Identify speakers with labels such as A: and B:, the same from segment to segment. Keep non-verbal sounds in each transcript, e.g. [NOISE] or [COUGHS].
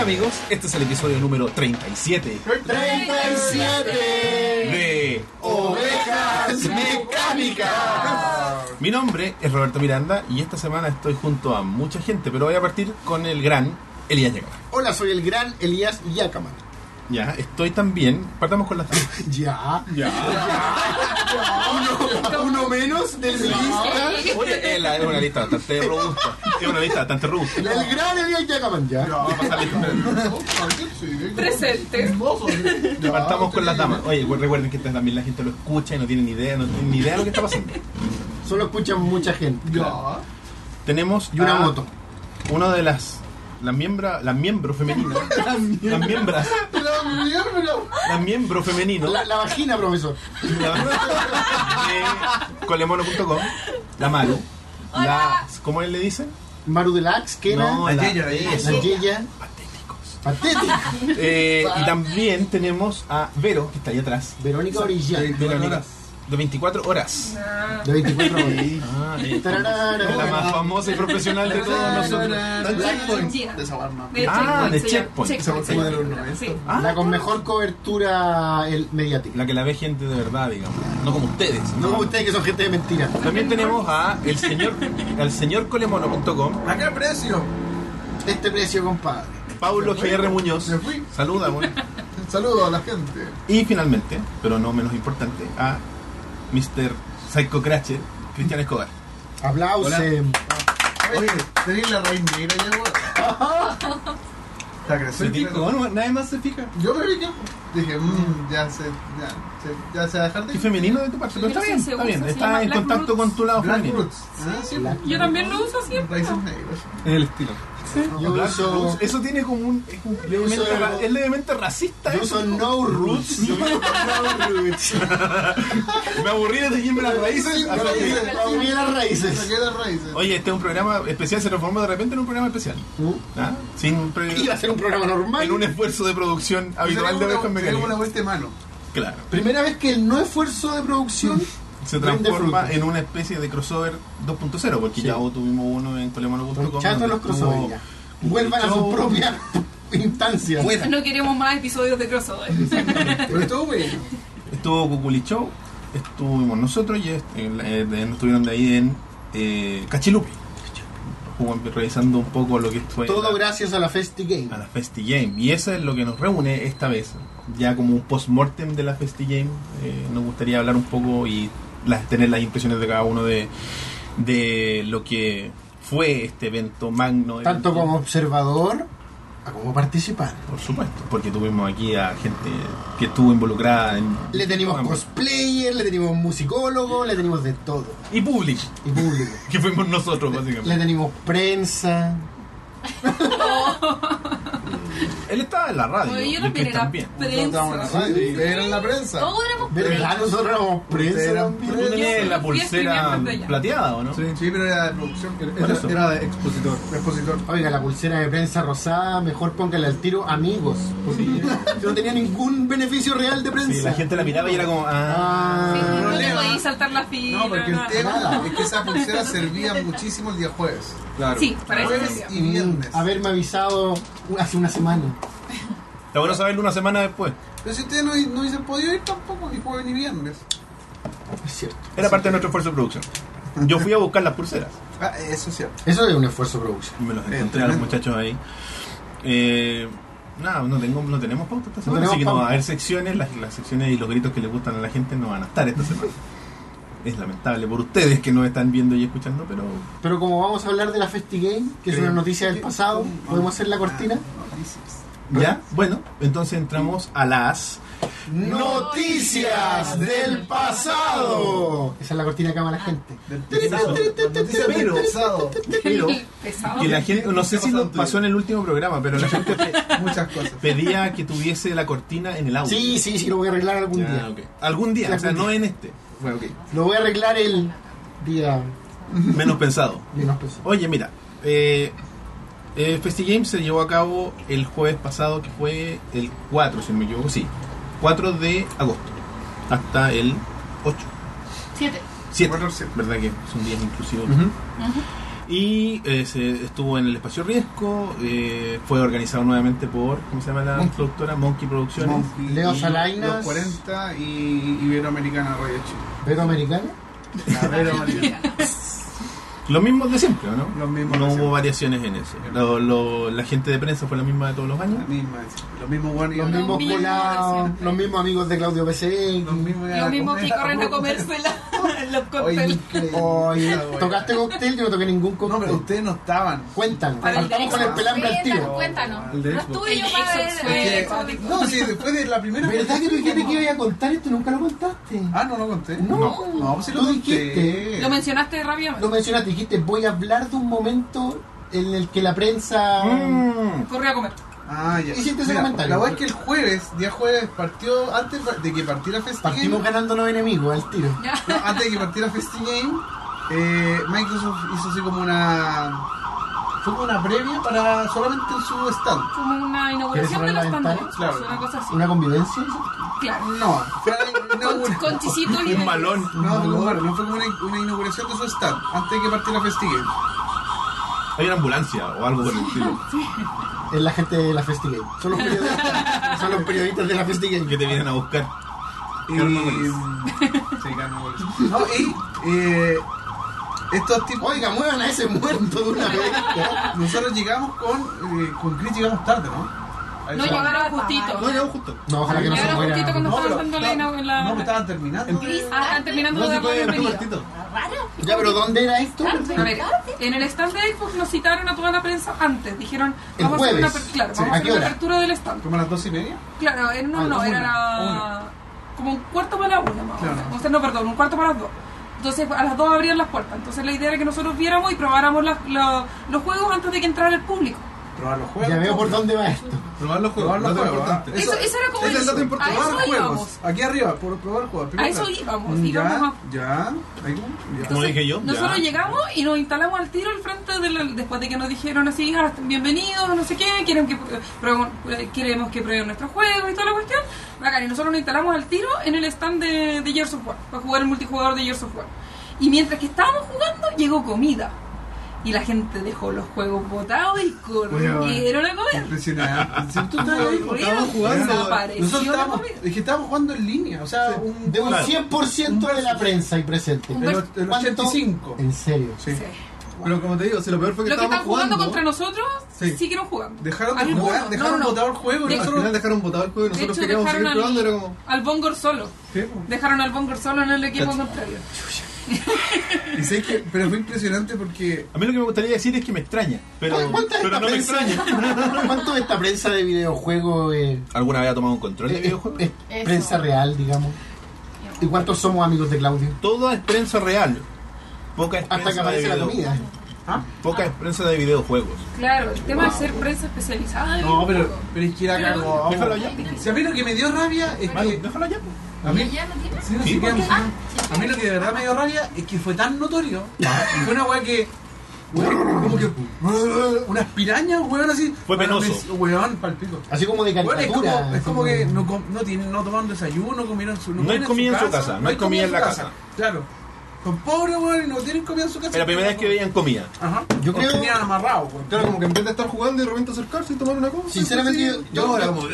A: amigos, este es el episodio número 37
B: 37
A: de
B: Ovejas Mecánicas.
A: Mi nombre es Roberto Miranda y esta semana estoy junto a mucha gente, pero voy a partir con el gran Elías Yacaman.
B: Hola, soy el gran Elías Yacaman.
A: Ya, estoy también. Partamos con las damas.
B: [LAUGHS] Ya.
A: Ya.
B: Uno, uno menos del lista.
A: [LAUGHS] Oye, es, la- es una lista bastante robusta. Es una lista bastante robusta.
B: El gran Elías Yacaman, ya.
A: Vamos a pasar lista.
C: Presente.
B: Ya,
A: Partamos con las damas. Oye, recuerden que también la gente lo escucha y no tiene ni idea, no tiene ni idea de lo que está [LAUGHS] pasando.
B: Solo escuchan mucha gente.
A: Claro. Tenemos
B: Y una
A: a
B: moto.
A: Una de las las miembros las miembros
B: [LAUGHS]
A: femeninas, las miembras, las miembros femeninos
B: La, la vagina, profesor.
A: de colemono.com, la Maru,
C: Hola.
A: las ¿cómo le dicen?
B: Maru Delax, que era.
A: No,
B: la
A: la-
D: Nayella, Nayella.
A: eso.
B: Nayella.
A: Patéticos.
B: Patética.
A: Eh, y también tenemos a Vero que está ahí atrás,
B: Verónica Orillán.
D: De
A: Verónica,
D: horas.
A: de 24 horas.
B: De 24 horas.
A: Ah, eh,
B: Tararara.
A: es la más famosa y profesional de todos nosotros.
C: Yeah.
D: Checkpoint. De esa barba.
C: De
A: Ah, de
C: se llama.
A: Checkpoint.
D: Se llama de los 90.
C: Sí.
A: Ah,
B: La con mejor cobertura el, mediática.
A: la que la ve gente de verdad, digamos, no como ustedes.
B: No como ustedes que son gente de mentira.
A: También tenemos a el señor, al señor colemono.com,
D: ¿A qué precio?
B: Este precio, compadre.
A: Paulo GR Muñoz.
D: Me fui.
A: Saluda, bueno.
D: Saludo a la gente.
A: Y finalmente, pero no menos importante, a Mr. Psycho Cratcher, Cristian Escobar.
B: Aplause.
D: Oye, tenéis la raíz negra ya, weón. Está creciendo.
A: nadie más se fija.
D: Yo me vi que dije, mmm, ya se, ya, se, ya se va a dejar de
A: Y femenino de tu parte, pero está
C: Sí,
A: bien,
C: se
A: está
C: usa,
A: bien.
C: se
A: Está
C: llama
A: en
C: Black
A: contacto
C: Roots.
A: con tu lado
D: Black
A: femenino.
D: Roots. Ah, sí,
B: Black
C: Yo también lo uso siempre.
D: Raíces negras.
A: Es el estilo.
B: Yo
A: Black
B: uso-
A: Roots, Eso tiene como un. Es, un levemente,
B: uso-
A: ra- es levemente racista.
B: Yo
A: eso.
B: uso no roots. Yo uso no roots.
A: [LAUGHS] Me aburrí de teñirme las raíces.
D: Sí,
A: así que-
D: raíces.
B: Pa' unir las
D: Se
B: raíces.
D: quedan raíces.
A: Oye, este es un programa especial, se transformó de repente en un programa especial. ¿Ah? Sin pre-
B: Uh, Iba a ser un programa normal.
A: en un esfuerzo de producción habitual de
D: Sería
A: ovejas
D: una- sería una
A: mecánicas.
D: vuelta de mano.
A: Claro.
B: Primera vez que el no esfuerzo de producción
A: se
B: Vende
A: transforma
B: fruta.
A: en una especie de crossover 2.0, porque
B: Sí.
A: ya tuvimos uno en colemono.com.
B: Son chatos los crossover. ya. Vuelvan a
A: Show.
B: su [LAUGHS] propia instancia.
C: No queremos más episodios de crossover.
D: Pero estuvo bueno.
A: Estuvo Cuculi Show, estuvimos nosotros y est- en la- eh, de- nos estuvieron de ahí en eh, Cachilupi. Jugó- Revisando un poco lo que fue
B: Todo
A: la,
B: gracias a la Festi
A: a
B: Game.
A: la Festi Game. Y eso es lo que nos reúne esta vez. Ya como un post-mortem de la Festi Game, eh, nos gustaría hablar un poco y las, tener las impresiones de cada uno de, de lo que fue este evento magno.
B: Tanto
A: evento.
B: como observador a como participante.
A: Por supuesto, porque tuvimos aquí a gente que estuvo involucrada en...
B: Le tenemos cosplayer, le tenemos musicólogo, le tenemos de todo.
A: Y público,
B: Y público.
A: que fuimos nosotros,
B: Le
A: básicamente.
B: tenemos prensa.
A: Él estaba en la radio.
C: Oye,
A: y
C: yo
A: el
C: también
A: Cristian
C: era
A: bien.
C: prensa.
D: Pero en la prensa.
C: Todos éramos
B: ¿Verdad? ah, Nosotros éramos prensa
D: Era
B: también.
A: Tú tenías
C: Yo
A: la
C: soy diez
A: pulsera
C: primeras pantallas.
A: plateada, ¿o no?
D: Sí, sí, pero era de producción.
A: Por eso.
D: Era, era de expositor. Ah, Expositor.
B: Oiga, la pulsera de prensa rosada, mejor póngale al tiro amigos.
A: Sí.
B: No tenía ningún beneficio real de prensa.
A: Sí, la gente la miraba y era como... Ah,
B: Ah,
C: No te
D: Problema.
C: podías saltar la fila.
D: No, porque el
C: nada.
D: tema es que esa pulsera servía muchísimo el día jueves.
A: claro.
C: Sí, para eso
D: Jueves
C: decía.
D: y viernes.
B: haberme avisado hace una semana.
A: Está bueno saberlo una semana después.
D: Pero si ustedes no, no hubiesen podido ir tampoco, ni jueves ni viernes.
B: Es cierto.
A: Era parte de nuestro esfuerzo de producción. Yo fui a buscar las pulseras.
D: Ah, eso es cierto.
B: Eso es un esfuerzo de producción.
A: Me los
D: Eh,
A: encontré a los
D: tremendo.
A: muchachos ahí. Eh, nada, no, tengo, no tenemos pauta esta semana,
B: tenemos
A: así que no va a
B: pauta.
A: haber secciones. Las, las secciones y los gritos que le gustan a la gente no van a estar esta semana. Es lamentable por ustedes que nos están viendo y escuchando, pero
B: Pero como vamos a hablar de la Festi Game, que es
A: Creo.
B: una noticia del pasado, ¿podemos hacer la cortina?
D: Noticias.
A: ya. Bueno, entonces entramos a las.
B: ¡Noticias del pasado! Esa es la cortina que ama la gente.
D: Noticias del pasado.
B: [LAUGHS]
A: Pero
C: Pesado.
A: que la gente, no sé si lo pasó en el último programa, pero la gente pe-
D: Muchas cosas.
A: pedía que tuviese la cortina en el audio.
B: Sí, sí, sí, lo voy a arreglar algún
A: Ya,
B: día.
A: ok. Algún día, o sea, no en este.
D: Bueno, ok.
B: Lo voy a arreglar el día
A: Menos pensado.
B: menos pesado.
A: Oye, mira, eh, eh, Festi Games se llevó a cabo el jueves pasado, que fue el 4, si no me equivoco, sí, 4 de agosto, hasta el 8,
C: Siete.
A: 7,
D: Cuatro, siete.
A: ¿verdad que son días inclusivos? Y eh, se estuvo en el espacio riesgo, eh, fue organizado nuevamente por, ¿cómo se llama la
E: Monkey.
A: productora? Monkey Producciones.
E: Monkey
B: Leo
E: y
B: Salinas.
E: Los 40 y Iberoamericana Radio
C: [LAUGHS]
E: Chile.
B: ¿Pero americano?
E: La Iberoamericana.
A: Lo mismo de siempre, ¿o ¿no?
E: Los mismos
A: no
E: de
A: hubo
E: siempre.
A: variaciones en eso. Lo- lo- la gente de prensa fue la misma de todos los años.
E: La misma, es- los mismos guanes.
B: Los
C: Lo
B: mismos
C: mismo de
B: colados,
C: siempre.
B: los mismos amigos de Claudio PCX.
E: Los mismos
C: Lo mismo que corren a comerse la, los
E: Oye,
C: cócteles.
E: increíble.
B: Oye,
E: Esa wea.
B: ¿tocaste cóctel? Yo no toqué ningún
E: No,
B: cóctel.
E: pero ustedes no estaban.
B: Cuéntanos.
C: Para el
B: Partamos con el
C: Xbox.
B: pelambre al tiro.
F: Cuéntanos.
E: El de
F: No
E: Xbox.
F: estuve yo
C: El
F: para
C: Xbox
F: ver-
C: fue-
F: eh,
C: fue-
E: No, sí, después de la primera.
B: ¿Verdad que tú dijiste que ibas a contar esto y nunca lo contaste?
E: Ah, no lo conté.
B: No.
E: no, pues sí lo
B: Tú
E: conté.
B: dijiste.
C: Lo mencionaste
E: Ah.
C: rápidamente.
B: Lo mencionaste, dijiste, voy a hablar de un momento en el que la prensa...
A: Mm.
C: Corre a comer.
E: Ah, ya.
B: Hiciste ese
E: Mira,
B: comentario.
E: La verdad es que el jueves, día jueves, partió antes de que partiera Festi
B: Partimos
E: Game.
B: ganando los enemigos al tiro.
C: Ya.
E: no, antes de que partiera Festi Game, eh, Microsoft hizo así como una. Fue como una previa para solamente en su stand.
C: Como una inauguración de
B: ¿Quieres cerrar
C: los
B: la
C: panderos.
E: ventana?
C: Una cosa así.
B: ¿Una convivencia?
C: Claro.
E: No, fue una
C: Con,
E: inauguración.
C: con chisitos y.
A: Un balón.
E: No,
B: Ah.
E: fue como- no fue como una, una inauguración de su stand, antes de que partiera Festi Game.
A: Hay una ambulancia o algo por el estilo.
B: Es la gente de la Festigame. Son
E: [LAUGHS]
B: los periodistas, son los periodistas de la
A: Que
B: Festigame.
A: te vienen a buscar.
E: Y-
A: Carmen Gómez.
E: [LAUGHS] Sí, Carmen Gómez. No, y eh, estos tipos.
B: Oiga, muevan a ese muerto de una vez.
E: Nosotros llegamos con. eh, con Chris llegamos tarde, ¿no? A
C: No
E: esa-
C: llegaron justito.
A: No, llegamos justo.
B: No, ojalá que no se
C: Llegaron justito
B: muera.
C: cuando
E: No,
C: estaban
E: pero-
C: haciendo la
E: No, pero
C: inauguración.
E: estaban terminando. de-
F: Chris,
C: Ah, están terminando
A: No,
C: de
A: si
C: dar la
A: todavía estuvo
C: bienvenida.
A: cortito.
F: Raro.
B: Ya, pero ¿dónde era esto?
F: Tarde.
C: A ver, en el stand de Xbox nos citaron a toda la prensa antes. Dijeron,
B: El
C: vamos a hacer una,
B: jueves.
C: aper- claro,
B: Sí.
C: vamos
B: ¿A
C: a hacer
B: qué
C: una
B: hora?
C: apertura del stand.
E: Como a las dos y media.
C: Claro, en
E: Ah,
C: no, no,
E: una,
C: era la-
E: una.
C: como un cuarto para la una, más o
E: Claro.
C: menos. O sea, no, perdón, un cuarto para las dos. Entonces a las dos abrían las puertas. Entonces la idea era que nosotros viéramos y probáramos las- la- los juegos antes de que entrara el público.
E: Probar los juegos.
B: Ya veo por dónde va esto.
A: Probar los juegos.
E: Probar los
A: dato
E: juegos,
A: importante.
E: ¿ah?
C: Eso, eso era como
E: Ese es el dato
C: el- a
E: importante.
C: eso
E: Probar
C: íbamos.
E: juegos. Aquí arriba, por probar juegos.
C: A
E: primero.
C: eso íbamos.
E: Mm,
C: íbamos
E: Ya,
C: a-
E: ya. ahí como- ya.
A: Como dije yo.
C: Nosotros
A: ya.
C: llegamos y nos instalamos al tiro al frente de la- después de que nos dijeron así, "Ah, bienvenidos, no sé qué, quieren que prueben- queremos que prueben nuestros juegos y toda la cuestión. Bacán, y nosotros nos instalamos al tiro en el stand de, de Gears of War, para jugar el multijugador de Gears of War. Y mientras que estábamos jugando, llegó comida. Y la gente dejó los juegos botados y corrieron a comer.
E: Impresionante. Si tú estabas ahí,
C: [LAUGHS]
A: estábamos jugando.
C: Desapareció
E: Nosotros
C: la
E: estábamos,
C: comida.
E: es que estábamos jugando en línea, o sea, un,
B: De un
A: Claro.
B: 100% de la prensa ahí presente.
E: el, och- el
B: ¿Cuánto?
E: 85.
B: En serio.
E: Sí.
C: Sí.
G: Pero como te digo, si lo peor fue que
C: Lo que
G: estábamos
C: están jugando
G: jugando,
C: contra nosotros,
G: Sí.
C: siguieron jugando.
E: Dejaron de
C: Algunos,
E: jugar, dejaron
C: no, no,
E: botado el juego y
C: De-
G: al
E: nosotros.
G: final dejaron botado el juego y
C: De
G: nosotros
C: hecho,
G: queríamos seguir
C: dejaron
G: probando, era
C: al,
G: como...
C: al Bongor solo. Dejaron al Bongor solo en el equipo contrario.
E: Y sé que, pero fue impresionante porque
A: A mí lo que me gustaría decir es que me extraña. Pero,
B: ¿Cuánta
A: pero
B: esta
A: no me
B: prensa-
A: extraña.
B: [LAUGHS] ¿Cuánto de esta prensa de videojuegos eh,
A: ¿Alguna vez ha tomado un control de
B: eh,
A: videojuegos?
B: es
F: Eso.
B: prensa real, digamos? ¿Y cuántos somos amigos de Claudio?
A: Toda es prensa real. Poca es
B: Hasta que
A: prensa de
B: aparece la
A: video-
B: comida.
A: Poca es prensa de videojuegos.
C: Claro, el tema de ser prensa especializada.
E: No, pero, pero es que era cagado.
A: Déjalo ya.
E: Si a mí lo que me dio rabia es
A: Manu,
E: que.
A: déjalo pues. ya. po.
E: A mí,
F: ¿Ya no tienes?
E: sí, no,
A: Sí,
E: sí,
A: porque-
E: quedamos, sí. a mí lo que de verdad me dio rabia es que fue tan notorio. Fue una weá que. weón, Como que. Unas pirañas, weón, así.
A: Fue penoso.
E: Weón, palpito.
B: Así como de
E: Bueno, es
B: caricatura.
E: como, es
B: así
E: como que no, com- no, tienen, no tomaron desayuno, comieron su.
A: No hay
E: comen
A: comida en su casa, no hay comida en
E: su
A: la casa.
E: Claro. Son pobres, weón, y no tienen comida en su casa.
A: Es la primera vez que veían comida.
E: Ajá.
B: Yo
E: Los
B: creo-
E: Tenían amarrados, weón.
G: Claro, como que en vez de estar jugando y de repente acercarse y tomar una cosa.
B: Sinceramente,
G: pues,
B: yo-
G: sí.
B: yo-
G: No, era
B: yo-
G: como...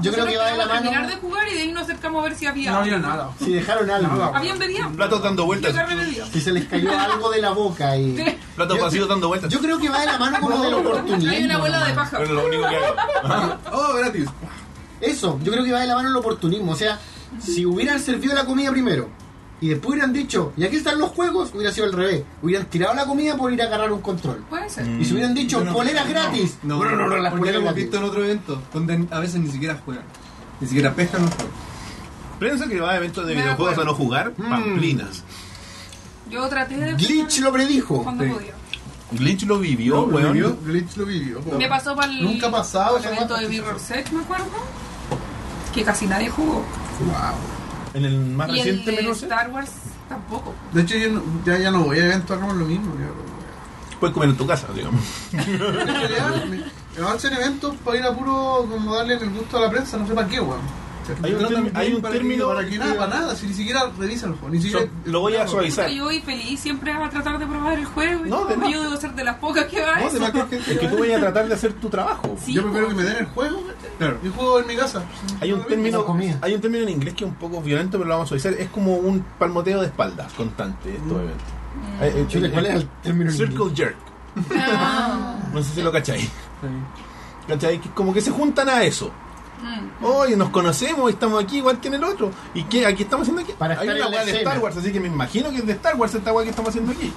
B: Yo creo que va de la
C: terminar de
B: mano.
C: jugar y de ahí nos acercamos a ver si había.
E: No había nada.
B: Si dejaron algo.
E: Nada.
C: Habían bebido.
A: Platos dando
C: Yo
A: vueltas.
C: agarré
B: [LAUGHS]
C: bebida.
B: Si se les cayó algo de la boca y.
A: Platos vacíos dando vueltas.
B: Yo creo que va de la mano como
E: [LAUGHS]
B: del oportunismo.
C: [LAUGHS] Hay una bola de
B: nomás.
C: paja.
A: Pero lo único que hay.
G: Oh, gratis.
B: Eso, yo creo que va de la mano el oportunismo. O sea, si hubieran servido la comida primero y después hubieran dicho, y aquí están los juegos, hubiera sido al revés. Hubieran tirado la comida por ir a agarrar un control.
C: Puede ser.
B: Y si hubieran dicho,
E: Mm,
G: No, no,
B: poleras
G: no,
B: gratis.
G: No,
B: Bueno, no, no,
G: porque
B: las
G: lo
B: poleras
G: hemos
B: gratis.
G: visto en otro evento, donde a veces ni siquiera juegan. Ni siquiera pescan los juegos.
A: Prensa que va a eventos de
C: Me
A: videojuegos a
C: acuerdo.
A: no jugar, pamplinas.
C: Yo traté de.
B: Glitch lo predijo.
C: Cuando
G: Sí.
C: podía.
A: Glitch lo vivió,
E: No,
A: weón.
E: vivió, Glitch lo vivió. po.
C: Me pasó para el.
E: Nunca ha pasado,
C: pa'l
E: esa
C: evento
E: guapa.
C: de Mirror Set, me acuerdo. Que casi nadie jugó.
A: En el más
C: Y el
A: reciente
C: de
A: menor
C: Star Wars tampoco.
E: De hecho, yo no- ya, ya no voy a eventos hagamos lo mismo. ya.
A: Puedes comer en tu casa, digamos.
E: En realidad, me- me van a hacer eventos para ir a puro como darle el gusto a la prensa, no sé para qué, weón.
A: Hay un,
D: Tratan
A: término- hay
D: bien
A: un
D: para que-
A: término
D: para que nada, para nada, si ni siquiera revisan el juego, ni siquiera.
A: So- lo voy a
D: Claro.
A: suavizar.
C: Puta, yo voy feliz siempre a tratar de probar el juego. y
A: No,
C: todo,
A: de más.
C: yo debo ser de las pocas que va a
D: No,
C: Ah, eso.
D: de más que gente
A: Es que tú
D: va a-
A: vas a tratar de hacer tu trabajo.
C: Sí,
D: Yo prefiero que me den el juego, ¿cachai?
H: Claro.
D: Yo juego en mi casa.
A: Hay un
B: Esa
A: término,
B: comida.
A: hay un término en inglés que es un poco violento, pero lo vamos a suavizar. Es como un palmoteo de espaldas constante estos eventos. Eh, eh,
B: Chuta, ¿Cuál es el término? en
A: Circle jerk.
C: Ah.
A: No sé si lo cacháis.
H: Sí.
A: ¿Cachai? Que Como que se juntan a eso.
C: Mm.
A: Oye, nos conocemos y estamos aquí igual que en el otro. ¿Y qué? Aquí estamos haciendo aquí.
B: Para
A: hay
B: estar
A: una
B: en la
A: weá de
B: escena.
A: Star Wars, así que me imagino que es de Star Wars esta weá que estamos haciendo aquí.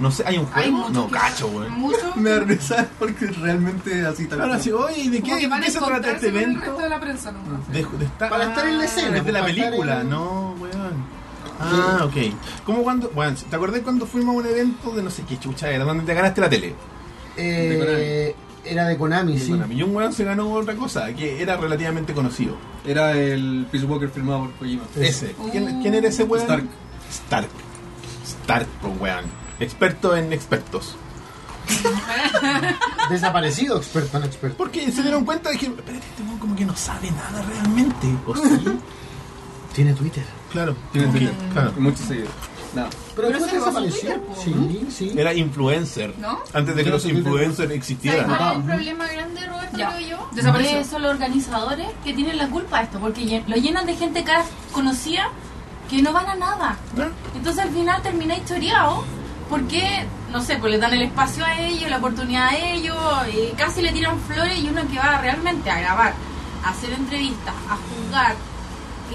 A: No sé, ¿hay un
C: Hay
A: juego?
C: mucho
A: No,
C: que-
A: cacho, weón.
C: Mucho.
H: Me da risa porque realmente así tal
A: Ahora
H: cual.
A: sí, oye, ¿y ¿de
C: como
A: qué,
C: que
A: de
C: van a
A: qué se trata este Mm.
C: encontrarse con el
A: evento?
C: resto de la prensa, ¿no?
A: De- de estar- Ah,
B: Para estar en la escena,
A: Es de la
B: para estar
A: película,
B: en-
A: no, weón. Ah, ok. ¿Cómo cuando.? Bueno, ¿te acordás cuando fuimos a un evento de no sé qué chucha era? Donde te ganaste la tele.
B: Eh, era de Konami, sí.
A: Bueno, Y un weón se ganó otra cosa que era relativamente conocido.
H: Era el Peace Walker filmado por Kojima.
A: Ese. ¿Quién,
C: Uh.
A: quién era ese weón?
H: Stark.
A: Mm. Stark. Stark, pues, weón. Experto en expertos.
B: Desaparecido, experto en experto.
A: Porque se dieron cuenta de que. Espérate, este weón como que no sabe nada realmente. ¿O sí?
B: Tiene Twitter.
A: [LAUGHS] claro.
H: Tiene
A: como que-
H: Twitter.
A: claro.
H: Y muchos seguidores. Nada.
B: Pero,
C: Pero
B: después
C: ese era su
B: desapareció.
C: Twitter,
B: Sí,
C: ¿Mm?
B: sí.
A: Era influencer.
C: ¿No?
A: Antes de que
B: Claro,
A: los
B: sí, Twitter.
A: influencers
F: ¿Sabes
A: existieran.
F: cuál es el
B: Ah.
F: problema grande, Roberto,
C: Ya.
F: creo yo?
C: Desapareció.
F: Que son los organizadores que tienen la culpa de esto, porque llen- lo llenan de gente cara conocida que no van a nada.
A: ¿no?
F: Entonces al final termináis choreado porque, no sé, pues le dan el espacio a ellos, la oportunidad a ellos, eh, casi le tiran flores y uno que va realmente a grabar, a hacer entrevistas, a jugar.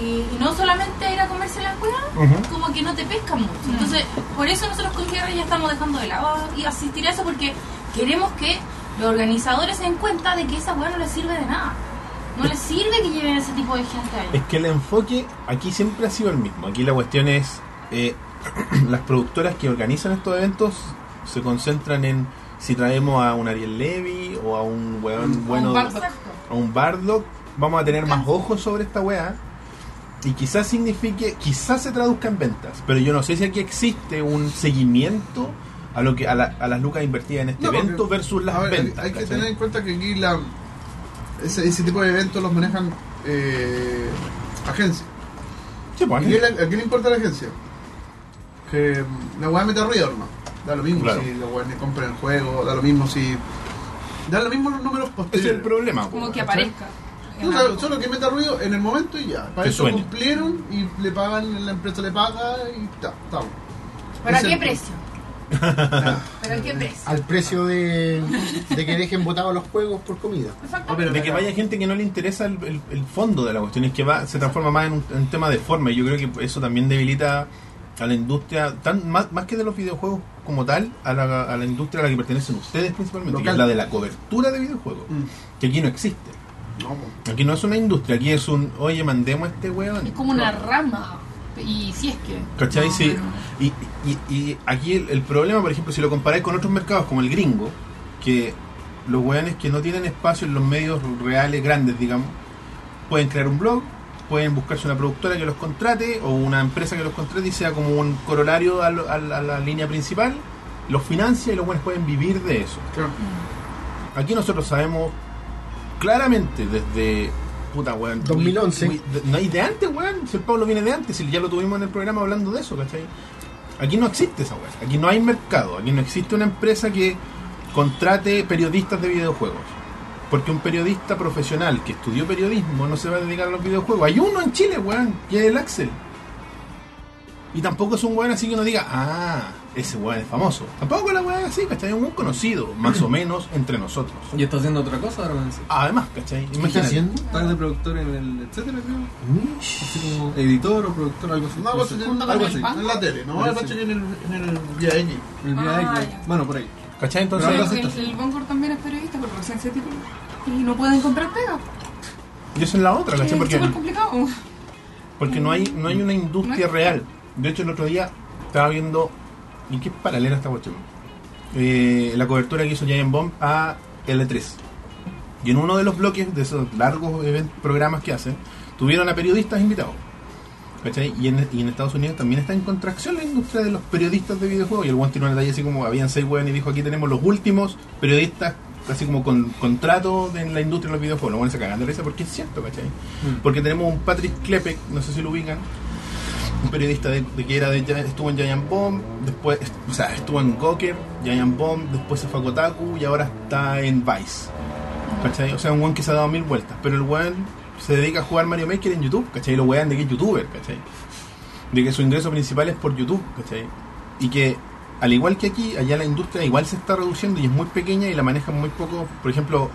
F: Y y no solamente a ir a comerse la cueva,
A: Ujú.
F: como que no te pescan mucho. Entonces, por eso nosotros con Guerra ya estamos dejando de lado y asistir a eso porque queremos que los organizadores se den cuenta de que esa cueva no les sirve de nada. No les sirve que lleven ese tipo de gente ahí.
A: Es que el enfoque aquí siempre ha sido el mismo. Aquí la cuestión es, eh, [CLEARS THROAT] las productoras que organizan estos eventos se concentran en si traemos a un Ariel Levy o a un weón bueno,
C: Bardock.
A: a un Bardock, vamos a tener más ojos sobre esta weá. Y quizás signifique, quizás se traduzca en ventas, pero yo no sé si aquí existe un seguimiento a lo que a, la- a las lucas invertidas en este
D: No, porque-
A: evento versus las
D: A ver, hay-
A: ventas.
D: Hay que
A: ¿cachai?
D: tener en cuenta que aquí la, ese, ese tipo de eventos los manejan eh, agencias.
A: Sí, pues,
D: ¿A quién, le- a quién le importa la agencia? Que mm, la weá meta ruido, hermano. Da lo mismo
A: Claro.
D: si los weones compran el juego, da lo mismo si. Da lo mismo los
A: ese
D: números
A: es
D: posteriores.
A: el problema.
C: Como
A: pues,
C: que
A: ¿cachai?
C: aparezca.
D: No, solo, solo que meta ruido en el momento y ya. Para
A: Que
D: eso
A: suene.
D: cumplieron y le pagan, la empresa le paga y ta, ta.
F: ¿Pero a
D: Ese-
F: qué precio?
D: Ah.
F: ¿Pero a qué precio?
B: Al precio de, de que dejen botados los juegos por comida.
D: Ah,
C: Exacto.
A: De que vaya gente que no le interesa el, el- el fondo de la cuestión, es que va, se transforma más en un, en un tema de forma. Y yo creo que eso también debilita a la industria, tan, más, más que de los videojuegos como tal, a la, a la industria a la que pertenecen ustedes principalmente, que
D: Local.
A: es la de la cobertura de videojuegos,
D: Mm.
A: que aquí no existe.
D: No, po.
A: Aquí no es una industria, aquí es un, oye, mandemos a este weón.
C: Es como una rama. Y si es que.
A: ¿Cachai?
C: No,
A: sí.
C: pero-
A: Y, y- y aquí el, el problema, por ejemplo, si lo comparáis con otros mercados como el gringo, que los weones que no tienen espacio en los medios reales grandes, digamos, pueden crear un blog, pueden buscarse una productora que los contrate o una empresa que los contrate y sea como un corolario a, lo- a la- a la línea principal, los financia y los weones pueden vivir de eso.
D: Claro.
A: Aquí nosotros sabemos claramente desde. Puta, weón.
B: 2011.
A: uy, de- no, y de antes, weón. Si el Pablo viene de antes, si ya lo tuvimos en el programa hablando de eso, ¿cachai? Aquí no existe esa weón. Aquí no hay mercado. Aquí no existe una empresa que contrate periodistas de videojuegos. Porque un periodista profesional que estudió periodismo no se va a dedicar a los videojuegos. Hay uno en Chile, weón, que es el Axel. Y tampoco es un weón así que uno diga, ah, ese weón es famoso. Tampoco la weón es así, ¿cachai? Es un conocido, más
B: [CLEARS THROAT]
A: o menos, entre nosotros.
H: Y está haciendo otra cosa ahora, man.
A: Además, ¿cachai?
B: ¿Qué está haciendo?
H: Está de productor en el etcétera, creo.
B: Mish.
H: Así como editor o productor, algo así.
D: No,
H: No
D: pues,
H: sé.
D: en, una
H: algo
D: algo
H: así.
D: en la tele, ¿no?
H: Parece.
D: El macho que en el, en el VIX.
H: El
C: Ah,
H: VIX,
C: ya.
H: Bueno, por ahí.
A: ¿Cachai? Entonces,
H: Pero
C: Pero
H: no
C: el, el Bongor también es periodista, pero recién se tituló. Y no puede encontrar pega.
A: y eso es la otra,
C: Es
A: ¿cachai? Porque,
C: súper complicado.
A: porque no, hay, no hay una industria real. De hecho, el otro día estaba viendo. ¿Y qué paralela esta cuestión? Eh, la cobertura que hizo Giant Bomb a L3. Y en uno de los bloques de esos largos event- programas que hacen, tuvieron a periodistas invitados. ¿Cachai? Y en, y en Estados Unidos también está en contracción la industria de los periodistas de videojuegos. Y el one tiene una detalle así como habían seis weones y dijo aquí tenemos los últimos periodistas así como con contrato de- en la industria de los videojuegos. Los buenos se cagan de risa porque es cierto, ¿cachai? Mm. Porque tenemos un Patrick Klepek, no sé si lo ubican, un periodista de, de que era de, Gi- estuvo en Giant Bomb, después, est- o sea, estuvo en Gawker, Giant Bomb, después se fue a Kotaku y ahora está en Vice. ¿Cachai? O sea, un weón que se ha dado mil vueltas, pero el weón se dedica a jugar Mario Maker en YouTube, ¿cachai? Lo wean de que es youtuber, ¿cachai? De que su ingreso principal es por YouTube, ¿cachai? Y que al igual que aquí, allá la industria igual se está reduciendo y es muy pequeña y la manejan muy poco. Por ejemplo,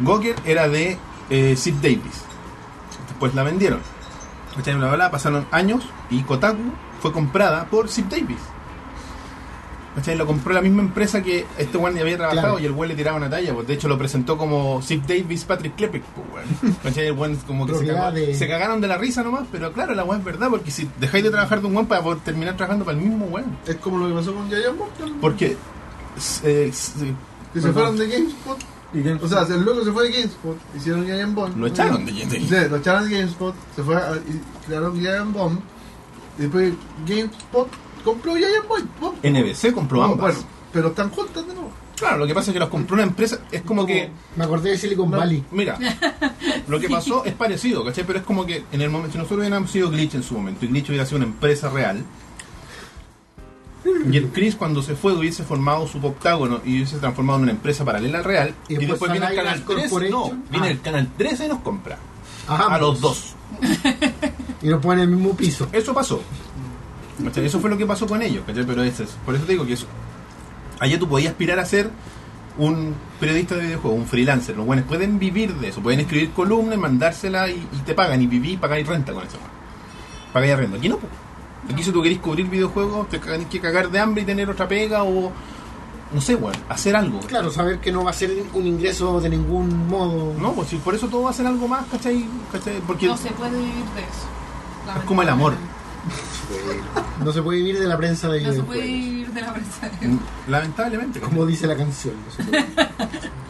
A: Goker era de eh, Sid Davis. Después la vendieron. ¿Cachai? Bla, bla, bla. Pasaron años y Kotaku fue comprada por Sid Davis. ¿Cachai? Lo compró la misma empresa que este weón ya había trabajado
B: Claro.
A: y el weón le tiraba una talla. Pues de hecho lo presentó como Sid Davis Patrick Klepek. Pues, weón. ¿Cachai? El weón como que se,
B: Propiedad
A: cagó-
B: de-
A: se cagaron de la risa nomás. Pero claro, la weón es verdad porque si dejáis de trabajar de un weón para poder terminar trabajando para el mismo weón.
D: Es como lo que pasó con Giant Bomb. también.
A: Porque. eh, s-
D: Que se fueron de GameSpot. O sea, el loco se fue de GameSpot, hicieron Giant Bomb.
A: Lo echaron de GameSpot.
D: Sí, lo echaron de GameSpot, se fue a, y crearon Giant Bomb. Y después GameSpot compró Giant Bomb. Bomb.
A: NBC compró
D: No,
A: ambas.
D: bueno, pero están juntas de nuevo.
A: Claro, lo que pasa es que los compró una empresa. Es como que.
B: Me acordé de Silicon Valley.
A: Mira, lo que pasó es parecido, ¿cachai? Pero es como que en el momento. Si nosotros hubiéramos sido Glitch en su momento y Glitch hubiera sido una empresa real. Y el Chris cuando se fue hubiese formado su octágono y hubiese transformado en una empresa paralela al real.
B: Y
A: Y después,
B: después
A: viene el
B: Sunrise
A: canal 13. No,
B: Corporation.
A: viene
B: Ah.
A: el canal 13 y nos compra.
B: Ajá,
A: a los dos.
B: Y lo ponen en el mismo piso.
A: Eso pasó. ¿Cachai? Eso fue lo que pasó con ellos. ¿cachai? Pero ese es, por eso te digo que eso. Allá tú podías aspirar a ser un periodista de videojuegos, un freelancer. Los buenos pueden vivir de eso. Pueden escribir columnas, mandársela y, y te pagan. Y vivir, pagáis renta con eso. Pagáis renta. Aquí no. po. Aquí si tú querés cubrir videojuegos, te tenés que cagar de hambre y tener otra pega o... No sé, weón. Hacer algo.
B: Claro, saber que no va a ser un ingreso de ningún modo.
A: No, pues si por eso todo va a ser algo más, ¿cachai? ¿Cachai? Porque
C: No se puede vivir de eso.
A: es como el amor.
B: No se puede vivir de la prensa de
C: No se
B: videojuegos.
C: puede
A: pues.
C: vivir de la prensa.
A: Lamentablemente. ¿cachai?
B: Como dice la canción. No
C: [LAUGHS]
B: se puede.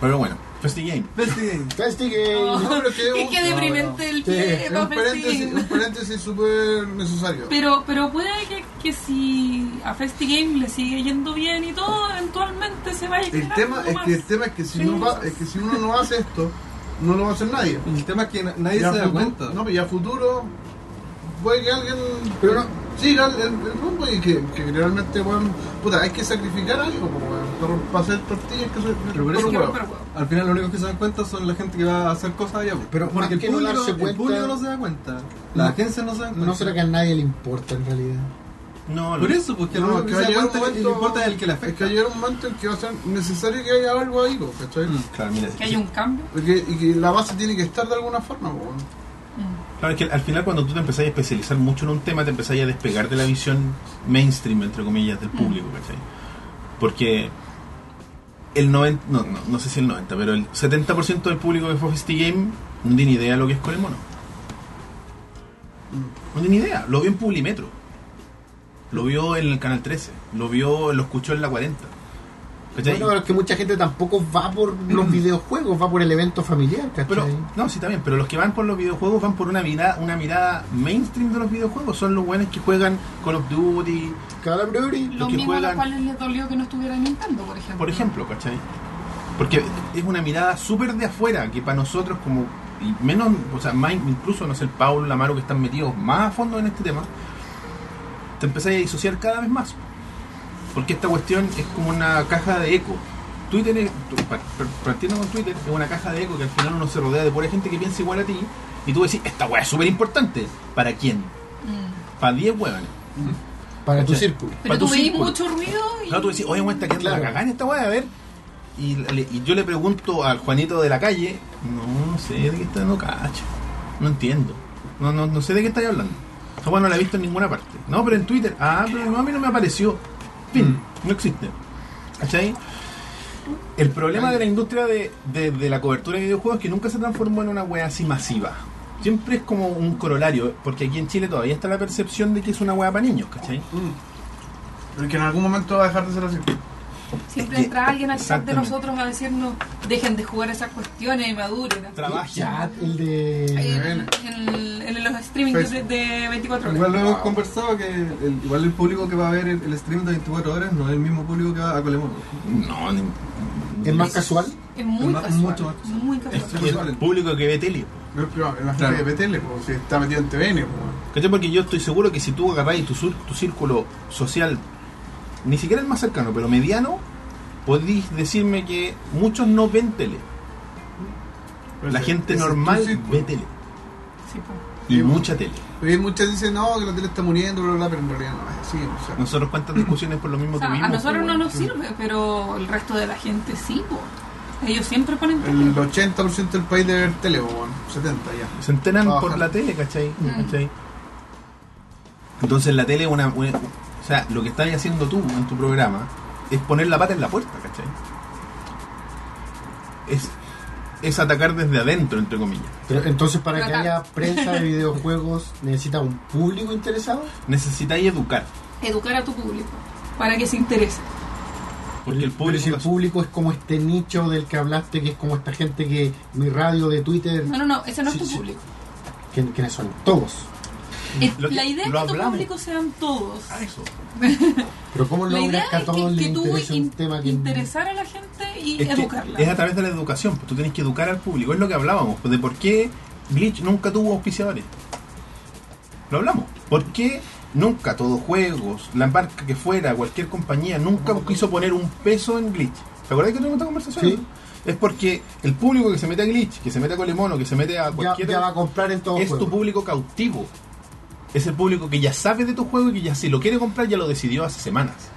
A: Pero bueno, Festi Game.
B: Investigate.
C: Oh,
D: pero que-
C: es que
D: no,
C: deprimente el
B: Sí,
C: pie, pues,
D: Es
C: va
D: un paréntesis, un
C: perseguir.
D: paréntesis súper necesario.
C: Pero, pero puede que, que si a Festi Game le sigue yendo bien y todo, eventualmente se vaya a
D: El
C: generar
D: tema
C: algo
D: es
C: más.
D: que el tema es que si no va- es que si uno no hace esto, no lo va a hacer nadie.
H: El tema es que na- nadie
D: Ya
H: se da
E: pues,
D: futuro-
H: cuenta.
D: No, pero ya futuro puede que alguien
B: Pero no-
D: siga el, el rumbo y que, que realmente weón, puta, hay que sacrificar algo po, weón, por- para hacer tortillas que se
H: Pero por eso-
C: Pero,
D: por huevo.
C: pero, bueno,
H: Al final, los únicos que se dan cuenta son la gente que va a hacer cosas allá. pues.
B: Pero más
H: porque el
B: que no
H: público,
B: darse
H: el
B: cuenta-
H: público no se da cuenta. Las
B: No.
H: agencias no se dan cuenta.
B: No será que a nadie le importa en realidad.
A: No,
H: Por eso, porque el
D: No,
H: único
D: es
H: que
D: que va
H: se
D: a
H: da
D: llegar un
H: cuenta es el que
D: momento-
H: importa es el que la
D: Es
H: afecta.
D: que llega un momento en que va a ser necesario que haya algo ahí, po, ¿cachai?
H: Mm.
A: Claro, mira,
C: que haya un cambio.
D: Y que- y que la base tiene que estar de alguna forma, po, weón.
A: Claro, es que al final cuando tú te empezás a especializar mucho en un tema, te empezás a despegar de la visión mainstream, entre comillas,
C: Mm.
A: del público, ¿cachai? Porque el 90, no, no, no sé si el 90, pero el 70% del público que fue a Festi Game no tiene idea de lo que es Colemono. No tiene idea, lo vio en Publimetro, lo vio en el Canal 13, lo vio, lo escuchó en la 40. ¿Cachai?
B: Bueno, pero es que mucha gente tampoco va por
A: [CLEARS THROAT]
B: los videojuegos, va por el evento familiar, ¿cachai?
A: Pero, no, sí, también, pero los que van por los videojuegos van por una mirada, una mirada mainstream de los videojuegos. Son los buenos que juegan Call of Duty,
B: Cada brewery.
C: Lo
A: que
C: mismo a los
A: juegan-
C: cuales les dolió que no estuviera Nintendo, por ejemplo.
A: por ejemplo, ¿cachai? Porque es una mirada súper de afuera que para nosotros, como, y menos, o sea, más, incluso, no sé, el Paulo, el Amaro, que están metidos más a fondo en este tema, te empezáis a disociar cada vez más. Porque esta cuestión es como una caja de eco. Twitter, es- tu- pa- pa- partiendo con Twitter, es una caja de eco que al final uno se rodea de pura gente que piensa igual a ti. Y tú decís, esta weá es súper importante. ¿Para quién?
C: Mm.
A: Para 10 huevones.
B: Para tu
A: ¿Cachai?
B: círculo.
A: Para pues.
C: Pero
A: tu
C: tú veis
A: círculo.
C: mucho ruido y...
A: Claro, tú decís, oye, weón, está quedando la
B: Claro.
A: cagada en esta weá, a ver. Y, le- y yo le pregunto al Juanito de la calle, no sé de qué está, no cacho, no entiendo, no, no, no sé de qué estáis hablando. Esa weá no la he visto en ninguna parte. No, pero en Twitter, ah, pero no, a mí no me apareció. Fin, no existe. ¿Cachai? El problema de la industria de, de- de la cobertura de videojuegos es que nunca se transformó en una weá así masiva. Siempre es como un corolario, porque aquí en Chile todavía está la percepción de que es una weá para niños, ¿cachai?
D: Pero que en algún momento va a dejar de ser así.
C: Siempre
A: Es que-
C: entra alguien al chat de
A: exactamente.
C: nosotros a decirnos, dejen de jugar esas cuestiones y maduren.
A: Trabajen.
B: Chat, el de.
C: En, en- en los streaming de,
H: Facebook.
C: de 24 horas.
H: Igual lo hemos conversado que el- igual el público que va a ver el, el stream de 24 horas no es el mismo público que va a Colemono.
A: No, ni-
B: Es más casual.
C: es muy
H: Es más-
C: casual.
H: mucho más casual.
C: muy
A: es
C: casual.
A: que el público que ve tele.
E: No es probable, la gente
H: Claro.
E: de PTL, pues, si está metido en TVN, pues.
A: ¿Cachai? Porque yo estoy seguro que si tú agarráis tu, sur- tu círculo social, ni siquiera el más cercano, pero mediano, podéis decirme que muchos no ven tele. La
E: Ese-
A: gente
E: ese es tu
A: normal
E: círculo.
A: ve tele.
C: Sí, po.
A: Y
E: Sí,
A: mucha tele.
E: Porque muchas dicen, no, que la tele está muriendo, bla, bla, pero en realidad no es así. O sea,
A: Nosotros cuántas discusiones por lo mismo
C: O sea,
A: tuvimos.
C: a nosotros
A: pues,
C: no
A: bueno.
C: nos sirve, pero el resto de la gente sí. po. Ellos siempre ponen
E: el
C: tele.
E: 80% del país debe ver tele, pues, bueno, 70 ya.
A: Se enteran
E: Ajá.
A: por la tele, ¿cachai?
C: Mm.
A: ¿Cachai? Entonces la tele es una, una- O sea, lo que estás haciendo tú en tu programa es poner la pata en la puerta, ¿cachai? Es, es atacar desde adentro, entre comillas.
B: Pero entonces, para que
C: Ajá.
B: haya
C: [LAUGHS]
B: prensa de videojuegos, necesita un público interesado.
A: Necesitáis educar.
C: Educar a tu público para que se interese.
A: Porque el
B: Pero si el
A: público...
B: público es como este nicho del que hablaste, que es como esta gente que mi radio de Twitter,
C: No, no, no, ese no es
B: Sí,
C: tu
B: sí.
C: público.
B: que, quienes son todos.
C: Es-
A: Lo que-
C: la idea es
A: lo
C: que tu
A: hablamos.
C: público sean todos.
A: Ah, eso.
B: Pero ¿cómo
C: La idea
B: logras que a
C: es que,
B: todos les
C: que tú
B: interese un
C: in-
B: tema que...
C: interesar a la gente y
A: Es, que
C: educarla.
A: es a través de la educación. pues, tú tienes que educar al público. Es lo que hablábamos. pues, de por qué Glitch nunca tuvo auspiciadores. Lo hablamos. ¿Por qué nunca todos juegos, la marca que fuera, cualquier compañía, nunca quiso poner un peso en Glitch? ¿Te acuerdas que tuvimos esta conversación?
B: Sí.
A: Es porque el público que se mete a Glitch, que se mete a Colemono, que se mete a
B: Ya,
A: cualquier...
B: ya va a comprar en todos
A: es tu
B: juegos.
A: público cautivo. Es el público que ya sabe de tu juego y que ya si lo quiere comprar ya lo decidió hace semanas.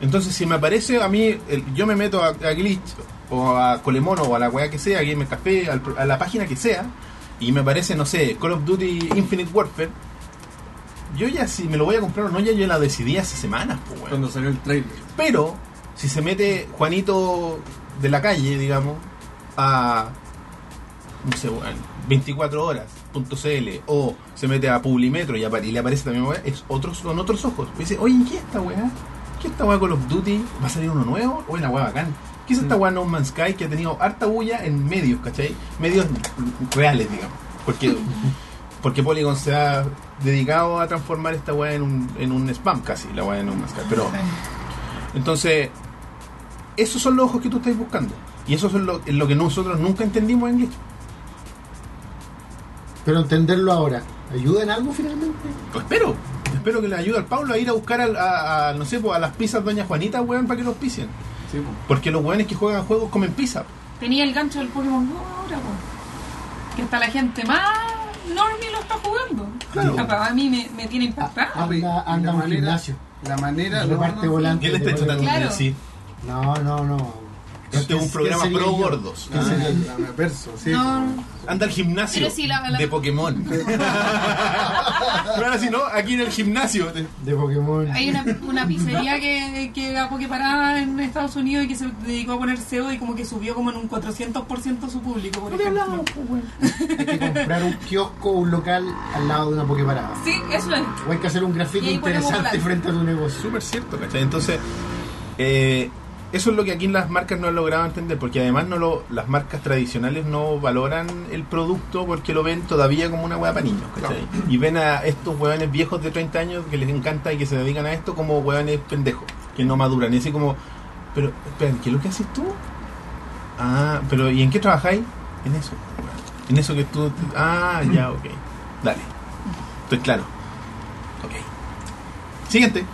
A: Entonces, si me aparece a mí, el- yo me meto a, a Glitch o a Colemono o a la weá que sea, a Game Café, al pro- a la página que sea, y me aparece, no sé, Call of Duty Infinite Warfare, yo ya si me lo voy a comprar o no, ya yo la decidí hace semanas, pues, weón.
H: Cuando salió el trailer.
A: Pero si se mete Juanito de la calle, digamos, a no sé, weón, 24 horas.cl o se mete a Publimetro y, apa- y le aparece también weá, es otros con otros ojos. Y dice, "Oye, ¿qué es esta weá? ¿Qué es esta weá Call of Duty? ¿Va a salir uno nuevo? Oye, la weá bacán." ¿Qué es esta weá No Man's Sky que ha tenido harta bulla en medios, ¿cachai? Medios reales, digamos. Porque porque Polygon se ha dedicado a transformar esta weá en un, en un spam casi, la weá de No Man's Sky. Pero, entonces, esos son los ojos que tú estás buscando. Y eso es lo, es lo que nosotros nunca entendimos en Glitch.
B: Pero entenderlo ahora, ¿ayuda en algo finalmente?
A: Pues espero, espero que le ayude al Pablo a ir a buscar al- a, a, no sé, pues, a las pizzas Doña Juanita, weón, para que los pisen.
E: Sí, pues.
A: Porque los weones que juegan juegos comen pizza.
C: Tenía el gancho del Pokémon Go ahora, po. que hasta la gente más normie lo está jugando.
A: Claro.
C: Capaz, a mí me, me tiene
B: Ah,
C: impactado.
B: Anda,
E: Y
B: anda
E: la
B: a un
E: manera-
B: gimnasio.
E: La manera.
B: Reparte volante.
A: ¿Qué le está tratando de
C: Claro.
A: decir?
B: No, no, no.
A: Este es un programa
B: sería
A: pro
B: yo?
A: gordos.
B: ¿Qué sería yo?
E: La perso, sí.
C: Ah. No,
A: Anda al gimnasio
C: Pero si la- la-
A: de
C: [LAUGHS]
A: Pokémon. Claro, si no, aquí en el gimnasio.
B: De Pokémon.
C: hay una, una pizzería que, que era Poképarada en Estados Unidos y que se dedicó a poner SEO y como que subió como en un 400% su público, por ejemplo.
B: Hay que comprar un kiosco o un local al lado de una Poképarada.
C: Sí, eso es.
B: O hay que hacer un
C: Y
B: grafito
C: ahí ponemos
B: interesante
C: plan.
B: frente a tu negocio.
A: Súper cierto, ¿cachai? Entonces, eh, eso es lo que aquí las marcas no han logrado entender, porque además no lo, las marcas tradicionales no valoran el producto porque lo ven todavía como una hueá para niños, ¿cachai? Y ven a estos hueones viejos de 30 años que les encanta y que se dedican a esto como hueones pendejos, que no maduran. Y así como, pero, espera, ¿qué es lo que haces tú? Ah, pero ¿y en qué trabajáis? En eso, hueón. En eso que tú... Ah, ya, ok. Dale. Estoy claro. Ok. Siguiente.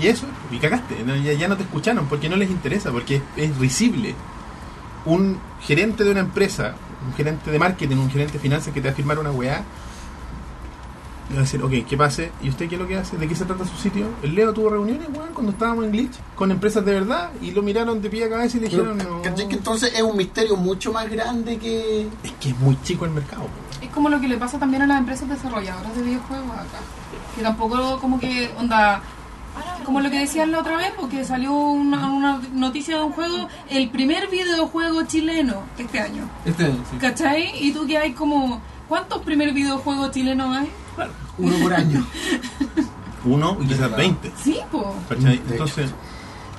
A: Y eso, y cagaste, ¿no? ya, ya no te escucharon porque no les interesa, porque es, es risible. Un gerente de una empresa, un gerente de marketing, un gerente de finanzas que te va a firmar una weá, le va a decir, ok, que pase, ¿y usted qué es lo que hace? ¿De qué se trata su sitio? El Leo tuvo reuniones, weón, cuando estábamos en Glitch, con empresas de verdad, y lo miraron de pie a cabeza y le
B: Pero,
A: dijeron, no.
B: ¿cachai que entonces es un misterio mucho más grande que...
A: Es que es muy chico el mercado, weón.
C: Es como lo que le pasa también a las empresas desarrolladoras de videojuegos acá. Que tampoco como que, onda, como lo que decían la otra vez, porque salió una, una noticia de un juego, el primer videojuego chileno este año.
H: Este año, sí.
C: ¿Cachai? Y tú que hay como, ¿cuántos primer videojuegos chilenos hay?
B: Uno por año.
A: Uno y quizás 20.
C: Sí, po.
A: ¿cachai?
B: De
A: Entonces,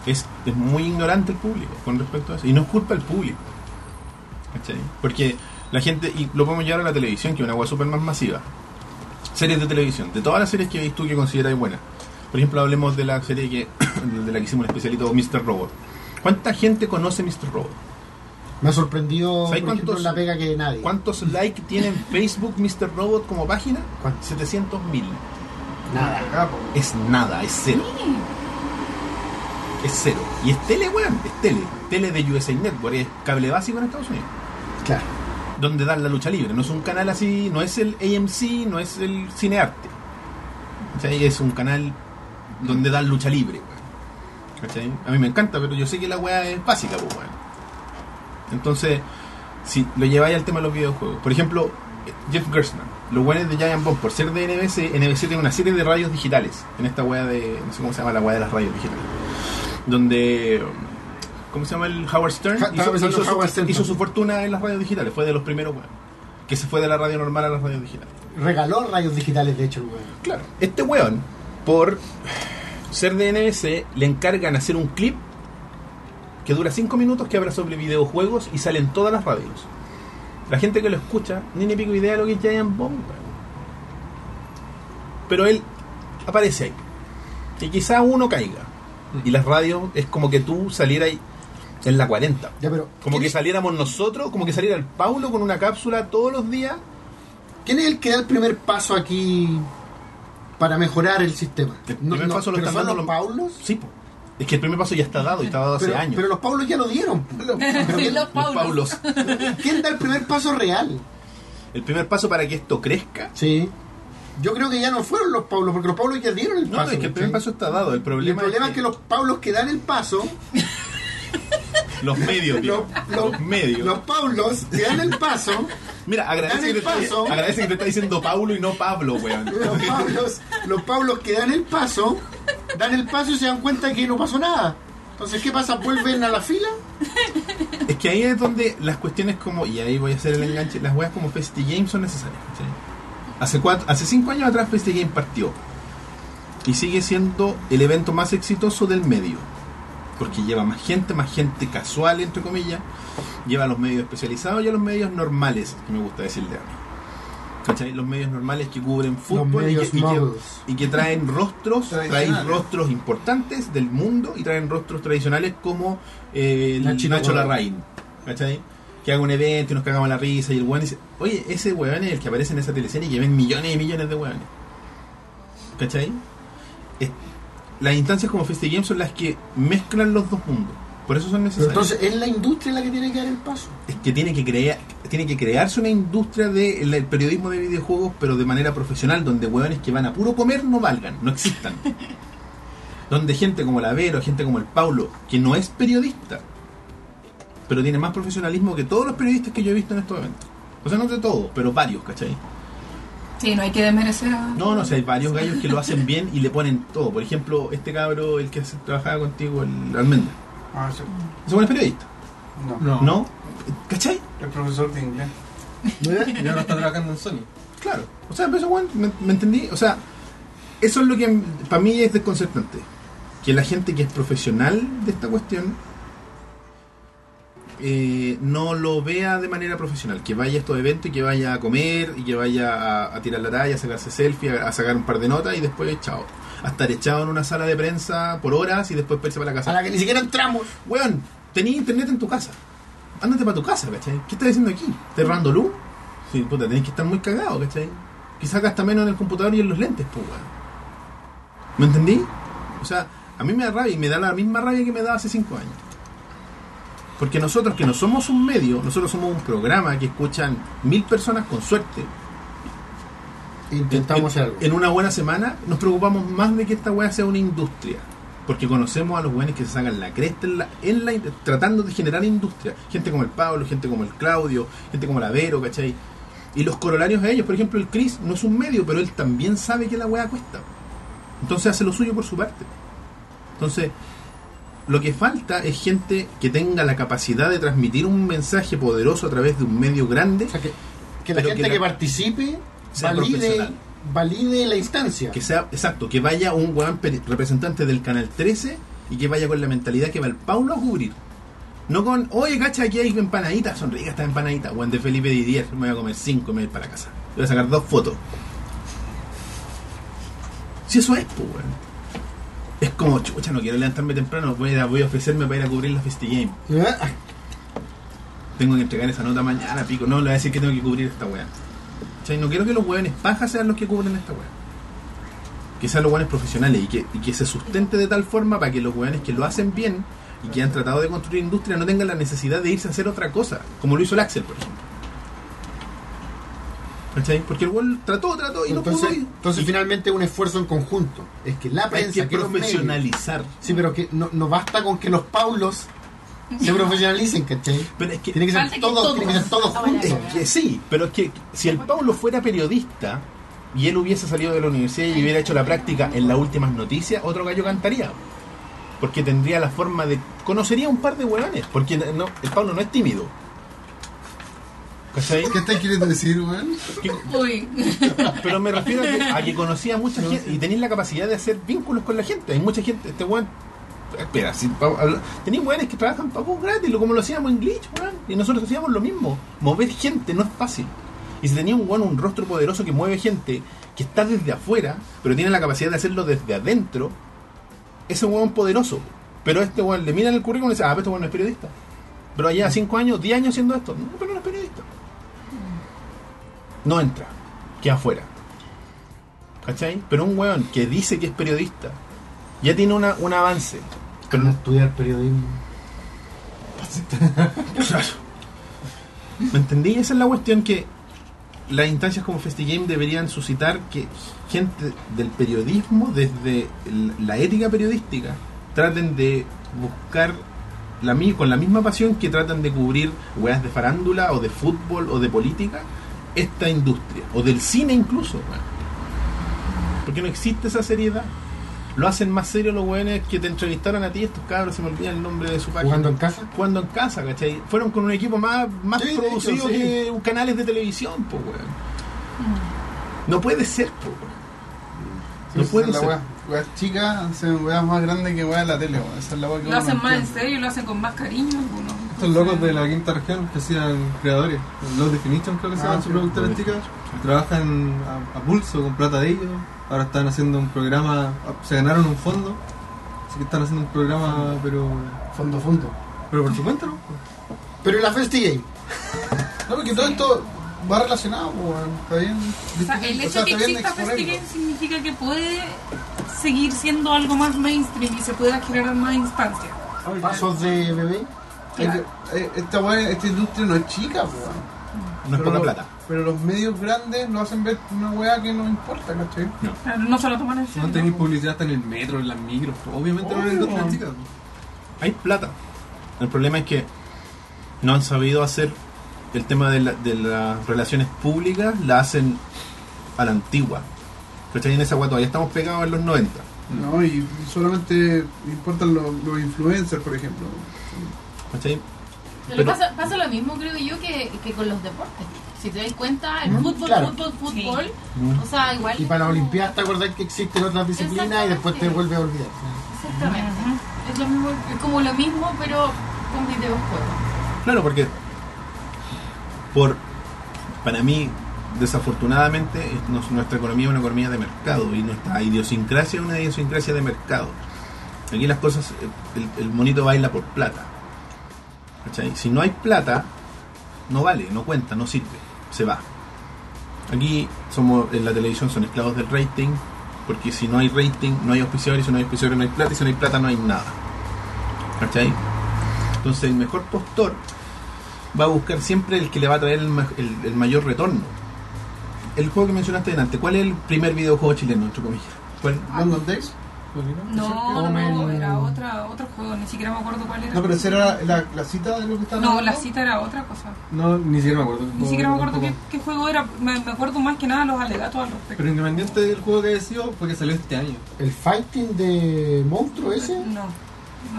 A: es, es muy ignorante el público con respecto a eso. Y no es culpa del público. ¿Cachai? Porque la gente, y lo podemos llevar a la televisión, que es una web súper más masiva. Series de televisión, de todas las series que veis tú que consideráis buenas. Por ejemplo, hablemos de la serie que [COUGHS] de la que hicimos un especialito, Mr. Robot. ¿Cuánta gente conoce Mr. Robot?
B: [LAUGHS] Me ha sorprendido por
A: ¿Sabes
B: ejemplo,
A: cuántos-
B: la pega que nadie.
A: ¿Cuántos likes tiene en Facebook Mr. Robot como página?
B: ¿Cuántos?
A: 700.000.
B: Nada.
H: Capo.
A: Es nada, es cero. Es cero. Y es tele, weón, es tele. Tele de USA Network, es cable básico en Estados Unidos.
B: Claro.
A: Donde dan la lucha libre. No es un canal así, no es el AMC, no es el cinearte. ¿Cachai? Es un canal donde dan lucha libre, weón. ¿Cachai? A mí me encanta, pero yo sé que la weá es básica, pues, weón. Entonces, si lo lleváis al tema de los videojuegos, por ejemplo, Jeff Gersman, los weones de Giant Bomb, por ser de NBC, NBC tiene una serie de radios digitales, en esta weá de, no sé cómo se llama la weá de las radios digitales, donde, ¿cómo se llama el Howard Stern?
B: Ja- estaba
A: hizo,
B: pensando en
A: su,
B: Howard Stern.
A: hizo su fortuna en las radios digitales, fue de los primeros weones, que se fue de la radio normal a las radios digitales.
B: Regaló rayos digitales, de hecho, el weón.
A: Claro. Este weón, por ser de NBC, le encargan hacer un clip que dura 5 minutos que habla sobre videojuegos y sale en todas las radios. La gente que lo escucha ni ni pico idea de lo que es Giant Bomb. weón. Pero él aparece ahí. Y quizá uno caiga.
B: Mm.
A: Y las radios es como que tú salieras ahí en la 40.
B: Ya, pero.
A: Como
B: ¿quién,
A: que saliéramos nosotros, como que saliera el Paulo con una cápsula todos los días
B: quién es el que da el primer paso aquí para mejorar el sistema?
A: El primer paso lo
B: pero
A: están
B: son
A: dando
B: los
A: los-
B: Paulos.
A: Sí, po. es que el primer paso ya está dado y está dado hace
B: Pero,
A: años.
B: pero los Paulos ya lo dieron. po. [LAUGHS]
F: Sí, los
A: Los
F: Paulos.
A: Paulos.
B: ¿Quién da el primer paso real?
A: El primer paso para que esto crezca.
B: Sí. Yo creo que ya no fueron los Paulos, porque los Paulos ya dieron el
A: No,
B: paso.
A: es que el primer
B: ¿cachai?
A: paso está dado. El
B: Y el
A: problema,
B: problema es que los Paulos que dan el paso,
A: los
B: [LAUGHS]
A: medios, tío.
B: los,
A: los,
B: los-
A: medios.
B: los Paulos que dan el paso,
A: Mira, agradece que,
B: dan
A: te
B: el paso.
A: agradece que te está diciendo Paulo y no Pablo, weón.
B: los Paulos, los Paulos que dan el paso, dan el paso y se dan cuenta que no pasó nada. Entonces, ¿qué pasa? ¿Vuelven a la fila?
A: Es que ahí es donde las cuestiones como, y ahí voy a hacer el enganche, las weas como Festi Game son necesarias. ¿cachai? Hace, cuatro, hace cinco años atrás Festi Game partió y sigue siendo el evento más exitoso del medio. Porque lleva más gente, más gente casual, entre comillas. Lleva a los medios especializados y a los medios normales, que me gusta decirle a mí. ¿Cachai? Los medios normales que cubren fútbol y que-
B: medios
A: y que-
B: muggles.
A: y que traen rostros, traen
H: Tradicionales.
A: rostros importantes del mundo y traen rostros tradicionales como eh, el
B: Nachito
A: Nacho
B: Guevara.
A: Larraín, ¿cachai? Que haga un evento y nos cagamos la risa y el weón dice, oye, ese weón es el que aparece en esa teleserie y que ven millones y millones de weones. ¿Cachai? Es- las instancias como Festi Games son las que mezclan los dos mundos. Por eso son
B: Pero
A: necesarias.
B: entonces, es la industria la que tiene que dar el paso.
A: es que tiene que crear tiene que crearse una industria del del periodismo de videojuegos pero de manera profesional donde hueones que van a puro comer no valgan no existan donde gente como la Vero gente como el Paulo que no es periodista pero tiene más profesionalismo que todos los periodistas que yo he visto en estos eventos o sea no de todos pero varios ¿cachai?
C: Sí, no hay que desmerecer a...
A: no no o sea, hay varios gallos que lo hacen bien y le ponen todo por ejemplo este cabro el que se- trabajaba contigo el Almendra
E: Ah, sí.
A: ese bueno es periodista
H: No.
E: No.
A: ¿no? ¿cachai?
H: El profesor de inglés.
B: ¿Eh?
H: [LAUGHS] Y ahora está trabajando en Sony.
A: Claro. O sea, pero eso, weón, me, me entendí. O sea, eso es lo que para mí es desconcertante. Que la gente que es profesional de esta cuestión eh, no lo vea de manera profesional. Que vaya a estos eventos y que vaya a comer y que vaya a, a tirar la talla, a sacarse selfie, a, a sacar un par de notas y después chao. A estar echado en una sala de prensa por horas y después irse para la
B: A
A: casa.
B: la que ni siquiera entramos.
A: Weón, tenía internet en tu casa. Ándate para tu casa, ¿cachai? ¿Qué estás diciendo aquí? ¿Estás errando luz? Sí, puta, tenés que estar muy cagado, ¿cachai? Quizás gasta menos en el computador y en los lentes, pues, weón. ¿Me entendí? O sea, a mí me da rabia y me da la misma rabia que me da hace cinco años. Porque nosotros, que no somos un medio, nosotros somos un programa que escuchan mil personas con suerte.
B: Intentamos hacer
A: en,
B: algo.
A: en una buena semana nos preocupamos más de que esta weá sea una industria. Porque conocemos a los weones que se sacan la cresta en la, en la in- tratando de generar industria. Gente como el Pablo, gente como el Claudio, gente como la Vero, ¿cachai? Y los corolarios a ellos, por ejemplo, el Chris no es un medio, pero él también sabe que la weá cuesta. Entonces hace lo suyo por su parte. Entonces, lo que falta es gente que tenga la capacidad de transmitir un mensaje poderoso a través de un medio grande
B: O sea, que, que la
A: Pero
B: gente
A: que
B: que,
A: la-
B: participe
A: sea
B: valide,
A: profesional.
B: valide la instancia.
A: que sea exacto que vaya un weón peri- representante del canal 13 y que vaya con la mentalidad que va el Paulo a cubrir. No con, oye, cacha, aquí hay empanaditas, son ricas estas empanaditas. Weón de Felipe Didier, me voy a comer cinco y me voy a ir para la casa. Voy a sacar dos fotos. Si eso es, pues, weón. Es como, chucha, no quiero levantarme temprano, voy a, voy a ofrecerme para ir a cubrir la Festi Game.
B: Ah,
A: Tengo que entregar esa nota mañana, pico. No, le voy a decir que tengo que cubrir esta weá. ¿Cachai? No quiero que los weones pajas sean los que cubren esta weá. Que sean los weones profesionales y que, y que se sustente de tal forma para que los weones que lo hacen bien y que han tratado de construir industria no tengan la necesidad de irse a hacer otra cosa, como lo hizo el Axel, por ejemplo. ¿Cachai? Porque el weón trató, trató y no
B: Entonces,
A: pudo ir.
B: entonces
A: Y
B: finalmente es un esfuerzo en conjunto. Es que la
A: hay
B: prensa,
A: que
B: que los medios-
A: profesionalizar.
B: Sí, pero que no, no basta con que los paulos se profesionalicen, ¿cachai?
A: Pero es que
B: Tiene que ser
F: Falta que
B: todos,
F: todos. Ah,
B: tiene que ser todos
F: Ahora,
B: juntos.
A: Es que sí, pero es que si el Paulo fuera periodista y él hubiese salido de la universidad y hubiera hecho la práctica en las últimas noticias, otro gallo cantaría. Porque tendría la forma de. Conocería un par de hueones. Porque no, el Paulo no es tímido. ¿Cachai?
E: ¿Qué estáis queriendo decir, weón?
A: Que-
C: Uy,
A: pero me refiero a que, a que conocía a mucha gente y tenéis la capacidad de hacer vínculos con la gente. Hay mucha gente, este weón. Espera, si pa- habla- tenéis weones que trabajan para vos gratis, lo- como lo hacíamos en Glitch, weón. Y nosotros hacíamos lo mismo. Mover gente no es fácil. Y si tenía un weón, un rostro poderoso que mueve gente, que está desde afuera, pero tiene la capacidad de hacerlo desde adentro, ese weón poderoso. Pero a este weón le miran el currículum y dice, ah, pero este weón no es periodista. Pero allá 5 años, 10 años haciendo esto. No, pero no es periodista. No entra, queda afuera. ¿Cachai? Pero un weón que dice que es periodista, ya tiene una, un avance. Pero
B: No
A: no-
B: estudiar periodismo.
A: Claro. ¿Me entendí? Esa es la cuestión que las instancias como FestiGame deberían suscitar que gente del periodismo, desde el- la ética periodística, traten de buscar la, mi- con la misma pasión que tratan de cubrir weas de farándula o de fútbol o de política, esta industria, o del cine incluso. weón. Porque no existe esa seriedad. Lo hacen más serio los weones que te entrevistaron a ti, estos cabros, se me olvida el nombre de su página
B: ¿Jugando en casa?
A: jugando en casa, ¿cachai? Fueron con un equipo más, más
B: Sí, de
A: producido
B: hecho, sí.
A: que canales de televisión, pues, weón. No puede ser, pues, weón. No puede
E: Esa es
A: ser.
E: la weá. Weas chicas hacen weas más grandes que weas de la tele, weón. Esa es la weá que
C: lo
E: uno
C: hacen
E: no
C: más en
E: entiende.
C: serio, lo hacen con más cariño algunos.
H: Estos locos de la quinta región que hacían creadores, los Definition creo que se
E: Ah,
H: llaman
E: sí.
H: su productora
A: Los
H: chica, trabajan a, a pulso con plata de ellos, ahora están haciendo un programa, se ganaron un fondo, así que están haciendo un programa pero
B: Fondo, fondo.
H: pero por su cuenta, ¿no?
B: Pero la Festi Game.
E: No, porque todo esto va relacionado, pues, weón. Está bien.
C: O sea, el hecho de que
E: está bien
C: exista
E: exponerlo.
C: FestiGame significa que puede seguir siendo algo más mainstream y se pueda generar más instancias.
B: Pasos de bebé.
E: Hay que- eh, Esta weá, esta industria no es chica, pues, weón.
A: No es
E: Pero
A: poca
E: los-
A: plata.
E: Pero los medios grandes lo hacen ver una weá que no importa, ¿cachai?
C: Claro, No se lo toman en serio.
H: No tenéis publicidad hasta en el metro, en las micros, obviamente no
E: Obvio.
H: es una chica.
A: Hay plata. El problema es que no han sabido hacer el tema de, la- de las relaciones públicas, la hacen a la antigua. ¿Cachai? En esa guata todavía estamos pegados en los 90.
E: No, y solamente importan los, los influencers, por ejemplo.
A: ¿Cachai?
F: Pero
A: Pero-
F: pasa, pasa lo mismo, creo yo, que, que con los deportes. Si te das cuenta, el
B: Mm,
F: fútbol,
B: claro.
F: fútbol, fútbol, o sea, igual...
B: Y para la
F: es como-
B: Olimpiada te acordás que existen otras disciplinas y después te
F: Exactamente.
B: vuelve a olvidar.
F: Exactamente. Es, lo mismo, es como lo mismo, pero con videojuegos.
A: Claro, porque por para mí desafortunadamente es- nos- nuestra economía es una economía de mercado y nuestra idiosincrasia es una idiosincrasia de mercado. Aquí las cosas eh, el, el monito baila por plata. ¿Cachai? Si no hay plata no vale, no cuenta, no sirve, se va. Aquí somos en la televisión son esclavos del rating, porque si no hay rating no hay auspiciadores, si no hay auspiciadores no hay plata y si no hay plata no hay nada. ¿Cachai? Entonces el mejor postor va a buscar siempre el que le va a traer el, ma- el- el mayor retorno. El juego que mencionaste delante, ¿cuál es el primer videojuego chileno, entre comillas? ¿Cuál?
E: ¿London Days?
C: No, no,
B: Comen-
C: era otra, otro juego, ni siquiera me acuerdo cuál era.
E: No, pero esa era la, la cita de lo que están
C: No,
E: hablando.
C: la cita era otra cosa.
H: No, ni siquiera me acuerdo.
C: Ni siquiera me acuerdo
H: Tampoco.
C: qué, qué juego era. Me, me acuerdo más que nada los alegatos al respecto.
H: Pero independiente del juego que haya sido, fue que salió este año.
B: El fighting de monstruo ese.
C: No.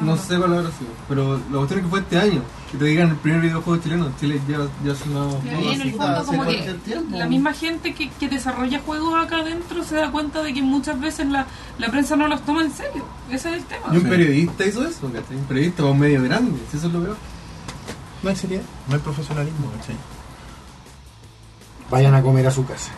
H: No sé cuál habrá sido, pero la cuestión es que fue este año. Que te digan el primer videojuego chileno. Chile ya, ya sonaba.
C: Claro, y en el fondo como que La misma gente que, que desarrolla juegos acá adentro se da cuenta de que muchas veces la, la prensa no los toma en serio. Ese es el tema.
H: Y un periodista hizo eso, ¿cachai? Un periodista va a un medio grande, si eso es lo peor.
A: No hay seriedad, no hay profesionalismo, ¿cachai?
B: Vayan a comer a su casa.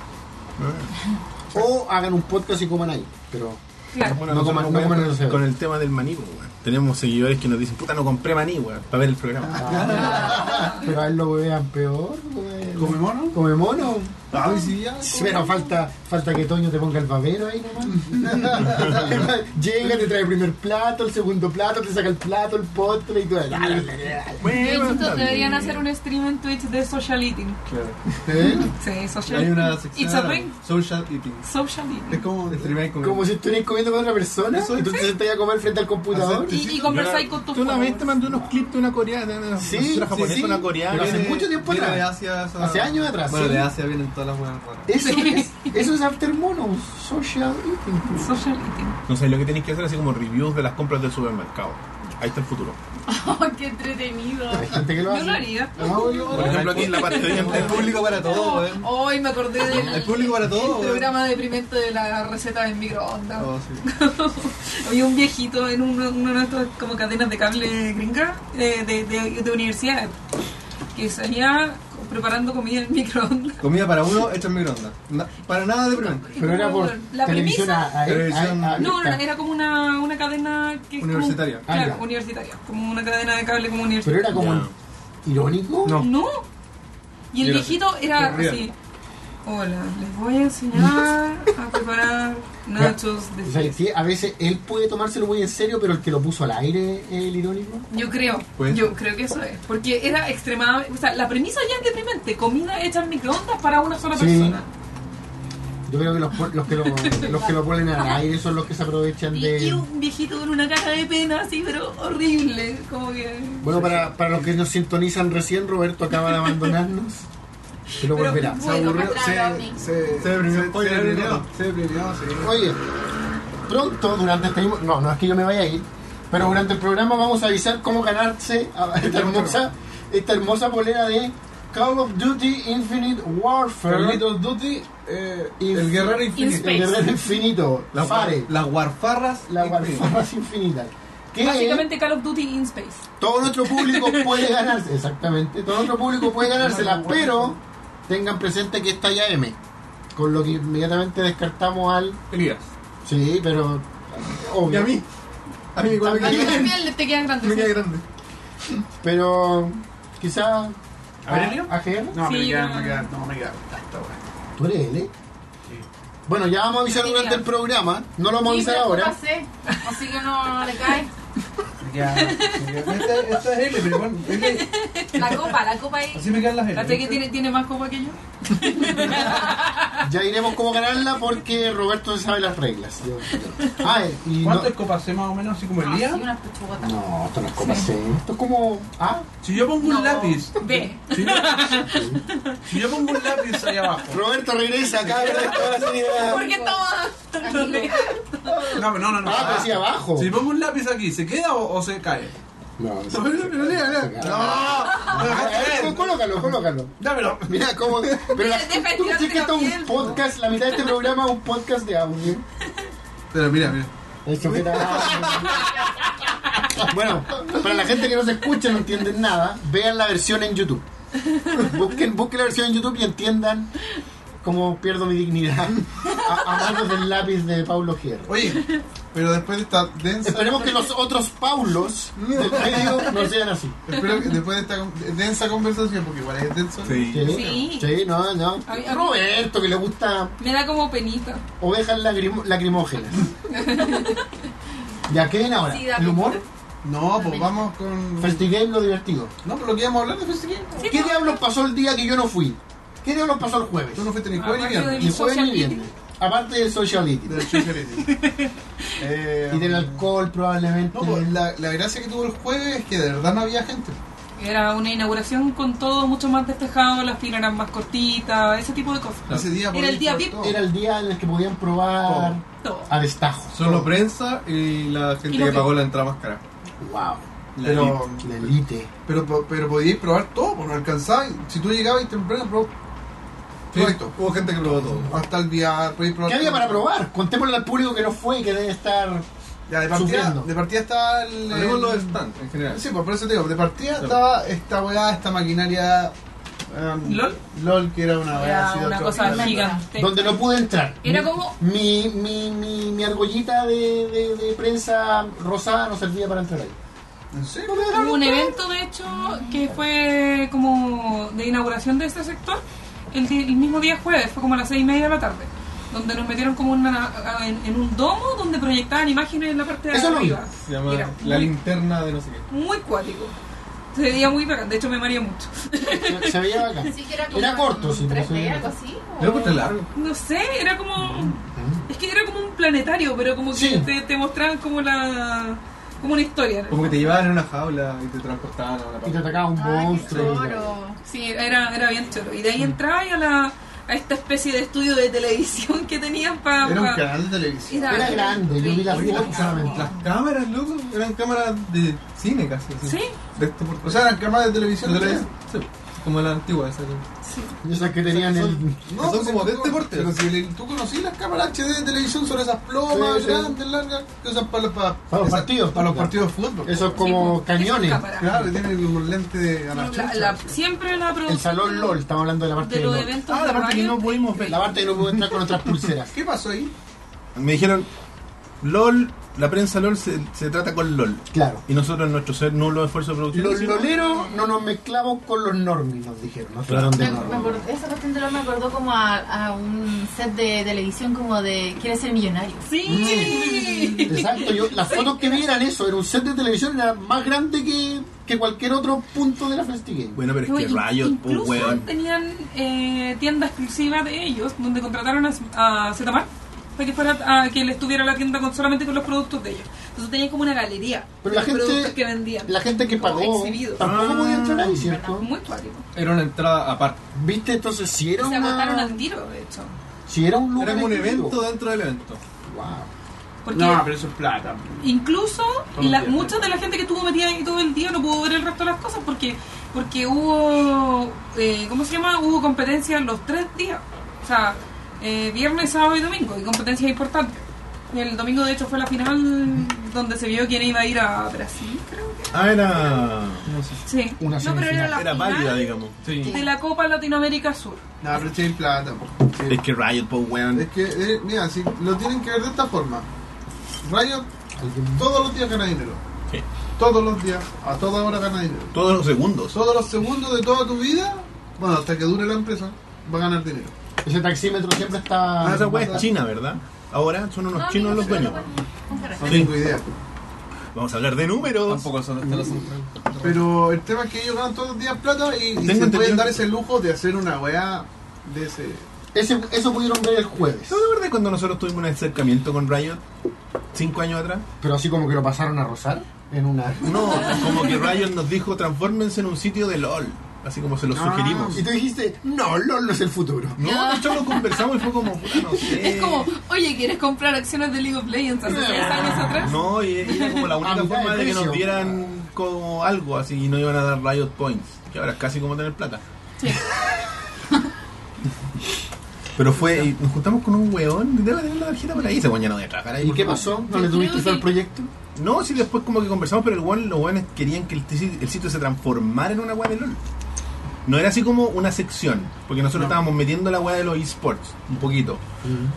B: O hagan un podcast y coman ahí. Pero
C: Claro.
A: Bueno,
B: No
A: nosotros
B: coman- no
A: nos
B: coman
A: vemos
B: esos
A: con el tema del maní, pues, weón. Tenemos seguidores que nos dicen, puta, no compré maní, weón, para ver el programa.
B: Ah. pero a él lo vean peor. güey.
E: ¿Come mono?
B: Come mono.
H: Ah, sí, ya.
B: Sí, pero falta, falta que Toño te ponga el babero ahí
H: [LAUGHS]
B: nomás. Llega, te trae el primer plato, el segundo plato, te saca el plato, el postre y todo.
C: Yo
A: Bueno,
C: insisto,
A: está
C: deberían
A: bien.
C: hacer un stream en Twitch de social eating.
B: ¿Eh?
C: [LAUGHS] Sí, social
H: Hay una
C: It's a
H: sección
C: thing.
H: social eating.
C: Social eating.
E: Es como...
H: Streamer con
B: Como si estuvieras comiendo con otra persona
H: Eso
B: y tú te sentas a comer frente al computador.
H: Hacer-
C: Y, y conversáis con tus
A: Tú una vez te
C: followers.
A: mandé unos clips de una coreana, una
B: Sí,
A: profesora
B: sí,
A: japonesa,
B: sí.
A: una coreana.
B: Pero hace
A: Viene-
B: mucho tiempo
H: viene
B: atrás.
H: de Asia, esa-
B: Hace años atrás,
H: Bueno,
B: sí.
H: de Asia vienen todas las buenas raras.
B: Eso es, eso es After Mono, social eating.
C: Social [LAUGHS] eating.
A: No sé, lo que tenéis que hacer es así como reviews de las compras del supermercado. Ahí está el futuro.
F: ¡Qué entretenido!
B: Hay gente que lo hace.
C: Yo
B: Ah,
C: lo haría.
B: No, yo-
A: Por ejemplo, aquí en la parte de
H: Hay
A: dientes.
H: público para todo, eh.
C: Hoy me acordé del
H: Hay público para todo,
C: del
H: weón.
C: programa deprimente de la receta del microondas.
H: Oh, sí.
C: Había un viejito en un- una de estas como cadenas de cable gringa eh, de, de, de universidad que salía preparando comida en microondas.
H: Comida para uno hecha en microondas. Na- para nada deprimente.
B: Pero era por
C: La
B: televisión
C: premisa-
B: a- a- a-
H: Televisión-
B: a-
C: No, no,
B: abierta.
C: era como una, una cadena que es como-
H: Universitaria.
B: Ah,
C: claro,
B: ya.
C: universitaria. Como una cadena de cable como
B: Pero
C: universitaria.
B: era como
A: Ya.
B: irónico.
H: No.
C: No. Y el
H: Era
C: viejito era
H: corría.
C: así. Hola, les voy a enseñar a preparar nachos de
B: O sea,
C: fiesta".
B: sí, a veces él puede tomárselo muy en serio, pero el que lo puso al aire es el irónico.
C: Yo creo,
H: Pues.
C: yo creo que eso es. Porque era extremadamente. O sea, la premisa ya es deprimente: comida hecha en microondas para una sola
B: Sí.
C: persona.
B: Yo creo que los, pu- los que lo, los que lo ponen al aire son los que se aprovechan
C: Y,
B: de...
C: y un viejito con una cara de pena así, pero horrible. Como que.
B: Bueno, para, para los que nos sintonizan recién, Roberto acaba de abandonarnos. Pero
C: Pero-
B: volverá.
E: Se
F: Bueno,
E: aburrió,
F: más claro,
E: se,
F: Nick.
E: se,
H: Se deprimió.
E: se-
H: Oye,
E: se deprimió,
H: deprimió.
E: se deprimió, sí.
B: Oye, pronto, durante este mismo... No, no es que yo me vaya a ir, pero durante el programa vamos a avisar cómo ganarse a esta hermosa, esta hermosa polera de Call of Duty Infinite Warfare.
E: Carlitos Duty, eh,
B: Inf-
E: el guerrero
B: El
E: infinito.
F: Inspe-
B: guerrero infinito. La
H: Las
B: Fare.
H: guar- las guarfarras.
B: La
H: infinitas.
B: Warfare [LAUGHS] infinita. Que
C: Básicamente Call of Duty in Space.
B: todo nuestro
H: [LAUGHS]
B: público puede ganarse. Exactamente. Todo nuestro público puede ganársela, pero tengan presente que está ya M. Con lo que inmediatamente descartamos al.
H: Elías.
B: Sí, pero.
H: Y a
B: Obvio.
H: mí. A mí igual
B: A
H: me
B: mí
H: queda,
C: También te quedan
H: me queda
C: grandes.
H: grande.
B: Pero. Quizá.
E: A ver, Elio.
B: GR.
E: No, me
C: Sí,
E: queda,
C: no.
E: me queda, no, me queda. Esta weá.
B: ¿Tú eres L? Bueno, ya vamos a avisar
F: Sí,
B: durante
F: mira.
B: el programa. No lo vamos a
F: Sí,
B: avisar
F: pero
B: ahora.
F: pasé, así que no, no le cae.
E: Me queda- me queda- Esta, esta es L, pero bueno, L,
F: La copa, la copa ahí.
E: así me quedan las L.
C: Fíjate que tiene, tiene más copa que yo.
B: Ya diremos cómo ganarla porque Roberto se sabe las reglas. Yo- Ah, y no,
E: ¿Cuántas copas hace más o menos así como el
C: Ah,
F: No, sí,
E: día?
F: unas pechugotas.
B: No, esto no es como así. Esto es como. Ah,
E: Si yo pongo
F: No.
E: un lápiz,
C: Ve.
E: si yo, si yo pongo un lápiz ahí abajo.
B: Roberto regresa acá, ¿verdad? Toda la seriedad.
C: ¿Por qué estaba.?
E: No, no, no, no.
B: Ah, pero sí abajo.
E: Si pongo un lápiz aquí, ¿se queda o, o se cae?
B: No, no.
E: No, no, no,
B: Ah, Colócalo, colócalo.
E: Dámelo.
B: Mira cómo. Pero la,
F: Deja
B: tú
F: estirarte
B: sí que está
F: la
B: un
F: piel.
B: podcast, la mitad de este programa es un podcast de audio.
H: Pero mira, mira.
B: Eso que era- [LAUGHS] Bueno, para la gente que no se escucha, no entienden nada, vean la versión en YouTube. Busquen, busquen la versión en YouTube y entiendan cómo pierdo mi dignidad a, a manos del lápiz de Paulo Gierro.
H: Oye, pero después de esta densa.
B: Esperemos que los otros Paulos del medio no sean así.
H: Espero que después de esta con- densa conversación, porque igual es denso.
C: Sí.
B: Sí, no, no.
C: A mí- a mí-
B: Roberto, que le gusta
C: Me da como penita.
B: ovejas lagrim-
C: [LAUGHS]
B: lacrimógenas. ¿Ya queden ahora?
F: Sí, dame.
B: ¿El humor?
H: No, pues vamos con.
B: Festigame lo divertido.
H: No, pero lo que íbamos a hablar de Festival.
B: ¿Qué diablos pasó el día que yo no fui? ¿Qué diablos pasó el jueves?
H: Tú no fuiste
C: Ah,
H: ni jueves ni
C: Aparte
H: viernes.
C: del
B: Ni jueves
C: social
B: ni viernes.
C: meeting.
B: Aparte de social eating.
H: Del Chucherete.
C: [LAUGHS]
H: Eh,
B: Y del alcohol probablemente.
H: No, pues la, la gracia que tuvo el jueves es que de verdad no había gente.
C: Era una inauguración con todo mucho más despejado, las filas eran más cortitas, ese tipo de cosas.
H: Ese día
C: Era el día VIP.
B: Era el día en el que podían probar
C: Todo.
E: Ah,
B: a destajo.
H: Solo prensa y la
C: Y lo que-
H: la entrada más cara.
B: Wow.
H: La
E: Pero,
B: La elite.
E: pero, po- pero podíais probar todo, pues no alcanzáis. Si tú llegabas temprano, probó
H: Sí,
E: Correcto.
H: hubo gente que probó todo.
E: hasta el VR, podíais probar.
B: ¿Qué había
E: todo.
B: para probar? Contémosle al público que no fue y que debe estar.
E: Ya, de partida,
B: Sufriendo.
E: de partida estaba el.
H: Hablemos
E: el-
H: los stands en general.
E: Sí, pues por eso te digo, de partida
H: Claro.
E: estaba esta weá, esta maquinaria. em,
C: ¿Lol?
E: LOL, que era una weá
C: Era
E: así de
C: una
E: otro-
C: cosa
F: tremendo.
C: gigante.
B: Donde no pude entrar.
C: Era
B: Mi-
C: como-
B: Mi, mi, mi, mi argollita de, de, de prensa rosada no servía para entrar ahí.
E: ¿En serio?
B: No me dejaron
C: Hubo un
B: entrar.
C: evento, de hecho, que fue como de inauguración de este sector el, di- el mismo día jueves, fue como a las seis y media de la tarde, donde nos metieron como una- a- en, en un domo donde proyectaban imágenes en la parte de
B: Eso lo vi.
C: arriba.
H: Se llama
C: Era
H: La
C: muy,
H: linterna de no sé qué.
C: muy cuático. Se veía muy bacán, de hecho me mareé mucho.
B: Se, se veía acá.
F: Así que era como
B: Era corto,
F: un
B: sí,
F: 3D,
B: pero-
F: algo así.
H: Yo lo encontré largo.
C: No sé, era como...
H: Mm-hmm.
C: Es que era como un planetario, pero como que
B: Sí.
C: te, te mostraban como la... como una historia.
H: Como que te llevaban en una jaula y te transportaban a una
B: Y te
H: parte.
B: atacaba un
F: Ay, qué
B: monstruo.
F: choro.
C: Sí, era, era bien choro. Y de ahí entraba y a, la, a esta especie de estudio de televisión que tenían para...
E: Era un canal
C: e-
E: de televisión.
B: Era grande, yo vi la
H: Oye,
B: foto
H: las, cam-
B: solamente.
H: las cámaras, loco, eran cámaras de cine casi. así.
C: Sí.
H: De esto por
E: O sea, eran cámaras de televisión.
H: de televisión. Sí, como la antigua esa. que-
B: Y esas que tenían el.
E: No,
H: Son
E: pues,
H: como
E: si
H: de
E: tú-
H: este porte.
E: Pero si le- tú conocí las cámaras HD de televisión, son esas plomas
B: Sí, sí.
E: grandes, largas, que usan para, para,
B: Para los
E: esas-
B: partidos,
E: Para los
B: claro.
E: partidos de fútbol.
B: Esos como
C: Sí, pues,
B: cañones.
C: esas cámaras.
E: Claro, que tienen como un lente de a la
C: La-
E: chucha.
C: la- siempre la producción...
B: El salón LOL, estamos hablando de la parte
C: De
B: de
C: los
B: LOL.
C: eventos
A: Ah,
C: de
A: la parte que
C: radio.
A: no pudimos ver.
B: La parte que no pudo entrar con otras pulseras.
E: ¿Qué pasó ahí?
A: Me dijeron, LOL, la prensa LOL se, se trata con LOL.
B: Claro.
A: Y nosotros en nuestro ser nulo esfuerzo de producción.
B: Los
A: hicimos-
B: loleros no nos mezclamos con los normis, nos dijeron. Nos
A: Claro.
B: trataron de
F: Me- me
B: normis.
F: acordó- esa cuestión de lo me acordó como a, a un set de televisión como de ¿Quieres ser millonario?
C: Sí.
B: Exacto, yo, las fotos que vi eran eso, era un set de televisión, era más grande que, que cualquier otro punto de la FestiGame.
A: Bueno, pero es
C: No,
A: que
C: in-
A: rayos,
C: incluso
A: pues weón.
C: tenían eh, tienda exclusiva de ellos, donde contrataron a, a Zetamar para que fuera a que les tuviera la tienda con, solamente con los productos de ellos. Entonces tenían como una galería
B: Pero
C: de
B: la
C: los
B: gente-
C: productos que vendían.
B: La gente que
C: Como
B: pagó Ah.
C: exhibidos. Ah,
B: tampoco podía entrar ahí, ¿cierto?
C: Muy cuático.
H: Era una entrada aparte.
B: ¿Viste? Entonces, si era,
C: Se agotaron al
B: una,
C: tiro, de hecho.
B: si era un lugar.
H: Era como un
B: exclusivo.
H: evento dentro del evento.
B: Wow.
C: Porque
E: No, pero eso es plata.
C: incluso
E: Todos
C: la,
E: los días,
C: mucha de la gente que estuvo metida ahí todo el día no pudo ver el resto de las cosas porque porque hubo eh, ¿cómo se llama? hubo competencia los tres días o sea eh, viernes, sábado y domingo y competencias importantes Y el domingo de hecho fue la final donde se vio quién iba a ir a Brasil creo que
A: Ah, era.
H: No sé.
C: sí
B: Una
C: no pero era la
A: Era
C: final
A: válida, digamos.
H: Sí.
C: de la Copa Latinoamérica Sur
E: No, pero sí hay plata. po. Sí.
A: Es que Riot, pues weón.
E: Es que, eh, mira, si lo tienen que ver de esta forma. Riot todos los días gana dinero.
A: Sí.
E: Todos los días, a toda hora gana dinero.
A: Todos los segundos.
E: Todos los segundos de toda tu vida, bueno, hasta que dure la empresa, va a ganar dinero.
B: Ese taxímetro siempre
A: Ah,
B: está.
A: esa weá es china, ¿verdad? Ahora son unos chinos los dueños.
E: No tengo idea.
A: Vamos a hablar de números.
H: Tampoco son hasta la central.
E: Pero el tema es que ellos ganan todos los días plata y, y se
A: entendido
E: pueden dar
A: que-
E: ese lujo de hacer una weá de ese.
B: Ese- eso pudieron ver el jueves.
A: ¿No te acuerdas cuando nosotros tuvimos un acercamiento con Riot? ¿Cinco años atrás?
B: Pero así como que lo pasaron a rozar en una.
A: No, como que Riot nos dijo transfórmense en un sitio de LOL. Así como se lo
E: Ah.
A: sugerimos.
C: [LAUGHS]
B: Y tú dijiste, no, LOL no es el futuro.
A: No, de hecho lo conversamos y fue como, puta, no sé.
C: es como oye ¿quieres comprar acciones de League of Legends
A: Eh.
C: hace tres años atrás? Ah,
A: No, y y era como
C: [LAUGHS]
A: la
B: A
A: única
B: mitad
A: forma
B: de
A: de que nos
B: precio.
A: dieran como algo así y no iban a dar Riot Points. Que ahora es casi como tener plata.
C: Sí.
A: [LAUGHS] Pero fue, y nos juntamos con un weón, debe tener la tarjeta por ahí, ese weón ya no debe trabajar ahí.
B: ¿Y
A: por
B: qué
A: favor.
B: pasó? ¿No le tuviste fe al proyecto?
A: No, sí, después como que conversamos, pero el weón, los weones querían que el, t- el sitio se transformara en una weá de LOL. No era así como una sección, porque nosotros estábamos metiendo la weá de los esports, un poquito.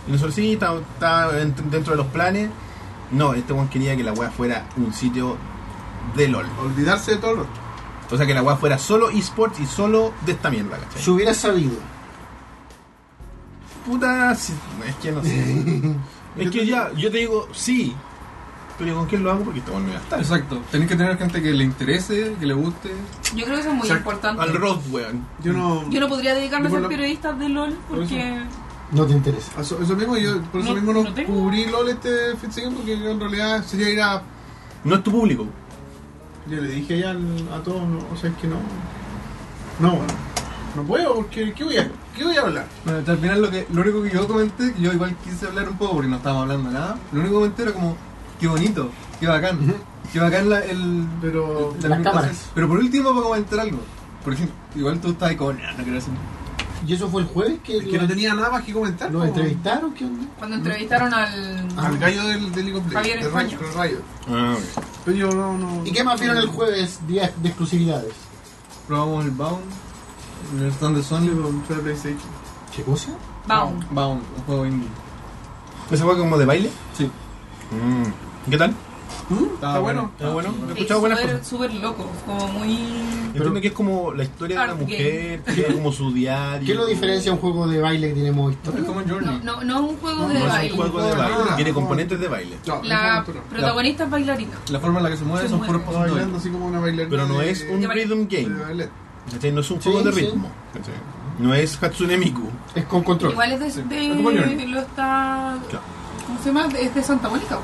A: Y nosotros sí, está, está en- dentro de los planes. No, este weón quería que la weá fuera un sitio de LOL.
E: Olvidarse de todo el resto.
A: O sea, que la weá fuera solo esports y solo de esta mierda, ¿cachai?
B: Si hubiera sabido.
A: Puta, si- es que no sé. [LAUGHS] es que ya, yo te digo, sí, pero ¿con quién lo hago? Porque este weón me va a estar.
H: Exacto. Tenés que tener gente que le interese, que le guste.
C: yo creo que eso es muy
E: Exacto.
C: importante
A: Al Rod, weón.
E: Yo no.
C: yo no podría dedicarme a
E: Por
C: ser
E: lo-
C: periodista de LOL porque
B: No te interesa.
E: Eso, eso mismo, yo por eso
C: No-
E: mismo no,
C: no tengo-
E: cubrí LOL este fin de semana, porque yo en realidad sería ir a.
A: No es tu público.
E: Yo le dije ya al- a todos, no, o sea, es que no. No, bueno, no puedo, porque ¿qué voy a, qué voy a hablar?
H: Bueno, al final lo, que, lo único que yo comenté, que yo igual quise hablar un poco porque no estábamos hablando nada, lo único que comenté era como, qué bonito Qué bacán. Qué bacán la, el,
E: Pero.
H: la
B: Las
H: presentación.
B: cámaras.
H: Pero por último, para comentar algo. Por ejemplo, igual tú estás ahí como, "Nah, no quiero hacer
B: ¿Y eso fue el jueves que,
D: Es que
B: lo,
D: no tenía nada más que comentar.
B: lo
D: po.
B: entrevistaron? ¿Qué onda?
C: Cuando entrevistaron al.
D: Al gallo del, del League of Legends,
C: Javier
D: del rayo,
C: España.
D: del rayo.
A: Ah, ok.
D: Pero yo no, no.
B: ¿Y qué más vieron el jueves? Día de exclusividades.
H: Probamos el Bound, en el stand de
E: Sí,
H: Sony.
E: pero fue de PlayStation.
B: ¿Qué cosa?
A: ah,
C: Baum.
H: Bound, un juego indie.
A: ¿Esa fue como de baile?
H: Sí.
A: Mm. ¿Qué tal?
D: ¿Mm? Está bueno.
A: Está bueno. He
C: Es
A: escuchado buenas cosas.
C: súper- súper loco, como muy.
A: Entiendo que es como la historia de una
C: Art
A: mujer, que tiene como su diario.
B: ¿Qué lo diferencia un juego de baile que tiene modo historia?
H: Es como
C: No,
H: Journey.
C: no, no es un juego
A: No
C: de
A: es
C: baile.
A: un juego de baile,
D: Ah.
A: tiene componentes de baile.
D: No,
C: La
D: no, no, no.
C: protagonista es bailarina.
H: La forma en la que se mueve
C: Se
H: son
C: mueve.
H: cuerpos
D: Estaba bailando
H: androides.
D: así como una bailarina.
A: Pero no
D: de-
A: es un
C: de baile.
A: rhythm
D: de
A: game,
D: ballet.
A: ¿cachai? no es un
B: Sí,
A: juego de
B: sí.
A: ritmo. ¿cachai? No es Hatsune Miku.
B: Es con control.
C: Igual es de.
D: Es como Journey.
C: de lo está.
A: Claro.
C: ¿Cómo se llama? Es de Santa Mónica. po.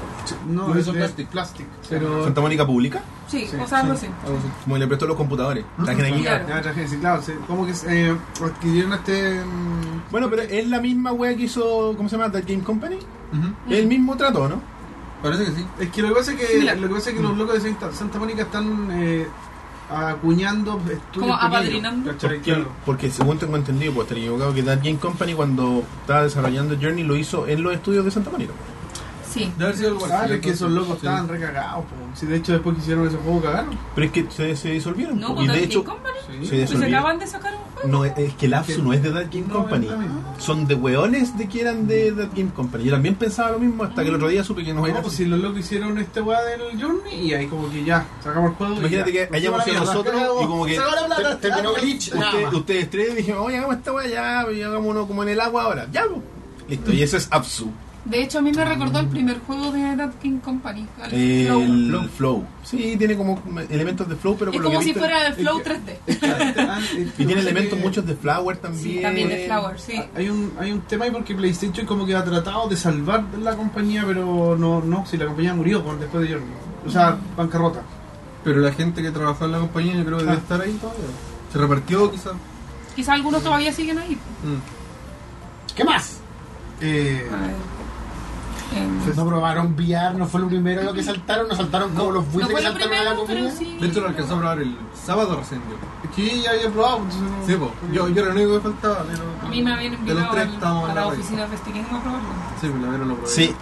D: No,
H: No,
D: es
H: eso
D: de
H: es plastic.
D: plastic.
H: Pero.
A: Santa Mónica Pública,
C: Sí,
D: Sí,
C: o sea, algo
H: sí,
C: así.
H: algo así.
A: como le prestó los computadores. Traje de aquí.
C: Claro.
D: Ya, traje, sí, claro, sí. Como que eh, adquirieron este. mm,
A: Bueno, pero es la misma wea que hizo, ¿cómo se llama? That Game Company.
H: Ujú.
A: Es el mismo trato, ¿no?
H: Parece que sí.
D: Es que lo que pasa es que,
C: Similar.
D: lo que, pasa es que los locos de Santa, Santa Mónica están eh, acuñando estudios.
C: Como
D: pequeños,
C: apadrinando.
D: ¿cachai?
A: Porque,
D: Claro.
A: porque según tengo entendido, pues estaría equivocado que That Game Company cuando estaba desarrollando Journey lo hizo en los estudios de Santa Mónica.
C: Sí.
H: Debe haber sido algo así.
D: Ah, es que esos locos
H: Sí.
D: estaban recagados, po. Si de hecho después que hicieron ese juego cagaron.
A: Pero es que se, se disolvieron. y
C: No, pues, con
A: de
C: Donkey
A: hecho,
C: Company.
A: se
C: Pues se
A: disolvieron.
C: acaban de sacar un juego.
A: No, es que el Apsu no es de That Game
D: No,
A: Company.
D: está bien.
A: Son de hueones de que eran de That Game Company. Yo también pensaba lo mismo hasta que el otro día supe que no era.
D: No, pues si los locos hicieron este weá del Journey y ahí como que ya, sacamos el juego. y
A: Imagínate
D: ya.
A: que hayamos sido nosotros y como que
D: ¡Sacó la plata!
B: Te- Terminó Glitch. nada
A: usted-
B: más.
A: ustedes tres dijeron, oye, hagamos esta wea ya, y hagámonos como en el agua ahora. Ya, po. Listo, y ese es Apsu.
C: De hecho, a mí me recordó el primer juego de That King Company. al Flow.
A: El flow. Sí, tiene como elementos de flow, pero
C: Es
A: por lo que
C: como
A: he
C: si
A: visto-
C: fuera el Flow
D: que-
C: 3D.
A: [LAUGHS]
D: Ah, eh,
A: Y tiene
D: lo que pasa
A: elementos
D: que
A: muchos de flower también.
C: Sí, también de Flower, sí.
D: Hay un, hay un tema ahí porque PlayStation como que ha tratado de salvar la compañía, pero no, no, si la compañía murió por- después de Journey. O sea, bancarrota.
H: Pero la gente que trabajó en la compañía, yo creo que debe
D: Ah.
H: estar ahí todavía. Se repartió quizás.
C: Quizá algunos todavía siguen ahí.
B: ¿Qué más?
D: Eh,
C: A ver. Em,
B: No probaron VR, no fue lo primero lo que saltaron, no saltaron como los
C: No
B: buitres
C: fue
B: que
C: lo
B: saltaron a la
C: primero, pero
B: comida.
C: sí.
H: De hecho, lo alcanzó a probar el sábado recién yo.
D: es que ya había probado, entonces no-
H: Sí, po. Yo, yo era lo único que faltaba. pero-
C: A mí me habían
H: De los
C: invitado
H: tres
C: al-
H: estábamos
C: a
H: en
C: la
H: la
C: oficina de Festiquín a probarlo.
H: raíz. Sí, pues la Vero lo probé.
A: Sí.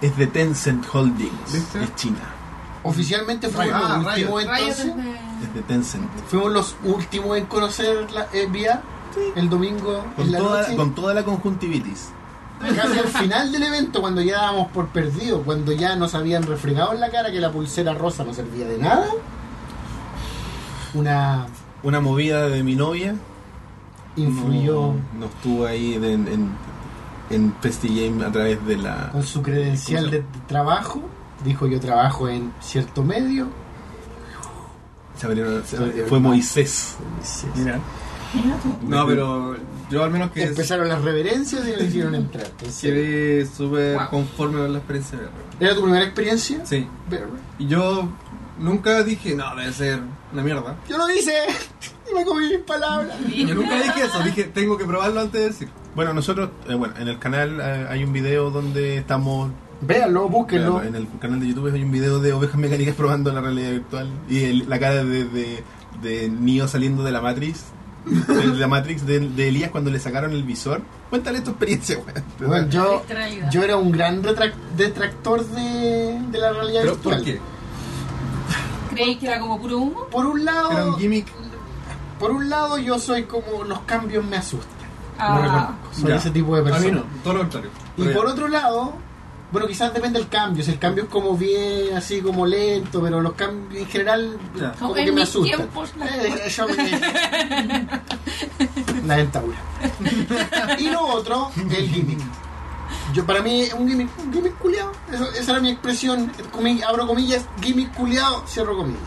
A: Es de Tencent Holdings.
D: ¿Viste?
A: Es China.
B: Oficialmente fuimos
D: Rayos,
B: los
D: rayos.
B: últimos entonces.
C: Riot es de-
A: Es de Tencent.
B: Fuimos los últimos en conocer la eh, VR el domingo
A: Con
B: en la
A: toda,
B: noche.
A: con toda la conjuntivitis.
B: Casi al final del evento, cuando ya dábamos por perdido, cuando ya nos habían refregado en la cara que la pulsera rosa no servía de nada. Una
A: Una movida de mi novia.
B: influyó
A: No, no estuvo ahí en, en, en Presti Game a través de la.
B: con su credencial de trabajo. Dijo yo trabajo en cierto medio.
A: se abrieron- se-
B: Se abrieron.
A: fue Moisés.
B: Mira.
H: No, pero yo al menos que
B: Empezaron las reverencias y lo hicieron entrar. Entonces,
H: quedé súper
C: Wow.
H: conforme con la experiencia de Vero.
B: ¿Era tu primera experiencia?
H: Sí.
B: Pero-
H: Y yo nunca dije, no, debe ser una mierda.
B: Yo lo hice [LAUGHS] y me comí mis palabras.
H: Yo nunca dije eso, dije, tengo que probarlo antes de decir.
A: Bueno, nosotros, eh, bueno, en el canal eh, hay un video donde estamos
B: Véanlo, búsquenlo.
A: Claro, en el canal de YouTube hay un video de ovejas mecánicas [LAUGHS] probando la realidad virtual y el- la cara de, de, de Neo saliendo de la Matrix, de la Matrix de, de Elías cuando le sacaron el visor. Cuéntale tu experiencia, weón.
B: Bueno, yo,
F: Distraída.
B: yo era un gran retrac- detractor de, de la realidad
H: ¿Pero
B: virtual.
H: por qué?
C: Creí que era como puro humo.
B: Por un
H: Era
B: lado,
H: un gimmick.
B: por un lado yo soy como los cambios me asustan. Lo
C: Ah,
B: reconozco. Soy
H: Ya.
B: ese tipo de
H: A mí
B: persona.
H: no, todo lo contrario.
B: Y
H: Pero
B: por
H: ya.
B: otro lado, bueno, quizás depende del cambio. Si el cambio es como bien, así como lento, pero los cambios en general
H: Ya.
B: como
C: Como
B: que
C: en
B: me
C: mis
B: asustan.
C: tiempos, la-
B: Eh, yo
C: [LAUGHS]
B: me- la dentadura. y lo otro, el gimmick. Yo, para mí, un gimmick, un gimmick culiao. Eso- esa era mi expresión. comi- abro comillas, gimmick culiao, cierro comillas.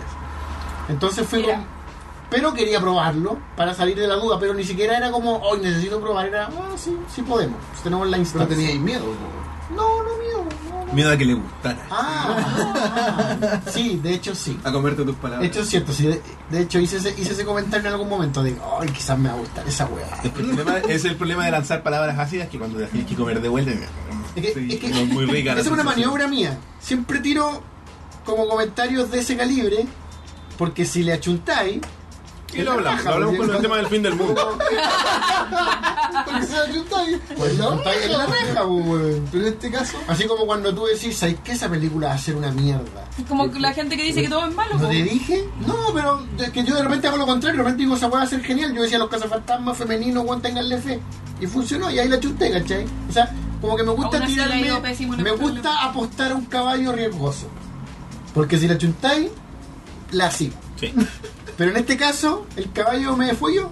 B: Entonces fui
C: Mira.
B: con- Pero quería probarlo para salir de la duda, pero ni siquiera era como, hoy necesito probar. Era, ah, sí, sí podemos. Tenemos la
D: pero
B: instancia.
D: teníais miedo, po.
B: No, no mío. no, no.
A: Miedo a que le gustara.
B: Ah, ah, sí, de hecho sí.
H: A comerte tus
B: De
A: Ah.
H: palabras.
B: hecho es cierto, sí. De, de hecho hice ese, hice ese comentario en algún momento. Digo, ay, quizás me va a gustar esa weá.
A: Es que el problema- es el problema de lanzar palabras ácidas que cuando las tienes que comer de vuelta.
B: Es que,
A: Sí,
B: es que-
A: no es muy rica la
B: [LAUGHS] esa es una
A: sensación.
B: maniobra mía. Siempre tiro como comentarios de ese calibre, porque si le achuntáis.
A: Y lo hablamos, lo hablamos con el tema del fin del mundo.
B: Porque si le achuntáis, pues
E: [LAUGHS]
B: la achuntáis en la reja, pues, weón.
E: Pero en este caso,
B: Así como cuando tú decís, ¿sabes qué? Esa película va a ser una mierda.
C: Es como que la gente que dice que todo es malo.
B: ¿No
C: po.
B: te dije? No, pero es que yo de repente hago lo contrario, de repente digo, esa weá va a ser genial. Yo decía, los cazafantasmas femeninos, weón, tenganle fe. Y funcionó, y ahí la chunté, ¿cachai? O sea, como que me gusta
C: Aún así le ha
B: tirarme,
C: ido pésimo en el
B: me
C: problema.
B: gusta apostar a un caballo riesgoso. Porque si la chuntáis, la sigo.
A: Sí.
B: [LAUGHS] Pero en este caso, el caballo me fue [LAUGHS] yo.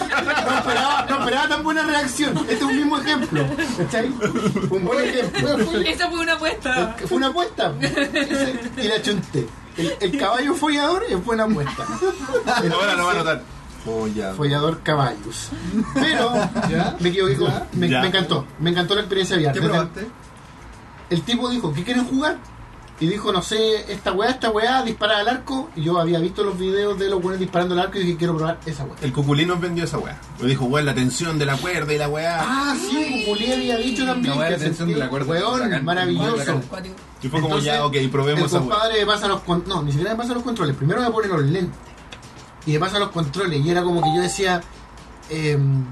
B: No esperaba, no esperaba tan buena reacción. Este es un mismo ejemplo. ¿Cachai? Un buen ejemplo.
C: [LAUGHS] Esa fue una apuesta.
B: Fue una apuesta. Y la chunté. El, el caballo follador es buena apuesta.
A: Ahora lo va a notar.
B: Follador caballos. Pero me equivoqué con- me,
A: Ya.
B: me encantó. Me encantó la experiencia de viajar.
E: ¿qué
B: Desde-
E: probaste?
B: El tipo dijo, ¿qué quieren jugar? Y dijo, no sé, esta weá, esta weá, disparar al arco. Y yo había visto los videos de los weones disparando al arco y dije, quiero probar esa weá.
A: El cuculín nos vendió esa weá. Nos dijo, weón, la tensión de la cuerda y la weá.
B: Ah, sí, Juli había dicho también
I: La weá de
B: que
I: tensión de la cuerda.
B: weón,
I: Bacán.
B: maravilloso.
I: Bacán.
C: Cuático.
A: Y fue como,
B: Entonces,
A: ya, ok, probemos
B: El
A: esa weá.
B: compadre me pasa los con- no, ni siquiera me pasa los controles, primero me pone los lentes y me pasa los controles y era como que yo decía em,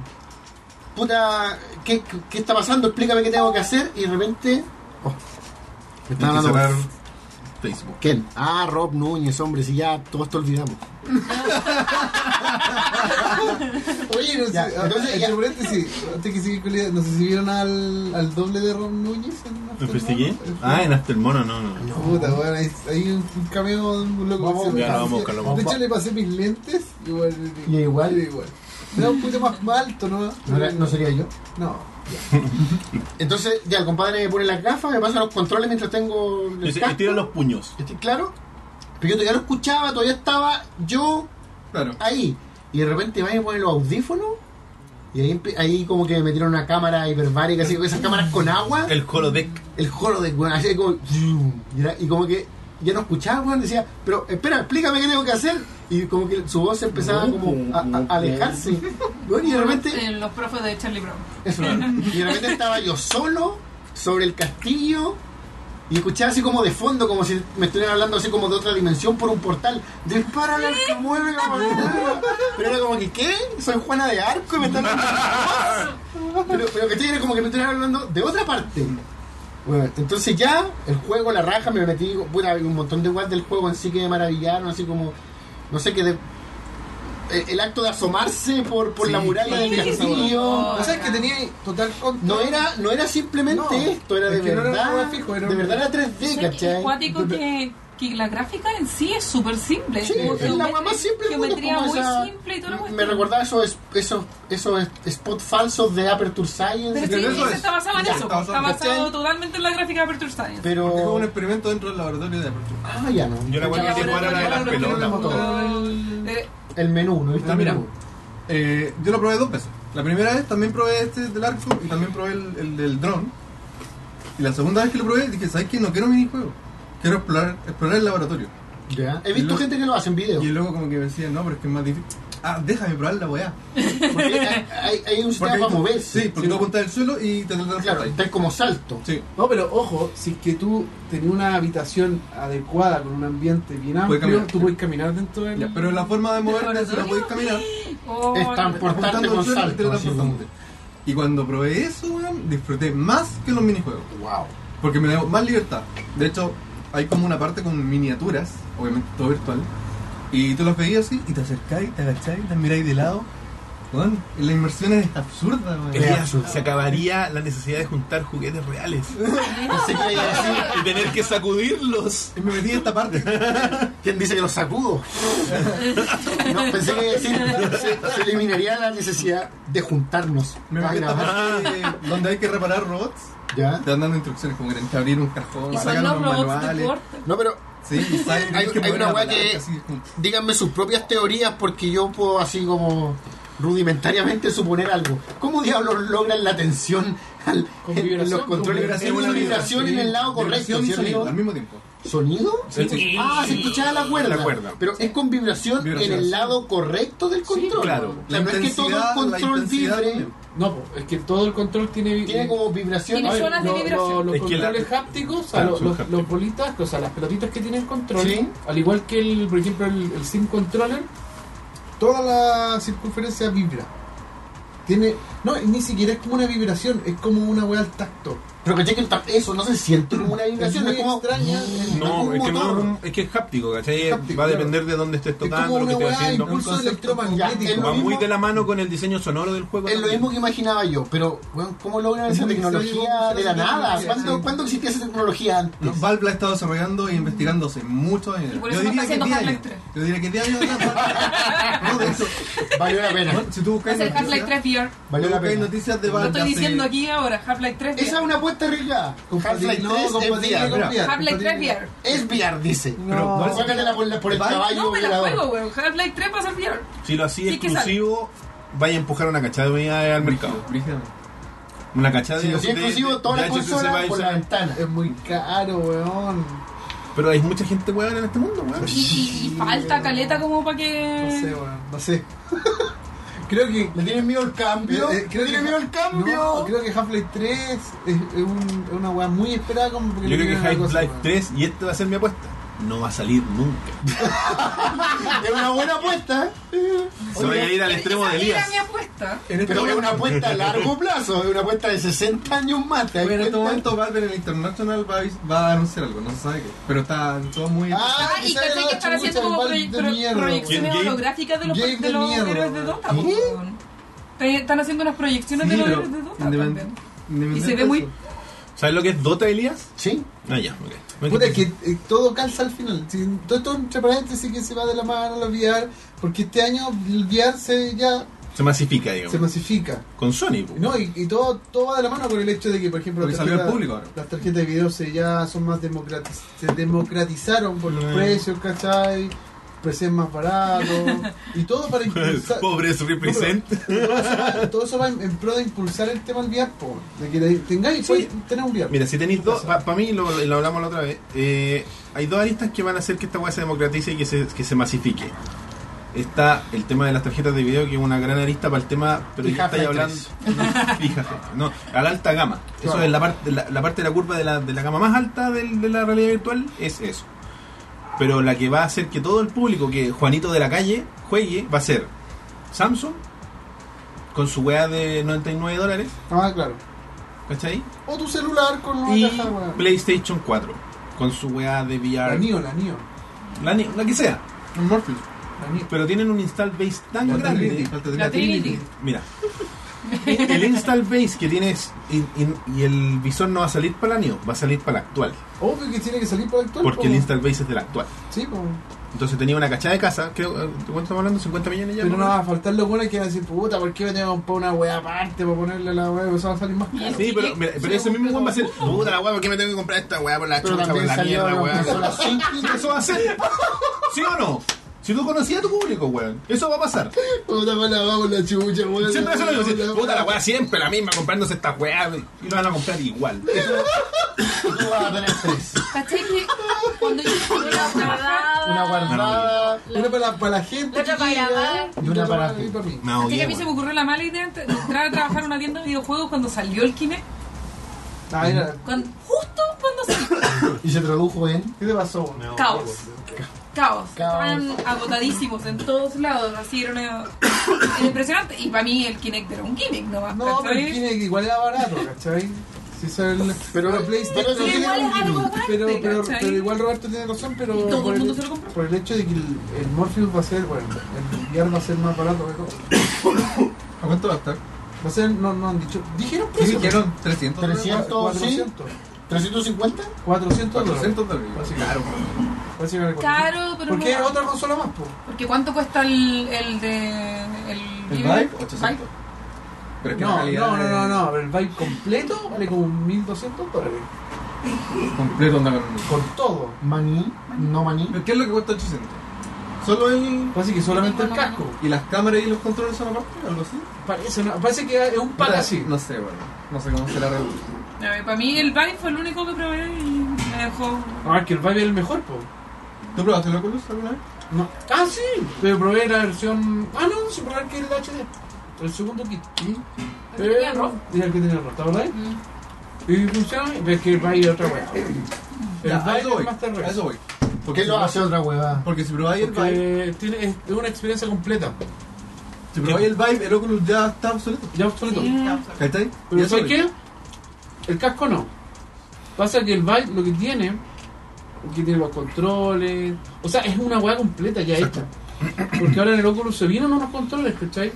B: puta, ¿qué, qué está pasando? Explícame qué tengo que hacer y de repente oh, me está
A: Tienes que
B: hablando
A: cerrar Facebook.
B: ¿Quién? Ah, Rob Núñez, hombre, si ya todos te olvidamos.
E: Oye, no sé,
B: Ya,
E: ah,
B: entonces,
E: entre
B: ya.
E: paréntesis, antes que siga con la idea, no sé si vieron al, al doble de Ron Núñez en
A: ¿Me
E: After
A: investigué?
E: Moon.
A: Ah, en After Mono, no, no. no.
E: Puta, bueno, hay, hay un un cameo de un loco
B: Vamos
E: que
B: a
E: se-
A: buscarlo, vamos a buscarlo, vamos
E: De
A: a
E: hecho, le pasé mis lentes y igual.
B: Y igual.
E: y igual. Me da un poquito más más alto, ¿no?
B: ¿No, era- no sería yo.
E: No.
B: Entonces, ya, el compadre me pone las gafas, me pasa los controles mientras tengo el
A: Dice,
B: casco.
A: estira los puños.
B: ¿Estoy claro? Pero yo todavía lo escuchaba, todavía estaba yo
H: Claro.
B: ahí. Y de repente van y ponen los audífonos. Y ahí, empe- ahí como que me metieron una cámara hiperbárica, así como esas cámaras con agua.
A: El holodeck.
B: El joro de weón, así como. zoom, Y, era- y como que ya no escuchaba, weón. Decía, pero espera, explícame qué tengo que hacer. Y como que su voz empezaba como a, a- a alejarse. Weón, y de repente.
C: Eh, Los profes de Charlie Brown.
B: Eso no era. Y de repente estaba yo solo sobre el castillo y escuchaba así como de fondo, como si me estuvieran hablando así como de otra dimensión por un portal. Dispara al arco, mueve la moneda. Pero era como que, ¿qué? Soy Juana de Arco y me están hablando. Pero, pero que era como que me estuvieran hablando de otra parte. Bueno, entonces ya el juego, la raja, me metí, puta, había un montón de guas del juego en sí que me maravillaron, así como, no sé qué, de- el, el acto de asomarse por, por la muralla del
C: sí, sí.
B: castillo.
E: O sea, es que tenía total control.
B: No era, no era simplemente
E: No,
B: esto, era
E: es
B: de
E: que no era
B: verdad.
E: nada fijo, era
B: de
E: un-
B: verdad era
C: O
B: 3D,
C: sea, que es
B: ¿cachai?
C: cuático que, que la gráfica en sí es súper simple.
B: Sí,
C: Como
B: es la
C: geometría-
B: weá más simple del mundo,
C: Geometría
B: como
C: muy
B: esa-
C: simple y todo lo
B: Me recordaba esos, esos, esos spots falsos de Aperture Science.
C: Pero sí,
H: Pero eso
C: ese
H: es-
C: está basado en
B: ya,
C: eso.
H: está
C: Está
H: basado en-
B: ¿cachai?
C: basado totalmente en la gráfica de Aperture Science.
H: Es como un
B: Pero.
H: experimento dentro del laboratorio de apertura.
B: Ah, ya no.
A: Yo la weá que
C: Ya,
A: hacía
C: bueno,
A: jugar era la de
C: ya,
A: las
C: bueno,
A: pelotas.
B: bueno.
A: weón.
C: Eh,
B: El menú, ¿no viste?
H: Ah,
B: el
H: mira.
B: menú?
H: Eh, yo lo probé dos veces. La primera vez también probé este del arco y también probé el, el del dron. Y la segunda vez que lo probé dije, ¿sabes qué? No quiero minijuegos. Quiero explorar, explorar el laboratorio.
B: Ya. He
H: Y
B: visto
H: luego-
B: gente que lo hace en video.
H: Y luego como que me decía, no, pero es que es más difícil. Ah, déjame probar la weá.
B: Porque hay, hay- hay un sistema
H: Porque-
B: para moverse.
H: Sí, porque tú apuntas al suelo y te tratas
B: Claro, está como salto.
H: Sí,
E: No, pero ojo, si es que tú tenés una habitación adecuada con un ambiente bien amplio,
H: caminar.
E: tú puedes caminar dentro del.
H: ya, pero la forma de moverte si la podéis caminar
C: oh,
B: Es tan por- Portarte
H: apuntando
B: con
H: al suelo y
B: salto,
H: teletransportándote. Y cuando probé eso, weón, disfruté más que los minijuegos.
B: Wow.
H: Porque me da más libertad. De hecho, hay como una parte con miniaturas, obviamente todo virtual. Y tú los veías así, y te acercáis, te agacháis, las miráis de lado. Weón, la inmersión es absurda, weón.
A: El día Se acabaría la necesidad de juntar juguetes reales
B: Pensé que iba a decir,
A: y tener que sacudirlos.
H: Y me metí en esta parte.
B: ¿Quién dice que los sacudo? No, pensé que iba a decir, se, se eliminaría la necesidad de juntarnos.
H: Me
B: Ah,
H: metí en esta
B: ya.
H: parte de- donde hay que reparar robots.
B: Ya.
H: Te van dando instrucciones, como que tenés que abrir un cajón,
C: Y
H: sacar
C: son los
H: unos
C: robots de
H: manuales.
C: corte.
B: No, pero
H: Sí, y sale-
B: Hay-
H: tenés que
B: hay
H: mover
B: una
H: la
B: weá que-
H: palanca, así, como-
B: díganme sus propias teorías porque yo puedo así como rudimentariamente suponer algo. ¿Cómo diablos logran la tensión al,
E: Con
B: en
E: vibración,
B: los
E: con
B: controles.
E: vibración,
B: Tiene una
E: sí,
B: vibración en el lado correcto.
H: Vibración y
B: ¿cierto?
H: sonido al mismo tiempo.
B: ¿Sonido?
A: Sí, sí.
B: Ah, se escuchaba la cuerda.
A: La cuerda.
B: Pero es con vibración,
H: Vibración.
B: en el lado correcto del control.
A: claro.
B: O sea, no es que todo el control
H: intensidad
B: vibre,
H: también.
E: No, po, es que todo el control tiene, vi-
B: tiene como vibración.
C: Tiene
E: Ay,
C: zonas de
E: lo-
C: vibración.
E: lo- Los
A: Es que la-
E: controles hápticos, o sea,
A: Claro,
E: los,
A: son
E: los-
A: hápticos.
E: los bolitas, o sea, las pelotitas que tienen control,
B: Sí.
E: al igual que, el, por ejemplo, el, el SIM controller, toda la circunferencia vibra. Tiene, no, ni siquiera es como una vibración, es como una weá al tacto.
B: Pero caché que el tap- eso no se siente como una
E: Es
B: vibración,
E: muy
B: es como.
E: extraña. es-
A: No,
B: Algún
A: es que, no
B: motor.
A: es un- es que es háptico, ¿cachai?
E: Háptico,
A: va a
E: claro.
A: depender de dónde estés
E: es como
A: tocando, lo que
E: una
A: estés
E: weá de
A: haciendo.
E: impulso
B: Entonces, ya, es
E: electromagnético.
B: lo
A: Va muy
B: mismo-
A: de la mano con el diseño sonoro del juego.
B: Es lo
A: también.
B: mismo que imaginaba yo, pero weón, ¿cómo logran
E: Es
B: esa
E: muy
B: tecnología
E: extraño,
B: de la
E: sí,
B: nada?
E: sí.
B: ¿Cuándo, cuándo existía esa tecnología antes?
H: No, Valve la ha estado desarrollando e investigando hace muchos años.
C: Y por
H: Yo
C: eso no
H: diría,
C: está
H: que 10
C: haciendo
H: años.
C: Half-Life
H: Yo diría que 10 años.
C: [LAUGHS]
H: atrás. No, de hecho,
B: Valió la
H: [LAUGHS]
B: pena.
H: bueno, si tú buscas
C: Es el Half-Life 3 VR.
B: Valió la
H: hay
B: pena.
H: noticias de
C: Lo
H: Valve.
C: estoy
H: hace-
C: diciendo aquí ahora, Half-Life 3 VR.
B: Esa es una apuesta arriesgada.
E: Compatible-
B: Half-Life
E: no,
B: 3 es
E: compatible
B: VR.
E: con VR.
C: Half-Life 3 VR.
B: Es VR, dice.
H: Pero Valve-
B: Sácatela por, la- por el
H: Vale.
B: caballo
C: No me la
B: violador.
C: juego, weón. Half-Life 3 va a ser VR.
A: Si lo hacía
C: Sí que
A: exclusivo, vaya a empujar una cachada de unidades al mercado.
H: Brígidamente.
A: Una cachada
B: Si
A: de
B: lo hacía
A: de-
B: exclusivo,
A: de-
B: toda
A: de
B: la
A: HTC va
B: consola
A: a
B: por
A: irse-
B: la ventana.
E: Es muy caro, weón.
A: Pero hay mucha gente weón en este mundo, weón.
C: Y, y- y falta caleta como para que.
E: No sé, weón, no sé. [LAUGHS] Creo
C: Eh,
E: que
B: ¿Le tienen miedo al cambio?
E: Eh,
B: ¿Le
E: eh, creo
B: tienen
E: que-
B: miedo al
E: No,
B: cambio?
E: creo que Half-Life 3 es, es un- es una weá muy esperada. Como
A: Yo creo que
E: tiene una cosa,
A: Half-Life
E: weón.
A: 3, y esta va a ser mi apuesta, no va a salir nunca.
B: Es una buena apuesta, ¿eh?
A: Se va a ir al
C: Esa
A: extremo de
C: era
A: Elías.
C: mi apuesta.
H: En este
B: Pero es
H: momento-
B: una apuesta a largo plazo, es una apuesta de 60 años más. ¿te das
H: Oye, en este
B: cuenta?
H: momento Valve en el International va a, avis- va a anunciar algo, no se sabe qué. Pero está todo muy...
B: Ah,
C: Ah, y
B: quizá
C: pensé
B: era
C: que están
B: chucha,
C: haciendo como
B: el
C: proye-
B: Valve de
C: pro-
B: mierda,
A: weón.
C: proyecciones
A: Game-
C: holográficas de los,
E: Game
C: de
E: de
C: los
E: mierda,
C: héroes de Dota.
H: ¿Qué?
C: weón. Te- Están haciendo unas proyecciones
H: Sí,
C: de los
H: pero
C: héroes de Dota.
H: independ-
C: también.
H: independiente
C: Y se ve
H: de
C: muy-
H: eso.
A: ¿Sabes lo que es Dota, Elías?
B: Sí,
A: Ah, ya, ok. Me
E: Puta, es
A: encanta.
E: que eh, todo calza al final. Sí, todo esto entre paréntesis que se va de la mano a los VR. Porque este año el VR se, ya
A: Se masifica, digamos.
E: se masifica.
A: Con Sony, po.
E: No, y, y todo, todo va de la mano con el hecho de que, por ejemplo,
H: Porque
E: las
H: salió al
E: tarjetas-
H: público ahora.
E: las tarjetas de video se ya son más democratiz se democratizaron por los
A: Mm.
E: precios, ¿cachai? Precios más
A: [LAUGHS]
E: baratos. y todo para impulsar.
A: Pobres represent.
E: todo eso va en, en pro de impulsar el tema del VR, po. de que te- tengáis
A: Sí.
E: puedes tener un VR.
A: Mira, si tenéis dos, para mí, lo, lo hablamos la otra vez, eh, hay dos aristas que van a hacer que esta weá se democratice y que se, que se masifique. Está el tema de las tarjetas de video, que es una gran arista para el tema, pero
B: Y
A: ya estáis hablando.
B: Half-Life
A: No, fíjate, no, a la alta gama. Eso
E: Claro.
A: es la parte, la, la parte de la curva de la, de la gama más alta del- de la realidad virtual, es eso. Pero la que va a hacer que todo el público, que Juanito de la calle, juegue, va a ser Samsung, con su weá de 99 dólares,
E: Ah, claro.
A: ¿cachai?
E: O tu celular con una
A: y
E: caja, weón.
A: PlayStation 4 con su weá de
E: La
A: VR,
E: NIO, la NIO.
A: la, ni- la que sea,
H: Un Morpheus.
E: La NIO.
A: pero tienen un install base tan
H: Falta
A: grande.
H: Trinity, falta
C: La Trinity.
A: Mira, el install base que tienes y, y- y el visor no va a salir para la new, va a salir para la actual,
E: Obvio que tiene que salir por el actual. po.
A: porque el install base es de la actual.
E: Sí, po.
A: Entonces tenía una cachada de casa, creo, eh, ¿de cuánto estamos hablando? ¿50 millones ya?
E: Pero no
A: ¿no?
E: va a faltar los buenos que van a decir, puta, ¿por qué me tengo que comprar una weá aparte para ponerle la weá? Eso va a salir más caro.
A: Sí, pero, mira, pero ese mismo weón va a ser, puta la weá, ¿por qué me tengo que comprar esta weá por la
B: pero
A: chucha, por
B: también
A: la
B: salió
A: mierda,
B: la
A: weá? [LAUGHS]
B: consola Sync.
A: Eso va a ser, ¿sí o no? Si tú conocías a tu público, weón, eso va a pasar.
E: Puta, me la vamos la chucha, weón.
A: Siempre hacen lo mismo,
E: Puta,
A: así, Puta la weá, siempre la misma comprándose estas weá y lo van a comprar igual.
B: Tú vas a tener tres.
C: ¿Cachai que cuando yo empecé a
F: Una
C: trabajar,
F: guardada.
B: Una guardada.
E: Una para la, para la gente.
F: Otra para
E: chiquilla,
F: grabar.
E: Y una para
B: ti.
E: y para mí.
A: Me
C: ¿cachai que a
A: ahogué,
C: mí se me
A: weón.
C: ocurrió la mala idea de entrar a trabajar en una tienda de videojuegos cuando salió el Kinect?
E: Ah, era.
C: Cuando- justo cuando salió.
B: Y se tradujo en.
E: ¿Qué te pasó? weón?
C: Caos. Caos.
B: Caos.
C: Estaban agotadísimos en todos lados. Así era, una- era impresionante. Y para mí el Kinect era un Kinect nomás.
E: No, pero
C: ¿cachai?
E: el Kinect igual era barato, ¿cachai? Si son el,
B: Pero-
E: la PlayStation
B: pero
E: tiene
B: igual
E: un
B: es algo
E: Kinect.
C: aparte,
E: pero, pero,
C: ¿cachai?
E: pero igual Roberto tiene razón, pero
C: Y todo el
E: por,
C: mundo se lo compró.
E: por el hecho de que el, el Morpheus va a ser, bueno, el VR va a ser más barato que todo.
H: ¿A cuánto va a estar?
E: Va a ser, no, no han dicho, dijeron
H: Sí,
E: precio.
H: dijeron 300
B: 300, sí.
E: 400,
B: 350?
E: 400 dólares.
H: 400 dólares.
E: Así que-
H: Claro.
E: Parece que era 400.
C: Caro, pero
E: Porque
C: no-
E: es otra consola más, po.
C: Porque ¿cuánto cuesta el, el de. El,
H: El
C: Vive?
H: Vive, 800. Pero es que la
E: No,
H: calidad
E: no, no,
H: es
E: no, no, el Vive completo vale como 1200 dólares.
H: Completo anda con...
E: Con todo.
B: Maní, no maní.
H: ¿Pero ¿Qué es lo que cuesta 800? Solo el.
D: Parece que solamente el casco.
H: ¿Y las cámaras y los controles son aparte? ¿Algo así?
D: Parece, no, parece que es un pack así.
H: No sé, bueno. No sé cómo será la
C: A ver, Eh, para mí el Vive fue el único que probé y me dejó.
D: A ver, que el Vive es el mejor, po.
H: ¿Tú probaste el Oculus alguna vez?
D: No. Ah, sí, pero probé la versión. Ah, no, sí, probé el que es el HD. El segundo kit.
F: El que tenía
D: Pero.
F: rojo.
D: Y el que tenía rojo, Mm. ¿te acordás? Y funciona, pero es que el Vive es otra weá. El
H: Ya, a
D: Vive
H: eso
D: es
H: voy.
D: más terrestre.
H: A eso voy.
B: ¿Qué
H: si
B: lo
H: probáis-
B: hace otra [CLEARS THROAT] huevada?
H: Porque si probáis el Vive,
D: Porque tiene, es una experiencia completa.
H: si probáis el Vive, el Oculus ya está obsoleto.
D: Ya obsoleto.
H: ¿Cachai?
D: Pero
H: Ya
D: ¿sabes
H: voy.
D: qué? El casco no. Pasa que el Vive lo que tiene, que tiene los controles. O sea, es una weá completa ya hecha. Porque ahora en el Oculus se vienen unos controles, ¿cachai?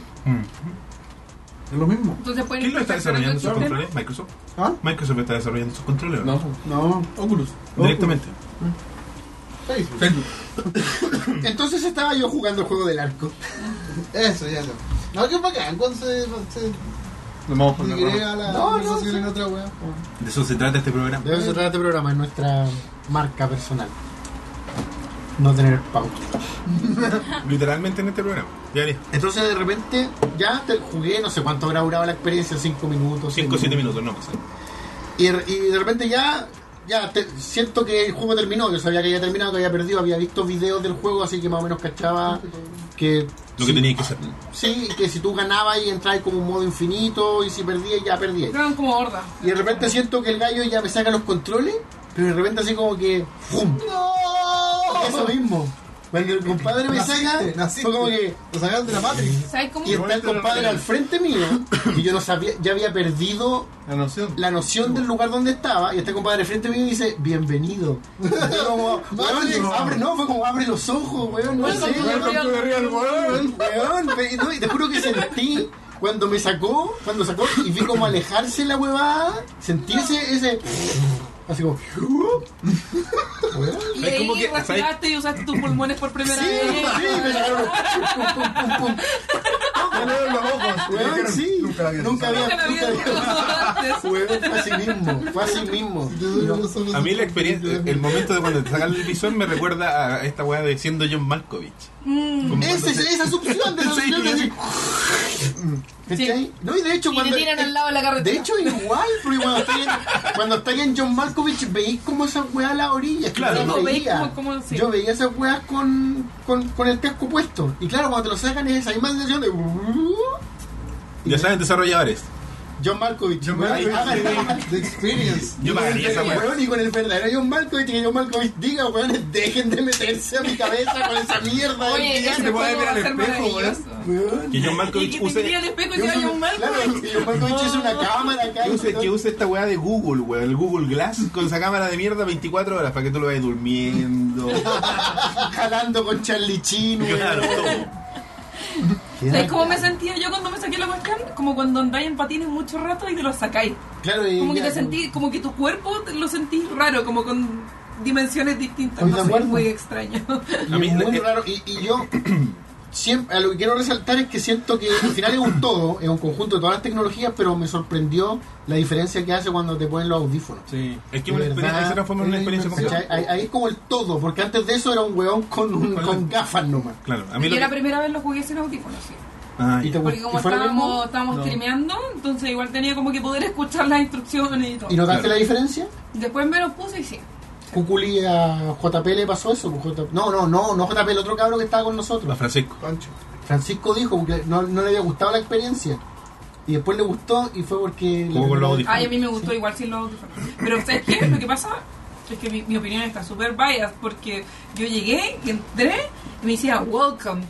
D: Es lo mismo.
C: Entonces pueden
A: Mm. ¿Quién lo está
C: perfeccionando
A: desarrollando sus
C: el sistema.
A: controles? ¿Microsoft?
E: ¿Ah?
A: Microsoft está desarrollando sus controles.
H: No,
E: No,
H: Oculus.
A: Directamente.
E: Facebook.
H: Facebook.
B: Entonces estaba yo jugando el juego del arco.
E: Eso, ya lo. No, qué bacán, cuando se, se
H: Nos vamos por
E: migré a
H: la
E: la
B: No, no,
E: conversación
B: sí.
E: en otra wea.
A: De eso se trata este programa.
B: De eso se trata este programa, es nuestra marca personal. No tener pauta.
A: Literalmente en este programa. Diario.
B: Entonces de repente ya te jugué, no sé cuánto habrá durado la experiencia, 5 minutos.
A: 5 o
B: seis
A: 7 minutos, no más.
B: Y, de- y de repente ya, ya te- siento que el juego terminó, yo sabía que había terminado, que había perdido, había visto videos del juego, así que más o menos cachaba que...
A: Lo que
B: sí,
A: tenía que hacer.
B: Sí, que si tú ganabas y entrabas como un modo infinito y si perdías ya perdías.
C: Estaban como hordas.
B: Y de repente siento que el gallo ya me saca los controles, pero de repente así como que... ¡Fum! Eso mismo. Cuando el compadre me saca,
E: Naciste, naciste.
B: Ah. fue como que...
E: Lo sacaron de la Matrix.
C: ¿Sabes cómo?
B: Y está el compadre al frente mío, y yo no sabía, ya había perdido
H: La noción.
B: la noción del lugar donde estaba y este compadre al frente mío y dice bienvenido Y yo [LAUGHS] como, weón, abre no fue como abre los ojos weón
C: Pues
B: no sé weón, weón, pe- y no, y te juro que sentí cuando me sacó cuando sacó y vi como alejarse la huevada sentí ese ese así como [LAUGHS] weón.
C: Y
A: ¿Sabes
C: ahí
A: cómo que- sabes-
C: respiraste y usaste tus pulmones por primera
B: Sí,
C: vez.
B: sí, me sacaron los- pum, pum, pum, pum. Weón, sí. Nunca había-
C: [LAUGHS] Nunca lo había visto antes.
B: Weón, fue así mismo, fue así mismo. Y yo-
A: A mí la experiencia, el momento de cuando te sacan el visor me recuerda a esta weá de siendo John Malkovich. Como
C: Mm.
A: cuando
B: Esa es
A: te-
B: esa succión de la
A: Sí,
B: succión de-
A: sí.
B: ¿Cachai? No, y de hecho,
F: Y te
B: cuando.
F: tiran al lado de la
B: De
F: carretera.
B: hecho, igual, porque cuando estáis en, cuando estáis en John Malkovich, veis como esas weas a la orilla.
A: Claro,
B: yo
A: no.
B: veía.
C: Veis como- como- sí.
B: Yo veía esas weas con, con, con el casco puesto. Y claro, cuando te lo sacan es esa misma sensación de. "Uh,
A: Ya saben, desarrolladores.
B: John Malkovich.
H: John
B: weón,
H: Malkovich.
B: hagan-
E: The Experience.
A: Yo pagaría esa weá.
B: weón, y con el verdadero John Malkovich, que John Malkovich diga, weón, dejen de meterse a mi cabeza con esa mierda. de
C: Oye,
B: mierda".
C: ese juego
H: puede ver
C: va a
H: al
C: ser
H: espejo,
C: maravilloso.
B: Weón.
A: Que John
C: Y que
A: Malkovich
C: te mire
A: use,
C: al espejo y
B: Que
C: te vaya
B: usen-
C: un
B: Claro,
C: Malcolm.
B: que John Malkovich es una cámara acá.
A: que use,
B: weón.
A: que use esta weá de Google, weón. El Google Glass con esa cámara de mierda 24 horas para que tú lo vayas
E: [LAUGHS]
A: durmiendo.
B: jalando con Charlie Chin, weón.
A: Claro, todo.
C: ¿Sabes cómo me sentía yo cuando me saqué la cuestión? Como cuando andáis en patines mucho rato y te los sacáis.
B: Claro, y
C: Como que
B: ya,
C: te sentí, como que tu cuerpo te- lo sentís raro, como con dimensiones distintas.
B: Estoy
C: No
B: de
C: sé,
B: acuerdo.
C: muy extraño.
B: y
A: A mí- eh,
B: es muy raro. Y, y yo [CLEARS THROAT] siempre, a lo que quiero resaltar es que siento que al final es un todo, es un conjunto de todas las tecnologías, pero me sorprendió la diferencia que hace cuando te ponen los audífonos.
H: Sí.
A: Es que
B: De
A: una experiencia
B: verdad,
A: se transforma en una
E: es
A: experiencia
B: ¿Cachai?
A: completa.
B: Ahí, ahí es como el todo, porque antes de eso era un weón con, un- con gafas nomás.
A: Claro, a mí lo
C: Yo la
A: que...
C: primera vez lo jugué sin audífonos, sí.
A: Ah,
B: Y,
A: ya.
B: te,
C: Porque
B: y
C: como
B: fue lo mismo?
C: estábamos, estábamos streameando, entonces igual tenía como que poder escuchar las instrucciones y todo.
B: ¿Y notaste
A: Claro.
B: la diferencia?
C: Después me los puse y sí.
B: Cuculi a JP le pasó eso. pues, J- No, no, no, no JP, el otro cabro que estaba con nosotros.
A: A Francisco.
E: Pancho.
B: Francisco dijo porque no, no le había gustado la experiencia. Y después le gustó y fue porque...
A: Como con los audífonos.
C: Ay, a mí me gustó igual sin los audífonos. Pero ¿sabes qué? Lo que pasa es que mi, mi opinión está súper biased porque yo llegué, y entré y me decía welcome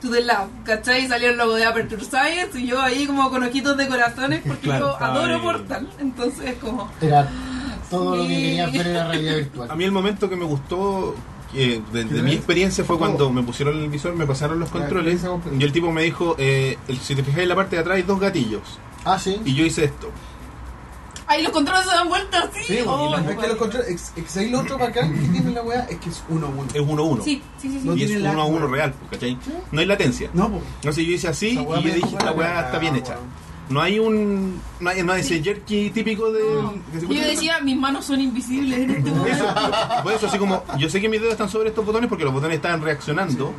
C: to the lab, ¿cachai? Y salió el logo de Aperture Science y yo ahí como con ojitos de corazones porque
A: Claro,
C: yo
A: estaba
C: adoro
A: ahí.
C: Portal. Entonces como...
B: Era todo lo que
C: Sí.
B: querías ver era realidad
A: A [LAUGHS]
B: virtual.
A: mí el momento que me gustó eh, de, de mi experiencia fue cuando me pusieron el visor, me pasaron los
E: La
A: controles
E: experiencia completa.
A: y el tipo me dijo, eh, el- si te fijáis en la parte de atrás hay dos gatillos
B: Ah, sí.
A: y yo hice esto.
C: ¡Ay, los controles se dan vueltas! Sí,
E: Sí, pues,
C: Oh,
E: es que
C: qué
E: los
C: padre.
E: controles. Es, es ahí lo otro bacán que tiene la weá es que es uno a uno.
A: Es 1-1. Uno, a uno.
C: Sí, sí, sí. sí.
E: No
A: y es
E: tiene
A: 1 a
E: lag,
A: 1
E: weón.
A: real, pues, ¿cachai? No hay latencia.
E: No, po.
A: Entonces yo hice así
E: Esa weá
A: y yo
E: me
A: dije,
E: dejó
A: esta
E: la
A: weá
E: cagada,
A: está bien hecha.
E: weón.
A: No hay un. No hay, no hay ese jerky típico de. que se
F: Yo
A: escucha-
F: decía, mis manos son invisibles en este momento.
A: Eso, por eso, así como. Yo sé que mis dedos están sobre estos botones porque los botones están reaccionando,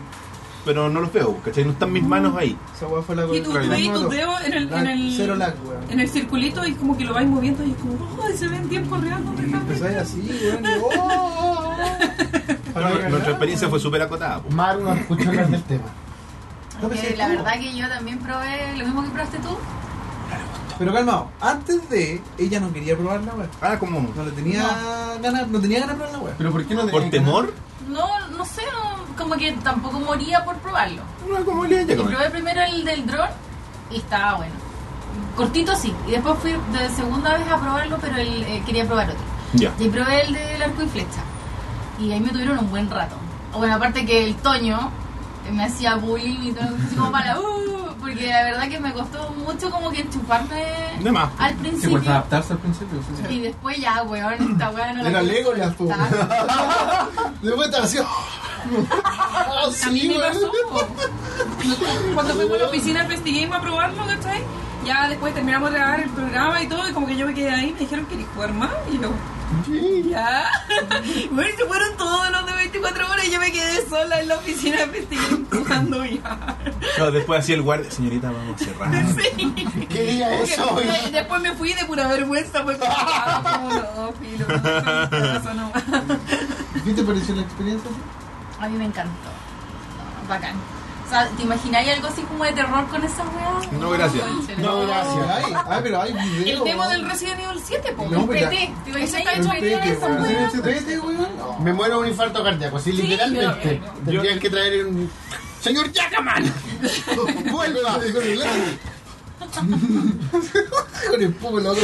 A: pero no los veo, ¿cachai? No están mis manos ahí.
E: Esa weá fue la
C: Y tú, tú veis tus dedos en el, en el-
E: Cero lag, weón.
C: en el circulito y como que lo vais moviendo y es como, oh, se ve en tiempo real donde está.
E: Empezáis así, weón. y, ¡oh, oh, oh!
A: No, no, nuestra experiencia fue súper acotada. po.
B: Maru no escuchó hablar del tema.
E: No, pero
F: Eh,
E: sí,
F: la
E: ¿cómo?
F: verdad que yo también probé lo mismo que probaste tú.
E: Pero calmado, antes de ella no quería probar la weá.
A: Ah, como.
E: No le tenía ganas, no tenía ganas de probar la weá.
H: ¿Pero por qué no te
A: ¿Por temor?
F: No, no sé, no- como que tampoco moría por probarlo.
A: No, como le
F: Y
A: haya comido.
F: probé primero el del dron y estaba bueno. Cortito sí. Y después fui de segunda vez a probarlo, pero el, eh, quería probar otro.
A: Ya.
F: Y probé el del arco y flecha. Y ahí me tuvieron un buen rato. Bueno, aparte que el Toño me hacía bullying y todo, así como para, "Uh", porque la verdad que me costó mucho como que chuparme
A: De más.
F: al
H: Sí, pues
F: principio.
H: adaptarse al principio. sí, sí.
F: Y después ya, weón, esta weá no la
B: Era
F: quiero
B: Legolas, po.
C: Ah,
B: [LAUGHS]
F: soltar.
B: Después estaba así. Ah,
C: A mí
B: sí,
C: me
B: weón.
C: pasó. po. Cuando fuimos a la oficina del Festigame a probarlo, ¿cachai? Ya después terminamos de grabar el programa y todo, y como que yo me quedé ahí, me dijeron que ni jugar más, y yo, ya. [LAUGHS] Bueno, se fueron todos los de 24 horas y yo me quedé sola en la oficina del Festigame jugando ya.
A: No, después así el guardia. Señorita, vamos a cerrar.
C: [LAUGHS] Sí.
B: ¿Qué día es hoy?
C: Y Después me fui de pura vergüenza porque ah, como no,
B: [LAUGHS]
C: filo, eso no.
E: ¿Qué te pareció la experiencia?
F: A mí me encantó. No, bacán. O sea, ¿te imagináis algo así como de terror con esa weá?
A: No, gracias.
F: conchale.
B: No,
E: Ah,
B: gracias.
E: Ay, ay, pero hay video.
F: El demo del Resident Evil 7, po.
E: No,
F: el
E: pero-
F: PT. ¿Te imagináis
C: Ese está
E: El
C: hecho
F: metida en
E: pete,
F: esa
E: weón.
F: weá?
E: El pete, weón. No.
B: Me muero de un infarto cardíaco, así
C: eh,
B: literalmente.
F: yo-
B: Tendrían que traer un.
A: [LAUGHS]
B: ¡Señor Jackman! ¡Vuelva!
E: Con el Ah, Con el pupo, loco.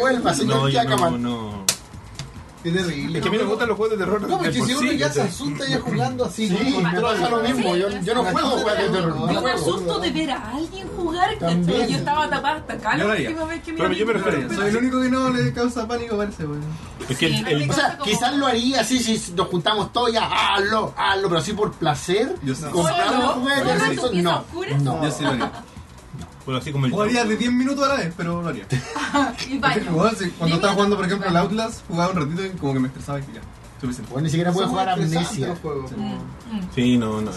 B: ¡Vuelva,
A: No,
B: señor
A: yo no,
B: Jackman!
A: no.
E: Qué terrible.
A: Es que a mí no me gustan los juegos de terror.
E: No,
A: de
E: porque
A: por
E: si uno
A: sí,
E: ya se
A: ¿cachai?
E: asusta ya jugando así.
B: Sí,
E: con
B: me
E: control,
B: pasa lo
E: weón.
B: mismo. Yo, yo no juego juegos de terror. no
E: Ah,
C: Yo me
B: juego.
C: asusto de ver a alguien jugar,
B: También.
C: ¿cachai? Yo estaba tapada hasta acá
H: Yo
C: la
H: lo haría.
C: última vez que me
A: Pero yo me
H: Pero,
A: refiero.
H: Soy el único que no le causa pánico verse, weón.
A: Es que el- el-
B: O sea, quizás lo haría así si nos juntamos todos ya, hazlo, hazlo, pero así por placer.
H: Yo sí.
B: Compramos
F: Solo,
B: un juego de
F: solo
B: terror.
F: en tu
B: eso-
F: pieza
B: No,
F: oscura.
B: no.
H: Yo sí lo haría.
A: Bueno, así como el.
H: Jugaría de 10 minutos a la vez, pero lo haría.
F: Y baño.
H: Weón, sí,
F: Dime
H: Cuando estaba jugando, por
F: tu
H: ejemplo, al
F: baño.
H: Outlast, jugaba un ratito y como que me estresaba y ya. Suficiente.
B: Bueno, ni siquiera puede
E: Son
B: jugar
E: muy estresantes
B: amnesia.
E: los juegos, weón.
A: Sí, no, no.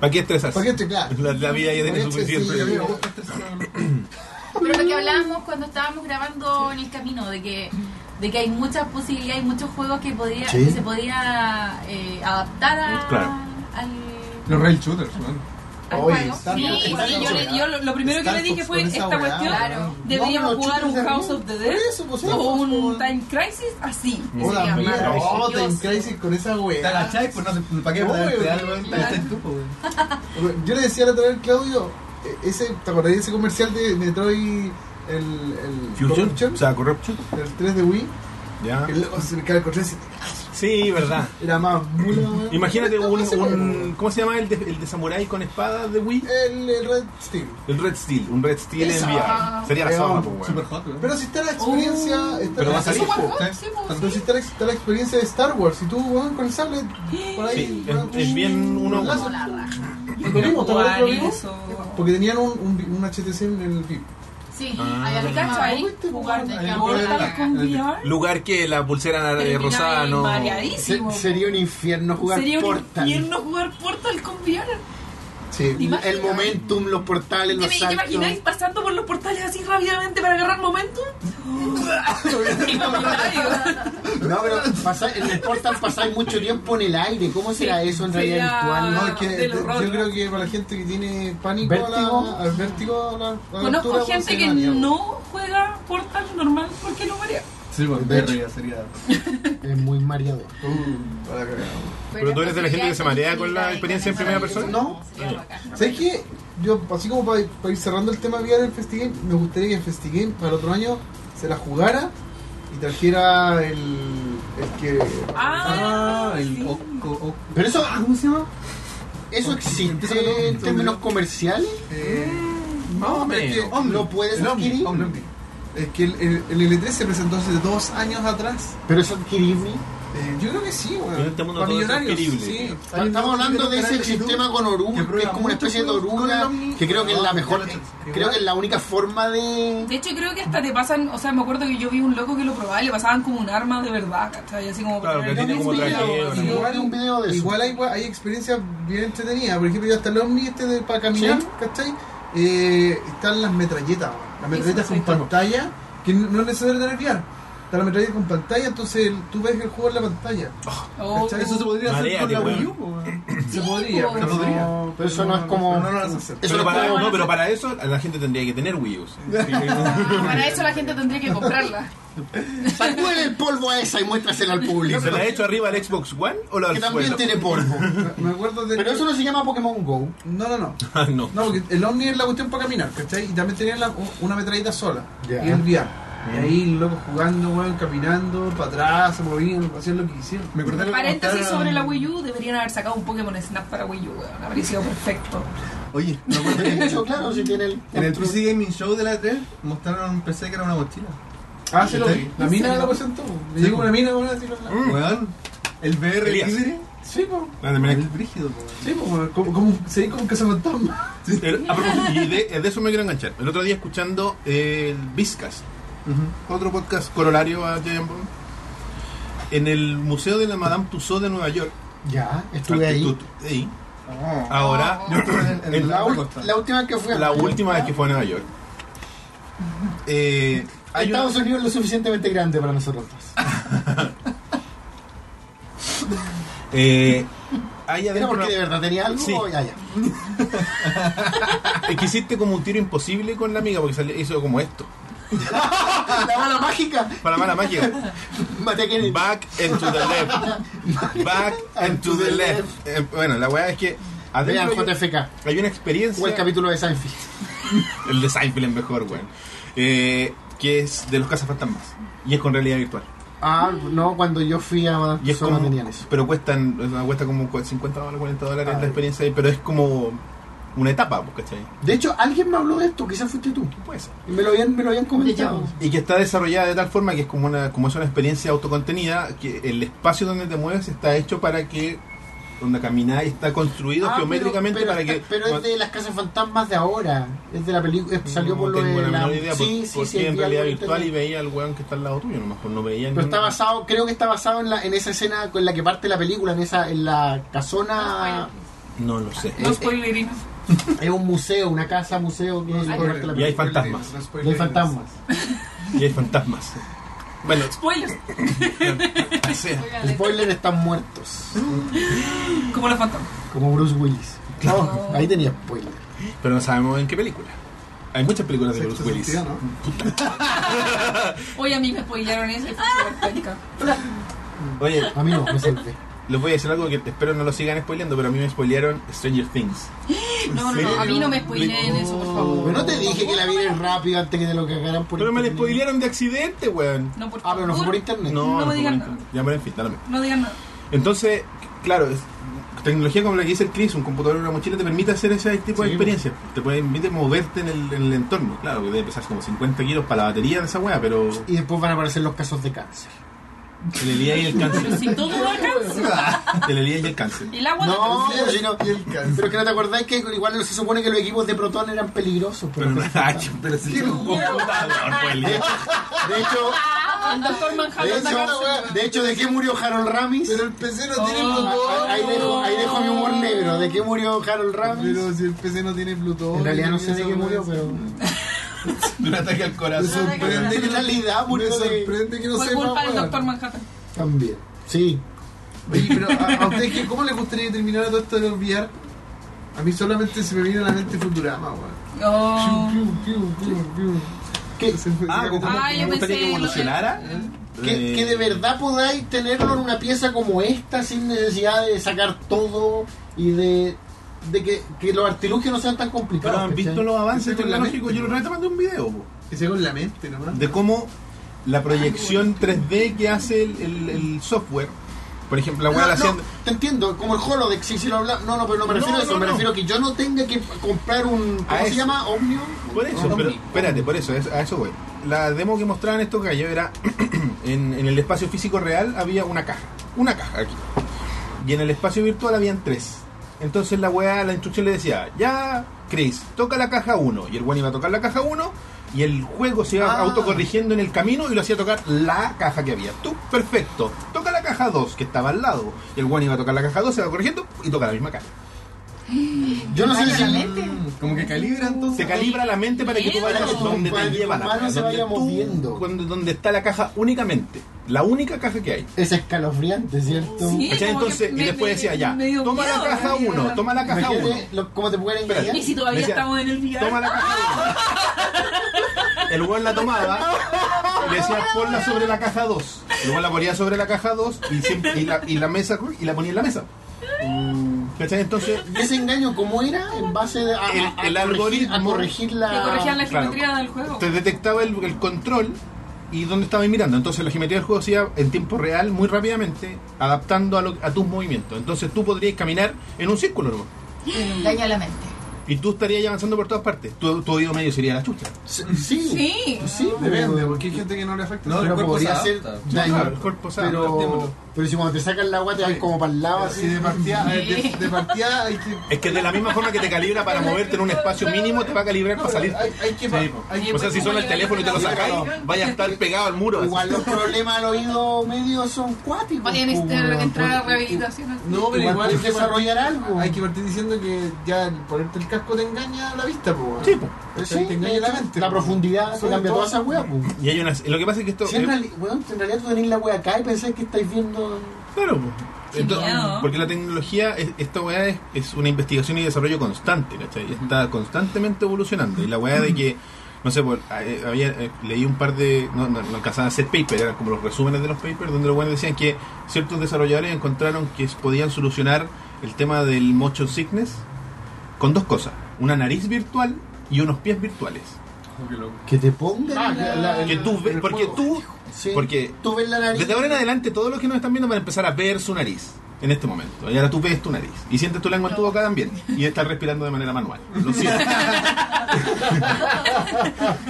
A: ¿Para qué estresarse?
E: ¿Para qué
B: este,
E: estoy claro?
A: La, la vida ya tiene
E: Por eso,
A: suficiente.
E: sí,
H: A mí me
E: amigo.
H: gusta estresarme.
F: Pero lo que hablábamos cuando estábamos grabando en el camino, de que, de que hay muchas posibilidades, hay muchos juegos que, podía,
B: Sí.
F: que se podía eh, adaptar a-
A: Claro.
F: al,
H: Los rail shooters, weón.
F: al
E: Oye,
F: juego.
E: está
C: Sí,
E: bien.
C: sí, yo, le- yo lo, lo primero que
E: Star
C: le dije
E: Fox
C: fue
E: con esa
C: esta
E: weá,
C: cuestión,
E: weón.
C: deberíamos
E: No, pero
C: jugar un
E: chicos,
C: House of the Dead
E: Por eso, pues,
C: o
E: Star
C: un
E: Fox,
C: Time Crisis así.
E: Hola,
C: sería
E: mira, oh,
C: maravilloso.
E: Time Crisis con esa
H: Te
E: weá.
H: agacháis, pues no sé, ¿para qué
E: Uy,
H: te
E: weón.
H: algo? Te agacháis tú, pues, weón.
E: Yo le decía la otra vez al Claudio, eh, ese, ¿te acordás de ese comercial de Metroid el, el
A: Fusion,
E: Corruption?
A: Oh. o sea, Corruption.
E: el 3 de Wii,
A: Ya.
E: que luego se le cae el control así,
A: Sí, verdad.
E: era más mula, weón.
A: Imagínate
E: Esta
A: un,
E: weá se
A: un- ¿Cómo se llama el de, el de samurái con espada de Wii?
E: puede- el, el Red Steel.
A: El Red Steel. Un Red Steel en
E: Esa.
A: VR. Sería la
E: Weón,
A: zorra, pues,
H: Super
A: weón.
H: hot, weón.
E: Pero si está la experiencia,
C: Oh.
E: está
A: Pero
E: la-
A: va a salir,
E: Está-
A: po.
F: Sí, pues,
E: Pero si está la, está la experiencia de Star Wars, y tú, weón, con el sable, por ahí.
A: Sí,
E: weón,
A: es- es bien uno-
E: un lazo.
F: como la raja.
E: Lo vimos, ¿te acuerdas que
C: Jugar
E: lo vimos?
C: eso.
E: Porque tenían un, un, un HTC en el VIP.
F: Sí,
A: Ah.
F: hay algo
C: ¿Cachai?
F: ahí.
C: Jugar
F: Ahí
C: de
F: el
C: Portal
F: problema.
C: con VR.
A: Lugar que la pulsera eh,
C: termináis
A: rosada no.
C: mareadísimo.
B: Se- sería un infierno jugar
C: Sería un
B: Portal.
C: infierno jugar Portal con VR.
E: Sí.
C: imaginas?
B: El momentum, los portales,
C: ¿Te,
B: los
C: te
B: saltos.
C: imagináis pasando por los portales así rápidamente para agarrar momentum?
B: No, pero pasáis- en el portal pasáis mucho tiempo en el aire. ¿Cómo será
C: Sí,
B: eso en
C: sería-
B: realidad virtual?
E: No, es que este,
C: Del horror.
E: yo creo que para la gente que tiene pánico a
B: ¿Vértigo?
E: la, al vértigo a la, a la altura,
C: Conozco
E: bueno,
C: gente
E: se
C: que
E: marea,
C: no juega Portal normal porque no marea.
H: Sí, pues,
B: De hecho.
H: berrea sería.
B: Es muy mareador.
E: Uh, a la cagada.
A: Pero tú eres de la gente que se marea con la experiencia en primera persona.
E: No.
F: Sería bacán.
E: ¿Sabes qué? Yo, así como para, ir cerrando el tema VR del Festigame, me gustaría que el Festigame para el otro año se la jugara y trajera el, el que...
C: Ah,
H: Ah, el
C: sí.
H: Oco. Oco-
B: Pero eso,
H: Ah, ¿Cómo se llama?
B: eso
H: Empieza con
B: existe
H: el-
B: en términos comerciales.
E: Eh,
A: Más o
B: pero es que
A: menos.
B: lo puedes
E: el Omni,
B: adquirir.
E: Omni. Es que el, el, el L3 se presentó hace dos años atrás.
B: Pero es adquirible.
E: Eh, yo creo que sí, weón.
A: En este mundo
E: Para
A: todo es
E: millonarios,
A: adquirible.
E: sí.
H: Hay
B: Estamos
H: un
B: hablando de ese
H: canal de YouTube
B: sistema con
H: que
B: oruga, que,
H: prueba
B: es como una
H: mucho
B: especie de
H: con- con
B: oruga,
H: la mi-
B: que creo que es la
H: con
B: mejor,
H: la-
B: creo que es la única forma de...
C: De hecho, creo que hasta te pasan, o sea, me acuerdo que yo vi un loco que lo probaba y le pasaban como un arma de verdad, ¿cachai? Así como
A: Claro, que
C: ponerle-
A: tiene como
C: Sí,
A: traje,
C: o-
A: bueno.
C: sí,
B: Igual hay un video de eso.
E: Igual hay, hay experiencias bien entretenidas. Por ejemplo, ya está el Omni este de- para caminar,
B: Sí.
E: ¿cachai? Eh, están las metralletas, weón. Las metralletas
C: sí,
E: con
C: sí.
E: pantalla, que no no es necesario tener VR. Está la metralleta con pantalla, entonces el- tú ves el juego en la pantalla.
B: Oh.
C: o-
E: ¿Cachai?
H: Eso se podría hacer con
A: Mareate,
H: la Wii
A: weón.
H: U, weón.
E: Se podría,
C: po.
E: pero
H: Se podría.
E: no-
B: Pero eso no es como-
E: pero No, lo van a hacer.
B: Eso
A: pero
B: lo
A: para,
B: podemos
A: no, pero para eso la gente tendría que tener Wii U.
C: Para eso la gente tendría que comprarla.
B: Sacúdele el polvo a esa y muéstrasela al público.
A: ¿Se la ha hecho arriba al Xbox One o la
B: que
A: al
B: también
A: suelo?
B: tiene polvo.
E: Me acuerdo de.
B: Pero eso no se llama Pokémon Go.
E: No, no, no.
A: [LAUGHS] Ah, no.
E: No, porque el Omni es la cuestión para caminar, ¿cachai? Y también tenía la- una metralleta sola.
B: Ya.
E: Y el VR. Y ahí, loco, jugando, weón, caminando, para atrás, se movían, hacían lo que hicieron.
H: Me acordé de lo que
C: Paréntesis
H: contaron-
C: sobre
B: um,
C: la Wii U, deberían haber sacado un Pokémon Snap para Wii U, weón. Habría sido perfecto.
H: Oye, me acuerdo
B: De
H: que
B: hecho, claro, si tiene el...
H: en el PC Gaming Show de la E3 mostraron un PC que era una mochila.
E: Ah, sí pues. lo
H: ¿Sí?
E: vi. La mina lo presentó. Le
H: Sí,
E: llegó
H: po.
E: una mina, weón, así lo la-
A: Mm.
H: Weón, el VR
A: Elías.
H: libre.
E: Sí, po.
A: Ah, de manera-
H: El brígido, po, weón.
E: Sí, po, weón. Como, como, se ve como que se fantasma.
A: El- Eh, a propósito, y de, de eso me quiero enganchar. El otro día escuchando el Vizcas, otro podcast corolario a Jayan Bond, en el Museo de la Madame Tussauds de Nueva York.
B: Ya, estuve ahí.
A: Altitud- ahí.
H: Ah.
A: Ahora,
H: Yo estuve en- en
A: en
B: La,
A: la,
H: otra
B: ul-
H: costa.
B: la última que fui a...
A: última vez que fue a Nueva York. Eh, hay una-
B: Estados Unidos es lo suficientemente grande para nosotros
A: Ah,
B: dos.
A: eh, hay
B: Era
A: adentro
B: porque de
A: una-
B: verdad tenía algo.
A: Sí.
B: o ya, ya.
A: es que hiciste como un tiro imposible con la amiga porque salió- hizo como esto.
B: La bala mágica.
A: Para mala magia.
B: Maté a Kennedy.
A: Back and to the left.
B: [LAUGHS]
A: Back and to the left. Eh, bueno, la weá es que
B: Vean,
A: adentro hay,
B: JFK.
A: hay una experiencia.
B: O el capítulo de Seinfeld.
A: el de Seinfeld es mejor, weón. Eh, que es de los cazafantasmas. Y es con realidad virtual.
B: Ah, no, cuando yo fui a Madame
A: Y es
B: Tussauds no
A: como,
B: tenían eso.
A: pero cuestan, o sea, cuesta como cu- 50 dólares, 40 dólares
B: Ah,
A: la experiencia, ahí, pero es como una etapa, pues, ¿cachai?
B: De hecho, alguien me habló de esto, quizás fuiste tú.
A: Puede ser.
B: Me lo habían, me lo habían comentado.
F: De hecho.
A: Y que está desarrollada de tal forma que es como una, como es una experiencia autocontenida, que el espacio donde te mueves está hecho para que donde caminar está construido
B: Ah,
A: geométricamente
B: pero,
A: para
B: pero
A: que
B: está- pero es de las casas fantasmas de ahora. Es de la película. es- Salió
A: No
B: por lo
A: tengo
B: de
A: la
B: la.
A: menor idea,
B: sí,
A: por-
B: sí,
A: porque
B: sí,
A: en
B: vi
A: realidad
B: algo
A: virtual y
B: internet.
A: veía al weón que está al lado tuyo, nomás pues no veía.
B: Pero está
A: ningún-
B: basado, creo que está basado en, la, en esa escena con la que parte la película, en esa, en la casona.
A: No lo
B: Eh,
A: sé.
C: No spoilerino.
B: Es un museo, una casa museo que es la que parte la
A: Y hay
B: película.
A: fantasmas.
B: Y hay fantasmas.
A: Y hay fantasmas.
B: [LAUGHS]
A: Bueno,
C: Spoilers.
A: o sea,
B: Spoiler están muertos.
C: Como los fantasmas.
B: Como Bruce Willis. No, ahí tenía spoiler.
A: pero no sabemos en qué película. Hay muchas películas de
E: Sexto
A: Bruce Willis.
E: sentido, ¿no?
C: Hoy a mí me spoilearon eso y fue súper penca.
A: Oye,
B: A mí no, me salvé.
A: les voy a decir algo que espero no lo sigan spoileando, pero a mí me spoilearon Stranger Things.
C: No, no, no. A mí no me spoileen eso, por favor.
B: Pero no te dije que la vieras rápido antes que te lo cagaran por
A: Pero me la
B: internet.
A: spoilearon de accidente, weón.
C: No, por
B: Ah, pero no fue por
C: favor.
B: internet.
A: No,
C: me
A: no, fue
C: digan
A: por
C: nada.
A: internet. Ya, bueno, en fin, dálame.
C: No digan nada.
A: Entonces, claro, es- tecnología como la que dice el Chris, un computador o una mochila te permite hacer ese tipo de
B: Sí,
A: experiencias. Te permite moverte en el, en el entorno. Claro, que debe pesar como 50 kilos para la batería de esa weá, pero
B: Y después van a aparecer los casos de cáncer.
A: el Elías y el
C: Pero
A: cáncer.
C: si todo da
B: [LAUGHS]
C: cáncer.
A: El Elías y el cáncer.
C: El agua
B: No,
C: da
B: pero si no- [LAUGHS] Pero que no te acordáis que igual se supone que los equipos de Proton eran peligrosos.
A: Pero
E: [LAUGHS]
A: no,
B: de
A: pero sí, un computador, fue el Elías. Ah,
B: hecho,
C: cáncer. El doctor
B: de
C: Manhattan da
B: hecho,
C: cáncer.
B: de hecho, ¿de qué murió Harold Ramis?
E: Pero el PC no tiene
C: Oh.
E: Bluetooth.
B: Ahí dejo, ahí dejo mi humor negro. ¿De qué murió Harold Ramis?
E: Pero si el PC no tiene Bluetooth.
B: En realidad no sé
E: esa
B: de qué
E: weá
B: murió,
E: es-
B: pero... Ah,
A: De un ataque al
E: Me
A: corazón.
E: sorprende que
B: En realidad
E: no, me
B: murió de-
E: sorprende que no
C: Por
E: sepa.
C: culpa del
E: weón.
C: doctor Manhattan.
B: También. Sí.
E: Oye, pero a, a ustedes, qué- ¿cómo les gustaría terminar todo esto de olvidar? A mí solamente se me viene a la mente Futurama, weón.
C: Oh.
B: [LAUGHS]
E: Piu, piu, piu, piu, piu.
B: Que,
E: Se fue-
A: Ah, como como
C: Ah, yo
A: me gustaría que
C: pensé-
A: evolucionara.
B: que,
A: Eh,
B: que de verdad podáis tenerlo en una pieza como esta sin necesidad de sacar todo y de, de que, que los artilugios no sean tan
A: Pero
B: complicados.
A: han
B: ¿cachai?
A: visto los avances
E: Ese con la
A: tecnológicos.
E: mente.
A: Yo lo mandé un video po,
E: Que sea con la mente nomás.
A: de cómo la proyección 3D que hace el, el- el software. Por ejemplo, la weá
B: No,
A: la
B: no,
A: hacían.
B: te entiendo, como el Holodeck, si, si lo habla, no, no, pero no me refiero
A: No,
B: a eso,
A: no,
B: me
A: no.
B: refiero a que yo no tenga que comprar un, ¿cómo
A: A
B: se
A: eso.
B: llama? Omnium.
A: Por eso,
B: No,
A: pero,
B: Omni.
A: espérate, por eso, es- a eso voy. [CLEARS THROAT] La demo que mostraban estos gallos era en, en el espacio físico real había una caja. una caja aquí. Y en el espacio virtual habían tres. Entonces la weá, la instrucción le decía, ya, Chris, toca la caja 1. Y el weón iba a tocar la caja 1 y el juego se iba
B: Ah.
A: autocorrigiendo en el camino y lo hacía tocar la caja que había. Tú, perfecto. Toca la caja 2 que estaba al lado. Y el weón iba a tocar la caja 2, se va corrigiendo y toca la misma caja.
B: Yo no sé si.
H: Mm, Como que calibra
A: Se
H: entonces.
A: calibra la mente para que tú vayas
B: Miedo.
A: donde
B: Para
A: te
B: que
A: lleva
B: tu
A: la
B: mano
A: caja.
B: se
A: Donde,
B: vaya moviendo.
A: tú- cuando- donde está la caja únicamente. La única caja que hay.
B: Es escalofriante, ¿cierto?
C: Sí,
A: ¿Cachai?
C: como que
A: Entonces,
C: me-
A: y después
C: me-
A: decía ya,
C: me dio
A: toma la
C: miedo,
A: caja
C: ya,
A: 1,
C: ya.
A: toma la caja 1.
B: Imagínate lo- cómo te pueden
A: Espérate.
B: engañar.
C: Y si todavía
A: Decía,
C: estamos en el VR.
A: Toma la
C: [LAUGHS]
A: caja 1. El weón la tomaba y decía ponla sobre la caja 2. El weón la ponía sobre la caja 2 y, siempre- y la, y la mesa y la ponía en la mesa. Mm, ¿Cachai? Entonces,
B: Ese engaño, ¿cómo era? En base de- a, a-
A: El-
B: a
A: el
B: corregir-
A: algoritmo-
B: a corregir la.
C: Que corregían la
A: Claro.
C: geometría del juego.
A: te detectaba el, el control y dónde estabas mirando. Entonces la geometría del juego se iba en tiempo real muy rápidamente, adaptando a, lo- a tus movimientos. Entonces tú podrías caminar en un círculo nomás.
F: Engaña la mente.
A: Y tú estarías avanzando por todas partes. Tu, tu oído medio sería la chucha.
B: Sí. Sí,
C: Sí.
E: Depende, porque hay gente que no le afecta.
H: No, el
B: pero
H: cuerpo se
B: podría ser
H: adapta.
B: daño.
A: Claro, el cuerpo se adapta,
B: pero,
H: adaptémoslo.
B: pero si cuando te sacan la agua te vas como para el lado
E: Si
B: así.
E: de partida, a ver, de, de partida hay que.
A: Es que de la misma forma que te calibra para moverte en un espacio mínimo, te va a calibrar para salir.
E: Hay, hay que.
H: Sí, po.
E: hay que-
A: O sea, si suena el teléfono y te lo sacáis, vaya a estar pegado al muro. así.
B: Igual los problemas al oído medio son cuáticos.
C: Vayan a
B: po,
C: este-
B: weón,
C: entrar a
B: porque-
C: rehabilitación.
E: No, pero
B: Igual
E: igual hay
B: puedes
E: que
B: desarrollar algo.
E: Hay que partir diciendo que ya el ponerte el casco te engaña a la vista, pues.
A: Sí, po.
B: Pero
E: Te-
B: sí,
E: te engaña la mente.
B: La
E: po.
B: profundidad se
E: Sobre
B: cambia
E: todo-
B: toda esa wea, po.
A: Y hay unas. Lo que pasa es que esto.
B: Si en, reali- weón, en realidad tú tenés la wea acá y pensás que estáis viendo.
A: Claro, po.
C: Qué
A: Entonces,
C: miedo.
A: porque la tecnología, es- esta weá es, es una investigación y desarrollo constante, ¿cachai? Está constantemente evolucionando. Y la weá de que, no sé, por- eh, había, eh, leí un par de. No, no, no alcanzaban a hacer papers, eran como los resúmenes de los papers, donde los weones decían que ciertos desarrolladores encontraron que podían solucionar el tema del motion sickness con dos cosas: una nariz virtual y unos pies virtuales.
H: Oh, qué loco.
B: Que te pongan. la-
E: Ah, que-
B: la-
A: Que tú ves,
E: el
A: porque
E: juego.
A: tú.
B: sí,
A: porque-
B: tú ves la nariz.
A: Desde ahora en adelante, todos los que nos están viendo van a empezar a ver su nariz. En este momento. Y ahora tú ves tu nariz. Y sientes tu lengua en tu boca también. Y estás respirando de manera manual. Lo
B: [LAUGHS]
A: siento.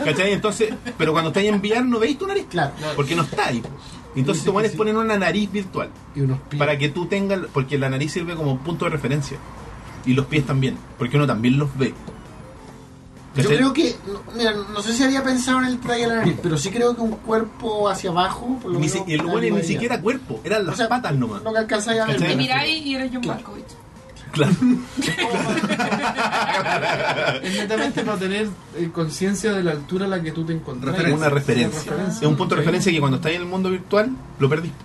A: ¿Cachai? Entonces, pero cuando estáis en VR no veis tu nariz.
B: Claro.
A: Porque no está ahí. Entonces,
E: Sí,
A: tu manes
E: sí.
A: ponen una nariz virtual.
E: Y unos pies.
A: Para que tú tengas. Porque la nariz sirve como punto de referencia. Y los pies también. Porque uno también los ve.
B: Yo
A: ¿Cachai?
B: creo que, no, mira, no sé si había pensado en el traje de la nariz, pero sí creo que un cuerpo hacia abajo, por lo
A: Ni
B: menos.
A: si- el
B: algo
A: bueno ni
B: haría.
A: siquiera cuerpo. Eran las
B: O sea,
A: patas nomás.
B: No que alcanzáis a ver.
A: ¿Cachai?
C: Y
B: me
C: miráis
B: refiero.
C: y eres John
B: Claro.
C: Malkovich.
A: Claro.
D: Es netamente para tener eh, conciencia de la altura a la que tú te encontrás.
A: Referencia. Una referencia.
D: Una
A: Es un punto de referencia que cuando estáis en el mundo virtual lo perdiste.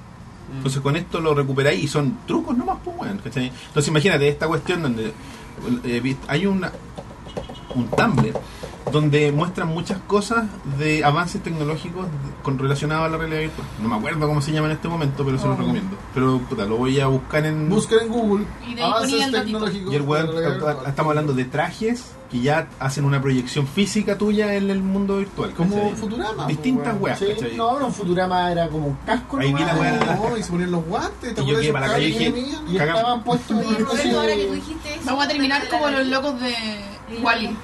A: Entonces con esto lo recuperáis y son trucos nomás, pues weón, ¿cachai? Entonces imagínate esta cuestión donde eh, vi- hay una, un Tumblr donde muestran muchas cosas de avances tecnológicos de- con relacionados a la realidad virtual. No me acuerdo cómo se llama en este momento, pero se los recomiendo. Pero puta, lo voy a buscar en
E: Busca en Google
F: Y de ahí ponía
E: avances
F: el datito.
E: tecnológicos.
A: y el weón,
E: para la guerra
A: a- a-
E: actual.
A: estamos hablando de trajes que ya hacen una proyección física tuya en el mundo virtual.
E: Como
A: ¿cachai?
E: Futurama,
A: Distintas
E: pues,
A: weas,
B: Sí,
A: ¿cachai?
B: no, no, un Futurama era como un casco.
A: Ahí vi la
B: nomás,
A: weá de
E: No, Oh, y se ponían los guantes. ¿te
A: Y yo
E: acuerdas
A: que
E: esos
A: para la calle
E: cables que
A: dije,
E: tenían?
B: Y
A: Cagamos.
B: estaban puestos en una especie
F: Roberto, pues, ahora que tú
B: de.
F: dijiste eso.
C: Vamos a terminar como los locos de Wally.
F: Wally.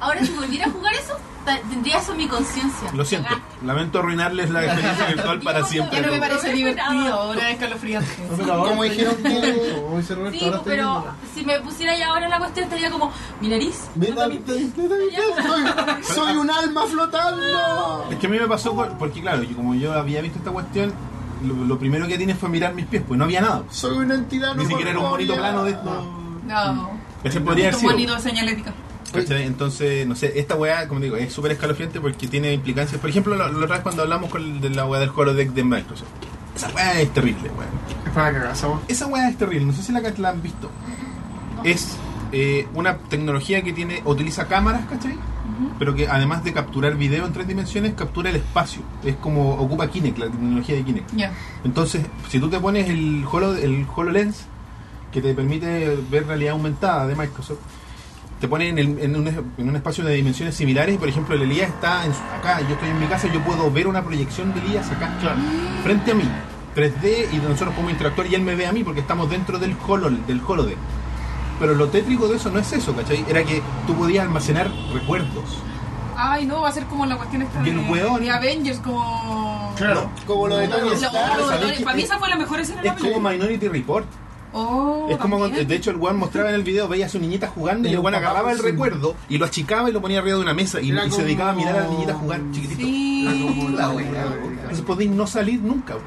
F: Ahora si volviera a jugar eso, ta- tendría eso en mi conciencia.
A: Lo siento,
F: Cagaste.
A: lamento arruinarles
C: [LAUGHS]
A: la experiencia virtual para siempre.
C: Ya no me
F: Pero-
C: parece divertido, ahora es escalofriante.
E: No, pero ahora
B: Como
E: estoy-
B: dijeron que.
F: [LAUGHS]
E: Como dice Roberto,
F: Sí,
E: ahora estoy
F: pero
E: viendo.
F: si me pusiera ya ahora en la cuestión estaría como, mi nariz.
B: Me
F: nota
B: da-
F: mi-
B: me da- me da- soy- Soy un alma flotando.
A: Es que a mí me pasó, con- porque claro, yo, como yo había visto esta cuestión, lo, lo primero que tiene fue mirar mis pies, pues no había nada.
B: Soy una entidad
A: Ni siquiera era un bonito
B: corpórea.
A: plano de esto.
C: No.
A: Ese podría haber
C: Un
A: sido.
C: bonito señalética.
A: ¿Cachai? Entonces, no sé, esta weá, como digo, es súper escalofriante porque tiene implicancias. Por ejemplo, la la otra vez cuando hablamos con el- de la weá del holodeck de Microsoft. Esa weá es terrible, weá.
E: Es para cagar, ¿sabes?
A: Esa weá es terrible, no sé si la, la han visto. Es eh, una tecnología que tiene utiliza cámaras, ¿cachai? Pero que además de capturar video en tres dimensiones, captura el espacio. Es como ocupa Kinect, la tecnología de Kinect.
C: Ya.
A: Entonces, si tú te pones el, Holo, el HoloLens, que te permite ver realidad aumentada de Microsoft, te pone en, el- en un, es- en un espacio de dimensiones similares. Por ejemplo, el Elías está en su- acá, yo estoy en mi casa, yo puedo ver una proyección de Elías acá, frente a mí, 3D, y nosotros podemos interactuar y él me ve a mí porque estamos dentro del Holo, del HoloLens. Pero lo tétrico de eso no es eso, ¿cachai? Era que tú podías almacenar recuerdos.
C: Ay, no, va a ser como la cuestión esta
A: Y
C: de,
A: el hueón.
C: de Avengers, como...
B: Claro. Como lo de Tony
C: Los-
B: Stark.
C: los-
A: ¿sabéis qué?
C: para mí esa fue la mejor escena de
A: Es
C: la
A: como
C: película.
A: Minority Report.
C: Oh,
A: Es como, cuando-
C: también.
A: de hecho, el Juan mostraba en el video, veía a su niñita jugando y
E: Y
A: el Juan
E: el papá,
A: agarraba el
E: sí.
A: recuerdo y lo achicaba y lo ponía arriba de una mesa y,
E: Era
A: y se dedicaba a
E: como-
A: mirar a la niñita jugar chiquitito.
C: Sí.
E: Ah,
A: La wea,
E: wea.
A: Entonces podéis no salir nunca. po.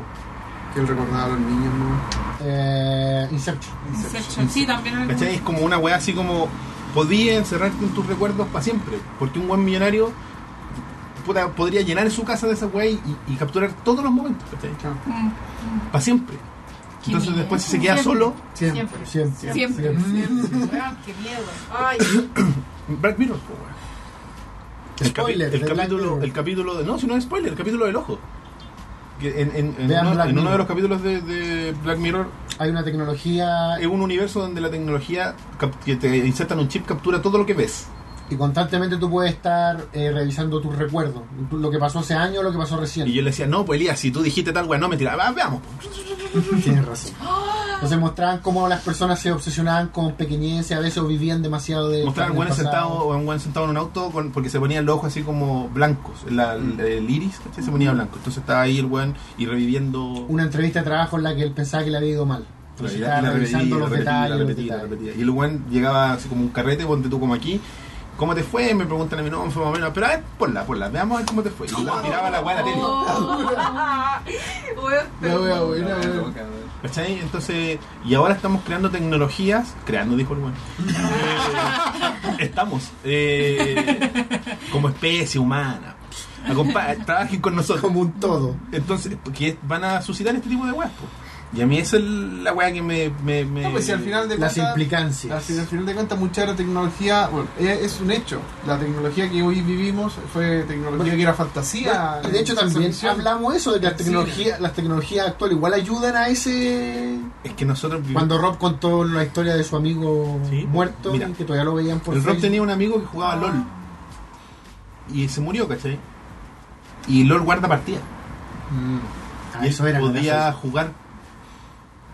E: Que él recordaba a los niños, ¿no?
B: Eh, Inception.
C: Inception, sí, también en el-
A: ¿Cachai? Es como una weá así como podía encerrarte en tus recuerdos para siempre. Porque un buen millonario puta, podría llenar su casa de esa weá y, y capturar todos los momentos.
C: Mm,
A: Para siempre.
F: Qué
A: Entonces
F: miedo.
A: después si se queda
F: Siempre.
A: solo,
E: Siempre.
F: Siempre.
B: Siempre.
C: Siempre.
F: Weón, qué miedo. Ay,
A: Black Mirror, po, weá. El, capi-
B: Spoiler
A: el
B: de Black
A: capítulo,
B: Mirror.
A: el capítulo de, no, si no es spoiler, el capítulo del ojo. Que en, en- en
B: Vean
A: uno,
B: Black
A: en uno de
B: Mirror.
A: los capítulos de, de Black Mirror
B: Hay una tecnología
A: es un universo donde la tecnología cap- que te insertan un chip captura todo lo que ves.
B: y constantemente tú puedes estar eh, revisando tus recuerdos. tú- Lo que pasó hace años, lo que pasó
A: Y
B: recién.
A: yo le decía, no, pues Elías, si tú dijiste tal weá, no, mentira, va, veamos. pues. po.
B: Tienes razón. Entonces mostraban cómo las personas se obsesionaban con pequeñeces, a veces o vivían demasiado de.
A: Mostraban
B: del
A: un
B: pasado.
A: sentado, un buen sentado en un auto con- porque se ponían los ojos así como blancos. La-
B: Mm.
A: la- el iris ¿cachai? se ponía blanco. Entonces estaba ahí el weón y reviviendo.
B: Una entrevista de trabajo en la que él pensaba que le había ido mal. Entonces
A: Y
B: estaba revisando los
A: repetía,
B: detalles. los
A: repetía,
B: detalles.
A: repetía. Y el buen llegaba así como un carrete, ponte tú como aquí. ¿Cómo te fue? Me preguntan a mi nombre, más o menos. Pero a ver, ponla, ponla, veamos a ver cómo te fue. Y la- miraba la weá a la tele.
C: [LAUGHS]
F: oh. Weón,
E: La
F: pero-
E: wea buena, weón.
H: Loca, weón.
A: ¿Cachai? Entonces, y ahora estamos creando tecnologías, creando, dijo el bueno. estamos, eh, como especie humana, Acompa- trabajen con nosotros.
B: Como un todo.
A: Entonces, que van a suscitar este tipo de weas, po. Y a mí esa es la wea que me... me, me-
E: No, pues si al final de
B: Las
E: cuentas-
B: implicancias.
E: Al, al final de cuentas, mucha de la tecnología, bueno, eh, es, es un hecho. La tecnología que hoy vivimos fue tecnología que era fantasía.
B: Y de hecho también
E: ciencia ficción.
B: hablamos eso de que las
E: Sí.
B: tecnologías, las tecnologías actuales igual ayudan a ese
A: Es que nosotros vivimos-
B: cuando Rob contó la historia de su amigo
A: Sí.
B: muerto
A: Mira.
B: que todavía lo veían por
A: el Rob
B: Facebook.
A: tenía un amigo que jugaba LOL. Y se murió, ¿cachai? Y LOL guarda partida.
B: Ah,
A: Y
B: eso era
A: podía
B: gracias.
A: jugar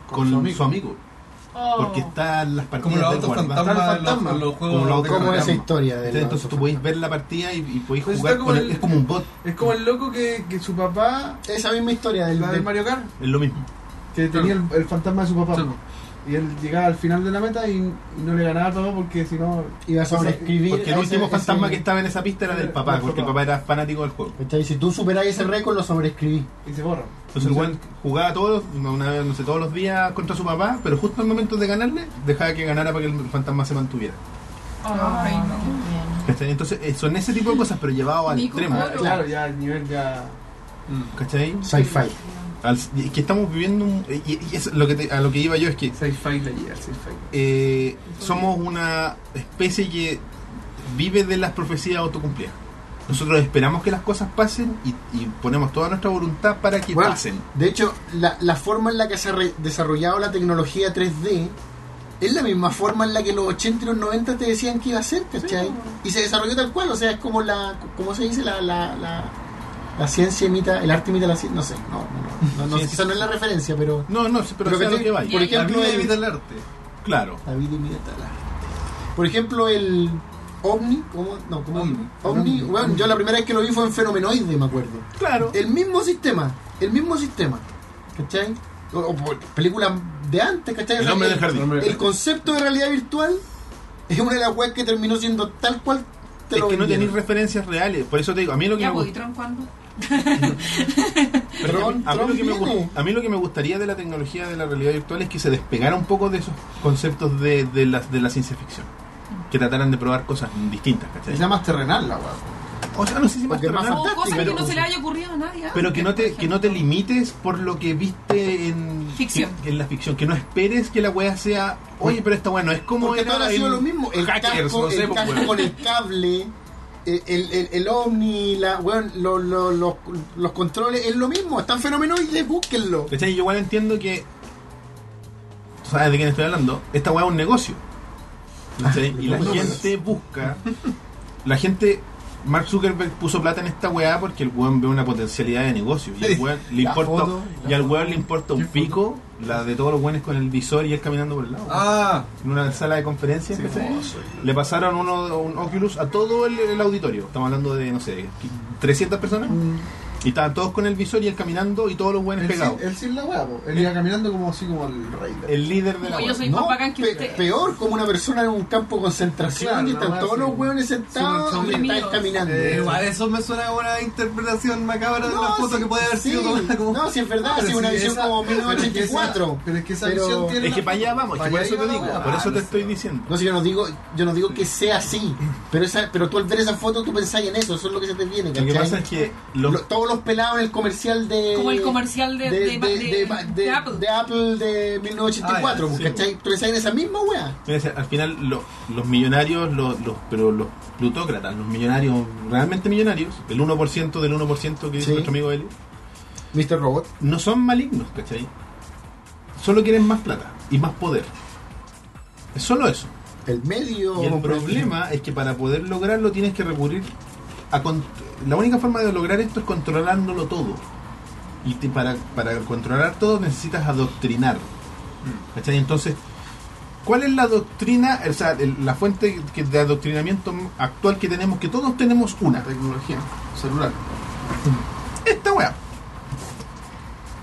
A: con,
E: Con su
A: su
E: amigo.
A: amigo.
F: Oh.
A: Porque están las partidas
H: Como los
A: de
H: autos
A: guarda.
H: fantasma de
E: Fantasma.
H: los, los juegos
A: Como los
H: de
A: autos
B: ¿Cómo
H: fantasma.
B: es esa
A: fantasma.
B: historia de
A: Entonces, entonces tú podéis ver la partida y, y podéis
E: Pues
A: jugar
E: está
A: con
E: como
A: él.
E: el-
A: Es como un bot,
E: Es como el loco que, que su papá,
B: esa misma historia del,
E: la del
B: del-
E: Mario Kart,
A: es lo mismo.
E: que tenía el, el fantasma de su papá.
H: Sí.
E: Y él llegaba al final de la meta y, y no le ganaba todo porque si no.
B: iba a sobreescribir
A: Porque el
B: ese-
A: último
B: ese-
A: fantasma que estaba en esa pista era del
E: Del
A: papá, porque el
E: papá.
A: papá era fanático del juego.
B: ¿Cachai? si tú superás ese récord lo sobreescribís
E: Y se borra.
A: Entonces el buen jugaba todos, una vez, no sé, todos los días contra su papá, pero justo al momento de ganarle, dejaba que ganara para que el fantasma se mantuviera.
C: Ay, no.
A: ¿Cachai? Entonces eh, son ese tipo de cosas, pero llevado al
C: Nico,
A: extremo.
C: claro.
E: Ah, Claro, ya el nivel ya.
A: ¿Cachai?
B: sci-fi
A: Al- y que estamos viviendo un- eh, y, y eso es lo que te- a lo que iba yo es que
E: Sci-fi la llega, sci-fi.
A: eh, somos una especie que vive de las profecías autocumplidas. Nosotros esperamos que las cosas pasen y, y ponemos toda nuestra voluntad para que
B: Bueno,
A: pasen.
B: de hecho la, la forma en la que se ha re- desarrollado la tecnología 3D es la misma forma en la que los 80 y los 90 te decían que iba a ser ¿cachai? y se desarrolló tal cual o sea es como la como se dice la, la, la, la ciencia imita el arte imita la ciencia no sé no, no,
A: [LAUGHS]
B: no, no,
A: Ciencia.
B: esa no es la referencia pero
A: No, no, pero,
B: Pero
A: sea
B: que
A: lo
B: te-
A: que vaya.
B: por
H: La
B: ejemplo
H: vida
B: el-
H: evita el arte.
A: Claro.
B: La vida inmediata al arte. Por ejemplo, el Omni, ¿cómo? No, ¿cómo?
H: Omni.
B: Omni, bueno, yo la primera vez que lo vi fue en Fenomenoide, me acuerdo.
A: Claro.
B: El mismo sistema, el mismo sistema, ¿cachai? O, o por películas de antes, ¿cachai? O
A: El
B: sea,
A: hombre del
B: el,
A: jardín.
B: el concepto de realidad virtual es una de las webs que terminó siendo tal cual te
A: Es
B: lo
A: que no tenéis
B: vendieron.
A: referencias reales. Por eso te digo, a mí lo que
C: Ya,
A: me gusta.
C: Buitrón, ¿cuándo?
A: Pero
B: Tron-
A: a, mí lo
B: Tron
A: que me
B: viene.
A: gust- a mí lo que me gustaría de la tecnología de la realidad virtual es que se despegara un poco de esos conceptos de, de, la, de la ciencia ficción. Que trataran de probar cosas distintas,
E: Es
A: ¿cachai?
E: la más terrenal la weá.
A: O sea, no sé si más
B: Porque más
A: terrenal,
C: O
B: Fantástico,
C: Oh, cosas que
A: pero-
C: no se le haya ocurrido a nadie. ¿ah?
A: pero que no te que no te
C: limites
A: limites por lo que viste en
C: Ficción.
A: que- en la ficción que no esperes que la weá sea oye pero esta weá no es como
B: Porque
A: era
B: todo ha sido
A: en
B: lo mismo. El
A: hackers
B: casco,
A: no sé
B: el
A: pues,
B: casco
A: weón.
B: con el cable, el, el, el- el ovni, la, weón, lo- lo- lo- los controles, es lo mismo. Están fenomenoides, búsquenlo.
A: ¿Cachai? Yo igual entiendo que. ¿Tú sabes de quién estoy hablando? Esta weá es
E: Ah,
A: un negocio. ¿Cachai? Y la
B: números.
A: gente busca. La gente Mark Zuckerberg puso plata en esta weá porque el weón ve una potencialidad de negocio. Y, el weón le
E: La
A: importa,
E: foto,
A: y al weón le importa un pico la de todos los weones con el visor y él caminando por el lado.
H: Ah,
A: En una sala de conferencias, ¿cachai? le pasaron uno, un Oculus a todo el, el auditorio. Estamos hablando de, no sé, 300 personas.
E: Mm.
A: Y estaban todos con el visor y él caminando y todos los buenos
E: Él
A: pegados.
E: sin, él sin la hueá, po. él iba caminando como así como el rey.
B: Eh,
A: El líder de la
C: Como yo
A: web.
C: soy
B: No,
C: más bacán que
B: pe-
C: usted.
B: peor, como una persona en un campo de concentración
E: Claro,
B: y
E: la
B: están
E: weá
B: todos
E: así,
B: los
E: como-
B: hueones sentados
E: súper
B: y
F: zombies.
B: están caminando.
H: eh, igual eso me suena a una interpretación macabra de la foto
B: sí,
H: que puede haber sido
B: sí.
H: tomada como... [LAUGHS]
B: No, si es verdad,
E: Pero
B: si ah, una
E: si
B: visión
E: [LAUGHS] esa-
B: como
E: pero es que esa-
B: 1984.
E: pero es que esa
B: Pero-
E: visión tiene-
A: Es que para allá vamos, es que
E: Para
A: por
E: allá
A: eso te
E: iba la
A: digo,
E: wea.
A: por eso
E: Ah,
A: te
E: no
A: estoy
E: sé.
A: diciendo.
B: No, si yo no digo, yo no digo que sea así, pero esa, pero tú al ver esa foto tú pensáis en eso, eso es lo que se te viene.
A: Lo que
B: ¿cachai?
A: pasa es que
B: Lo-
A: los,
B: todos los pelados en el comercial de.
C: Como el comercial de, de,
B: Eh, de, de, de- de-
C: de Apple.
B: de Apple de 1984,
A: Ah, ya, sí,
B: pues, ¿cachai? Tú pensás en esa misma wea.
A: Mira, o sea, al final lo- los millonarios, los, los- pero los plutócratas, los millonarios realmente millonarios, el 1% del 1% que dice
B: Sí.
A: nuestro amigo Eli,
B: Mr. Robot.
A: no son malignos, ¿cachai? Solo quieren más plata y más poder. Es solo eso.
B: El medio.
A: Y el
B: hombre.
A: problema es que para poder lograrlo tienes que recurrir a... con- La única forma de lograr esto es controlándolo todo. Y te- para, para controlar todo necesitas adoctrinar.
E: Mm.
A: ¿Cachai? Entonces, ¿cuál es la doctrina, o sea, el- la fuente que- de adoctrinamiento actual que tenemos? Que todos tenemos una.
E: tecnología celular.
A: Esta weá.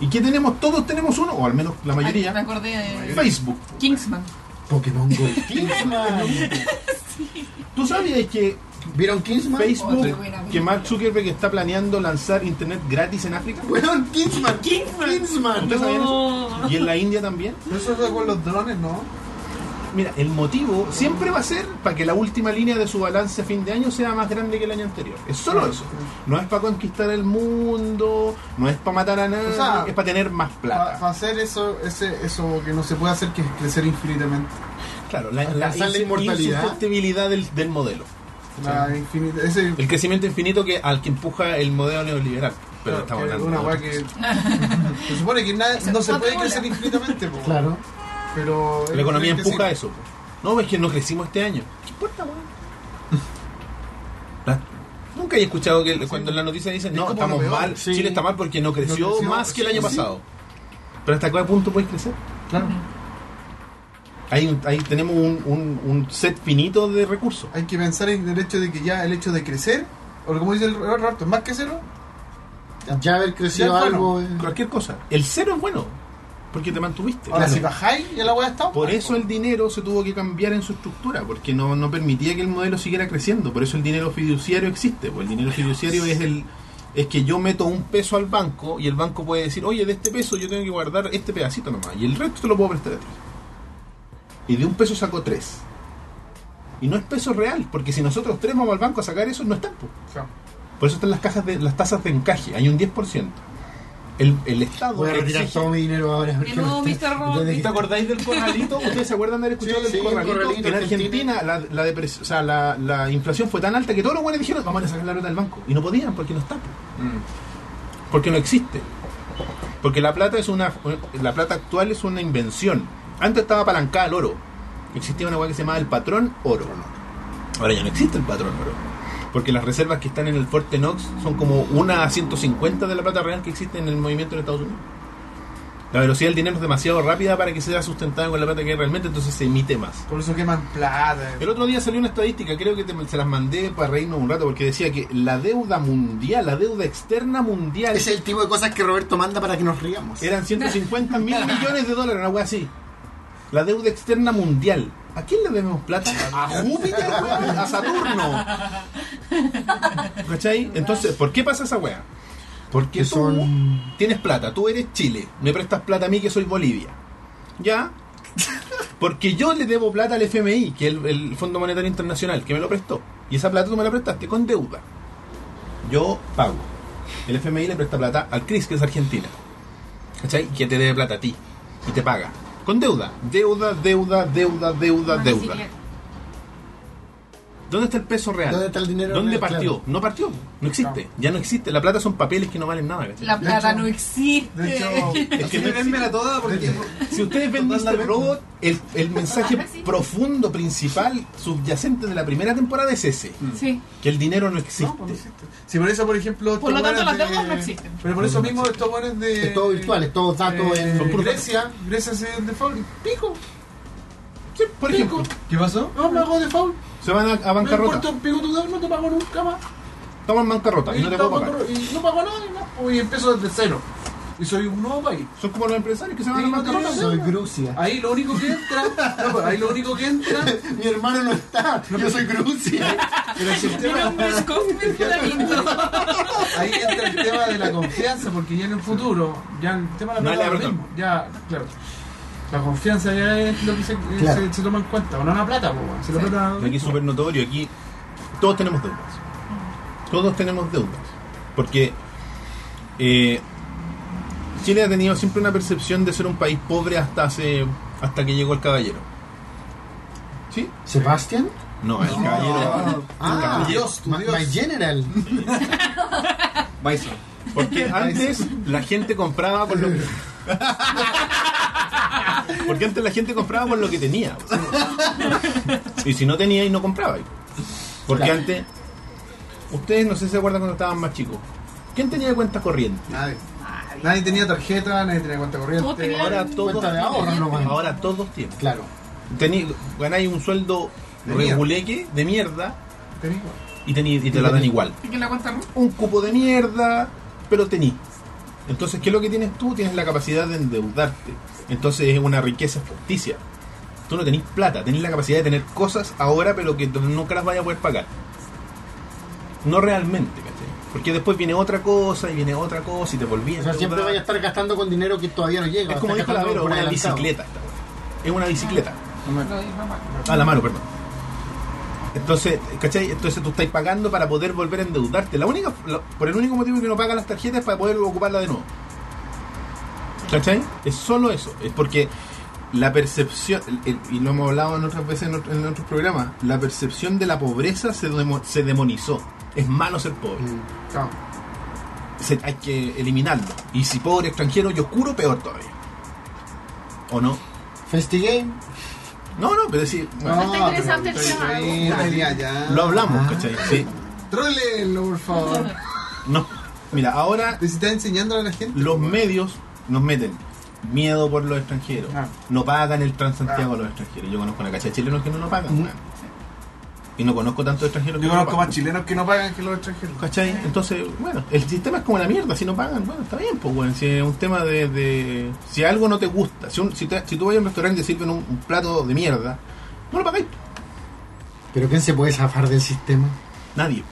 A: ¿Y qué tenemos? Todos tenemos uno, o al menos la
C: Ay, me
A: mayoría.
C: acordé de
A: Facebook.
C: Kingsman.
E: Pokémon Go.
B: Kingsman.
A: ¿Tú sabías que
B: ¿Vieron Kingsman?
A: Facebook,
C: Otra buena
A: que
C: película.
A: Mark Zuckerberg está planeando lanzar internet gratis en África?
B: Weón, Kingsman.
C: Kingsman.
B: Kingsman.
A: ¿Ustedes sabían eso?
C: No.
A: Y en la India también.
E: Eso es con los drones, ¿no?
A: Mira, el motivo siempre va a ser para que la última línea de su balance a fin de año sea más grande que el año anterior. Es solo eso. No es para conquistar el mundo, no es para matar a nadie,
E: O sea,
A: es para tener más
E: Para
A: plata.
E: hacer eso, ese, eso que no se puede hacer, que es crecer infinitamente.
A: claro, la, la,
B: alcanzar la
A: insu-
B: inmortalidad.
A: insustentabilidad del, del modelo.
E: La infinita, ese,
A: El crecimiento infinito que al que empuja el modelo neoliberal. Pero estamos
E: que
A: hablando
E: una
A: de
E: weá
A: otra
E: que. se supone que nada- no se puede crecer infinitamente, po.
B: Claro.
E: Pero.
A: La economía
E: es que
A: empuja
E: sí.
A: eso. po. No, es que no crecimos este año. ¿Qué importa, weón? La- Nunca he escuchado que cuando en la noticia dicen,
E: Es
A: no,
E: como
A: estamos
E: lo peor,
A: mal,
B: sí.
A: Chile está mal porque no creció,
E: creció,
A: más que el
E: sí,
A: año
E: sí.
A: pasado. Pero hasta qué punto puedes crecer.
E: Claro.
A: Ahí, ahí tenemos un, un- un set finito de recursos.
E: Hay que pensar en el hecho de que ya el hecho de crecer, o como dice el Roberto, más que cero,
B: Ya haber crecido
E: Ya, bueno,
B: algo. eh.
A: Cualquier cosa. El cero es bueno, porque te mantuviste.
E: ahora
A: Claro.
E: si bajáis, ya la weá está.
A: Por eso el dinero se tuvo que cambiar en su estructura, porque no, no permitía que el modelo siguiera creciendo. Por eso el dinero fiduciario existe. Pues el dinero fiduciario es el es que yo meto un peso al banco y el banco puede decir, oye, de este peso yo tengo que guardar este pedacito nomás y el resto te lo puedo prestar a ti. Y de un peso sacó tres. Y no es peso real, porque si nosotros tres vamos al banco a sacar eso, no están. pues.
E: Claro.
A: Por eso están las cajas de las tasas de encaje, hay un 10%. El, el Estado...
E: pues,
B: Voy a retirar
A: exige-
B: todo mi dinero ahora. porque
C: De nuevo,
B: me está-
C: Mr. Robot.
B: desde que-
A: ¿Te acordáis del corralito? ¿Ustedes se acuerdan de haber escuchado
B: Sí,
A: del
B: sí, el
A: corralito?
B: corralito
A: En
B: argentino.
A: Argentina la, la, depres- o sea, la, la inflación fue tan alta que todos los buenos dijeron vamos a sacar la plata del banco. Y no podían porque no está.
B: Mm.
A: Porque no existe. Porque la plata es una la plata actual es una invención. Antes estaba apalancada al oro. Existía una hueá que se llamaba el patrón oro. Ahora ya no existe el patrón oro. Porque las reservas que están en el Fuerte Knox son como una a 150 de la plata real que existe en el movimiento en Estados Unidos. La velocidad del dinero es demasiado rápida para que sea sustentada con la plata que hay realmente, entonces se emite más.
E: Por eso queman plata.
A: El otro día salió una estadística, creo que te- se las mandé para reírnos un rato, porque decía que la deuda mundial, la deuda externa mundial,
B: Es el tipo de cosas que Roberto manda para que nos riamos.
A: eran 150 mil millones de dólares, una wea así. La deuda externa mundial. ¿A quién le debemos plata? A Júpiter, weón, a Saturno. ¿Cachai? Entonces, ¿por qué pasa esa wea? Porque
B: Que
A: tú
B: son-
A: tienes plata, tú eres Chile, me prestas plata a mí que soy Bolivia. ¿Ya? Porque yo le debo plata al FMI, que es el, el Fondo Monetario Internacional, que me lo prestó. Y esa plata tú me la prestaste con deuda. Yo pago. El FMI le presta plata al CRIS, que es Argentina. ¿Cachai? Que te debe plata a ti. Y te paga. Con deuda. Deuda, deuda, deuda, deuda,
F: Una
A: deuda.
F: bicicleta.
A: ¿Dónde está el peso real?
B: ¿Dónde está el dinero
A: ¿Dónde
B: real?
A: partió?
B: Claro.
A: No partió, no existe, ya no existe. La plata son papeles que no valen nada. ¿cachai?
C: La plata
B: hecho-
C: [LAUGHS] no existe.
H: De hecho,
A: Es que
H: [LAUGHS] así
A: no
H: vénmela toda porque
A: Si ustedes ven Mr.
H: Totalmente.
A: Robot, el, el mensaje
F: Ah, sí.
A: profundo, principal, subyacente de la primera temporada es ese:
C: Sí.
A: que el dinero no existe.
E: No, pues no existe. Si por eso, por ejemplo.
C: Por lo
E: estos
C: tanto, las
E: buenos de-
C: deudas no existen.
E: Pero por eso mismo, estos buenos de.
B: Es todo virtual, es todo dato
E: eh,
B: en-
A: Son puros
E: Grecia, Grecia se default. Pico.
A: Sí, por ejemplo,
H: ¿Qué pasó?
E: No me hago default.
A: se van a, a
E: No
A: bancarrota.
E: importa un pico tu deuda, no te pago nunca más.
A: Toman bancarrota y no te puedo
E: estamos
A: pagar.
E: con- y no pago nada y no- y empiezo desde cero. Y soy un nuevo país.
A: Son como los empresarios que se van
E: Sí,
A: a
E: no
A: bancarrota.
E: tenemos-
B: Soy Grucia.
E: Ahí lo único que entra, no, pues, ahí lo único que entra
B: Mi hermano no está, yo soy Grucia.
E: en el
C: Mi
E: sistema,
C: nombre es Cosme Flamingo.
E: ahí entra el tema de la confianza, porque ya en el futuro, ya el tema de
A: No
E: la
A: hay
E: plata es lo
A: la
E: mismo, ya, claro. La confianza ya es lo que se, eh,
B: Claro.
E: se- se toma en cuenta, no la plata, po, weón, si la plata
A: Aquí es súper notorio, aquí todos tenemos deudas. Todos tenemos deudas. Porque eh, Chile ha tenido siempre una percepción de ser un país pobre hasta hace hasta que llegó el caballero. ¿Sí?
B: ¿Sebastián?
A: No, el caballero.
B: Ah,
H: Dios, tu
B: my,
H: Dios.
B: my general.
H: Bison.
A: Porque antes la gente compraba por lo
B: [LAUGHS]
A: que. Porque antes la gente compraba por lo que tenía. Y si no tenía y no compraba. Porque antes. Ustedes no sé si se acuerdan cuando estaban más chicos. ¿Quién tenía cuenta corriente?
E: Nadie. Nadie tenía tarjeta, nadie tenía cuenta
F: Todos
E: corriente.
F: tenían-
A: Ahora todos
B: Cuenta de
A: tienen.
B: ahorro nomás.
A: Ahora todos tienen.
B: Claro.
A: Tení, ganáis un sueldo
E: De
A: reguleque de mierda
E: Tenía igual.
A: y, tení- y te la dan igual.
C: ¿Y quién la cuenta Ruth?
A: Un cupo de mierda, pero tení. Entonces, ¿qué es lo que tienes tú? Tienes la capacidad de endeudarte. Entonces es una riqueza ficticia. Tú no tenés plata, tenés la capacidad de tener cosas ahora, pero que tú nunca las vayas a poder pagar. No realmente, ¿cachai? Porque después viene otra cosa y viene otra cosa y te volvías.
B: O sea, siempre
A: endeudar.
B: vaya a estar gastando con dinero que todavía no llega.
A: Es como dijo
B: Está
A: la
B: gastando
A: Vero,
B: por
A: una
B: adelantado.
A: bicicleta. esta weá. Es una bicicleta.
C: Lo dijo mamá.
A: A la mano, perdón. Entonces, ¿cachai? Entonces tú estás pagando para poder volver a endeudarte. La única, la- por el único motivo que no pagan las tarjetas es para poder ocuparla de nuevo. ¿Cachai? Es solo eso. Es porque la percepción, el- el- y lo hemos hablado en otras veces en, otro- en otros programas, la percepción de la pobreza se, demo- se demonizó. Es malo ser pobre.
B: Mm,
E: Chao.
A: Se- hay que eliminarlo. Y si pobre extranjero y oscuro, peor todavía. ¿O no?
B: Festigame.
A: No, no, pero decir, bueno,
F: está interesante el tema.
A: lo
E: Ah.
A: hablamos, ¿cachai? Sí.
E: Trólenlo, por favor.
A: No. Mira, ahora
E: Les está enseñando a la gente.
A: los medios nos meten miedo por los extranjeros.
E: Ah.
A: No pagan el Transantiago a los extranjeros. Yo conozco una cacha de chilenos que no lo pagan. weón. Y no conozco tantos extranjeros que
E: Mm. Yo conozco
A: no lo
E: más chilenos que no pagan que los extranjeros.
A: ¿Cachai? Entonces, bueno, el sistema es como la mierda. Si no pagan, bueno, está bien, pues, bueno. Si es un tema de. de- si algo no te gusta, si, un- si, te- si tú vas a un restaurante y te sirven un, un plato de mierda, no lo pagáis.
B: Pero ¿quién se puede zafar del sistema?
A: Nadie.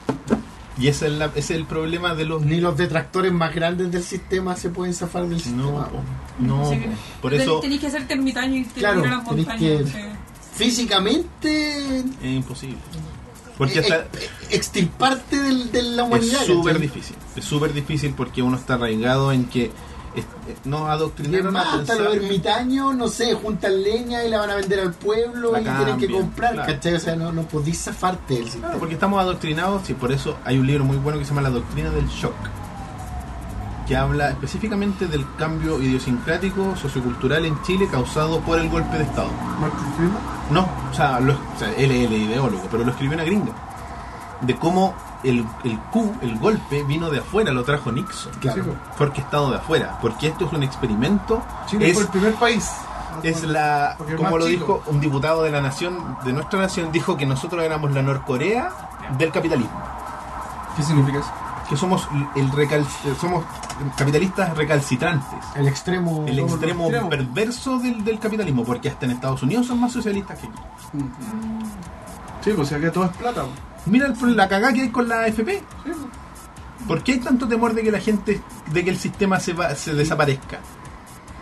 A: Y ese es, la- ese es el problema de los.
B: Ni los detractores más grandes del sistema se pueden zafar
A: No,
B: del sistema.
A: po. no.
C: Sí.
A: po. Por eso
C: Tenéis que hacerte ermitaño y te
B: Claro,
C: ir a las
B: tenés
C: montañas.
B: que-
C: sí.
B: Físicamente,
A: es imposible. Porque
B: eh,
A: hasta.
B: eh, extirparte del- de la
A: Es
B: humanidad.
A: súper
B: ¿cachai?
A: difícil. Es súper difícil porque uno está arraigado en que es- eh, nos
B: Y es
A: adoctrinaron
B: más,
A: a
B: hasta
A: pensar.
B: los ermitaños, no sé, juntan leña y la van a vender al pueblo
A: La
B: y tienen que
A: cambian,
B: comprar,
A: claro.
B: ¿cachai? O sea, no, no podís zafarte del sistema.
A: Claro, Ah. porque estamos adoctrinados y por eso hay un libro muy bueno que se llama La Doctrina del Shock, que habla específicamente del cambio idiosincrático sociocultural en Chile causado por el golpe de Estado.
E: Martín Friedman.
A: No, o sea, lo- o sea, él es el ideólogo, pero lo escribió una gringa. De cómo el, el Q, el golpe, vino de afuera, lo trajo Nixon.
B: Claro.
E: Sí, po.
A: Fue orquestado de afuera, porque esto es un experimento.
E: Chile
A: es
E: fue el primer país.
A: Es la,
E: Porque es
A: como
E: más
A: lo
E: chico.
A: dijo un diputado de la nación, de nuestra nación, dijo que nosotros éramos la Norcorea del capitalismo,
H: ¿Qué significa eso?
A: que somos el recal, eh, somos capitalistas recalcitrantes,
B: El extremo.
A: el
E: Somos los
A: extremo
E: extremos.
A: perverso del, del capitalismo, porque hasta en Estados Unidos son más socialistas que aquí.
E: Sí, pues si acá todo es plata. po.
A: Mira el- la cagada que hay con la AFP. ¿Por qué hay tanto temor de que la gente, de que el sistema se, va- se desaparezca?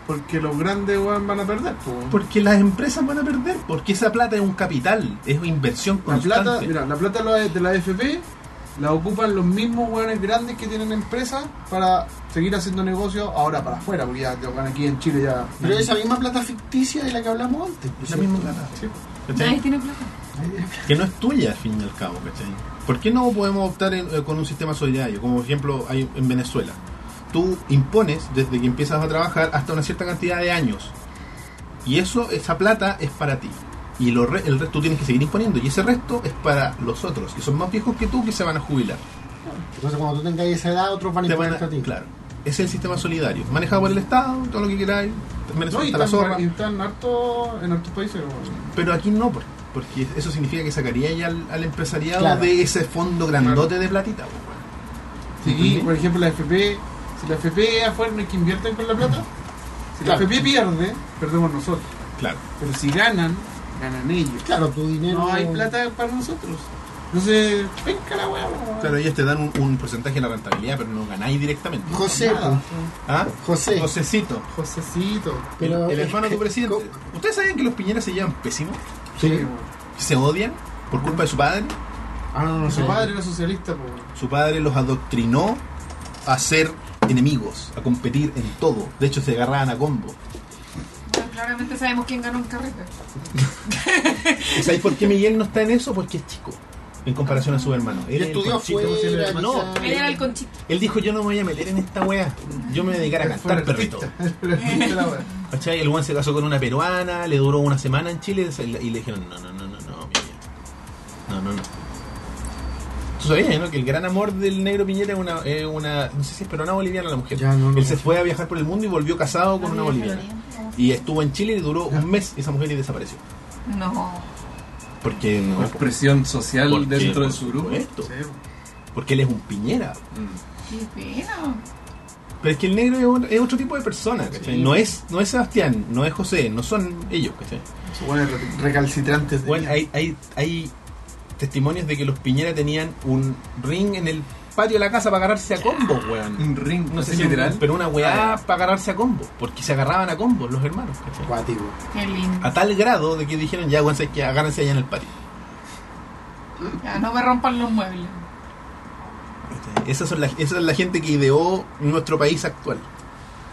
E: Porque los grandes weón van a perder. po.
A: Porque las empresas van a perder, porque esa plata es un capital, es una inversión
E: La
A: constante.
E: plata, mira, la plata lo- de la AFP la ocupan los mismos weones grandes que tienen empresas para seguir haciendo negocio ahora para afuera, porque ya tocan aquí en Chile ya.
B: Pero esa misma plata ficticia de la que hablamos antes. pues,
A: Es la misma plata.
E: Sí.
A: ¿Cachai?
C: Nadie tiene plata.
A: que no es tuya al fin y al cabo, ¿cachai? ¿Por qué no podemos optar en- eh, con un sistema solidario? Como por ejemplo hay en Venezuela. Tú impones desde que empiezas a trabajar hasta una cierta cantidad de años. Y eso, esa plata es para ti. Y lo re- el resto tú tienes que seguir imponiendo. Y ese resto es para los otros, que son más viejos que tú, que se van a jubilar.
B: Entonces, cuando tú tengas esa edad, otros van a
A: Te van
B: imponer
A: a-
B: esto a ti.
A: claro. Es el sistema solidario. Manejado por el Estado, todo lo que queráis.
E: No,
A: Venezuela
E: y
A: está la zorra.
E: están, y están harto, en hartos países. weón.
A: Pero aquí no, por- porque eso significa que sacaría ya al, al empresariado
B: Claro.
A: de ese fondo grandote de platita. pues, weón.
E: Sí, por ejemplo, la FP, si la FP afuera no es que invierten con la plata, si
B: Claro.
E: la FP pierde, perdemos nosotros.
A: Claro.
E: Pero si ganan, ganan ellos.
B: Claro, tu dinero.
E: No hay plata para nosotros. Entonces, venga la weá. weón.
A: Claro, ellos te dan un, un porcentaje de la rentabilidad, pero no ganáis directamente.
B: José,
E: Nada.
A: ¿Ah?
B: José.
A: Josecito,
E: Josecito.
A: el,
B: Pero
A: el
B: es
A: hermano de
B: que-
A: tu presidente.
B: co-
A: ¿Ustedes sabían que los Piñeras se llevan pésimos?
E: Sí,
B: Sí.
E: weón.
A: ¿Se odian por culpa de su padre?
B: Ah, no, no,
E: Su
B: sé.
E: padre era socialista, po, weón.
A: Su padre los adoctrinó a ser enemigos, a competir en todo. De hecho, se agarraban a combo.
C: Bueno, claramente sabemos quién ganó un carrete.
A: ¿Y ¿Sabéis por qué Miguel no está en eso? Porque es chico, en comparación a su hermano. Él
B: Y
A: es el
B: estudió
A: conchito.
B: fuera.
A: No,
B: quizá.
C: Él era el conchito.
A: Él dijo, yo no me voy a meter en esta wea. Yo me voy a dedicar a cantar, perrito.
E: La weá.
A: ¿Cachai? El weón se casó con una peruana, le duró una semana en Chile se- y le dijeron, no, no, no, no, no, Piñera. No, no, no. Tú sabías, eh, ¿no? Que el gran amor del negro Piñera es una, es una no sé si es peruana o boliviana la mujer.
B: Ya, no, no,
A: Él se
B: no.
A: fue a viajar por el mundo y volvió casado con una boliviana. Y estuvo en Chile y duró un mes esa mujer y desapareció.
C: No.
A: Porque no.
H: Por presión social
A: porque,
H: dentro de
A: por
H: su grupo.
A: supuesto.
E: Sí, weón.
A: Porque él es un Piñera.
C: Qué pena.
A: Pero es que el negro es otro, es otro tipo de persona, ¿cachai? No, es, no es Sebastián, no es José, no son ellos, ¿cachai?
E: Esos weones re- recalcitrantes. de
A: Bueno,
E: mierda.
A: hay, hay, hay testimonios de que los Piñera tenían un ring en el patio de la casa para agarrarse a combo, weón.
H: Un ring,
A: No sé si
H: literal.
A: un- pero una weá para agarrarse a combo, porque se agarraban a combos los hermanos, ¿cachai?
B: Cuático.
C: Qué lindo.
A: A tal grado de que dijeron, ya, weón, sabes que agárrense allá en el patio.
C: Ya, no me rompan los muebles.
A: ¿cachai? Esa, son la, esa es la gente que ideó nuestro país actual.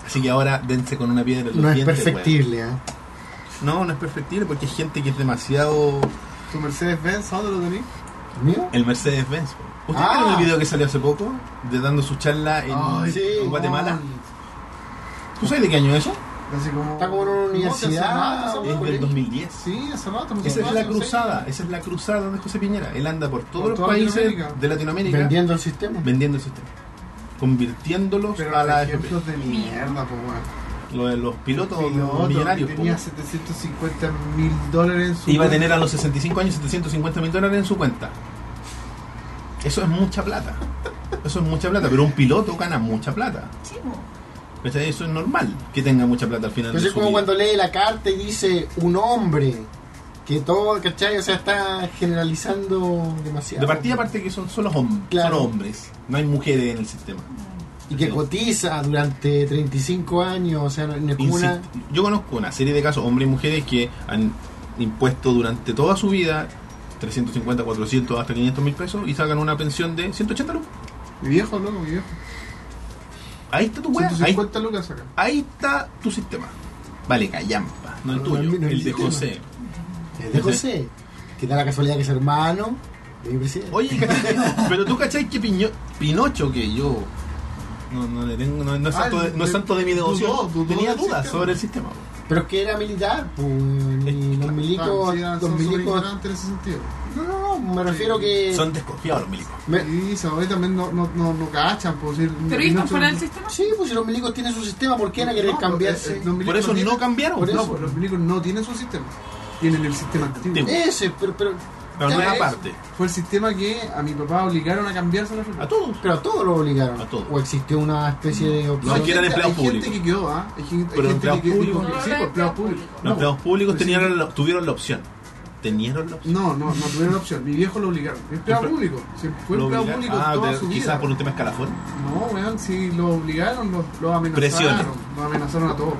A: Así que ahora dense con una piedra en los
B: No es
A: dientes, weón.
B: perfectible, ¿eh?
A: No, no es perfectible porque es gente que es demasiado...
E: ¿Tu Mercedes-Benz? ¿a ¿Dónde lo tenés?
B: ¿Mío?
A: El Mercedes-Benz. weón. ¿Ustedes
B: Ah.
A: vieron el video que salió hace poco? De dando su charla en,
E: Ay,
B: sí,
A: en Guatemala.
E: weón.
A: ¿Tú sabes de qué año es eso?
E: Así como-
B: Está como en una
E: No, si hace
B: universidad,
E: rato, esa
B: es
E: weá,
A: Es del
E: colegio.
A: 2010.
E: Sí, hace rato.
A: Esa
E: hace
A: es
E: rato,
A: la
E: sí.
A: cruzada, esa es la cruzada de José Piñera. Él anda por todos
E: Por
A: los
E: toda
A: países
E: Latinoamérica.
A: de Latinoamérica vendiendo,
B: Vendiendo el sistema.
A: el sistema, convirtiéndolos
E: Pero
A: a la AFP.
E: ejemplos de mierda, po, weón.
A: Lo de los pilotos
E: Piloto
A: millonarios.
E: que
A: po.
E: Tenía 750 mil dólares en su.
A: Iba a tener a los 65 años 750 mil dólares en su cuenta. Eso es mucha plata. Eso es mucha plata, pero un piloto gana mucha plata.
C: Chivo.
A: ¿Cachai? Eso es normal que tenga mucha plata al final. de
B: Entonces,
A: su
B: como
A: vida.
B: cuando lee la carta y dice un hombre, que todo, ¿cachai? O sea, está generalizando demasiado.
A: De partida aparte que son solo hombres,
B: Claro.
A: son hombres, no hay mujeres en el sistema.
B: Y que cotiza durante 35 años, o sea, no no es como una.
A: Insisto, yo conozco una serie de casos, hombres y mujeres, que han impuesto durante toda su vida 350, 400, hasta 500 mil pesos y sacan una pensión de 180 lucas.
E: Mi viejo, loco, mi viejo.
A: Ahí está tu weá, ahí,
E: 150 lucas acá.
A: ahí está tu sistema. Vale, callampa, no el
B: No,
A: tuyo,
B: no, no,
A: el de
B: el sistema.
A: José.
B: Es de José, que da la casualidad que es hermano de mi presidente.
A: Oye, [LAUGHS] ¿cachai? pero tú cachai que Piño- Pinocho, que yo no, no le tengo, no, no es,
E: Ah,
A: santo de, no es
E: de-
A: santo de mi devoción,
E: dudó, dudó
A: tenía
E: del
A: dudas
E: sistema.
A: sobre el sistema. po.
B: Pero es que era militar, pues, y los milicos.
E: Ah, sí,
B: los
E: son
B: milicos
E: sobreignorantes en ese sentido.
B: no, no, no, me refiero
E: Eh,
B: que.
A: Son desconfiados los milicos.
B: me-
E: Y Saboy también no, no, no, no cachan, por decir.
C: Pero
E: y
C: ¿y
E: no
C: están fuera
E: son-
C: del sistema?
B: Sí, pues si los milicos tienen su sistema, ¿por qué van a querer
E: No,
B: cambiarse?
E: eh, los milicos
A: Por eso pues. no
E: tienen-
A: cambiaron.
E: Por
A: No,
E: eso, los milicos no tienen su sistema. Tienen el sistema antiguo.
A: Antiguo.
B: Ese, pero, pero, eh,
A: Pero no
E: Ya,
A: es
E: eso.
A: aparte.
E: Fue el sistema que a mi papá obligaron a cambiarse la
A: A
E: reforma.
A: todos.
B: pero a todos lo obligaron.
A: A todos.
B: O existió una especie de
A: No,
B: opción.
A: aquí eran empleados
E: hay gente
A: públicos.
E: que quedó, ¿ah? Hay gente, hay
A: Pero
E: gente
A: empleados
E: que quedó.
A: públicos.
E: Sí, pues, empleados públicos.
A: Los empleados públicos
E: Pues
A: tenían
E: sí.
A: la- tuvieron la opción. Tenieron la opción.
E: No, no, no tuvieron opción. Mi viejo lo obligaron. Fue empleado
A: Pero-
E: público. Sí, fue
A: Lo
E: empleado
A: obligaron-
E: público
A: ah,
E: toda
A: de-
E: su
A: quizás
E: vida.
A: por un tema escalafón.
E: No, weón, si lo obligaron, lo, lo amenazaron.
A: Presiones.
E: Lo amenazaron a todos.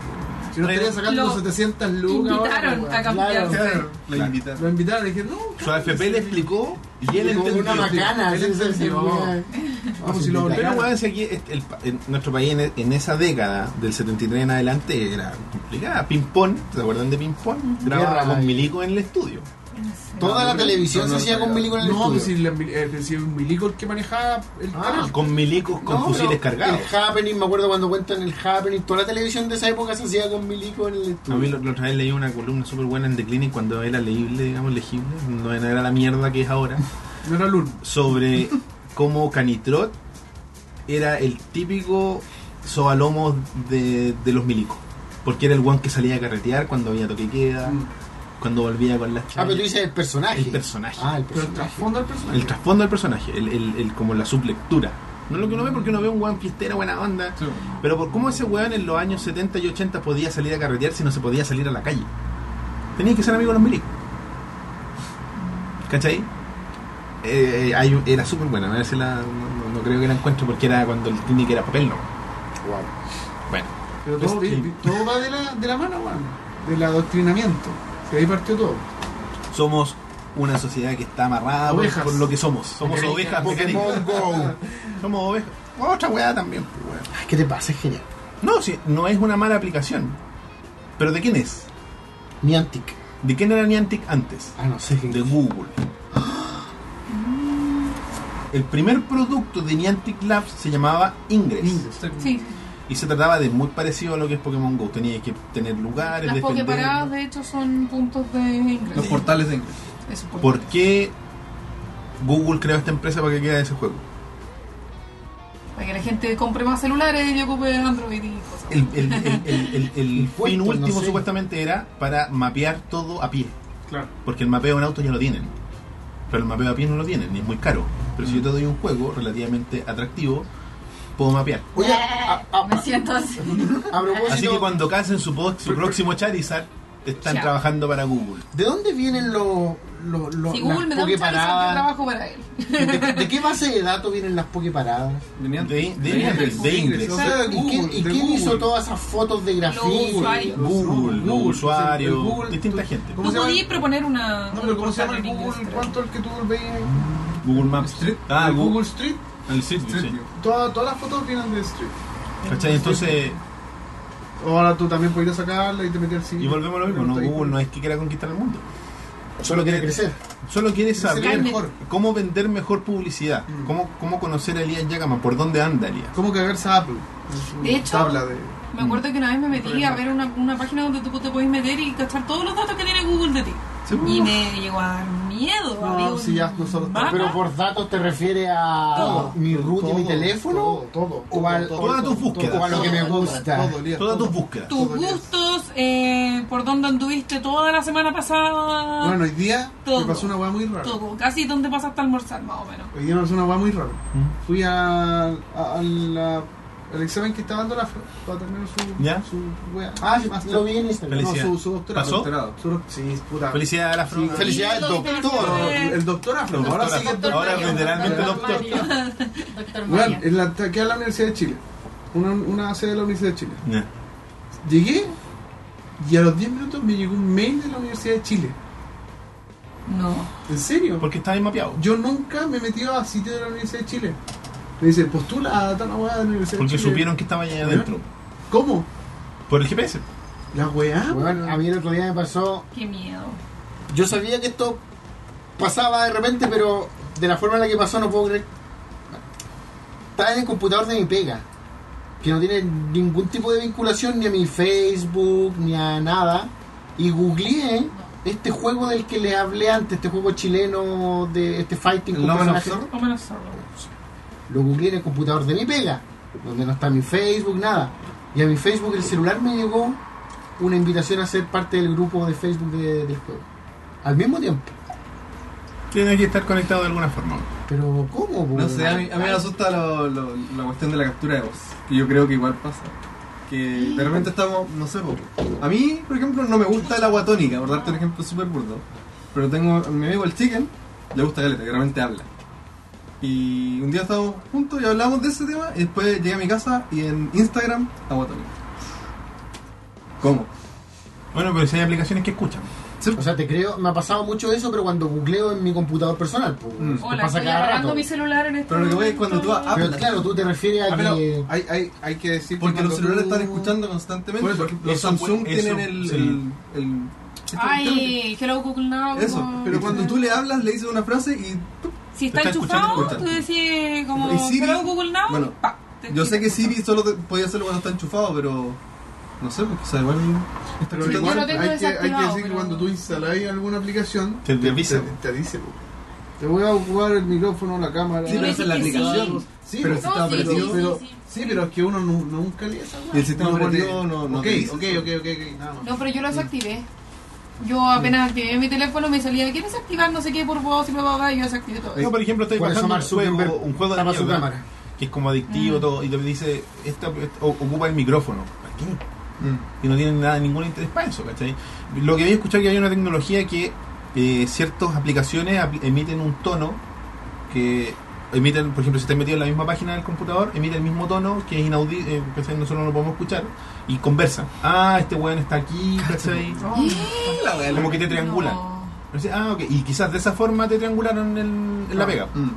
E: Si no
A: Pero-
E: estarían sacando
C: Lo
E: 700 lucas.
C: Invitaron
E: ahora,
C: a
E: weón.
B: Claro.
C: cambiarse.
H: Claro, la
A: Claro.
H: invitaron.
E: Lo invitaron y dijeron, no.
A: Su AFP le explicó y él
B: Como
A: entendió.
B: una macana,
E: Él
B: así, se- se-
E: entendió.
B: Vamos,
E: si lo
B: invitaron.
A: Pero weón, si aquí este- el pa- en nuestro país en, e, en esa década del 73 en adelante era complicada. Ping-pong, ¿se acuerdan de ping-pong? Grababa
B: Guerra,
A: con
B: eh.
A: Milico en el estudio.
B: Toda la televisión
H: No,
B: se
H: no,
B: hacía
H: no,
B: con
H: no.
B: Milico en el
D: No, pues
B: estudio.
D: si, la- eh, si el milico el que manejaba el
B: Ah,
D: canal.
A: Con milicos con
B: No,
A: fusiles
B: pero eh,
A: cargados.
B: El happening, me acuerdo cuando cuentan el happening, toda la televisión de esa época se hacía con Milico en el
A: A mí la
B: estudio.
A: la otra vez leí una columna súper buena en The Clinic cuando era leíble, digamos, legible, no era la mierda que es
B: [LAUGHS]
A: ahora,
D: No era Lurma.
A: sobre cómo Canitrot era el típico sobalomo de, de los milicos. Porque era el guan que salía a carretear cuando había toque y queda,
D: Mm.
A: cuando volvía con las
B: Ah, pero tú
A: chayas.
B: dices el personaje.
A: El personaje.
B: Ah, el
D: Pero el
B: personaje.
D: trasfondo del personaje.
A: El trasfondo del personaje, el, el- el- como la sublectura. No es lo que uno ve porque uno ve un guan fiestera, buena onda,
H: Sí.
A: Pero por cómo ese weón en los años 70 y 80 podía salir a carretear si no se podía salir a la calle. Tenía que ser amigo de los milicos. ¿Cachai? Eh, hay un- era súper buena, a ver si la- no, no- no creo que la encuentre porque era cuando el clinic era papel, no. Bueno,
D: Pero todo,
A: Sí.
D: vi- todo va de la, de la mano, weón. Del adoctrinamiento. De ahí partió todo.
A: somos una sociedad que está amarrada por,
D: Ovejas.
A: por lo que somos. Somos
D: Mecánica.
A: ovejas mecánicas.
B: Pokémon
A: [LAUGHS]
B: Go.
A: Somos ovejas. Otra weá también, pues, weón.
B: Ay, ¿Qué te pasa? Es genial.
A: No, sí, no es una mala aplicación. ¿Pero de quién es?
B: Niantic.
A: ¿De quién era Niantic antes?
B: Ah, no sé.
A: de Google. [GASPS] El primer producto de Niantic Labs se llamaba Ingress.
C: Sí,
A: Y se trataba de muy parecido a lo que es Pokémon Go. Tenía que tener lugares,
C: las
A: defender-
C: pokeparadas de hecho son puntos de
H: Los
C: ingreso.
H: portales de inglés.
C: Eso, por-
A: ¿Por qué Google creó esta empresa para que quede ese juego?
C: Para que la gente compre más celulares y ocupe Android y cosas.
A: El, el- el- el- el- el
B: Impuestos,
A: fin
B: no
A: último
B: sé.
A: supuestamente era para mapear todo a pie.
D: Claro.
A: Porque el mapeo en auto ya lo tienen. Pero el mapeo a pie no lo tienen, ni es muy caro. Pero si yo te doy un juego relativamente atractivo, puedo mapear.
B: Oye, a, a-
C: [LAUGHS]
F: Me siento así.
B: a propósito,
A: Así que cuando casen su, po- su próximo Charizard, están
C: Ya.
A: trabajando para Google.
B: ¿de dónde vienen los... los, los
C: Si
B: las
C: Google me da un Charizard, yo
B: pokeparadas?
C: trabajo para él.
B: ¿De, de qué base de datos vienen las pokeparadas?
H: De
A: De,
H: Niantic.
A: de,
D: De Ingress,
A: de
D: de
A: Ingress.
D: Ingress.
B: O sea, ¿Y quién, y
D: de
B: quién hizo
D: Google.
B: todas esas fotos de
C: Los
B: grafismo?
C: usuarios.
A: Google, los
D: Google,
A: usuarios,
D: el Google,
A: distinta
D: tú-
A: gente.
D: ¿Cómo
C: Tú
D: se llama?
C: podías proponer una.
E: No, pero ¿cómo se
C: un
E: llama el
C: portal en
E: Google?
C: inglés,
E: ¿Cuánto el que tú veías ahí?
A: Google Maps.
H: Street-
A: ah,
E: el
A: Google.
E: Google Street.
A: El Street View, sí.
H: Street View.
E: Toda- todas las fotos vienen de Street.
A: ¿Cachai? Entonces,
E: Ahora tú también podías sacarla y te metías al sitio.
A: y volvemos a lo mismo. No, Google no es que quiera conquistar el mundo.
B: Solo quiere crecer.
A: Solo quiere
E: Sería
A: saber
E: mejor.
A: cómo vender mejor publicidad.
E: Mm.
A: Cómo, cómo conocer a Elías Yagaman. Por dónde anda Elías.
E: ¿Cómo cagarse a Apple?
C: De hecho-
E: Tabla de...
C: Me acuerdo que una vez me metí a ver una, una página donde tú te podías meter y cachar todos los datos que tiene Google de ti. Y me llegó a dar miedo.
E: No,
C: había
E: si
C: un
E: ya nosotros-
C: mapa.
B: Pero por datos te refiere a
E: Todo.
B: mi root y mi teléfono.
E: Todo, todo.
B: o al-
A: Todas tus búsquedas.
B: o a lo que me gusta.
A: Todas tus búsquedas.
C: tus
E: todo el día.
C: gustos, eh, por dónde anduviste toda la semana pasada.
E: Bueno, hoy día
C: Todo.
E: me pasó una weá muy rara.
C: todo, casi dónde pasaste a almorzar, más o menos.
E: Hoy día me pasó una weá muy rara.
A: ¿Mm?
E: Fui a, a- a la- al examen que estaba dando la Fran para terminar su,
A: ¿Ya?
E: su weá.
B: Ah, sí,
E: Master.
B: lo vi en Instagram.
A: Felicidades.
E: No, su, su doctorado.
A: ¿Pasó?
E: Doctorado. Su- sí, puta.
A: Felicidades a la Fran.
E: Sí,
B: Felicidades,
F: Sí,
B: doctor.
F: doctor.
E: El doctor Afro.
A: Doctor
E: Ahora sí
A: Afro.
E: que es doctor.
A: Ahora
F: Mario,
A: literalmente
F: doctor. Mario. Doctor
E: Bueno,
F: Mario.
E: en la, que a la Universidad de Chile. Una, una sede de la Universidad de Chile.
A: Ya.
E: Llegué y a los 10 minutos me llegó un mail de la Universidad de Chile.
C: No.
E: ¿En serio?
A: Porque está bien mapeado.
E: Yo nunca me he metido a sitio de la Universidad de Chile. Me dice, postula a tal weá de la Universidad
A: Porque
E: de Chile.
A: supieron que estaba allá adentro.
E: ¿Cómo?
A: Por el GPS.
E: ¿La weá?
B: Bueno, a mí el otro día me pasó.
C: Qué miedo.
B: Yo sabía que esto pasaba de repente, pero de la forma en la que pasó no puedo creer. Estaba en el computador de mi pega, que no tiene ningún tipo de vinculación ni a mi Facebook, ni a nada. Y googleé este juego del que les hablé antes, este juego chileno de este fighting
H: El Love and
B: personajes.
H: Absorb.
C: O menos solo.
B: Lo googleé en el computador de mi pega, donde no está mi Facebook, nada. Y a mi Facebook, el celular, me llegó una invitación a ser parte del grupo de Facebook de- del juego. Al mismo tiempo.
A: Tiene que estar conectado de alguna forma.
B: Pero, ¿cómo? po?
H: No sé, a mí, a mí me asusta lo- lo- la cuestión de la captura de voz, que yo creo que igual pasa. Que de repente estamos, no sé, po. a mí, por ejemplo, no me gusta el agua tónica, por darte un ejemplo súper burdo. Pero tengo a mi amigo el chicken, le gusta caleta, que realmente habla. Y un día estábamos juntos y hablamos de ese tema, y después llegué a mi casa y en Instagram, agua tónica. ¿Cómo?
A: Bueno, pero si hay aplicaciones que escuchan.
H: Sí,
B: O sea, te creo, me ha pasado mucho eso, pero cuando googleo en mi computador personal, pues,
H: Mm.
B: te
C: Hola,
B: pasa
C: estoy
B: cada
C: agarrando
B: rato.
C: mi celular en este
H: Pero lo que voy es cuando tú
C: momento.
H: hablas-
B: Pero claro, tú te refieres a
E: Ah, pero
B: que...
E: hay, hay, hay que decir que
H: porque los
E: cuando
H: celulares
E: tú-
H: están escuchando constantemente.
E: Por eso,
H: Por ejemplo, los
A: eso,
H: Samsung
A: eso,
H: tienen el, ¿este
A: sí.
H: el- el
C: Ay, hello Google Now.
H: Eso,
C: como-
H: pero cuando tú le hablas, le dices una frase y
C: Si está
A: Está
C: enchufado,
H: escuchando,
C: tú decís como
H: Y Siri-
C: hello Google Now.
H: bueno,
C: pa, te-
H: yo sé que
C: escucha.
H: Siri solo te- podía hacerlo cuando está enchufado, pero no sé, porque quizá igual está
E: Pero
H: escuchando.
E: igual
C: lo tengo
E: hay, que, hay que
C: desactivado,
E: decir que
C: pero-
E: cuando tú instaláis alguna aplicación,
A: Te- te avisa.
E: Te, te dice, po. te voy a ocupar el micrófono, la cámara.
C: Sí,
H: Sí, pero
C: le
H: esa es la
C: dije sí.
H: aplicación.
E: Sí,
H: pero
E: po.
H: si está
F: No, sí,
H: operativo.
F: sí,
E: pero,
F: sí, sí.
E: sí, pero es que uno nu- nunca lee esa
H: Y
E: weá.
H: el sistema
E: No,
H: operativo
E: porque-
H: no- no
E: ok,
H: te dice
E: ok,
H: eso.
E: ok, ok, ok, nada más.
C: No, pero yo lo desactivé. Yo apenas activé mi teléfono, me salía, ¿quieres activar no sé qué por voz y bla, bla, bla? Y yo desactivé todo.
A: No, por ejemplo, estoy
B: Por
A: bajando
B: eso
A: un
B: Mark
A: juego,
B: Zuckerberg
A: un juego de
B: tapa su
A: mierda,
B: cámara.
A: que es como adictivo
C: Mm.
A: todo, y te dice, esta, esta- o- ocupa el micrófono. ¿Para qué?
H: Mm.
A: y no tienen nada, ningún interés para eso, ¿cachai? Lo que había escuchado que hay una tecnología que eh, ciertas aplicaciones apl- emiten un tono que emiten, por ejemplo, si estás metido en la misma página del computador, emite el mismo tono que es inaudible, nosotros no lo podemos escuchar, y conversa. Ah, este weón está aquí, ¿cachai?
C: Oh.
A: Como que te triangulan. Entonces, ah, ok. Y quizás de esa forma te triangularon en, en la pega.
H: Mm.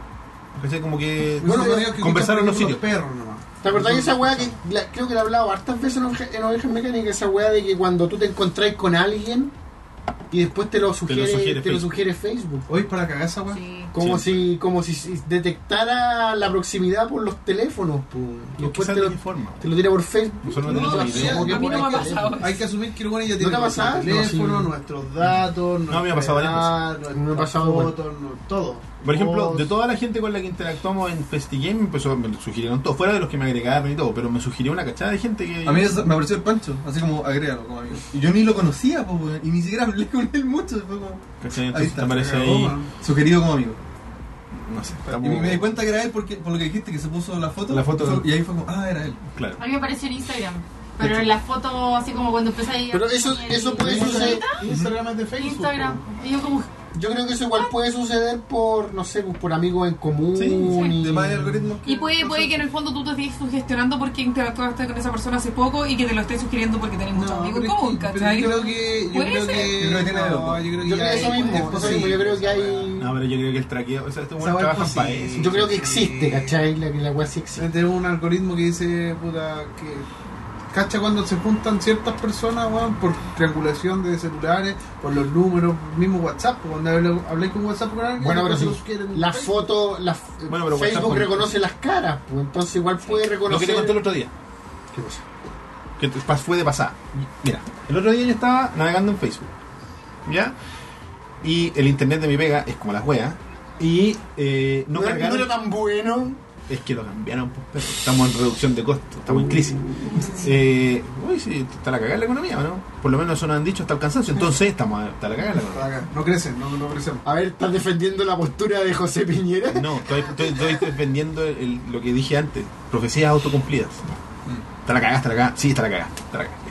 A: ¿Cachai? Como que...
E: Bueno,
B: Bueno,
E: pero-
A: conversaron los
E: por ejemplo,
A: sitios.
E: perros nomás.
B: ¿Te acordás de esa weá que la- creo que la he hablado hartas veces en, Oveja- en Ovejas Mecánicas? Esa weá de que cuando tú te encontrás con alguien y después te lo sugiere, te lo
A: sugiere
B: sugiere,
A: Facebook.
B: Facebook.
E: Hoy es para cagar esa weá.
F: Sí.
B: Como
A: Sí.
B: si como si- si detectara la proximidad por los teléfonos. po.
A: y
B: Después
A: quizás
B: te
A: de
B: lo,
A: qué forma.
B: te lo tira por Facebook.
A: Nosotros no
E: No,
A: tenemos
E: sí,
A: idea.
E: como que
C: a mí no
E: por-
C: me ha
E: hay que-
C: pasado eso.
E: Hay que asumir que el bueno ya
B: te
E: tiene
B: ha pasado?
E: nuestro teléfono,
B: No, sí.
E: nuestros datos,
A: me ha
E: nuestra
A: pasado varias
E: edad,
B: Me ha
E: nuestras
B: pasado, bueno.
E: fotos, no- todo.
A: Por ejemplo,
E: Voz.
A: de toda la gente con la que interactuamos en FestiGame, empezó, me sugirieron todo, fuera de los que me agregaron y todo, pero me sugirió una cachada de gente que.
H: A mí eso- me apareció el Pancho, así como agrégalo como amigo. Y yo ni lo conocía, po, weón, y ni siquiera hablé con él mucho. Fue como,
A: ¿Cachai?
H: ahí
A: Entonces
H: está,
A: te aparece
H: se
A: ahí.
H: cagó, man. sugerido como amigo.
A: No sé,
H: Y me,
A: estamos-
H: me di cuenta que era él porque, por lo que dijiste, que se puso la foto.
A: La foto.
H: Y ahí fue como, ah, era él.
A: Claro.
F: A mí me apareció en Instagram. Pero
E: Este-
F: en la foto, así como cuando empecé a ir.
B: Pero eso, eso puede suceder.
E: Instagram es de Facebook.
F: Instagram. Y yo como.
B: Yo creo que eso igual puede suceder por, no sé, pues, por amigos en común.
H: Sí,
B: y-
H: Además hay algoritmos.
C: Y puede, puede que en el fondo tú te estés sugestionando porque interactuaste con esa persona hace poco y que te lo estés sugiriendo porque tenés muchos
E: No,
C: amigos
E: pero
C: en
E: es
C: común,
E: que- pero
C: ¿cachai?
E: Yo creo que. Yo
C: Puede
E: creo
C: ser.
E: que.
H: Yo creo que tiene algo.
E: no, yo creo que
B: Yo creo
E: ya
B: que eso
E: hay-
B: mismo,
E: es
B: eso mismo, yo creo que hay...
A: No, pero yo creo que el traqueo. O sea, este estos
E: Esa
A: buenos
E: weá
A: trabajan
E: es
A: para
E: posible.
A: eso.
B: Yo creo que
E: Sí.
B: existe, ¿cachai? La, la weá sí existe.
E: posible. Tenemos un algoritmo que dice, puta, que. Cacha cuando se juntan ciertas personas, weón, por triangulación de celulares, por los números, mismo WhatsApp, po, cuando hablo- habláis con WhatsApp con alguien,
B: Bueno, pero
E: entonces
B: si
E: los quieren en
B: Las
E: Facebook.
B: fotos, las
A: Bueno, pero
B: Facebook
A: WhatsApp,
B: reconoce las caras, pues entonces igual
A: Lo
B: puede
A: que te
B: reconocer.
A: conté el otro día,
B: ¿Qué cosa?
A: que te- pas- fue de pasada. Mira, el otro día yo estaba navegando en Facebook. ¿Ya? Y el internet de mi pega es como las weas. Y eh, no,
B: No, era- no
A: cargaron.
B: era tan bueno.
A: Es que lo cambiaron, pues, perro. estamos en reducción de costos, estamos en crisis. Eh, uy, sí, está la cagada la economía, ¿o ¿no? Por lo menos eso nos han dicho hasta el cansancio, entonces estamos a- está la cagada la economía.
E: Acá, No crecen, no, no crecen.
B: A ver, ¿estás defendiendo la postura de José Piñera?
A: No, estoy, estoy, estoy defendiendo el- lo que dije antes, profecías autocumplidas. Está la cagada, está la cagada, sí, está la cagada, está la cagada.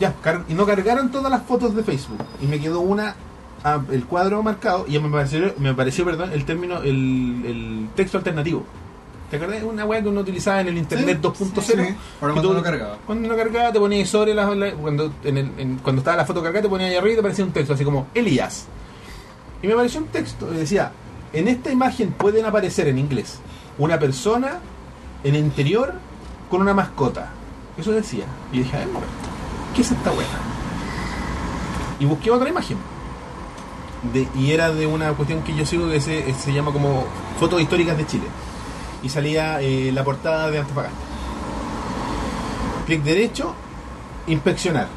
A: Ya, car- y no cargaron todas las fotos de Facebook, y me quedó una, ah, el cuadro marcado, y ya me apareció, me apareció perdón, el término, el, el texto alternativo. ¿Te acordás? Una wea que uno utilizaba en el Internet
H: Sí,
A: 2.0.
H: sí. Ahora
A: Y
H: cuando
A: tú-
H: lo cargaba.
A: Cuando no cargaba te ponía ahí sobre la, la- cuando, en el- en- cuando estaba la foto cargada te ponía ahí arriba y te aparecía un texto así como Elías. Y me apareció un texto que decía, en esta imagen pueden aparecer en inglés una persona en interior con una mascota. Eso decía. Y dije, a ver, un momento, ¿qué es esta buena? Y busqué otra imagen. De, y era de una cuestión que yo sigo que se, se llama como fotos históricas de Chile. Y salía eh, la portada de Antofagasta clic derecho, inspeccionar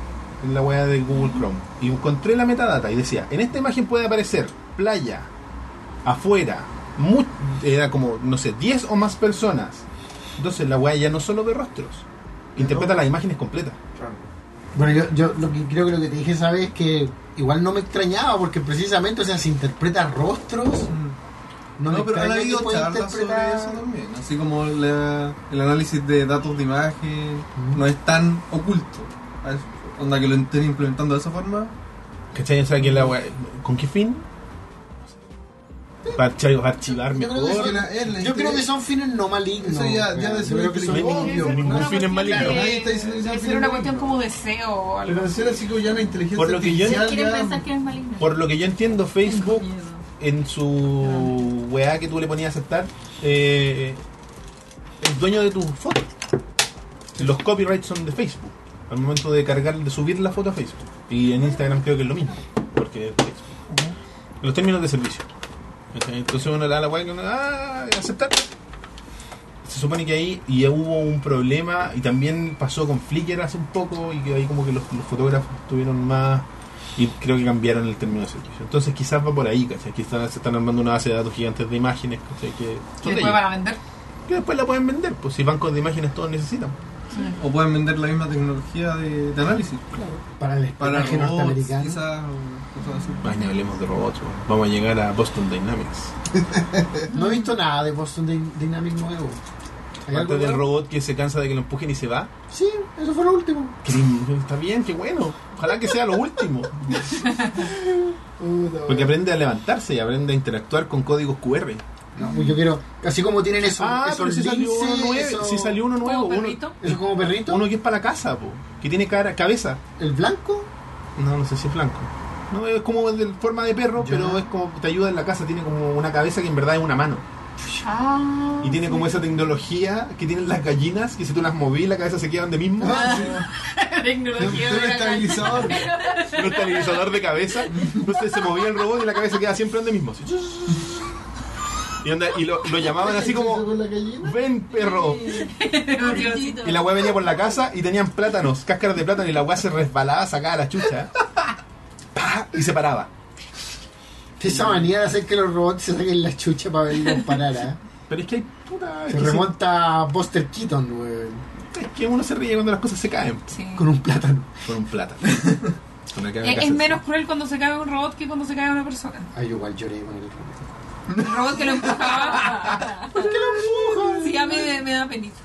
A: en la web de Google Chrome. Y encontré la metadata y decía, en esta imagen puede aparecer playa, afuera, mu- era como, no sé, 10 o más personas. Entonces la web ya no solo ve rostros, interpreta las imágenes completas.
B: [LAUGHS] Bueno, yo, yo lo que creo que lo que te dije esa vez es que igual no me extrañaba porque precisamente, o sea, se interpreta rostros.
H: No,
B: me
H: pero han
B: extraña que
H: habido
B: pueda
H: charlas sobre
B: interpretar-
H: eso también. Así como la- el análisis de datos de imagen
B: Mm.
H: no es tan oculto. A eso- Onda que lo estén implementando de esa forma.
A: ¿Cachai? O sea, que la wea- ¿Con qué
B: [LAUGHS]
A: fin? Para archi- para archivar
B: Yo creo que
A: mejor.
B: son- Yo creo que son fines no malignos.
E: Eso ya- ya
B: Yo
E: de ser
B: creo que son-
A: No hay ningún-
E: obvio,
A: ningún
E: una
A: fin en maligno.
E: Nadie está diciendo que sea
C: Debe
E: un
C: ser una
E: fenómeno.
C: cuestión como deseo o algo.
E: Pero ser así como ya la inteligencia
A: Por lo que yo-
E: artificial
F: Quieren
E: ya-
F: pensar que es maligno.
A: Por lo que yo entiendo, Facebook en su weá que tú le ponías a aceptar, eh, es dueño de tus fotos. Los copyrights son de Facebook. Al momento de cargar, de subir la foto a Facebook. Y en Instagram creo que es lo mismo, porque es Facebook. Los términos de servicio. ¿cachai? Entonces uno le da la weá que uno, ah, aceptar. Se supone que ahí y hubo un problema y también pasó con Flickr hace un poco y que ahí como que los, los fotógrafos tuvieron más y creo que cambiaron el término de servicio. Entonces quizás va por ahí, ¿cachai? Quizás se están armando una base de datos gigantes de imágenes, ¿cachai? Que
C: Que
A: son de
C: después
A: ellos.
C: van a vender.
A: Que después la pueden vender, pues si bancos de imágenes todos necesitan.
H: O pueden vender la misma tecnología de, de análisis.
B: Para el
H: Para
B: espionaje
H: robots,
B: norteamericano.
H: quizás, o cosas así.
A: Más ni hablemos de robots, weón. vamos a llegar a Boston Dynamics.
B: No he visto nada de Boston Dy- Dynamics nuevo. ¿Hay algo
A: Aparte del
B: nuevo?
A: robot que se cansa de que lo empujen y se va.
B: Sí, eso fue lo último.
A: Que Está bien, qué bueno. Ojalá que sea lo último.
B: Puta,
A: Porque
B: weón.
A: aprende a levantarse y aprende a interactuar con códigos QR.
B: No, pues yo quiero. Así como tienen esos.
A: Ah,
B: esos
A: pero si salió uno
B: linces,
A: nuevo.
B: esos-
A: Si salió uno nuevo.
C: Como
A: Uno,
C: perrito.
B: Eso como perrito.
A: uno que es para la casa, po, que tiene cara, cabeza.
B: El blanco.
A: No, no sé si es blanco. No, es como de forma de perro,
B: Ya.
A: pero es como te ayuda en la casa. Tiene como una cabeza que en verdad es una mano.
C: Ah.
A: Y tiene como esa tecnología que tienen las gallinas, que si tú las moví, la cabeza se queda donde mismo.
B: Ah,
C: Ah. [LAUGHS] Tecnología
E: Un
C: de la
E: estabilizador.
A: un estabilizador de cabeza. Entonces se movía el robot y la cabeza quedaba siempre donde mismo. así. Y, onda, y lo, lo llamaban así
B: ¿Eso
A: como,
B: con la gallina?
A: ven perro.
C: gallina.
A: Y la weá venía por la casa y tenían plátanos, cáscaras de plátano y la weá se resbalaba, sacaba la chucha. ¡Pah! Y se paraba.
B: Esa manía de hacer que los robots se saquen la chucha para verlos parar. ¿ah?
A: Pero es que hay puta... [LAUGHS] Es
B: Se
A: que, se-
B: remonta a Buster Keaton, weón.
A: es que uno se ríe cuando las cosas se caen.
C: Sí.
B: Con un plátano.
A: Con un plátano. Con una caga
C: Es,
A: que
C: es
A: hace-
C: menos cruel cuando se cae un robot que cuando se cae una persona.
B: Ay, igual lloré con el robot.
C: El robot que lo empujaba. ¿Por qué lo empuja? Sí, a mí me, me da penita.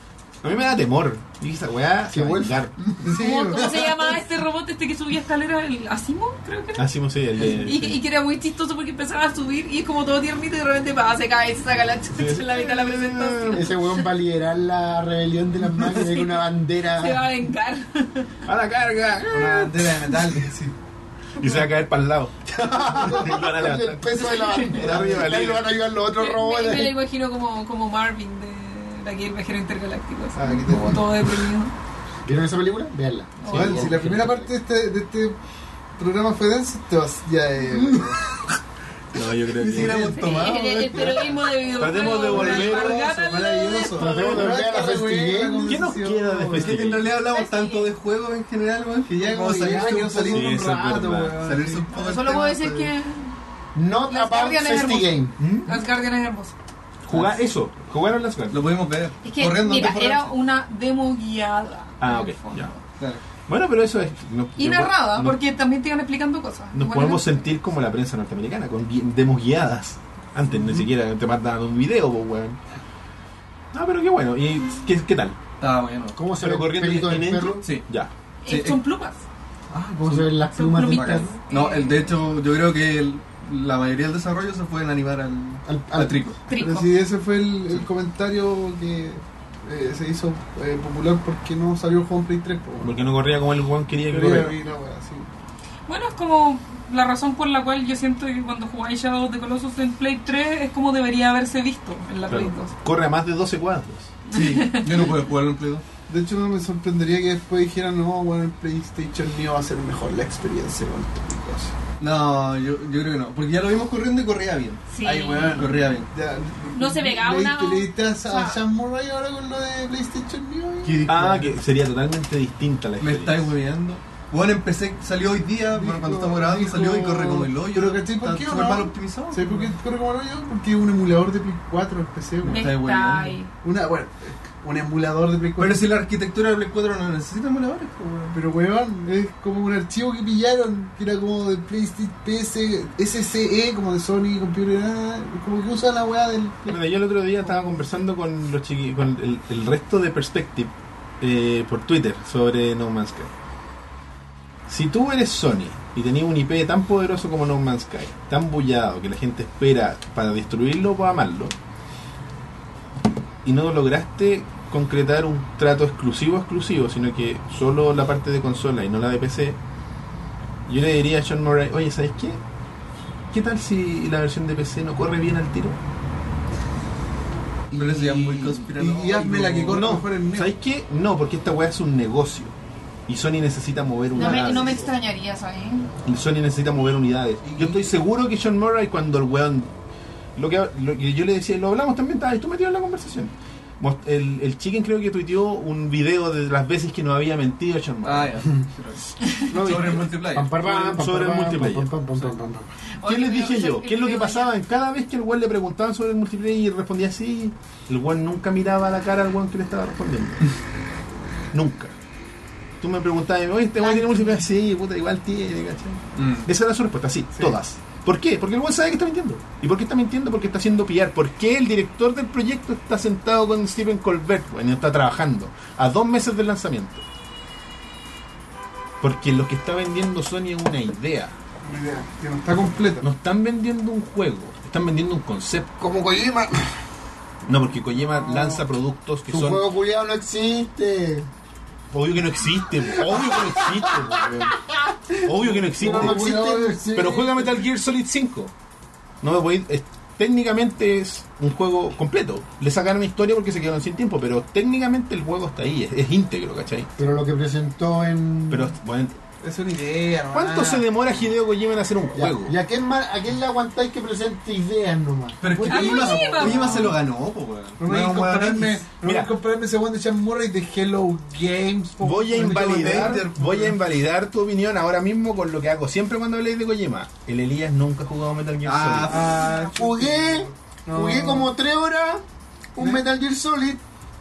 A: A mí me da temor. Dije, esa weá se
B: Qué
A: va a
B: bueno.
A: vengar.
E: Sí,
C: ¿Cómo, cómo se llamaba este robot este que subía escaleras? El Asimo, creo que era.
A: Así no sé, pues el de...
C: Y, [LAUGHS] y que era muy chistoso porque empezaba a subir y es como todo tiernito y de repente va, se cae, se saca la chucha en la mitad de la presentación.
B: Ese weón va a liderar la rebelión de las máquinas con una
C: Se va
B: bandera.
C: a vengar.
A: ¡A la carga!
E: una bandera Ah, de metal, sí.
A: Y se va a caer para el
B: [LAUGHS]
A: lado. Y lo van a
B: Con [LAUGHS] el
A: levantar.
B: peso de la bandera.
A: Arriba,
B: Ahí lo van a ayudar los otros
C: Me, me lo
B: robots.
C: imagino como, como Marvin de, de aquí, el viajero intergaláctico. así,
E: Ah, aquí te-
C: como todo deprimido.
B: ¿Vieron esa película? Veanla.
E: Bueno, si la primera parte de este, de este programa fue denso, te vas ya. Eh,
A: No, yo creo
E: ni siquiera
A: que...
E: hemos tomado.
C: El, el, el peronismo de videojuego.
A: Tratemos de volver.
C: Alpargata,
E: Maravilloso,
B: Tratemos de volver a la festividad.
A: ¿Qué nos queda de
H: Es que en
A: festival?
H: realidad hablamos tanto de juegos en general, weón, que ya como
E: Como
H: salirse
E: ya,
H: un
E: quiero
H: poco-
E: salir
A: Sí,
E: un
A: eso es
E: rato,
A: verdad.
E: weón.
H: salirse un poco del
C: Solo puedo
H: tema,
C: decir
H: pero-
C: que
B: Not
C: Las
B: about
C: guardianes
B: Festi Game.
C: Las Guardian es hermoso.
A: Jugar eso. Jugaron las
B: pues.
H: Lo pudimos ver.
C: Es que,
H: corriendo
C: mira,
H: antes de
C: era
H: borracho.
C: una demo guiada.
A: Ah,
C: en el
A: ok,
C: fondo.
A: ya.
H: Claro.
A: Bueno, pero eso es. no-
C: Y
A: yo-
C: narrada,
A: no-
C: porque también te iban explicando cosas.
A: Nos
C: Igual
A: podemos
C: era-
A: sentir como la prensa norteamericana, con gui- demos guiadas. Antes ni siquiera te mandaban un video, pues, weón. Ah, pero qué bueno. ¿Y qué, qué tal?
H: Ah, bueno.
B: ¿Cómo se ve
A: Pero
B: el
A: corriendo
B: pelito
A: en
B: del
A: entro.
B: perro?
H: Sí.
A: Ya.
H: Sí,
C: Son plumas.
B: ¿Cómo se ven las
C: Son
B: plumas del
C: plumitas.
B: perro?
H: No, el, de hecho, yo creo que el- la mayoría del desarrollo se pueden animar al,
B: Al-
H: al,
B: al-
H: trico.
C: Trico.
E: Pero sí, ese fue el, el comentario que eh, se hizo eh, popular porque no salió el Play 3. po, weón.
A: Porque no corría como el Juan quería que
E: Pero
A: corriera.
E: y no, weón, sí.
C: Bueno, es como la razón por la cual yo siento que cuando jugáis Shadow of the Colossus en Play 3 es como debería haberse visto en la Play
A: Claro.
C: 2.
A: Corre a más de 12 cuadros.
H: Sí, yo no puedo jugarlo en Play 2.
E: De hecho, no me sorprendería que después dijeran, no, bueno, el PlayStation Neo va a ser mejor la experiencia con tu cosa.
H: No, yo, yo creo que no. Porque ya lo vimos corriendo y corría bien.
C: Sí.
E: Ay, weón.
H: Corría bien.
E: Ya,
C: No se pegaba
E: le-
C: una-
E: que le diste a, a
C: sea-
E: Sam Murray ahora con lo de PlayStation Neo. weón.
A: Ah, que sería totalmente distinta la
H: Me
A: historia.
H: estáis hueveando. Bueno, empecé, salió hoy día, bueno, cuando estamos grabando,
E: Dijo-
H: salió y corre como el hoyo.
E: Pero ¿cachai por
H: Está
E: qué o
H: súper
E: no? pues,
H: mal optimizado.
E: ¿Sabes por qué corre como el hoyo? Porque es un emulador de Play 4 el PC, weón.
C: Me
H: estáis
C: está
H: hueveando.
C: ahí.
E: Una, bueno, un emulador de Play 4.
H: Pero si la arquitectura del Play 4 no necesita emuladores, pues, weón.
E: Pero weón, es como un archivo que pillaron, que era como de PlayStation PS, SCE, E, como de Sony Computer, ah, como que usan la weá del
A: Bueno, yo el otro día estaba conversando con los chiqui- con el, el resto de Perspective eh, por Twitter sobre No Man's Sky. Si tú eres Sony y tenías un IP tan poderoso como No Man's Sky, tan bullado que la gente espera para destruirlo o para amarlo, y no lograste concretar un trato exclusivo exclusivo, sino que solo la parte de consola y no la de PC, yo le diría a Sean Murray, oye, ¿sabes qué? ¿Qué tal si la versión de PC no corre bien al tiro?
H: Pero eso ya es muy conspiranoico.
E: y hazme la que corra
A: No,
E: mejor en Neo.
A: ¿sabéis qué? No, porque esta weá es un negocio. Y Sony necesita mover
F: No
A: unidades.
F: me, no me extrañaría, ¿sabes?
A: Sony necesita mover unidades. Yo estoy seguro que John Murray, cuando el weón. Lo que, lo que yo le decía, lo hablamos también, estabas tú metido en la conversación. Most- El, el chicken creo que tuiteó un video de las veces que nos había mentido John Murray.
H: Ah, ya. Sobre el multiplayer.
B: Pam, pam, pam, pam,
A: Sobre el
B: pam,
A: multiplayer.
B: pam, pam, pam, pam, pam, pam.
A: ¿Qué
F: Oye,
A: les
F: pero
A: dije
F: eso
A: yo?
F: el
A: ¿Qué es lo que
F: video
A: pasaba? En cada vez que el weón le preguntaban sobre el multiplayer y respondía así, el weón nunca miraba la cara al weón que le estaba respondiendo. [LAUGHS] nunca. Tú me preguntabas, oye, este weón tiene multiplayer. Sí, puta, igual tiene, ¿cachai?
H: Mm.
A: Esa era su respuesta, sí, todas. ¿Por qué? Porque el weón sabe que está mintiendo. ¿Y por qué está mintiendo? Porque está haciendo pillar. ¿Por qué el director del proyecto está sentado con Stephen Colbert, weón, y está trabajando? A dos meses del lanzamiento. Porque lo que está vendiendo Sony es una idea.
E: Una idea que no está completa.
A: No están vendiendo un juego, están vendiendo un concepto.
B: Como Kojima.
A: No, porque Kojima lanza productos que
B: Su
A: son.
B: juego culiado no existe.
A: Obvio que no existe, po, obvio que no existe, po, weón. Obvio que no existe.
B: No, no existe.
A: Pero juega Metal Gear Solid 5. No me voy. es- técnicamente es un juego completo. Le sacaron historia porque se quedaron sin tiempo, pero técnicamente el juego está ahí, es, es íntegro, ¿cachai?
B: Pero lo que presentó en.
A: Pero, bueno,
E: Es una idea.
A: ¿cuánto
E: nomás.
A: se demora Hideo Kojima en hacer un
B: Ya,
A: este juego?
B: ¿Y a quién, más- a quién le aguantáis que presente ideas nomás?
H: Pero es que
C: Ah,
H: Kojima,
C: sí, vamos.
H: Kojima se lo ganó, po, weón.
E: No voy a
H: Weón, weón,
E: compararme,
H: X.
E: no voy
A: Mira.
E: a compararme ese weón de Sean Murray de Hello Games. po.
A: Voy a
E: Hello
A: invalidar,
E: Gamer,
B: pues,
E: po.
A: voy a invalidar tu opinión ahora mismo con lo que hago siempre cuando habléis de Kojima. El Elías nunca ha jugado Metal Gear Solid.
H: Ah,
E: Ah,
B: Jugué,
E: No.
B: jugué como tres horas un Metal Gear Solid.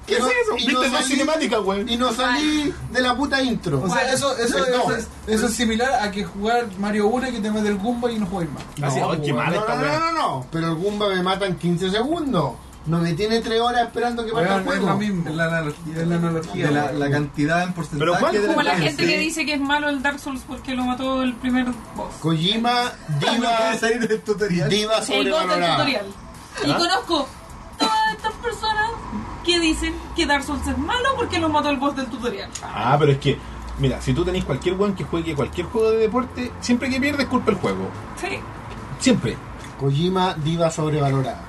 A: ¿Qué
B: y
A: es
B: no-
A: eso?
B: y
A: ¿Viste
B: no
A: la
B: salí-
A: cinemática, güey?
B: Y no salí de la puta intro.
E: o sea, eso, eso,
B: Perdón.
E: eso es, eso es similar a que jugar Mario 1 y que te mete el Goomba y no juegues más.
A: Así, Ah, ay, qué
B: no,
A: mala esta
B: no, no,
A: weá.
B: no, no. Pero el Goomba me mata en 15 segundos. No me tiene tres horas esperando que parta el
E: Weón, es lo
B: juego.
E: mismo.
H: Es la analogía.
E: Es la analogía,
H: De la,
E: weón.
H: la cantidad en porcentaje.
A: Pero, Juan,
H: de
C: Como la
H: gente,
C: gente que dice que es malo el Dark Souls porque lo mató el primer boss.
B: Kojima,
H: [LAUGHS] No
B: diva,
H: puede salir del tutorial.
B: diva
C: El boss del
B: sobrevalorada.
C: tutorial. Y
A: ¿Ah?
C: conozco todas estas personas que dicen que Dark Souls es malo porque lo mató el boss del tutorial.
A: Ah, pero es que, mira, si tú tenés cualquier weón que juegue cualquier juego de deporte, siempre que pierdes culpa el juego.
C: Sí.
A: Siempre.
B: Kojima, diva sobrevalorada.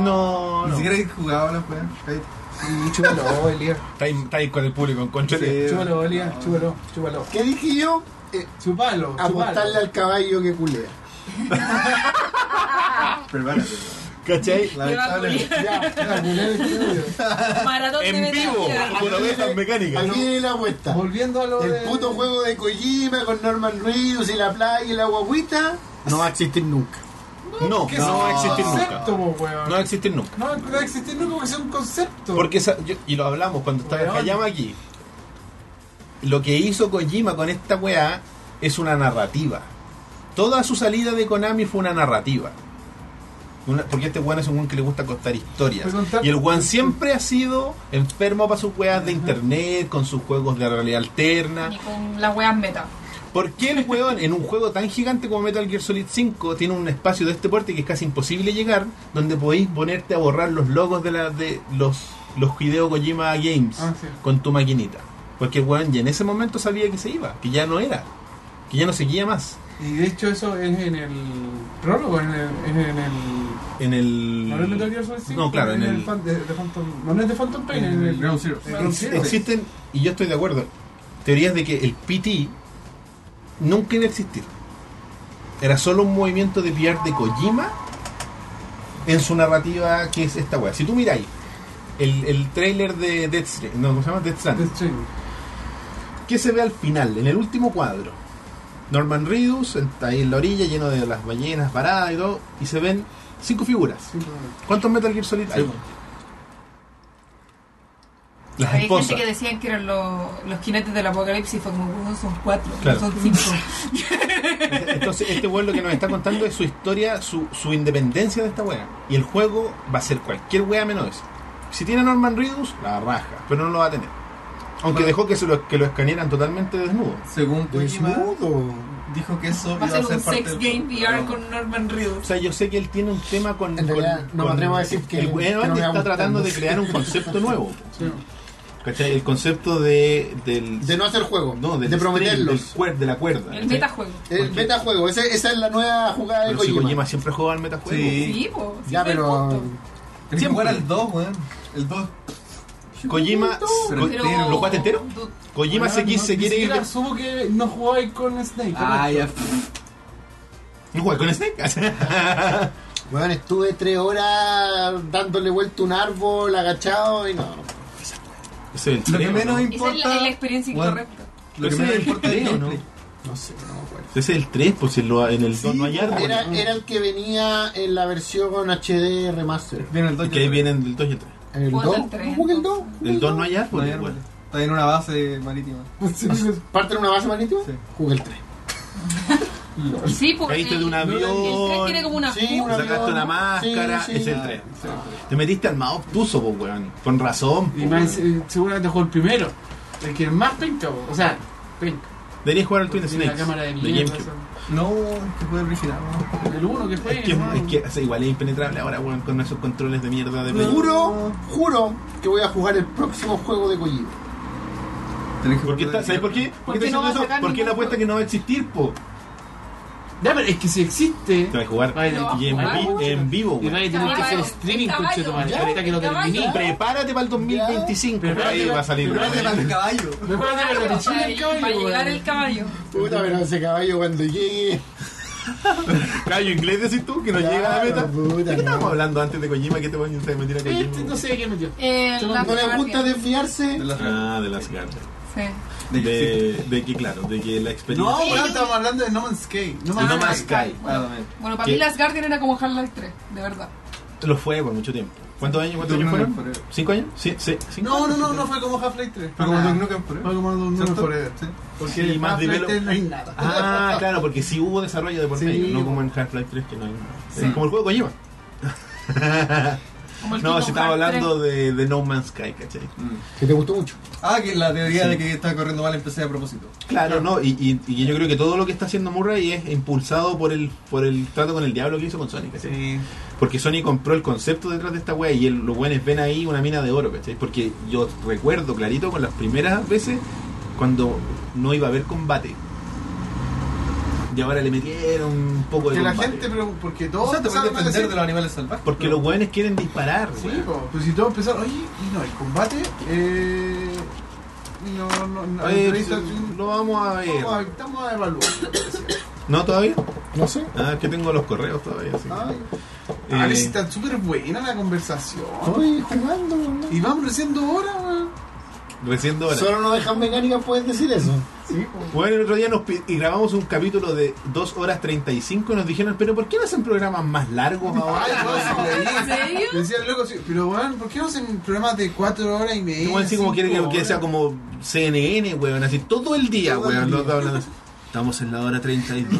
A: No,
H: Ni siquiera he jugado la weón. Ahí-
E: Sí, chúpalo, [LAUGHS] Elia.
A: Está ahí, está ahí con el público en contra.
H: Sí.
E: Chúpalo, Elia. Chúpalo, chúpalo.
B: ¿Qué dije yo? Eh,
E: Chúpalo,
B: apostarle
E: chúpalo.
B: al caballo que culea.
H: Prepárate.
C: [LAUGHS]
A: ¿Cachai?
H: Lamentable.
E: Ya, culé el estudio.
C: Maratón de
A: En vivo,
C: Metal Gear.
A: con ovejas mecánicas.
B: Aquí viene la vuelta.
E: Volviendo a lo
B: El
E: de...
B: puto juego de Kojima con Norman Reedus y la playa y la guaguita no va a existir nunca.
A: No,
E: que
A: no va a existir nunca.
E: concepto, po, weón.
A: No va a existir nunca.
E: No, no va a existir nunca porque es un concepto.
A: Porque, esa- yo- y lo hablamos cuando estaba
E: Weón.
A: Hayama aquí. Lo que hizo Kojima con esta weá es una narrativa. Toda su salida de Konami fue una narrativa. Una- porque este weón es un weón que le gusta contar historias.
E: Pero contar-
A: Y el
E: [LAUGHS]
A: weón siempre ha sido enfermo para sus weas de internet, con sus juegos de realidad alterna.
F: Y con las weas meta.
A: ¿Por qué el weón en un juego tan gigante como Metal Gear Solid 5 tiene un espacio de este porte que es casi imposible llegar, donde podéis ponerte a borrar los logos de, la, de los, los Hideo Kojima Games
E: Ah, sí.
A: con tu maquinita? Porque el weón ya en ese momento sabía que se iba, que ya no era, que ya no seguía más.
E: Y de hecho eso es en el prólogo, en el... En el, en el-
A: En el.
E: ¿No es Metal Gear Solid 5?
A: No, claro, en el.
E: fan- de, de Phantom, no, no es de Phantom Pain,
H: En
E: en el...
H: el Ground Zero.
E: Ground
A: Ex-
E: Zero.
A: Existen, y yo estoy de acuerdo, teorías de que el PT nunca iba a existir. Era solo un movimiento de PR de Kojima en su narrativa que es esta weá. Si tú miráis el, el trailer de Death Stranding, no, ¿cómo se llama? Death Stranding,
E: Death Stranding.
A: ¿qué se ve al final, en el último cuadro? Norman Reedus está ahí en la orilla lleno de las ballenas paradas y todo, y se ven cinco figuras.
E: Sí, claro.
A: ¿Cuántos Metal Gear Solid hay? Las
C: Hay gente
A: esposas.
C: que decían que eran los, los jinetes del apocalipsis, fue como, "Oh, son cuatro,
A: Claro.
C: son
A: [LAUGHS]
C: cinco.
A: Entonces, este weón lo que nos está contando es su historia, su, su independencia de esta wea. Y el juego va a ser cualquier wea menos eso. Si tiene a Norman Reedus, la raja, pero no lo va a tener. Aunque
H: Bueno.
A: dejó que, se lo, que lo escanearan totalmente desnudo.
H: Según Kojima,
B: Desnudo.
H: dijo que eso
C: Va
H: iba
C: a
H: a
C: ser
H: ser
C: un
H: parte
C: sex
H: del-
C: game VR
H: Bueno,
C: con Norman
A: O
C: Reedus.
A: sea, yo sé que él tiene un tema con.
B: En
A: con-
B: realidad, no me
A: con-
B: atrevo a decir que-
A: El weón
B: que no me va
A: está
B: a gustar,
A: tratando
B: no
A: de
B: sé.
A: crear un concepto nuevo.
E: Sí.
A: ¿Cachai? El concepto de. Del,
B: De no hacer juego,
A: no, del
B: de
A: string, del
B: prometerlos.
A: cuer- de la cuerda.
C: El
A: ¿cachai?
C: metajuego.
B: El metajuego, ese- esa es la nueva jugada de
A: Pero si
B: Kojima.
A: Kojima siempre juega al metajuego.
H: Sí.
C: Sí, po, sí
B: Ya,
C: fue el
B: pero
C: punto.
H: Tienes que jugar al 2, weón. El 2.
A: Kojima.
H: Pero
A: Ko-
H: entero.
A: ¿Lo jugaste entero?
F: Du-
A: Kojima se, qui- se quiere ir. de-
D: Asumo que no jugabais con Snake.
H: Ah, ya.
A: ¿No jugaste con Snake?
B: Weón, estuve tres horas dándole vuelta a un árbol, agachado y no. no.
A: Ese es el
H: [LAUGHS] Lo que
A: treo,
H: menos
A: ¿no?
C: Esa es la,
H: importa.
C: es la experiencia
H: Bueno,
C: incorrecta.
H: Lo que
A: Ese es
H: menos
A: el
H: importa es el
A: treo, ¿no?
H: gameplay.
E: No sé, no me acuerdo.
A: Ese es el 3, pues en, lo- en el 2
H: Sí,
A: no hay árbol.
B: Era, era el que venía en la versión HD remaster.
H: Viene el 2
A: Que ahí vienen el 2 y el 3.
B: ¿El
C: Puta,
B: 2?
C: el tres,
B: ¿Cómo que el 2?
A: El 2 no hay árbol.
H: Está en una base marítima.
B: ¿Parte de una base marítima?
H: Sí.
B: Jugué el 3.
C: Sí, porque
A: Caíste de un
C: El 3 tiene como
A: avión.
C: una
B: Sí,
C: fuga.
B: una-
A: Sacaste una
B: Sí,
A: máscara.
B: sí.
A: Es el 3. Te metiste al más obtuso, pues, weón. Con razón.
D: Y
A: po,
D: más,
A: weón.
D: eh, seguramente jugó el primero. El que es más penca, po. o sea, penca.
A: Deberías jugar al Twin
D: Tiene la
A: Snakes.
D: cámara de
A: De
D: mierda.
A: GameCube.
H: No, que puede original. ¿no?
D: esa. El uno que fue.
A: Es que, es que o sea, igual es impenetrable ahora, weón, con esos controles de mierda de Play.
B: Juro, juro que voy a jugar el próximo juego de Kojima.
H: Tenés que
A: ¿Por qué está-
H: guardar-
A: ¿Sabes por qué? ¿Por
F: Porque
A: qué te
F: no va a
A: diciendo eso?
F: sacar
A: Porque es la
F: ningún
A: apuesta que no va a existir, po.
D: Ya, pero es que si existe.
A: Te va a jugar
D: vaya a tener
F: No,
A: y
D: que
A: en,
D: jugar,
A: vi-
D: po.
A: en vivo,
D: Y
A: weón.
D: vaya a tener que hacer
F: Caballo,
D: streaming,
F: caballo,
D: conche tu madre.
F: ya,
D: Ahorita que lo
F: caballo.
D: terminé.
A: Prepárate para el 2025,
D: Ya.
A: por ahí va a salir.
D: Prepárate
A: weón.
D: para
H: el caballo.
D: Mejor andar con la mochila del
C: Para
D: caballo,
C: llegar
D: weón.
C: el caballo.
B: Puta, pero ese caballo cuando [LAUGHS] llegue.
A: Caballo inglés decís tú que no
B: Ya,
A: llega a la meta.
B: puta,
A: ¿De qué
B: no.
A: estábamos hablando antes de Kojima? ¿Qué te voy a intentar meter a
D: Este no
A: Kojima?
D: sé de qué metió.
F: Eh, la
B: No le gusta
F: fotografía.
B: desviarse.
H: De las
A: Ah, de las garras.
C: Sí.
H: de-
A: De, de que, claro, de que la experiencia.
E: No, Oh, weón, estamos hablando de No Man's Sky. No
A: El
E: Man's
A: No Man's
E: Sky.
A: Sky.
H: Ah, también.
C: Bueno, para
A: ¿Qué?
C: mí Last Guardian era como Half-Life 3, de verdad.
A: Lo fue por mucho tiempo. ¿Cuántos años, cuántos
H: Duke
A: años
H: Nukem
A: fueron?
H: Forever.
A: ¿Cinco años? Sí, sí, cinco
E: No, no, no, no fue como Half-Life 3.
H: Fue
C: Ah.
H: como Duke Nukem por
E: Fue como Duke Nukem Forever.
A: Sí, más
E: Half-Life
A: develop-
E: 3 no hay nada.
A: Ah, claro, porque sí hubo desarrollo de por
E: Sí.
A: medio, no como en Half-Life 3 que no hay nada.
C: Sí.
A: Eh, Como el juego
E: [LAUGHS]
A: de Kojima.
C: Como el
A: No,
C: Kingdom
A: se estaba
C: Hearts
A: hablando de, de No Man's Sky, ¿cachai?
B: Que te gustó mucho.
H: Ah, que la teoría de que estaba corriendo mal empecé a propósito.
A: Claro, no, y, y- y yo creo que todo lo que está haciendo Murray es impulsado por el por el trato con el diablo que hizo con Sony, ¿cachai? Porque Sony compró el concepto detrás de esta wea y el- los buenos ven ahí una mina de oro, ¿cachai? Porque yo recuerdo clarito con las primeras veces cuando no iba a haber combate. Y ahora le metieron un poco de
E: Que la
A: combate.
E: gente, pero porque
H: O
C: Oh,
E: todos
H: sea, te puedes
E: empezaron a
H: defender
E: decir...
H: de los animales salvajes.
A: Porque los buenos quieren disparar,
E: Sí,
A: wea.
E: po, pues si todos empezaron, oye, y no, el combate, eh... No, no, no,
A: Eh,
E: entrevista-
A: lo vamos a ver.
E: Vamos a- Estamos a evaluar.
A: ¿No todavía?
B: No sé.
A: Ah, es que tengo los correos todavía. Así. que-
E: Ay, Ah,
A: Eh,
E: a ver si está súper buena la conversación.
B: Estoy jugando, ¿no?
E: Y vamos reciendo horas, weón.
A: Recién de ahora.
B: Solo no dejan mecánica, puedes decir eso.
E: Sí, po.
A: Bueno, el otro día nos pi- y grabamos un capítulo de 2 horas 35 y nos dijeron, pero ¿por qué no hacen programas más largos ahora?
E: Ay, weón, sí,
C: [LAUGHS] ¿En serio?
E: Me decía el loco, sí, pero weón, ¿por qué no hacen programas de 4 horas y media?
A: Como así como quiere que,
E: cinco
A: que sea
E: horas?
A: como CNN, weón, así todo el día,
E: Todo el
A: weón.
E: día.
A: los dos hablando así. Estamos en la hora 32.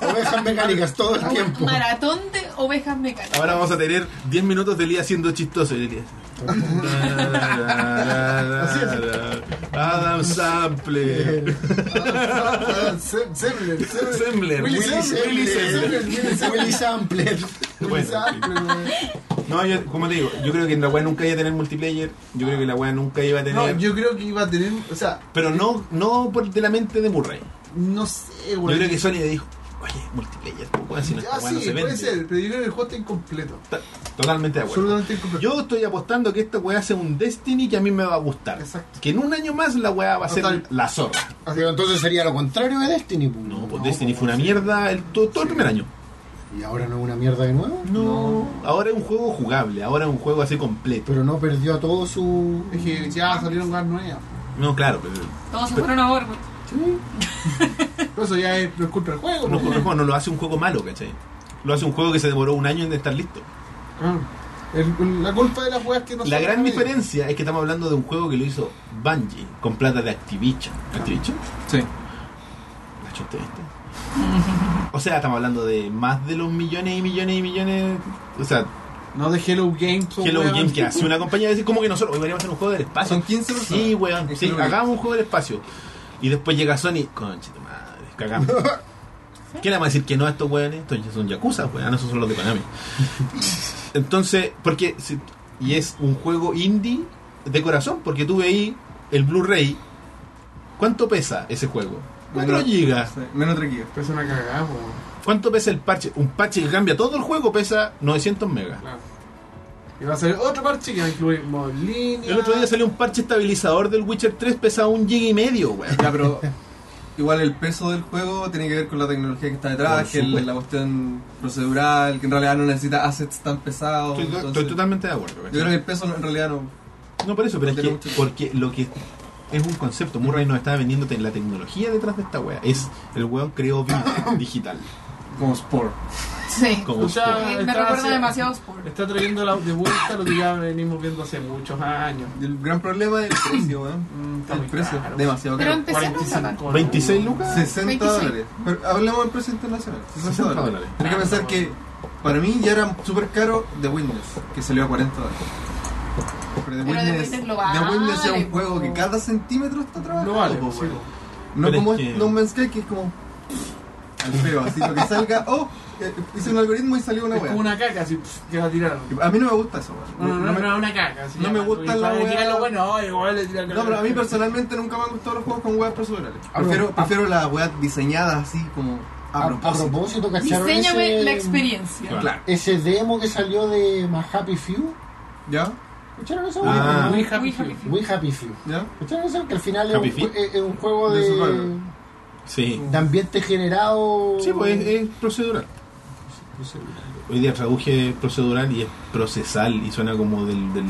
B: Ovejas mecánicas todo el tiempo.
F: Maratón de ovejas mecánicas.
A: Ahora vamos a tener 10 minutos de día siendo chistoso. y Elías. Adam Sample.
E: Ah, Sem- Sembler, Sembler.
A: Sembler,
E: Willy
A: Willy
E: Sembler,
A: Sembler.
E: Sembler, Willy Sembler.
B: Willy Sampler.
A: [LAUGHS] Bueno, sí. No, yo, como te digo, yo creo que la weá nunca iba a tener multiplayer. Yo creo que la weá nunca iba a tener.
E: No, yo creo que iba a tener, o sea,
A: Pero no, no por de la mente de Murray.
E: no sé,
A: Yo
E: weón.
A: creo que Sony le dijo, oye, multiplayer, pues, weón, si no está
E: Ah,
A: bueno
E: sí,
A: se
E: puede
A: vende.
E: ser, pero yo creo que el juego está incompleto.
A: Ta- Totalmente de acuerdo.
E: Absolutamente incompleto.
A: Yo estoy apostando que esta weá sea un Destiny que a mí me va a gustar.
E: Exacto.
A: Que en un año más la weá va a ser
E: Total.
A: la zorra.
B: Pero entonces sería lo contrario de Destiny. pues.
A: No, pues
E: No,
A: Destiny
E: pues,
A: fue una mierda el, todo, todo el primer año.
B: Y ahora no es una mierda de nuevo.
A: No. Ahora es un juego jugable, ahora es un juego así completo.
B: Pero no perdió a todo su.
E: Es que ya salieron cosas nuevas.
A: No, claro, pero
C: Todos se fueron a Orwell.
E: Pero eso ya es, no es culpa del juego. pues.
A: no, pues.
E: po.
A: no, no lo hace un juego malo, ¿cachai? Lo hace un juego que se demoró un año en estar listo.
E: Ah, el- la culpa de las weas que no
A: La
E: son
A: gran
E: de-
A: diferencia es que estamos hablando de un juego que lo hizo Bungie con plata de Activision. ¿Activision?
H: Sí.
A: La chunté, ¿viste? [LAUGHS] O sea, estamos hablando de más de los millones y millones y millones. O sea,
E: No de Hello Games. o
A: Hello
E: weón.
A: Games que hace una compañía decir como que nosotros hoy deberíamos hacer un juego del espacio.
H: Son 15 personas.
A: Sí, weón.
H: Es
A: Sí,
H: Hello Games.
A: hagamos un juego del espacio. Y después llega Sony, conche tu madre,
H: [LAUGHS]
A: cagamos. ¿Qué le vamos a decir que no a estos weones? Estos ya son yakuza, weón, esos son los de Konami.
H: [LAUGHS]
A: Entonces, porque. si- y es un juego indie de corazón, porque tú veí el Blu-ray. ¿Cuánto pesa ese juego? 4
H: Menos-
A: gigas.
H: Sí, Menos 3 gigas.
E: Pero es una cagada, po.
A: ¿Cuánto pesa el parche? Un parche que cambia todo el juego pesa 900 megas.
E: Claro. Y va a salir otro parche que va a incluir modo en línea.
A: El otro día salió un parche estabilizador del Witcher 3, pesaba un giga y medio, weón.
H: Ya,
A: [LAUGHS]
H: pero igual el peso del juego tiene que ver con la tecnología que está
A: Por
H: detrás, que
A: supuesto.
H: el- la cuestión procedural, que en realidad no necesita assets tan pesados.
A: Estoy,
H: entonces,
A: estoy totalmente de acuerdo.
H: Yo creo que el peso no- en realidad no.
A: No por eso, pero es
H: Tiene
A: que
H: mucho-
A: porque lo que es un concepto, Murray nos estaba vendiendo te- la tecnología detrás de esta wea. Es el weón creó Vita digital.
H: Como Sport.
F: Sí.
A: Como
D: O sea,
F: Me
D: Está
F: recuerda
D: hacia-
F: demasiado Sport.
D: Está trayendo la- de vuelta lo que ya venimos viendo hace muchos años.
H: Y El gran problema es el precio, weón.
D: Mm, está
H: El
D: muy
H: precio,
D: caro.
H: demasiado
F: Pero
H: caro.
F: en PC no está tan-
A: 26 lucas.
H: 60
F: 26.
H: dólares. Pero hablemos del precio internacional. 60,
A: 60
H: dólares.
A: dólares.
H: Tienes que pensar que para mí ya era súper caro The Witness, que salió a 40 dólares. Pero The
F: Pero The
H: Witness,
F: Witness lo vale,
H: The Witness es un
F: po.
H: juego que cada centímetro está trabajando.
D: No vale,
H: po,
D: sí,
H: weón.
D: po.
H: No
A: Pero
H: como
A: es que-
H: No Man's Sky, que es como. Al feo, así lo que salga. Oh, eh, hice un algoritmo y salió una
D: Es
H: wea.
D: como una caca así pf, que va a tirar.
H: A mí no me gusta eso, weón.
D: No, no, no,
H: me-
D: no, una caca. así,
H: no
D: ya,
H: me
D: para
H: gusta
D: que-
H: la
D: para que
H: wea-
D: tirar lo bueno, ay, igual le tirar
H: No, pero a mí personalmente nunca me han gustado los juegos con weas procedurales. Prefiero, prefiero las weas diseñadas así como a,
B: A, a
H: propósito.
B: propósito, ¿cacharon
F: Diseñame
B: ese,
F: la experiencia.
A: Claro.
H: Claro.
B: ese demo que salió de My Happy Few?
H: ¿Ya?
B: ¿Escucharon eso?
A: Ah.
D: Muy
C: Muy
D: happy.
C: happy.
B: Muy Happy Few.
H: ¿Ya?
B: ¿Escucharon eso? Que al final es un,
A: Happy Few.
B: es- es un juego
H: De
B: de,
H: survival.
A: Sí.
B: de ambiente generado.
A: Sí, pues es, es procedural. Hoy día traduje procedural y es procesal y suena como del, del,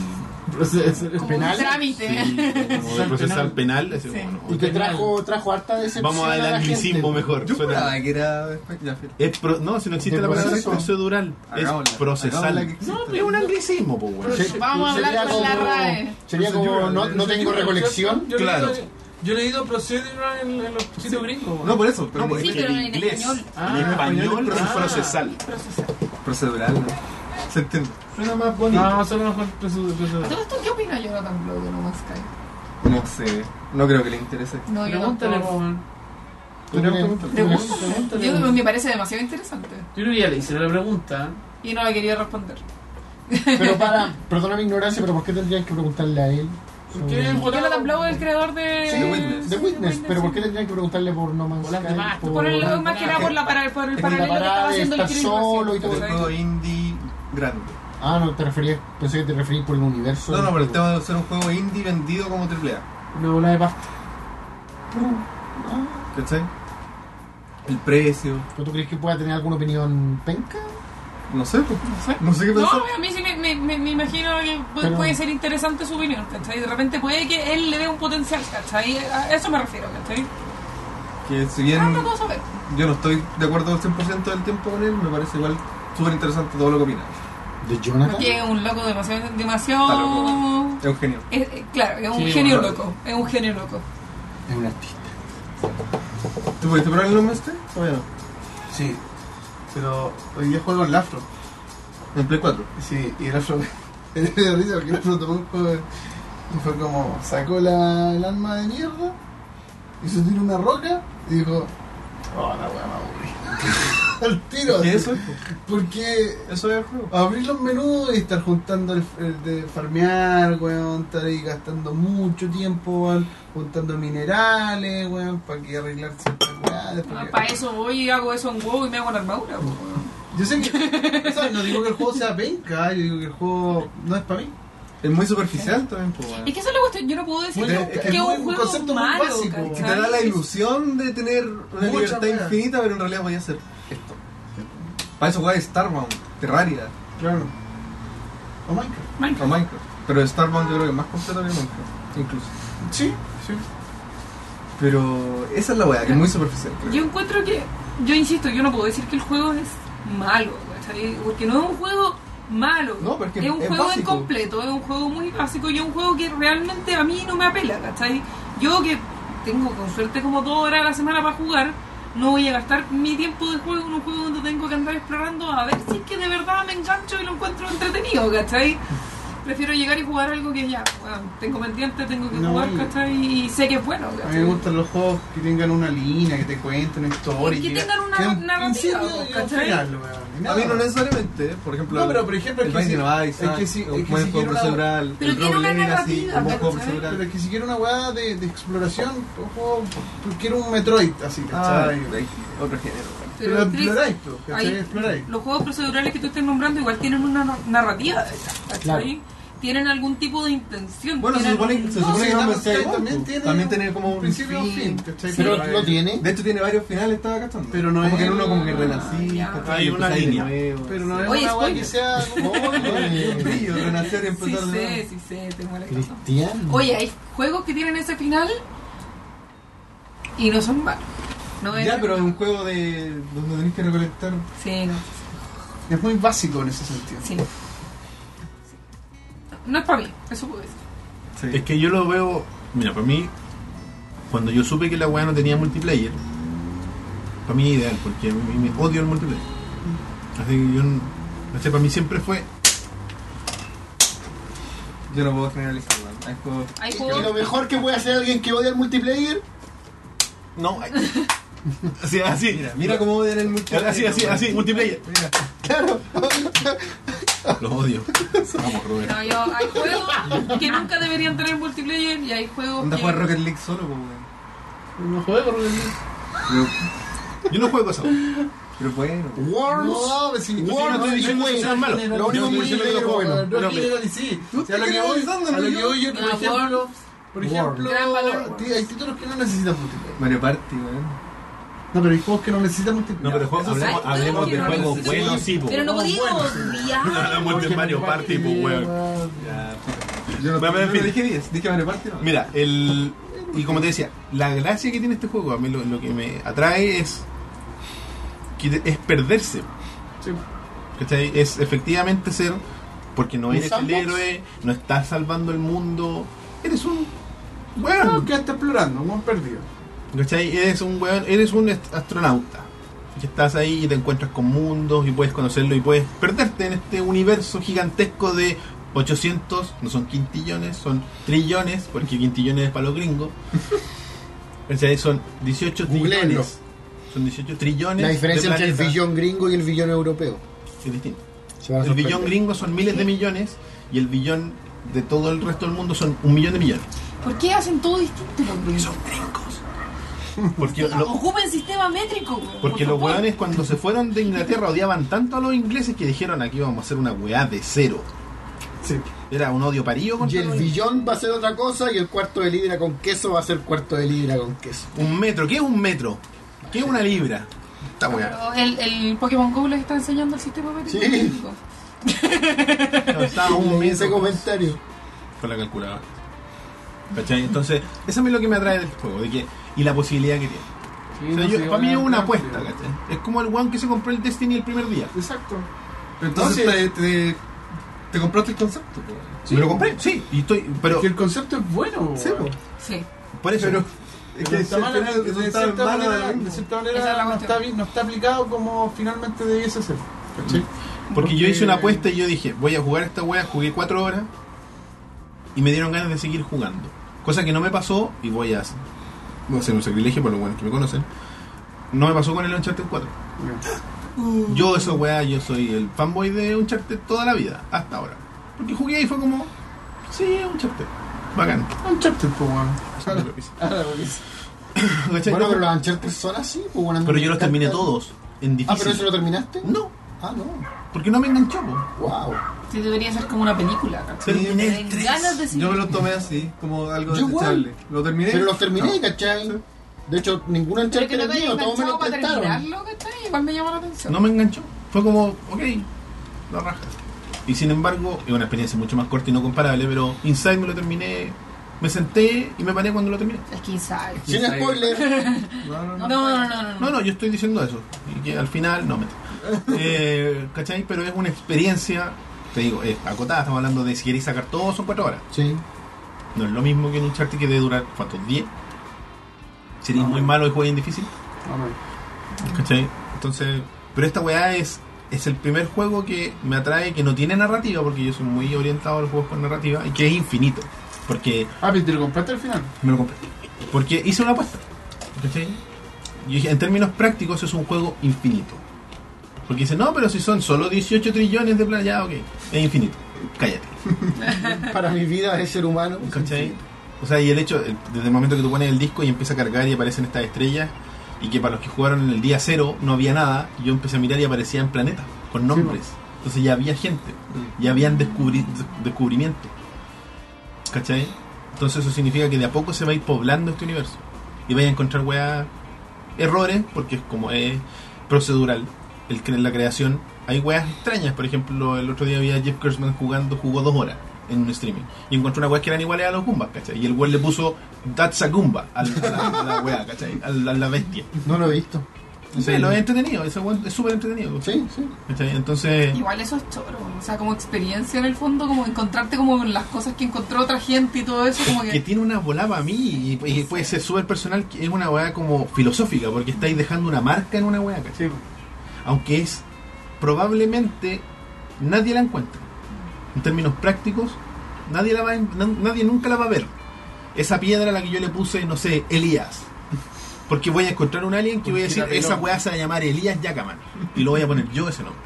D: few.
F: Como un
B: ¿Penales?
F: trámite.
A: sí, como del procesal penal. así
F: Sí.
A: como, no,
B: Y que trajo, trajo harta decepción.
A: Vamos
B: a
A: al
B: la
A: anglicismo
B: gente. pues.
A: mejor.
H: Yo
A: suena-
H: juraba que era. Ya, filo.
A: es pro- no, si no existe
B: ¿De
A: la palabra
B: proceso?
A: procedural,
H: Hagámosla,
A: es procesal.
H: hagámosla que exista.
A: no, es un anglicismo, pues, weón.
F: Sí. Vamos a hablar
B: Sería
F: con la
B: como-
F: RAE.
B: Sería como, no, no tengo recolección.
D: Yo he
A: Claro.
D: leído- Yo he leído procedural en, en los sitios gringos.
H: No, por eso. Pero
A: No, pues
F: Sí,
A: es que
F: pero
A: en
F: en
A: inglés,
F: español.
D: Ah,
A: en español es
D: ah.
A: procesal.
H: Procedural. ¿no? Se entiende.
A: Suena más
D: No, solo mejor procedural.
F: [LAUGHS]
D: procedural.
F: ¿Todo esto qué opina Jonathan Blow de No Man's Sky?
H: No sé. No creo que le interese.
F: No, yo
D: Pregúntale, po,
F: tampoco.
D: man.
H: Podríamos
B: Bien.
H: preguntarle.
F: Pregúntale.
D: Pregúntale.
F: Yo me parece demasiado interesante.
D: Yo creo que ya le hice la pregunta.
F: Y no la quería responder.
B: Pero para, perdona mi ignorancia, pero ¿por qué tendrían que preguntarle a él?
D: ¿Por qué el volado-
C: Jonathan Blow es el creador de...
B: Sí,
H: The Witness.
B: The Witness, pero ¿por qué tendrían que preguntarle por No Man's
D: Volante
B: Sky?
D: más, tú
C: Por el,
D: Volante
C: más que nada por, la, para- por el
B: en la
C: paralelo que
B: parada
C: estaba
B: de
C: haciendo el
B: estar
C: crimen.
B: solo y
H: Es un
B: todo.
H: juego indie grande.
B: Ah, no, te referías, pensé que te referías por el universo.
H: No, no,
B: del
H: por el
B: juego.
H: tema de ser un juego indie vendido como AAA.
D: Una bola de pasta.
H: ¿Cachai? El precio.
B: ¿Pero ah, tú crees que pueda tener alguna opinión penca?
H: No sé, pues. No sé. No sé qué pensar.
C: No, eh. a mí sí me, me, me, me imagino que pu- puede,
B: Pero-
C: ser interesante su opinión, ¿cachai? De repente puede que él le dé un potencial, ¿cachai? A eso me refiero, ¿cachai?
H: Que si bien
C: Ah, no puedo saber.
H: yo no estoy de acuerdo al 100% del tiempo con él, me parece igual súper interesante todo lo que opina.
B: ¿De Jonathan?
C: Que es un loco demasiado...
H: Está
C: demasiado...
H: loco. Es un genio.
C: Es- eh, claro, es un
D: Sí,
C: genio
D: bueno.
C: loco. Es un genio loco.
B: Es un artista.
H: ¿Tú pudiste probar el nombre este?
E: Bueno, sí. Pero hoy día juego en Lafro.
H: En Play 4.
E: Sí, y el afro. Me dio risa porque [LAUGHS] el afro tomó un juego de- y fue como. Sacó la, el arma de mierda, hizo tiro una roca y dijo. Oh, la weá me aburrí. [LAUGHS] Al tiro.
H: ¿Qué
E: así.
H: es eso?
E: Porque
H: Eso es el juego.
E: abrir los menús y estar juntando el, el de farmear, weón, estar ahí gastando mucho tiempo, weón, juntando minerales, weón, para que arreglar ciertas weas, después que-
C: para Ah, eso voy y hago eso en WoW y me hago la armadura. po.
E: Yo sé que, o sea, no digo que el juego sea penca, yo digo que el juego no es para mí.
H: Es muy superficial también, pues. bueno.
C: Es que eso es la cuestión. Yo no puedo decir
E: Bueno,
C: que,
H: es que
C: que
E: es
C: un
E: un
C: juego
E: concepto muy
C: malo,
E: básico,
C: ¿cachai?
H: Que te da la ilusión de tener una
E: Mucha
H: libertad
E: wea.
H: infinita, pero en realidad voy a hacer esto. Para eso juega Starbound, Terraria
E: Claro.
B: Oh
E: O Minecraft.
H: o Minecraft. Pero Starbound yo creo que es más completo que Minecraft, incluso.
E: Sí, sí.
H: Pero esa es la weá, que es muy superficial. creo.
C: Yo encuentro que, yo insisto, yo no puedo decir que el juego es malo, ¿cachai? porque no es un juego malo,
H: No, pero es que
C: un
H: es
C: juego
H: básico.
C: incompleto, es un juego muy básico y es un juego que realmente a mí no me apela, ¿cachai? Yo que tengo con suerte como dos horas a la semana para jugar, no voy a gastar mi tiempo de juego en un juego donde tengo que andar explorando a ver si es que de verdad me engancho y lo encuentro entretenido, ¿cachai? prefiero llegar y jugar algo que ya, bueno, tengo pendiente, tengo que
E: No,
C: jugar,
E: y-
C: ¿cachai? Y sé que es bueno,
E: A mí me
C: ¿cachai?
E: gustan los juegos que tengan una línea, que te cuenten una historia.
C: Y que tengan una
E: que-
C: narrativa,
E: en serio,
C: po,
E: y
C: ¿cachai?
E: un final, weón, y
H: A mí no
E: nada.
H: necesariamente, por ejemplo.
E: No,
H: el-
E: pero por ejemplo,
H: el
E: es que si-
H: Binding of Isaac,
E: es que si- es
H: un
E: que
H: buen
E: si
H: juego
E: quiero una-
H: procedural,
C: Pero
H: el
C: tiene una
H: Rogue Legacy,
C: narrativa,
H: un buen juego
C: ¿cachai?
H: procedural.
E: Pero que si quiero una weá de, de exploración, un juego, pues, quiero un Metroid, así,
H: Ah,
E: ¿cachai?
H: ahí, otro género.
E: pero
C: Chris,
E: exploráis, po, ¿cachai?
C: ahí,
E: Exploráis.
C: los juegos procedurales que tú estés nombrando igual tienen una nar- narrativa, ¿cachai?
B: Claro.
C: Tienen algún tipo de intención.
H: Bueno, se
C: tienen
H: supone,
C: un-
H: se
E: No, sí,
H: supone que
E: no,
H: Number
E: sí,
H: Side
E: también
H: Outpost
E: tiene
H: también tiene como un
E: principio o fin, ¿cachai?
C: Sí.
B: Pero
C: Pero
B: lo tiene. [LAUGHS]
H: De hecho tiene varios finales, estaba cachando.
E: Pero no
H: como
E: es-
H: que en uno como que renací,
C: Ah, ya.
H: ¿cachai?
A: Hay una
H: Empecé de
A: línea.
H: nuevo.
E: Pero no es
C: Oye,
E: una weá
C: spoiler.
E: que sea como.
B: Eh,
H: Un
E: Oye,
H: brillo, renacer y
C: Sí
H: empezar de
C: sé,
H: nuevo.
C: sí sé, tengo la razón.
B: Cristian.
C: Oye, hay juegos que tienen ese final y no son malos. No es-
H: Ya, pero es un juego de donde tenés que recolectar.
C: Sí, no,
E: es muy básico en ese sentido.
C: sí. Sí. No es para mí, eso puedo decir.
A: Es que yo lo veo. Mira, para mí, cuando yo supe que la weá no tenía multiplayer, para mí ideal, porque a mí me odio el multiplayer. Así que yo. no- No sé, para mí siempre fue.
H: Yo no puedo generalizar, weón. Hay juegos.
C: Hay
B: Y lo
C: juegos.
B: mejor que puede hacer alguien que odia el multiplayer
A: No, ay. así, así.
H: Mira, mira cómo odian el multiplayer.
A: Así, así,
H: weón.
A: así, multiplayer.
H: Mira.
A: Los odio. Vamos, Rubén.
C: No, yo, hay juegos que nunca deberían tener multiplayer y hay juegos
H: Anda a
C: que.
H: jugar Rocket League solo, pues, weón.
D: No juego por
H: Pero,
A: Yo no juego eso.
H: pero bueno.
B: Worms.
E: No, pues
A: Yo
E: si
A: no estoy diciendo que sean malos.
B: Lo
A: Yo
B: único que
A: estoy diciendo
B: yo
A: que
B: digo,
A: bueno.
E: No
A: No,
E: generalicé.
H: Tú
E: O sea, a lo
H: estás
E: que voy,
H: generalizando,
E: a lo
H: yo-
E: que voy yo, por
C: Ah,
E: ejemplo, por
B: World.
E: ejemplo,
C: Gran valor.
E: tí- hay títulos que no necesitan multiplayer.
H: Mario Party, weón.
E: No, pero hay juegos que no necesitan multiplayer.
A: No, pero juego-
E: Eso sí.
A: hablemos,
C: Ay,
A: hablemos de
C: pero
A: juegos
C: sí,
A: buenos, sí, po.
C: Pero no podía
A: Hablamos de Mario Party, po, weón.
H: Ya, Yo no,
A: Bueno, en
H: yo no
A: fin.
H: dije 10, dije Mario Party. No.
A: Mira, el. Y como te decía, la gracia que tiene este juego, a mí lo, lo que me atrae es. que te- es perderse.
E: Sí.
A: ¿Cachai? Es efectivamente ser. Porque no
B: ¿Un
A: eres el
B: sandbox?
A: héroe, no estás salvando el mundo. Eres un.
E: No,
A: Weón.
E: que está explorando, hemos perdido.
A: ¿Cachai? Eres un weón, eres un est- astronauta. Que estás ahí y te encuentras con mundos y puedes conocerlo y puedes perderte en este universo gigantesco de 800, no son quintillones, son trillones, porque quintillones es para los
B: [LAUGHS]
A: gringos. ¿Cachai? Son 18
B: Googleenlo.
A: trillones. Son 18 trillones.
B: La diferencia
A: de
B: entre el
A: planetas.
B: billón gringo y el billón Ah, europeo.
A: es distinto.
B: Se van a
A: El billón
B: sorprender.
A: gringo son miles de millones y el billón de todo el resto del mundo son un millón de millones.
C: ¿Por qué hacen todo distinto?
A: Porque son gringos. Porque lo-
C: Ocupen sistema métrico. weón,
A: Porque
C: por
A: los
C: favor.
A: weones cuando se fueron de Inglaterra odiaban tanto a los ingleses que dijeron aquí vamos a hacer una weá de cero.
E: Sí.
A: Era un odio parío
B: Y
A: contra
B: el
A: los
B: billón va a ser otra cosa y el cuarto de libra con queso va a ser cuarto de libra con queso.
A: ingleses. Un metro, ¿qué es un metro? ¿Qué es una libra? Esta
C: [LAUGHS]
A: weá.
C: Pero el, el Pokémon Go les está enseñando el sistema métrico.
B: Sí.
A: No, estaba un
B: Leí ese
A: metro
B: comentario.
A: con la calculadora. ¿Cachai? Entonces, eso a mí es lo que me atrae del juego, de que, y la posibilidad que tiene. O sea, yo- para mí es una apuesta, ¿cachai? Es como el weón que se compró el Destiny el primer día.
E: Exacto.
H: Pero entonces
E: No, sí.
H: te, te, te compraste el concepto, pues. po, weón.
E: Sí.
A: ¿Me lo compré? Sí, y estoy. Pero,
E: Que el concepto es bueno.
H: Sí,
E: weón.
H: po.
C: Sí.
A: por eso.
H: Pero-
E: Pero
H: Es que
E: está
H: ese
E: mal,
H: final
E: de,
H: resultaba
E: cierta
H: malo
E: manera,
H: de-
E: de cierta
C: Esa es la
E: manera no está,
C: cuestión.
E: bien- no está aplicado como finalmente debiese ser. ¿Cachai?
A: Porque yo hice una apuesta y yo dije, voy a jugar esta wea, jugué cuatro horas y me dieron ganas de seguir jugando. Cosa que no me pasó y voy a hacer, voy a hacer un sacrilegio por los buenos que me conocen. No me pasó con el Uncharted 4. Yo esa wea, yo soy el fanboy de Uncharted toda la vida, hasta ahora. Porque jugué y fue como, sí, Uncharted. Bacán.
E: Un chapter, pues, weón.
A: Eso es lo que hice.
E: Ahora, pues.
A: [COUGHS] ¿Cachai?
B: Ah, Bueno, pero los Uncharted son así. pues, bueno,
A: Pero yo los
B: me
A: terminé
B: encanta.
A: todos en
B: Ah, pero
A: difícil.
B: eso lo terminaste.
A: No,
B: Ah, no.
A: porque no me enganchó. po.
B: Wow.
C: Sí, debería ser como una película. ¿cachai?
A: Terminé el
C: Den
A: tres.
C: ganas de seguir.
H: Yo me lo tomé así, como algo
B: Yo igual.
H: desechable. Lo terminé.
B: Pero los terminé,
H: Chao.
B: ¿cachai? De hecho, ningún
C: Pero que
B: Uncharted
C: no
B: es
C: te haya
B: mío, todos me
C: enganchado
B: lo
C: para
B: prestaron.
C: terminarlo, ¿cachai? Igual me llama la atención.
A: no me enganchó. Fue como, ok, la raja. Y sin embargo, es una experiencia mucho más corta y no comparable, pero Inside me lo terminé, me senté y me paré cuando lo terminé.
F: Mm.
C: Es que inside.
B: Sin
A: [LAUGHS]
B: spoiler.
H: No,
C: No,
H: no, no.
C: no, no,
A: No,
C: no.
A: no, yo estoy diciendo eso. Y que al final, no, me eh, ¿Cachai? Pero es una experiencia, te digo, es acotada. Estamos hablando de si queréis sacar todo, son cuatro horas.
B: Sí.
A: No es lo mismo que un Uncharted que debe durar, ¿cuántos? ¿10? Sería
E: No,
A: muy
E: no.
A: malo y jueguen difícil.
E: Ah, no.
A: ¿Cachai? Entonces, pero esta weá es es el primer juego que me atrae que no tiene narrativa, porque yo soy muy orientado a los juegos con narrativa, y que es infinito. Porque
D: Ah, pero te lo compraste al final.
A: me lo compré. Porque hice una apuesta. ¿cachai? Yo dije, en términos prácticos es un juego infinito. Porque dice, no, pero si son solo 18 trillones de planetas, ya, ok, es infinito. Cállate.
B: Para mi vida de ser humano.
A: ¿Cachai? O sea, y el hecho, el- desde el momento que tú pones el disco y empieza a cargar y aparecen estas estrellas, y que para los que jugaron en el día cero no había nada, yo empecé a mirar y aparecían planetas con nombres. Entonces ya había gente, ya habían descubri descubrimiento. ¿Cachai? Entonces eso significa que de a poco se va a ir poblando este universo. Y vais a encontrar weá, errores, porque es como es procedural el, cre- la creación. Hay weas extrañas, por ejemplo, el otro día había Jeff Kersman jugando, jugó dos horas en un streaming. Y encontró una wea que eran iguales a los Goombas, ¿cachai? Y el weón le puso That's a Goomba al- a la, a la wea, ¿cachai? Al- A, la bestia.
B: No lo he visto.
A: Sí, lo es entretenido, ese weón es súper entretenido.
B: Sí, sí.
A: ¿cachai? Entonces,
C: Igual eso es choro, o sea, como experiencia en el fondo, como encontrarte como las cosas que encontró otra gente y todo eso, como
A: [LAUGHS] que
C: que...
A: tiene una volada a mí y, y puede ser súper personal, que es una weá como filosófica, porque estáis dejando una marca en una weá, ¿cachai?
D: Sí.
A: aunque es probablemente nadie la encuentra. En términos prácticos, nadie la va a en- na- nadie nunca la va a ver. Esa piedra a la que yo le puse, no sé, Elías. Porque voy a encontrar un alien que voy a decir, esa weá se va a llamar Elías Yacaman. Y lo voy a poner yo ese nombre.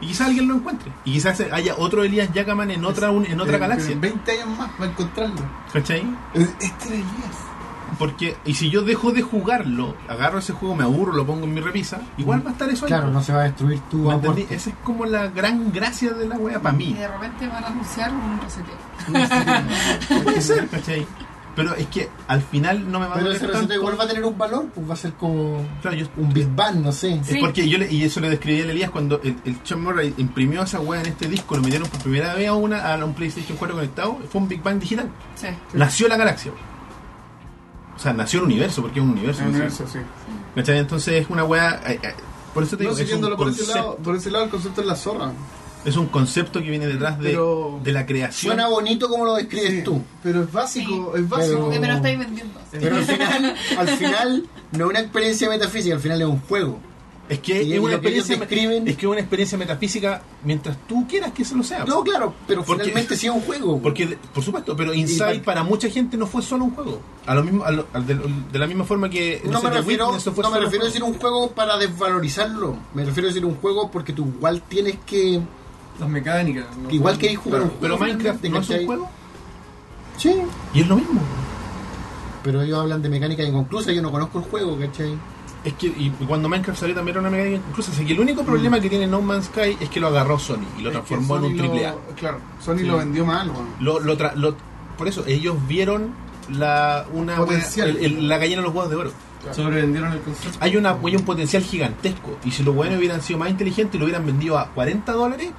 A: Y quizás alguien lo encuentre. Y quizás haya otro Elías Yacaman en otra, un- en otra
E: Eh, En-
A: galaxia.
E: En 20 años más va a encontrarlo.
A: ¿Cachai?
E: Es- Este era Elías.
A: Porque, y si yo dejo de jugarlo, agarro ese juego, me aburro, lo pongo en mi repisa, igual va a estar eso ahí.
B: Claro, no se va a destruir tu
A: ¿Me
B: amor.
A: entendí? Esa es como la gran gracia de la wea para
C: Y
A: mí.
C: [LAUGHS] de repente van a anunciar un reseteo.
A: Puede ser, ¿cachai? Pero es que al final no me va a
B: Pero ese
A: doler
B: receta igual va
A: tanto.
B: a tener un valor, pues va a ser como
A: Claro, yo-
B: un Big Bang, no sé.
A: es porque yo le- y eso le describí a Elías cuando el, el Sean Murray imprimió esa wea en este disco, lo metieron por primera vez a una a un PlayStation 4 conectado, fue un Big Bang digital.
C: Sí.
A: Nació la galaxia. O sea, nació el universo, porque es un universo.
D: En
A: ¿no?
D: el universo, sí.
A: ¿Cachai? Entonces es una wea eh, eh, por eso te
E: No,
A: digo, es, un
E: siguiéndolo por ese, lado,
A: concepto,
E: por ese lado, el concepto es la zorra.
A: es un concepto que viene detrás de,
E: Pero-
A: de la creación.
B: Suena bonito como lo describes
E: Sí,
B: tú.
E: Pero es básico, es básico.
C: Porque me lo estáis vendiendo.
B: Pero al
A: [LAUGHS]
B: final, al final, no es una experiencia metafísica, al final es un juego.
A: Es que
B: Y
A: es
B: lo
A: una
B: que
A: experiencia
B: ellos describen-
A: es que es una experiencia metafísica mientras tú quieras que eso lo sea.
B: No, claro, pero
A: Ah, Porque-
B: finalmente sí es un juego.
A: Porque por supuesto, pero
B: para-
A: Inside para mucha gente no fue solo un juego. A lo mismo a lo- al de, de la misma forma que
B: no
A: sé,
B: me
A: The
B: refiero,
A: Witness fue
B: no me
A: solo
B: refiero a
A: un
B: decir
A: juego.
B: un juego para desvalorizarlo. Me refiero a decir un juego porque tú igual tienes que.
H: Las mecánicas. ¿no?
B: Igual queréis jugar un
A: Pero,
B: juego.
A: pero Minecraft no es
B: ¿cachai?
A: un juego
B: Sí,
A: y es lo mismo.
B: pero ellos hablan de mecánica inconclusa. Yo no conozco el juego, ¿cachai?
A: Es que y cuando Minecraft salió también era una mecánica incluso, así que el
B: Mm.
A: único problema que tiene No Man's Sky es que lo agarró Sony y lo
E: Es que
A: transformó en
E: Sony
A: un
E: lo-
A: triple A.
E: Claro, Sony
A: Sí.
E: lo vendió mal, weón.
A: Lo, lo tra- lo- por eso ellos vieron la una
E: Potencial.
A: el- el- la gallina de los huevos de oro.
H: Sobrevendieron el concepto.
A: hay, una, hay un potencial gigantesco. Y si los buenos hubieran sido más inteligentes y lo hubieran vendido a 40 dólares,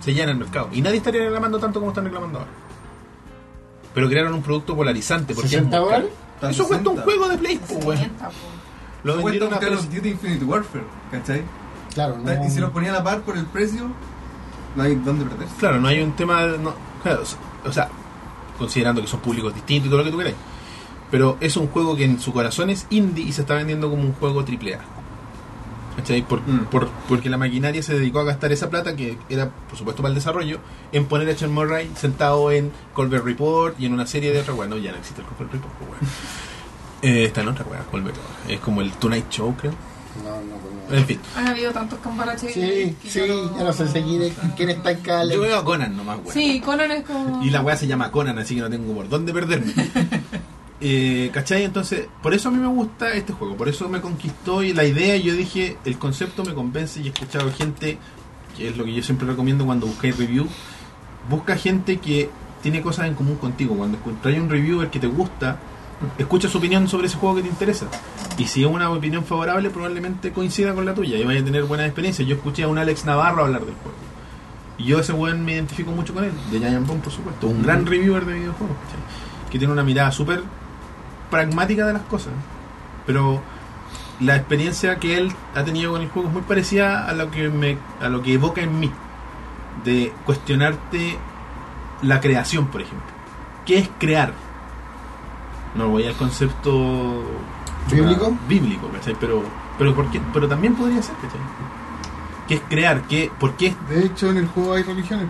A: se llena el mercado. Y nadie estaría reclamando tanto como están reclamando ahora. Pero crearon un producto polarizante. Porque es muy
B: 60
A: caro.
B: dólares.
H: Está
A: Eso cuesta un
H: 60.
A: juego de Play, po, weón.
C: Mienta, po.
A: Lo
H: Cuesta
A: vendieron
H: un
A: a
H: Call of
A: precio-
H: Duty Infinite Warfare, ¿cachai?
B: Claro, no.
H: Y si los ponían a par por el precio, no hay dónde perderse.
A: Claro, no hay un tema. No, claro, o sea, considerando que son públicos distintos y todo lo que tú querés. Pero es un juego que en su corazón es indie y se está vendiendo como un juego triple A. ¿Cachai? Por-
H: Mm.
A: por- porque la maquinaria se dedicó a gastar esa plata, que era por supuesto para el desarrollo, en poner a Sean Murray sentado en Colbert Report y en una serie de otras weas. No, ya no existe el Colbert Report, pues,
B: [LAUGHS]
A: weón. Eh, está en otra wea, Colbert. Es como el Tonight Show, creo.
B: No, no, no.
A: En fin.
C: Han habido tantos cambalaches.
B: Sí,
C: que
B: sí,
C: yo no-
B: ya no sé seguir de quién está en cada.
A: Yo veo a Conan nomás, weón.
C: Sí, Conan es como...
A: Y la weá se llama Conan, así que no tengo por dónde perderme. Eh, ¿Cachai? Entonces, por eso a mí me gusta este juego, por eso me conquistó y la idea, yo dije, el concepto me convence y he escuchado gente, que es lo que yo siempre recomiendo cuando buscáis review, busca gente que tiene cosas en común contigo, cuando encontráis un reviewer que te gusta, escucha su opinión sobre ese juego que te interesa. Y si es una opinión favorable, probablemente coincida con la tuya y vaya a tener buenas experiencias. Yo escuché a un Alex Navarro hablar del juego. Y yo a ese weón me identifico mucho con él, de Giant Bomb, por supuesto. Un gran reviewer de videojuegos, ¿cachai? que tiene una mirada súper pragmática de las cosas. Pero la experiencia que él ha tenido con el juego es muy parecida a lo que, me, a lo que evoca en mí, de cuestionarte la creación, por ejemplo. ¿Qué es crear? No voy al concepto
B: ¿Bíblico?
A: bíblico, ¿cachai? Pero, pero, ¿por qué? pero también podría ser, ¿cachai? qué es crear, qué, por qué,
E: De hecho, en el juego hay religiones.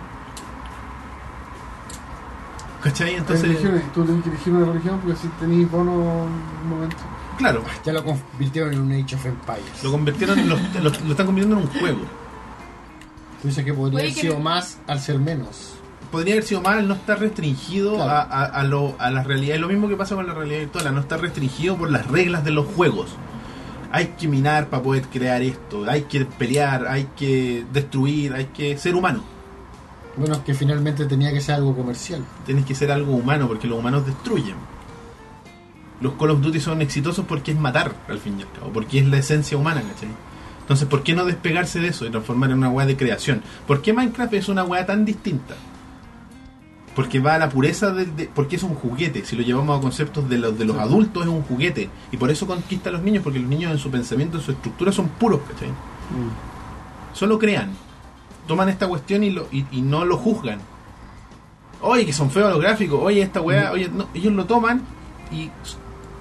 A: ¿cachai?
E: Entonces,
A: Entonces,
E: Tú tenés que elegir una religión porque si tenés bono un momento.
A: claro,
B: Ya lo convirtieron en un Age of Empires.
A: lo convirtieron, lo, lo- lo están convirtiendo en un juego.
B: Tú dices que podría
F: Puede
B: haber
F: que
B: sido
F: no-
B: más al ser menos.
A: Podría haber sido mal no estar restringido
B: Claro.
A: a, a, a lo, a la realidad. Es lo mismo que pasa con la realidad virtual, a no estar restringido por las reglas de los juegos. Hay que minar para poder crear esto, hay que pelear, hay que destruir, hay que ser humano.
B: Bueno, es que finalmente tenía que ser algo comercial.
A: Tienes que ser algo humano porque los humanos destruyen. Los Call of Duty son exitosos porque es matar, al fin y al cabo, porque es la esencia humana, ¿cachai? Entonces, ¿por qué no despegarse de eso y transformar en una weá de creación? ¿Por qué Minecraft es una weá tan distinta? Porque va a la pureza del... de- porque es un juguete. Si lo llevamos a conceptos de los, de los adultos, es un juguete. Y por eso conquista a los niños, porque los niños en su pensamiento, en su estructura, son puros, ¿cachai? Solo crean. Toman esta cuestión y, lo, y, y no lo juzgan. Oye, que son feos los gráficos. Oye, esta weá. Oye, no. Ellos lo toman y s-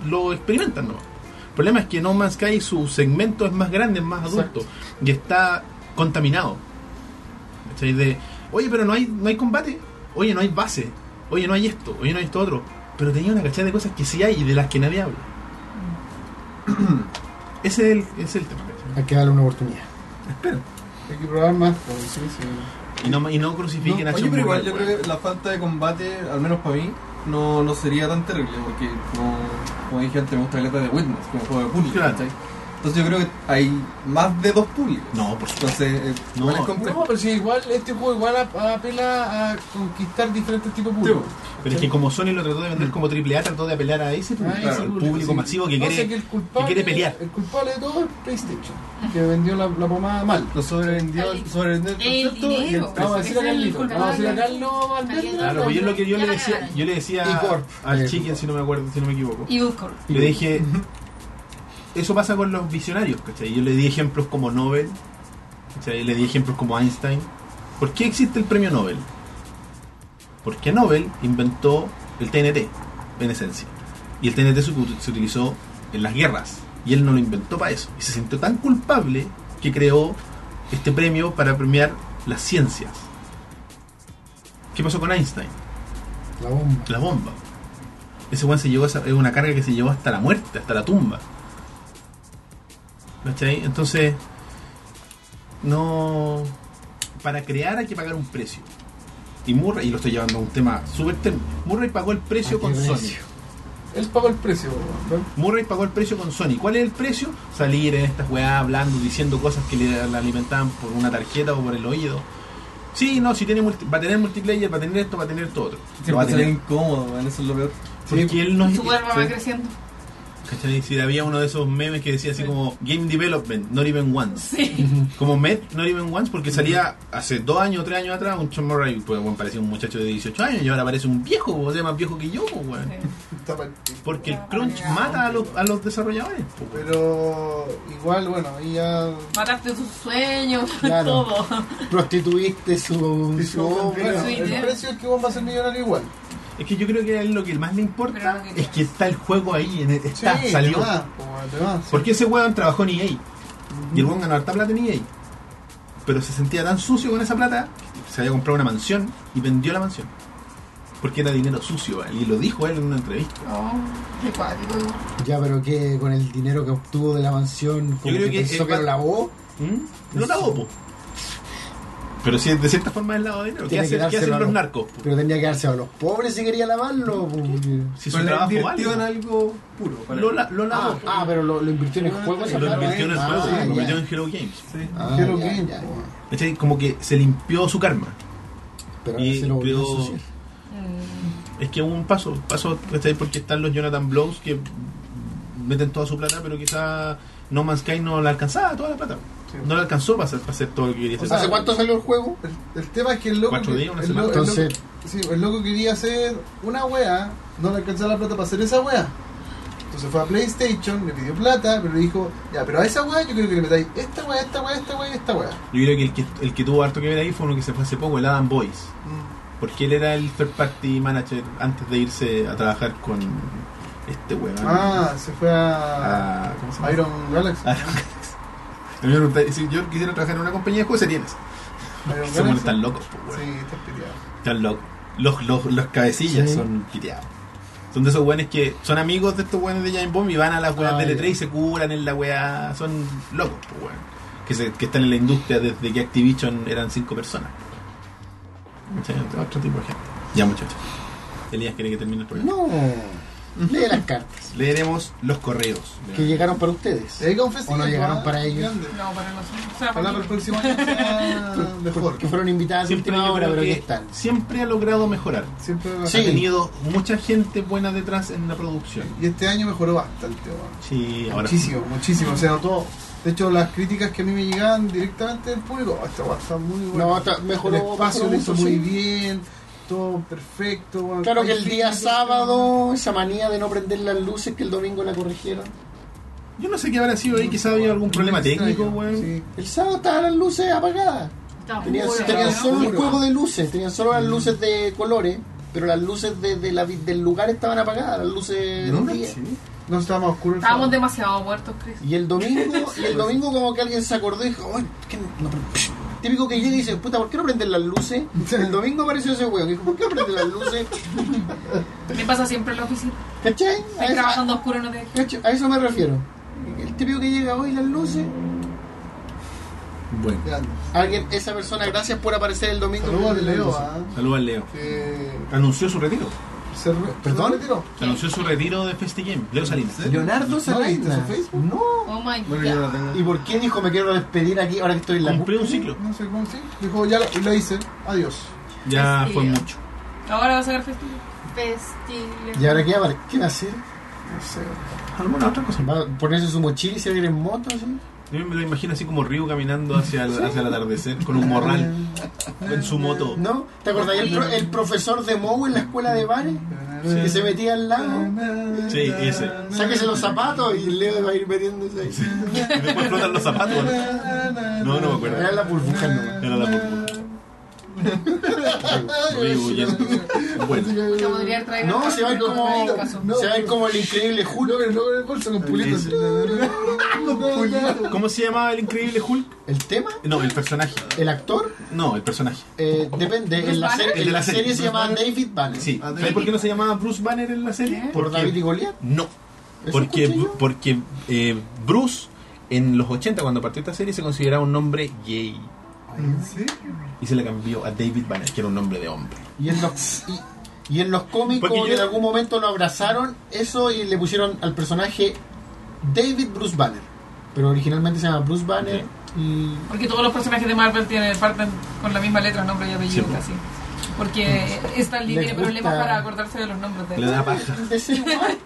A: lo experimentan, ¿no? El problema es que No Man's Sky su segmento es más grande, es más adulto. Y está contaminado. ¿Cachai? De, oye, pero no hay, no hay combate. Oye, no hay base. Oye, no hay esto. Oye, no hay esto otro. Pero tenía una cachada de cosas que sí hay y de las que nadie habla. [COUGHS] Ese es el, ese es el tema. ¿cachai?
B: Hay que darle una oportunidad.
E: Hay que probar más. pues,
A: Oh,
E: sí, sí.
A: Y no, y no crucifiquen a
H: No, oye,
A: Sean
H: pero igual
A: Murray,
H: yo
A: weón.
H: creo que la falta de combate, al menos para mí, no, no sería tan terrible, porque como, como dije antes, me gusta la letra de Witness, como juego de público,
A: Claro.
H: ¿cachai? Entonces yo creo que hay más de dos públicos.
A: No, por supuesto.
H: Entonces, eh,
A: No.
H: igual es
D: No,
H: complejo.
D: pero si igual este juego igual a- apela a conquistar diferentes tipos de público.
A: Pero es que como Sony lo trató de
H: Mm.
A: vender como triple A, trató de apelar a ese público,
D: Ah,
H: claro,
D: ese
A: al público
D: sí.
A: masivo que
D: O sea,
A: quiere.
D: el culpable-
A: quiere pelear.
D: El culpable de todo es PlayStation, que vendió la, la pomada mal.
H: Lo sobrevendió,
F: El-
H: sobrevendió el
F: el
H: concepto y el
F: dinero.
D: Vamos a decir a
F: Ese es el
D: Carlito, vamos a decir a Carlos Valverde.
A: Claro, pues yo lo que yo
F: Ya
A: le
F: la
A: decía,
F: cagaron.
A: yo le decía
B: Y Corp.
A: al
B: Eh,
A: chicken si no me acuerdo, si no me equivoco.
C: Evil Core.
A: Le dije eso pasa con los visionarios, ¿cachai? Yo le di ejemplos como Nobel, ¿cachai? Le di ejemplos como Einstein. ¿Por qué existe el premio Nobel? Porque Nobel inventó el TNT, en esencia. Y el TNT se, ut- se utilizó en las guerras. Y él no lo inventó para eso. Y se sintió tan culpable que creó este premio para premiar las ciencias. ¿Qué pasó con Einstein?
B: La bomba.
A: la bomba. Ese weón se llevó esa- es una carga que se llevó hasta la muerte, hasta la tumba. ¿Cachai? Entonces, no. Para crear hay que pagar un precio. Y Murray, y lo estoy llevando a un tema súper tem- Murray pagó el precio
B: ¿A
A: con
B: qué
A: Sony.
B: precio?
D: Él pagó el precio, weón.
A: Murray pagó el precio con Sony. ¿Cuál es el precio? Salir en estas weá hablando, diciendo cosas que le, le alimentaban por una tarjeta o por el oído. Sí, no, si tiene multi- va a tener multiplayer, va a tener esto, va a tener todo otro. Lo va a
H: Siempre
A: tener-
H: sería incómodo, weón, eso es lo peor.
A: porque él no es.
C: Su cuerpo va
A: sí.
C: creciendo.
A: ¿Cachai? Si había uno de esos memes que decía así como Game Development, not even once.
C: Sí.
A: Como Met, not even once, porque salía hace dos años, tres años atrás, un Sean Murray, pues bueno, parecía un muchacho de 18 años y ahora parece un viejo, o sea, más viejo que yo, pues, weón.
E: Está mal.
A: Porque el crunch mata a los, a los desarrolladores. pues, weón.
E: Pero igual, bueno, ahí ya.
C: Mataste tus sueños, [LAUGHS]
B: Claro.
C: todo.
B: Prostituiste su, su
E: Bueno,
B: obra.
C: sí,
E: el
C: bien.
E: precio es que vos vas a ser millonario igual.
A: Es que yo creo que a él lo que más le importa
C: Pero no que
A: es que está el juego ahí, en el- está,
E: Sí,
A: salió.
E: te va, pues, te va, sí.
A: Porque ese weón trabajó en EA. Y el weón ganó harta plata en EA. Pero se sentía tan sucio con esa plata que se había comprado una mansión y vendió la mansión. Porque era dinero sucio, él, y lo dijo él en una entrevista.
C: Oh, qué cuático.
B: Ya, pero que con el dinero que obtuvo de la mansión, como
A: creo
B: que,
A: que
B: pensó
A: el
B: que
A: pa-
B: lo lavó,
A: ¿Mm? Lo lavó, po. Pero si de cierta forma es lavado de dinero. ¿Qué,
B: Tiene que
A: hacen- qué hacen
B: dárselo a
A: los
B: los-
A: narcos? po?
B: pero tenía que dárselo a los pobres si quería lavarlo. porque-
A: Si su
H: Pero la
A: trabajo vale.
H: invirtió en algo puro. para
A: Lo,
H: él.
A: la- lo lavó.
B: Ah,
A: po.
B: ah, pero lo, lo invirtió en el juego. esa
A: lo
B: plata.
A: invirtió en el
B: Ah,
A: juego,
B: ya.
A: lo metió en Hello Games.
H: Sí.
B: Ah,
E: Quiero
B: ya,
E: que-
B: ya, ya.
A: ¿Cachai? Como que se limpió su karma.
B: Pero ahora
A: Y
B: se lo volvió a
A: creó-
B: ensuciar.
C: Mm,
A: Es que un paso, paso, ¿cachai? Porque están los Jonathan Blows que meten toda su plata, pero quizá No Man's Sky no la alcanzaba toda la plata. No la alcanzó para hacer, para hacer todo lo que quería hacer.
E: O sea,
B: ¿Hace cuánto salió el juego?
E: El, el tema es que el loco.
A: Cuatro
E: que-
A: días, una
E: el
A: semana.
E: loco- el loco-
B: Entonces-
E: sí, el loco quería hacer una wea, no le alcanzaba la plata para hacer esa wea. Entonces fue a PlayStation, le pidió plata, pero le dijo, ya, pero a esa wea yo quiero que le metáis esta wea, esta wea, esta wea, esta wea.
A: Yo creo que el, que el que tuvo harto que ver ahí fue uno que se fue hace poco, el Adam Boyce. Porque él era el third party manager antes de irse a trabajar con este weón.
E: Ah, se fue a,
A: Ah, ¿cómo se llama?
E: Iron Galaxy.
A: Ah, Me preguntáis, si [LAUGHS] yo quisiera trabajar en una compañía de juegos, sería en esa.
E: Pero
A: Se
E: bueno,
A: mueren
E: sí.
A: tan locos, pues, weón.
E: Sí, está piteado.
A: Están locos. Los, los, los cabecillas
B: Sí.
A: son piteados. Son de esos weones que son amigos de estos weones de James Bond y van a las weas
B: Ah,
A: de
B: ya.
A: L3 y se curan en la wea. Son locos, pues, weón. Que, se- que están en la industria desde que Activision eran cinco personas. Sí, otro tipo de gente. Ya, muchachos. Elías quiere que termine el programa.
B: No. Lee las cartas
A: Leeremos los correos.
B: que llegaron para ustedes.
E: Ahí confesé,
B: O no llegaron
E: ah,
B: para ellos.
E: grande.
C: No, para nosotros. O sea,
E: Ojalá para el próximo año sea
A: [LAUGHS]
E: mejor.
B: Que fueron invitadas de
A: Siempre,
B: última
A: yo
B: hora,
A: creo
B: pero aquí
A: que
B: están.
A: siempre ha logrado mejorar.
E: Siempre va a
B: Sí.
A: Ha tenido mucha gente buena detrás en la producción.
E: Y este año mejoró bastante, weón.
A: Sí, ahora
E: Muchísimo, muchísimo. Se notó. De hecho, las críticas que a mí me llegaban directamente del público, oh, esta weá está muy buena.
B: No, está- mejoró-
E: El espacio
B: mejoró
E: lo hizo
B: mucho,
E: muy
B: sí.
E: bien, todo perfecto. weón.
B: Claro que
E: Hay
B: el día
E: críticas-
B: sábado, esa manía de no prender las luces que el domingo la corrigieron.
A: Yo no sé qué habrá sido ahí, quizá había algún problema
E: Extraño,
A: técnico, weón.
E: sí.
B: El sábado estaban las luces apagadas.
F: Está
B: Tenían,
F: oscuro,
B: tenían
F: ¿no?
B: solo un
E: Oscuro.
B: juego de luces, tenían solo
E: Mm.
B: las luces de colores, pero las luces de, de la vi- del lugar estaban apagadas, las luces
H: No,
B: del día.
H: sí.
E: No estaba más oscuro. el
C: Estábamos
E: sábado.
C: demasiado muertos, Chris.
B: Y el domingo, y el domingo como que alguien se acordó y dijo, "Ay, ¿qué no pre-?" [LAUGHS] Típico que llega y dice, puta, ¿por qué no prenden las luces? El domingo apareció ese weón, dijo, ¿por qué no prenden las luces?
C: Me pasa siempre en la oficina.
B: ¿Cachai? A
C: Estoy
B: eso,
C: trabajando a oscuro, no te dejes.
B: cacho, a eso me refiero. El típico que llega hoy las luces,
A: Bueno,
E: Grande.
B: alguien, esa persona, gracias por aparecer el domingo.
E: Saludos de
B: Prenden las
E: Leo,
B: luces.
E: ah,
A: saludos al Leo.
E: que
A: Anunció su retiro.
E: se re-
B: ¿Perdón?
E: se retiró.
A: Anunció su retiro de Festi Game. Leo Salinas.
H: ¿Sí?
B: Leonardo
E: ¿No leíste
B: Salinas.
E: su Facebook?
B: No.
F: Oh my
H: Bueno, yo
F: god.
H: la tengo.
B: ¿Y por qué dijo me quiero despedir aquí ahora que estoy en la
A: Cumplió un ciclo.
E: No sé cómo sí. Dijo, ya lo, lo hice. Adiós.
A: Ya
F: Sí.
A: fue mucho.
C: Ahora va a sacar festivo.
F: Pestilio.
B: ¿Y ahora qué va a- qué va a hacer?
E: No sé.
A: ¿Alguna otra cosa?
B: ¿Va a ponerse su mochila y se va a ir en moto? así?
A: Yo me lo imagino así como Ryu caminando hacia el, hacia el atardecer con un morral en su moto.
B: [LAUGHS] ¿No? ¿Te acordás? El, pro- el profesor de Moe en la escuela de bares que se metía al
E: Ah.
B: lago.
A: Sí, ese.
B: Sáquese los zapatos y Leo va a ir metiéndose ahí.
A: Y después flotan los zapatos. ¿no? No, no me acuerdo.
B: Era la burbuja nomás.
A: Era la burbuja. Ryu huyendo. Bueno,
E: Así que-
F: Puta, podría haber traído
B: No,
F: otra
B: se va a ir
F: cosa,
B: como,
F: pero no pasó.
B: se va a ir como el increíble Julio.
E: Julio, pero no con el bolso, con pulito.
A: Sí. [LAUGHS]
E: así. Con pulito.
A: ¿cómo se llamaba el increíble Hulk?
B: ¿El tema?
A: No, el personaje.
B: ¿El actor?
A: No, el personaje.
B: Eh, depende. En la,
A: El
B: serie,
A: de
B: en
A: la
B: la
A: serie.
B: serie se llamaba David Banner.
A: Sí. ¿Sabes Ah, por qué no se llamaba Bruce Banner en la serie?
B: ¿Por
A: Porque-
B: David y Goliat?
A: No.
B: ¿Eso
A: Porque,
B: escuché yo?
A: porque eh, Bruce, en los 80, cuando partió esta serie, se consideraba un nombre gay.
H: ¿Sí?
A: Y se le cambió a David Banner, que era un nombre de hombre.
B: Y en los, y, y en los cómicos
A: Porque yo-
B: en algún momento lo abrazaron eso y le pusieron al personaje David Bruce Banner. Pero originalmente se llama Bruce Banner y
C: Porque todos los personajes de Marvel tienen, parten con la misma letra, nombre y apellido
A: Sí, po.
C: casi. Porque Stan Lee
B: Les
C: tiene
B: gusta-
C: problemas para acordarse de los nombres de
A: Le da paja.
B: de ser igual,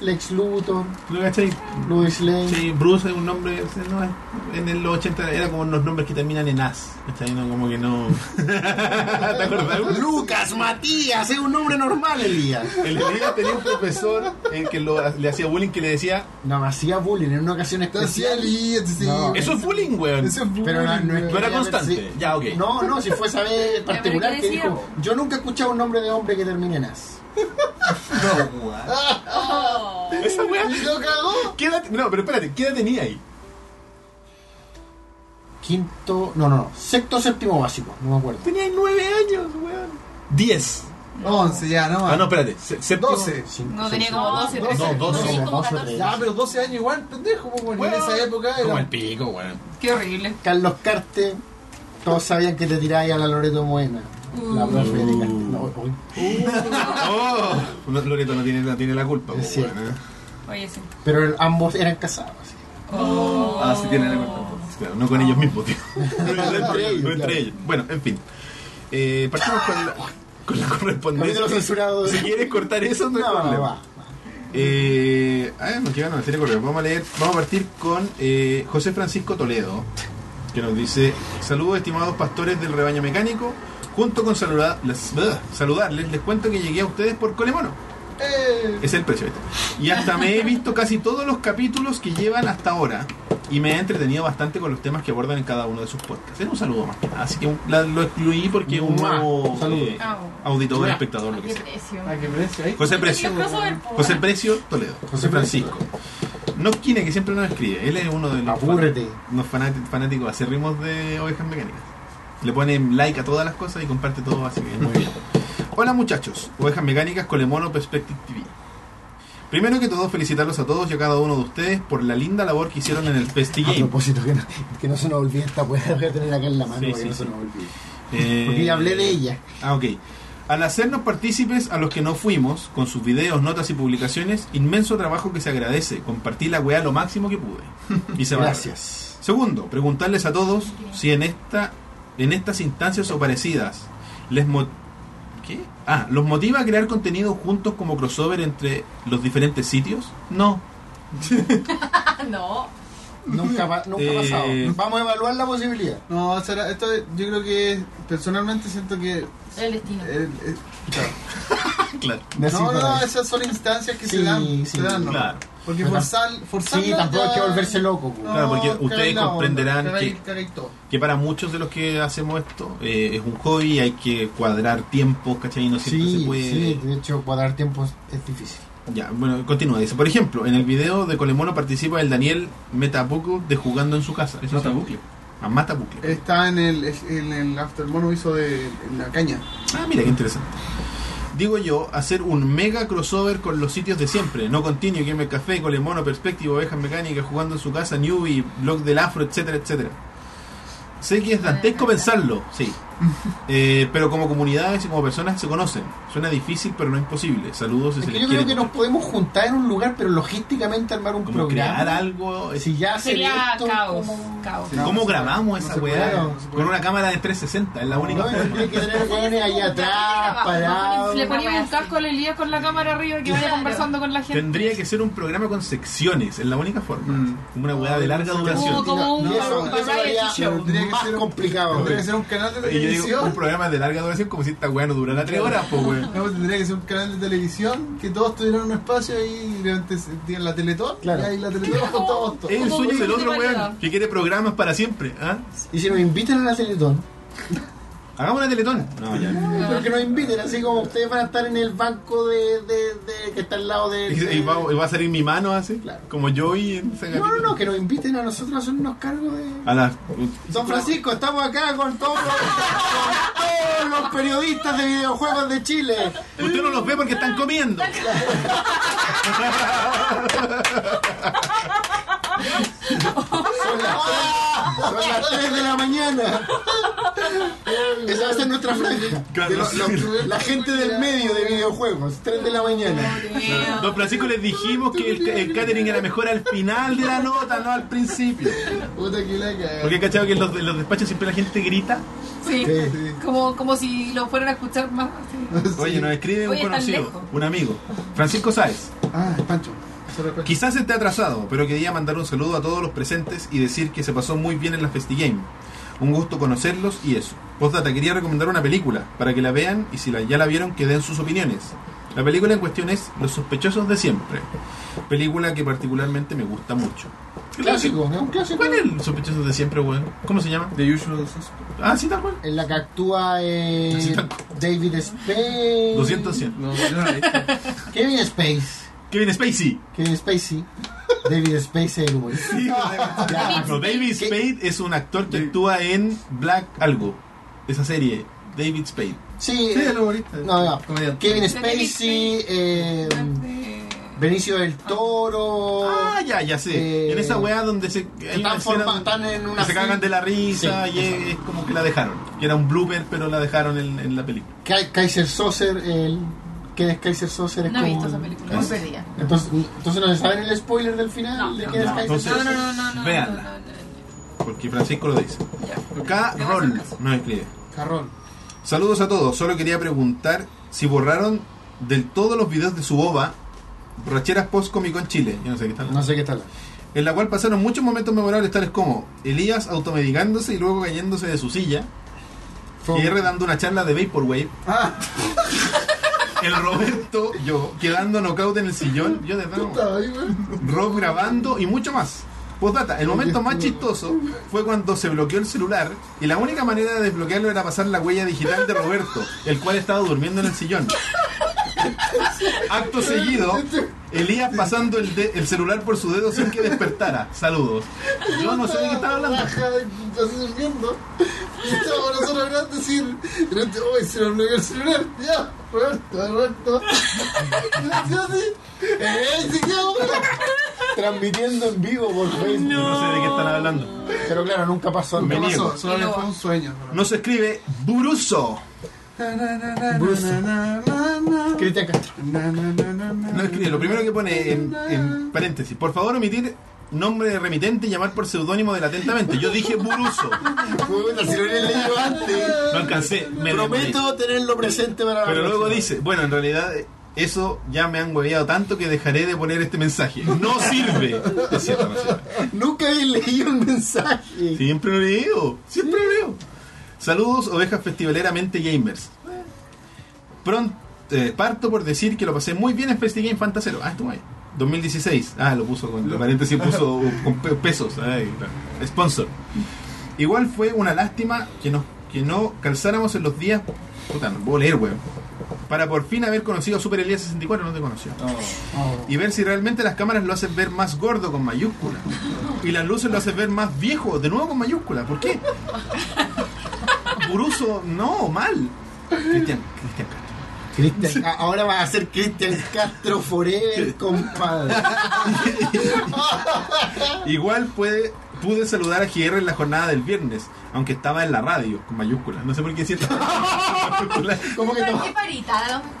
B: Lex Luthor,
A: ¿Lo cachai?
B: Louis Lane.
A: Sí, Bruce es un nombre. o sea, no es- en el- los 80 era como los nombres que terminan en as. ¿Cachai? No, como que no. [LAUGHS] ¿Te acordás?
B: Lucas Matías, es un nombre normal Elías.
A: El día tenía un profesor en que lo- le hacía bullying que le decía:
B: No, me hacía bullying en una ocasión
E: Te hacía
B: especial.
E: el sí.
B: No.
A: Eso es bullying, weón.
E: Ese es bullying,
B: Pero no, no es
A: No
E: güey.
A: era
B: que-
A: constante.
B: sí.
A: Ya, ok.
B: No, no, si fue esa vez particular
C: ¿qué
B: que
C: decía?
B: dijo, yo nunca he escuchado un nombre de hombre que termine en as.
H: No, weón.
F: Oh.
A: Esa weá.
E: Y lo cagó.
A: ¿Qué edad- No, pero espérate, ¿qué edad tenía ahí?
B: Quinto, no, no, no, sexto, séptimo básico, no me acuerdo.
A: Tenía nueve años, weón. Diez.
E: 11 ya, no más.
A: Ah, no, espérate. se- séptimo-
E: 12.
B: Cinco,
F: No,
B: seis,
F: tenía como
B: siete,
F: 12,
E: no,
A: no,
F: 13.
A: 12,
F: como
B: doce,
F: 14.
E: Ya, pero 12 años igual, pendejo, pues, bueno, en esa época
A: Como
E: era.
A: el pico, weón.
C: Qué horrible.
B: Carlos Carte, todos sabían que te tiráis a la Loreto Moena.
F: Uh.
B: La profe de Carte. No,
A: Uh.
B: uy,
A: Oh, no, Loreto no tiene, no tiene la culpa,
B: Es
A: pues,
B: cierto.
A: weón, ¿eh?
C: Oye, sí.
B: Pero el- ambos eran casados. así. Oh.
C: [LAUGHS]
H: Ah, sí tiene la culpa.
A: Claro, no con ellos mismos, tío. No entre
B: entre ellos,
A: ellos. No
B: claro.
A: entre ellos. Bueno, en fin. Eh, partimos con la, con la
B: Capítulo
A: correspondencia.
B: censurado.
A: Si quieres cortar ¿eh? eso, no hay
B: No, no,
A: problema.
B: va.
A: Eh, a ver, nos llegaron a correo. Vamos a leer, vamos a partir con eh, José Francisco Toledo, que nos dice: Saludos, estimados pastores del rebaño mecánico. Junto con saluda- las- ugh, saludarles, les cuento que llegué a ustedes por Colemono.
E: Eh.
A: Es el precio, ¿viste? Y hasta me he visto casi todos los capítulos que llevan hasta ahora. Y me he entretenido bastante con los temas que abordan en cada uno de sus podcasts. Era un saludo más que nada, así que un- la- lo excluí porque es un
B: Mua,
A: nuevo
B: saludo.
A: eh,
F: Ah,
A: auditor,
D: Mua.
A: espectador, lo que
F: qué
A: sea.
B: Ah,
F: precio.
A: Pues-
D: ¿A qué precio ahí?
A: José
F: Yo
A: Precio. Pues
F: quiero crossover, po.
A: José Precio Toledo. José Francisco. Noctine, que siempre nos escribe. Él es uno de los
B: Apúrrete.
A: fan- los fanati- fanáticos acérrimos de Ovejas Mecánicas. Le ponen like a todas las cosas y comparte todo, así que muy bien. Hola muchachos, Ovejas Mecánicas Colemono Perspective TV. Primero que todo, felicitarlos a todos y a cada uno de ustedes por la linda labor que hicieron en el Festi
B: A
A: Game.
B: propósito, que no, que no se nos olvide esta weá, la voy a tener acá en la mano
A: Sí,
B: para que
A: sí,
B: no se
A: sí.
B: nos olvide.
A: Eh,
B: Porque ya hablé de ella.
A: Ah, ok. Al hacernos partícipes a los que no fuimos, con sus videos, notas y publicaciones, inmenso trabajo que se agradece. Compartí la weá lo máximo que pude. Y se va.
B: Gracias.
A: Segundo, preguntarles a todos si en esta en estas instancias o parecidas les mo- ¿Qué? Ah, ¿los motiva a crear contenido juntos como crossover entre los diferentes sitios? No. [LAUGHS]
F: Ah, no.
B: Nunca, pa- nunca
A: Eh,
B: pasado. Vamos a evaluar la posibilidad.
E: No, será, esto yo creo que personalmente siento que.
F: El destino.
E: eh, eh,
A: Claro. pues.
E: no, no, no, esas son instancias que
B: Sí,
E: se dan.
B: sí,
E: se dan ¿no?
A: Claro.
E: Porque
B: Pero
E: forzar, forzar.
B: Sí, tampoco hay que volverse loco. pues.
A: Claro, porque ustedes comprenderán que-
E: todo.
A: Que para muchos de los que hacemos esto eh, es un hobby, hay que cuadrar tiempos, ¿cachai? Y No siempre
B: Sí,
A: pues, se puede.
B: sí, de hecho, cuadrar tiempos es difícil.
A: Ya, bueno, continúa. Dice, por ejemplo, en el video de Colemono participa el Daniel Metabuco de jugando en su casa. Ah, Eso sí.
H: Matabucle.
A: A Matabucle.
E: Está en el, en el After Mono hizo de en la caña.
A: Ah, mira, qué interesante. Digo yo, hacer un mega crossover con los sitios de siempre. No Continuo, Game Café, Colemono, Perspective, Ovejas Mecánicas, Jugando en su casa, Newbie, Blog del Afro, etcétera, etcétera. Sé que es dantesco pensarlo,
B: [LAUGHS]
A: sí. Eh, pero como comunidades y como personas se conocen. Suena difícil, pero no imposible. Saludos si
B: Es
A: se
B: que
A: les
B: yo
A: quiere.
B: creo que nos podemos juntar en un lugar, pero logísticamente armar un
A: como
B: programa. pues,
A: crear algo. es-
B: Si ya hacer
F: Sería
B: esto
F: caos.
B: como-
F: Caos.
E: Sí. No,
A: ¿Cómo
E: no se
A: grabamos
E: puede, no
A: esa
E: se puede,
A: weá?
E: no se puede.
A: Con una cámara de 360, es la única
B: No,
A: forma.
B: hay que tener weones allá atrás, parados.
C: Le ponían un casco al Elías con la cámara arriba y que vaya
F: Claro.
C: conversando con la gente.
A: Tendría que ser un programa con secciones, es la única forma.
E: Mm.
A: Como una weá de larga duración.
C: Como- como un
B: Y eso,
C: variety
B: eso sería
C: show.
E: Tendría que
B: más
E: ser un-
B: complicado.
E: Tendría que ser un canal
A: Y
E: de
A: yo digo, un
E: televisión.
A: programa de larga duración como si esta weá no durara tres horas, pues weón.
E: No, pues tendría que ser un canal de televisión que todos tuvieran un espacio ahí y realmente se- digan la Teletón.
B: Claro.
E: Y ahí la Teletón con todos. todos.
A: Es el
C: Como
A: sueño del otro
C: multivariedad.
A: weón que quiere programas para siempre. ¿ah?
B: Y si nos invitan a la Teletón,
A: Hagamos una teletón. No, ya.
B: pero que nos inviten, así como ustedes van a estar en el banco de, de- de- que está al lado de.
A: Y, y va, y va a salir mi mano así,
B: Claro.
A: como yo y en ese
B: No, no, no,
A: capítulo.
B: que nos inviten a nosotros a hacernos cargo de.
A: A las.
B: Don Francisco, estamos acá con todos los, con todos los periodistas de videojuegos de Chile.
A: Usted no los ve porque están comiendo.
B: Son las, son las 3 de la mañana. Esa va a ser nuestra franja.
A: Claro.
B: De lo- lo- la gente del medio de videojuegos, 3 de la mañana.
A: Don Francisco les dijimos que el, el catering era mejor al final de la nota, no al principio.
E: Puta que la cagada.
A: Porque he cachado que en los, en los despachos siempre la gente grita.
C: Sí.
B: Sí.
C: Como, como si lo fueran a escuchar más. así.
A: Oye, nos escribe un
F: Oye, tan lejos.
A: conocido, un amigo. Francisco Sáez.
E: Ah, es Pancho. Solo es Pancho.
A: Quizás esté atrasado, pero quería mandar un saludo a todos los presentes y decir que se pasó muy bien en la FestiGame. Un gusto conocerlos y eso. Postdata, quería recomendar una película para que la vean y si la, ya la vieron que den sus opiniones. La película en cuestión es Los sospechosos de siempre. Película que particularmente me gusta mucho.
B: Clásico, es un clásico.
A: ¿Cuál es el sospechoso de siempre, weón? ¿Cómo se llama?
H: The Usual Suspect.
A: Ah, sí, tal cual.
B: En la que actúa eh,
A: Sí, está-
B: David Space.
A: 200 100.
H: No, yo no la he visto.
B: Kevin Space.
A: Kevin Spacey.
B: Kevin Spacey. David Space el güey. Ya.
A: Ah, No, David
B: ¿Qué?
A: Spade es un actor que actúa en Black Algo. Esa serie. David Spade.
B: Sí,
H: Sí, el humorista.
B: No, no.
H: Comediante.
B: Kevin
C: David
B: Spacey,
C: Spacey.
B: eh,
C: De-
B: Benicio del Toro.
A: Ah, ya, ya sé.
B: Oh, Eh,
A: en esa weá donde se. hay una
B: están,
A: escena
B: forma-
A: donde
B: están en una.
A: se cagan de la risa
B: Sí,
A: y es, es como que la dejaron. Que era un blooper, pero la dejaron en, en la película.
B: Kai- Kaiser Saucer, el. ¿Quién es Kaiser Saucer? Es
F: No he
B: como
F: visto
B: el-
F: esa película. No sé.
B: Entonces, entonces no se saben el spoiler del final
F: No,
B: de
F: no,
B: quién es
A: no.
B: Kaiser
A: Entonces-
B: Saucer.
C: No, no, no, no, no.
A: Véanla.
C: no, no, no.
A: Porque Francisco lo dice. K.
C: Ya.
A: Roll nos escribe.
E: Carrón.
A: Saludos a todos. Solo quería preguntar si borraron del todo los videos de su boba. Borracheras post Comic Con Chile. Yo no sé qué tal.
B: No sé qué tal.
A: en la cual pasaron muchos momentos memorables tales como Elías automedicándose y luego cayéndose de su silla,
B: Fue un-
A: JR dando una charla de Vaporwave,
E: Ah,
A: [LAUGHS] el Roberto, yo, quedando knockout en el sillón, yo de
E: tú
A: nuevo,
E: estabas ahí, weón.
A: Rob grabando y mucho más. Postdata, el momento más chistoso fue cuando se bloqueó el celular y la única manera de desbloquearlo era pasar la huella digital de Roberto, el cual estaba durmiendo en el sillón. Acto seguido, Elías pasando el, de- el celular por su dedo sin que despertara. Saludos. Yo no sé de qué estaba hablando.
E: Baja, así durmiendo. Y estábamos nosotros hablando así. de repente, Uy, se nos bloqueó el celular. Ya, Roberto, Roberto. Y así, así. ¡Eh, se quedó, bueno!
B: Transmitiendo en vivo por Facebook.
A: Yo no sé de qué están hablando.
B: Pero claro, nunca pasó.
A: Me
E: ¿Qué
B: nunca
A: niego.
E: pasó? Solo fue un sueño.
A: No se escribe Buruso.
B: pasó. Cristian Castro.
A: [LAUGHS] No escribe. Lo primero que pone en, en paréntesis. Por favor, omitir nombre de remitente y llamar por seudónimo del atentamente. Yo dije Buruso.
B: Puta, si lo hubiera leído antes.
A: No alcancé. Me demoré.
B: Prometo tenerlo presente para la
A: Pero luego
B: próxima.
A: dice, bueno, en realidad eh, eso ya me han hueveado tanto que dejaré de poner este mensaje. No sirve. Es cierto, no sirve.
B: Nunca he leído el mensaje.
A: Siempre lo leo, siempre lo leo. Saludos, ovejas festivaleramente gamers. Pronto, parto por decir que lo pasé muy bien en FestiGame Fantasero. Ah, esto ahí. 2016. Ah, lo puso con entre paréntesis, puso con pe- pesos. Ay, claro. Sponsor. Igual fue una lástima que, nos, que no calzáramos en los días. Puta, no puedo leer, weón. Para por fin haber conocido a Super Elías 64, no te conoció. Y ver si realmente las cámaras lo hacen ver más gordo con mayúscula. Y las luces lo hacen ver más viejo, de nuevo con mayúscula. ¿Por qué? Buruso, no, mal. Cristian, Cristian Castro.
B: Cristian, a- ahora vas a ser Cristian Castro Forever, compadre.
A: Igual puede, pude saludar a GR en la jornada del viernes, aunque estaba en la radio, con mayúscula. No sé por qué siento. [LAUGHS]
B: ¿Cómo que
F: Pero qué
B: no?
F: parita, a lo mejor.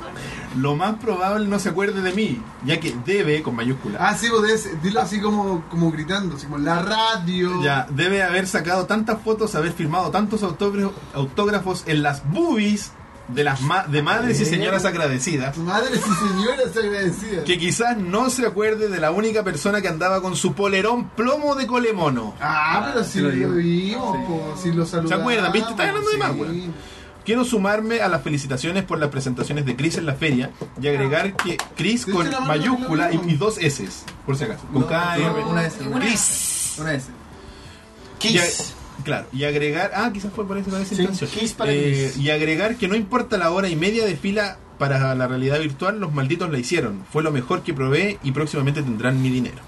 A: Lo más probable no se acuerde de mí, ya que debe con mayúscula.
E: Ah, sí, vos debes- dilo así como, como gritando, así como la radio.
A: Ya, debe haber sacado tantas fotos, haber firmado tantos autógrafos, autógrafos en las boobies de las ma- de madres y señoras agradecidas.
E: Madres y señoras agradecidas.
A: Que quizás no se acuerde de la única persona que andaba con su polerón plomo de colemono.
E: Ah, pero si
H: te lo
E: lo
H: digo.
E: vimos, po, si lo saludamos.
A: acuerdan? ¿Viste? Estás hablando de más, weón. Quiero sumarme a las felicitaciones por las presentaciones de Chris en la feria y agregar que Chris
E: Sí,
A: con
E: sí, la mano,
A: mayúscula
E: la
A: y,
E: mano.
A: y dos S, por si acaso. Con
H: No,
A: K, R.
H: no, Ah, una S.
F: Una S.
H: Una S.
A: Y a-
B: Kiss.
A: claro, y agregar, ah, quizás fue por eso con esa
B: Sí,
A: intención.
B: Kiss para
A: Eh,
B: Kiss.
A: y agregar que no importa la hora y media de fila para la realidad virtual, los malditos la hicieron. Fue lo mejor que probé y próximamente tendrán mi dinero.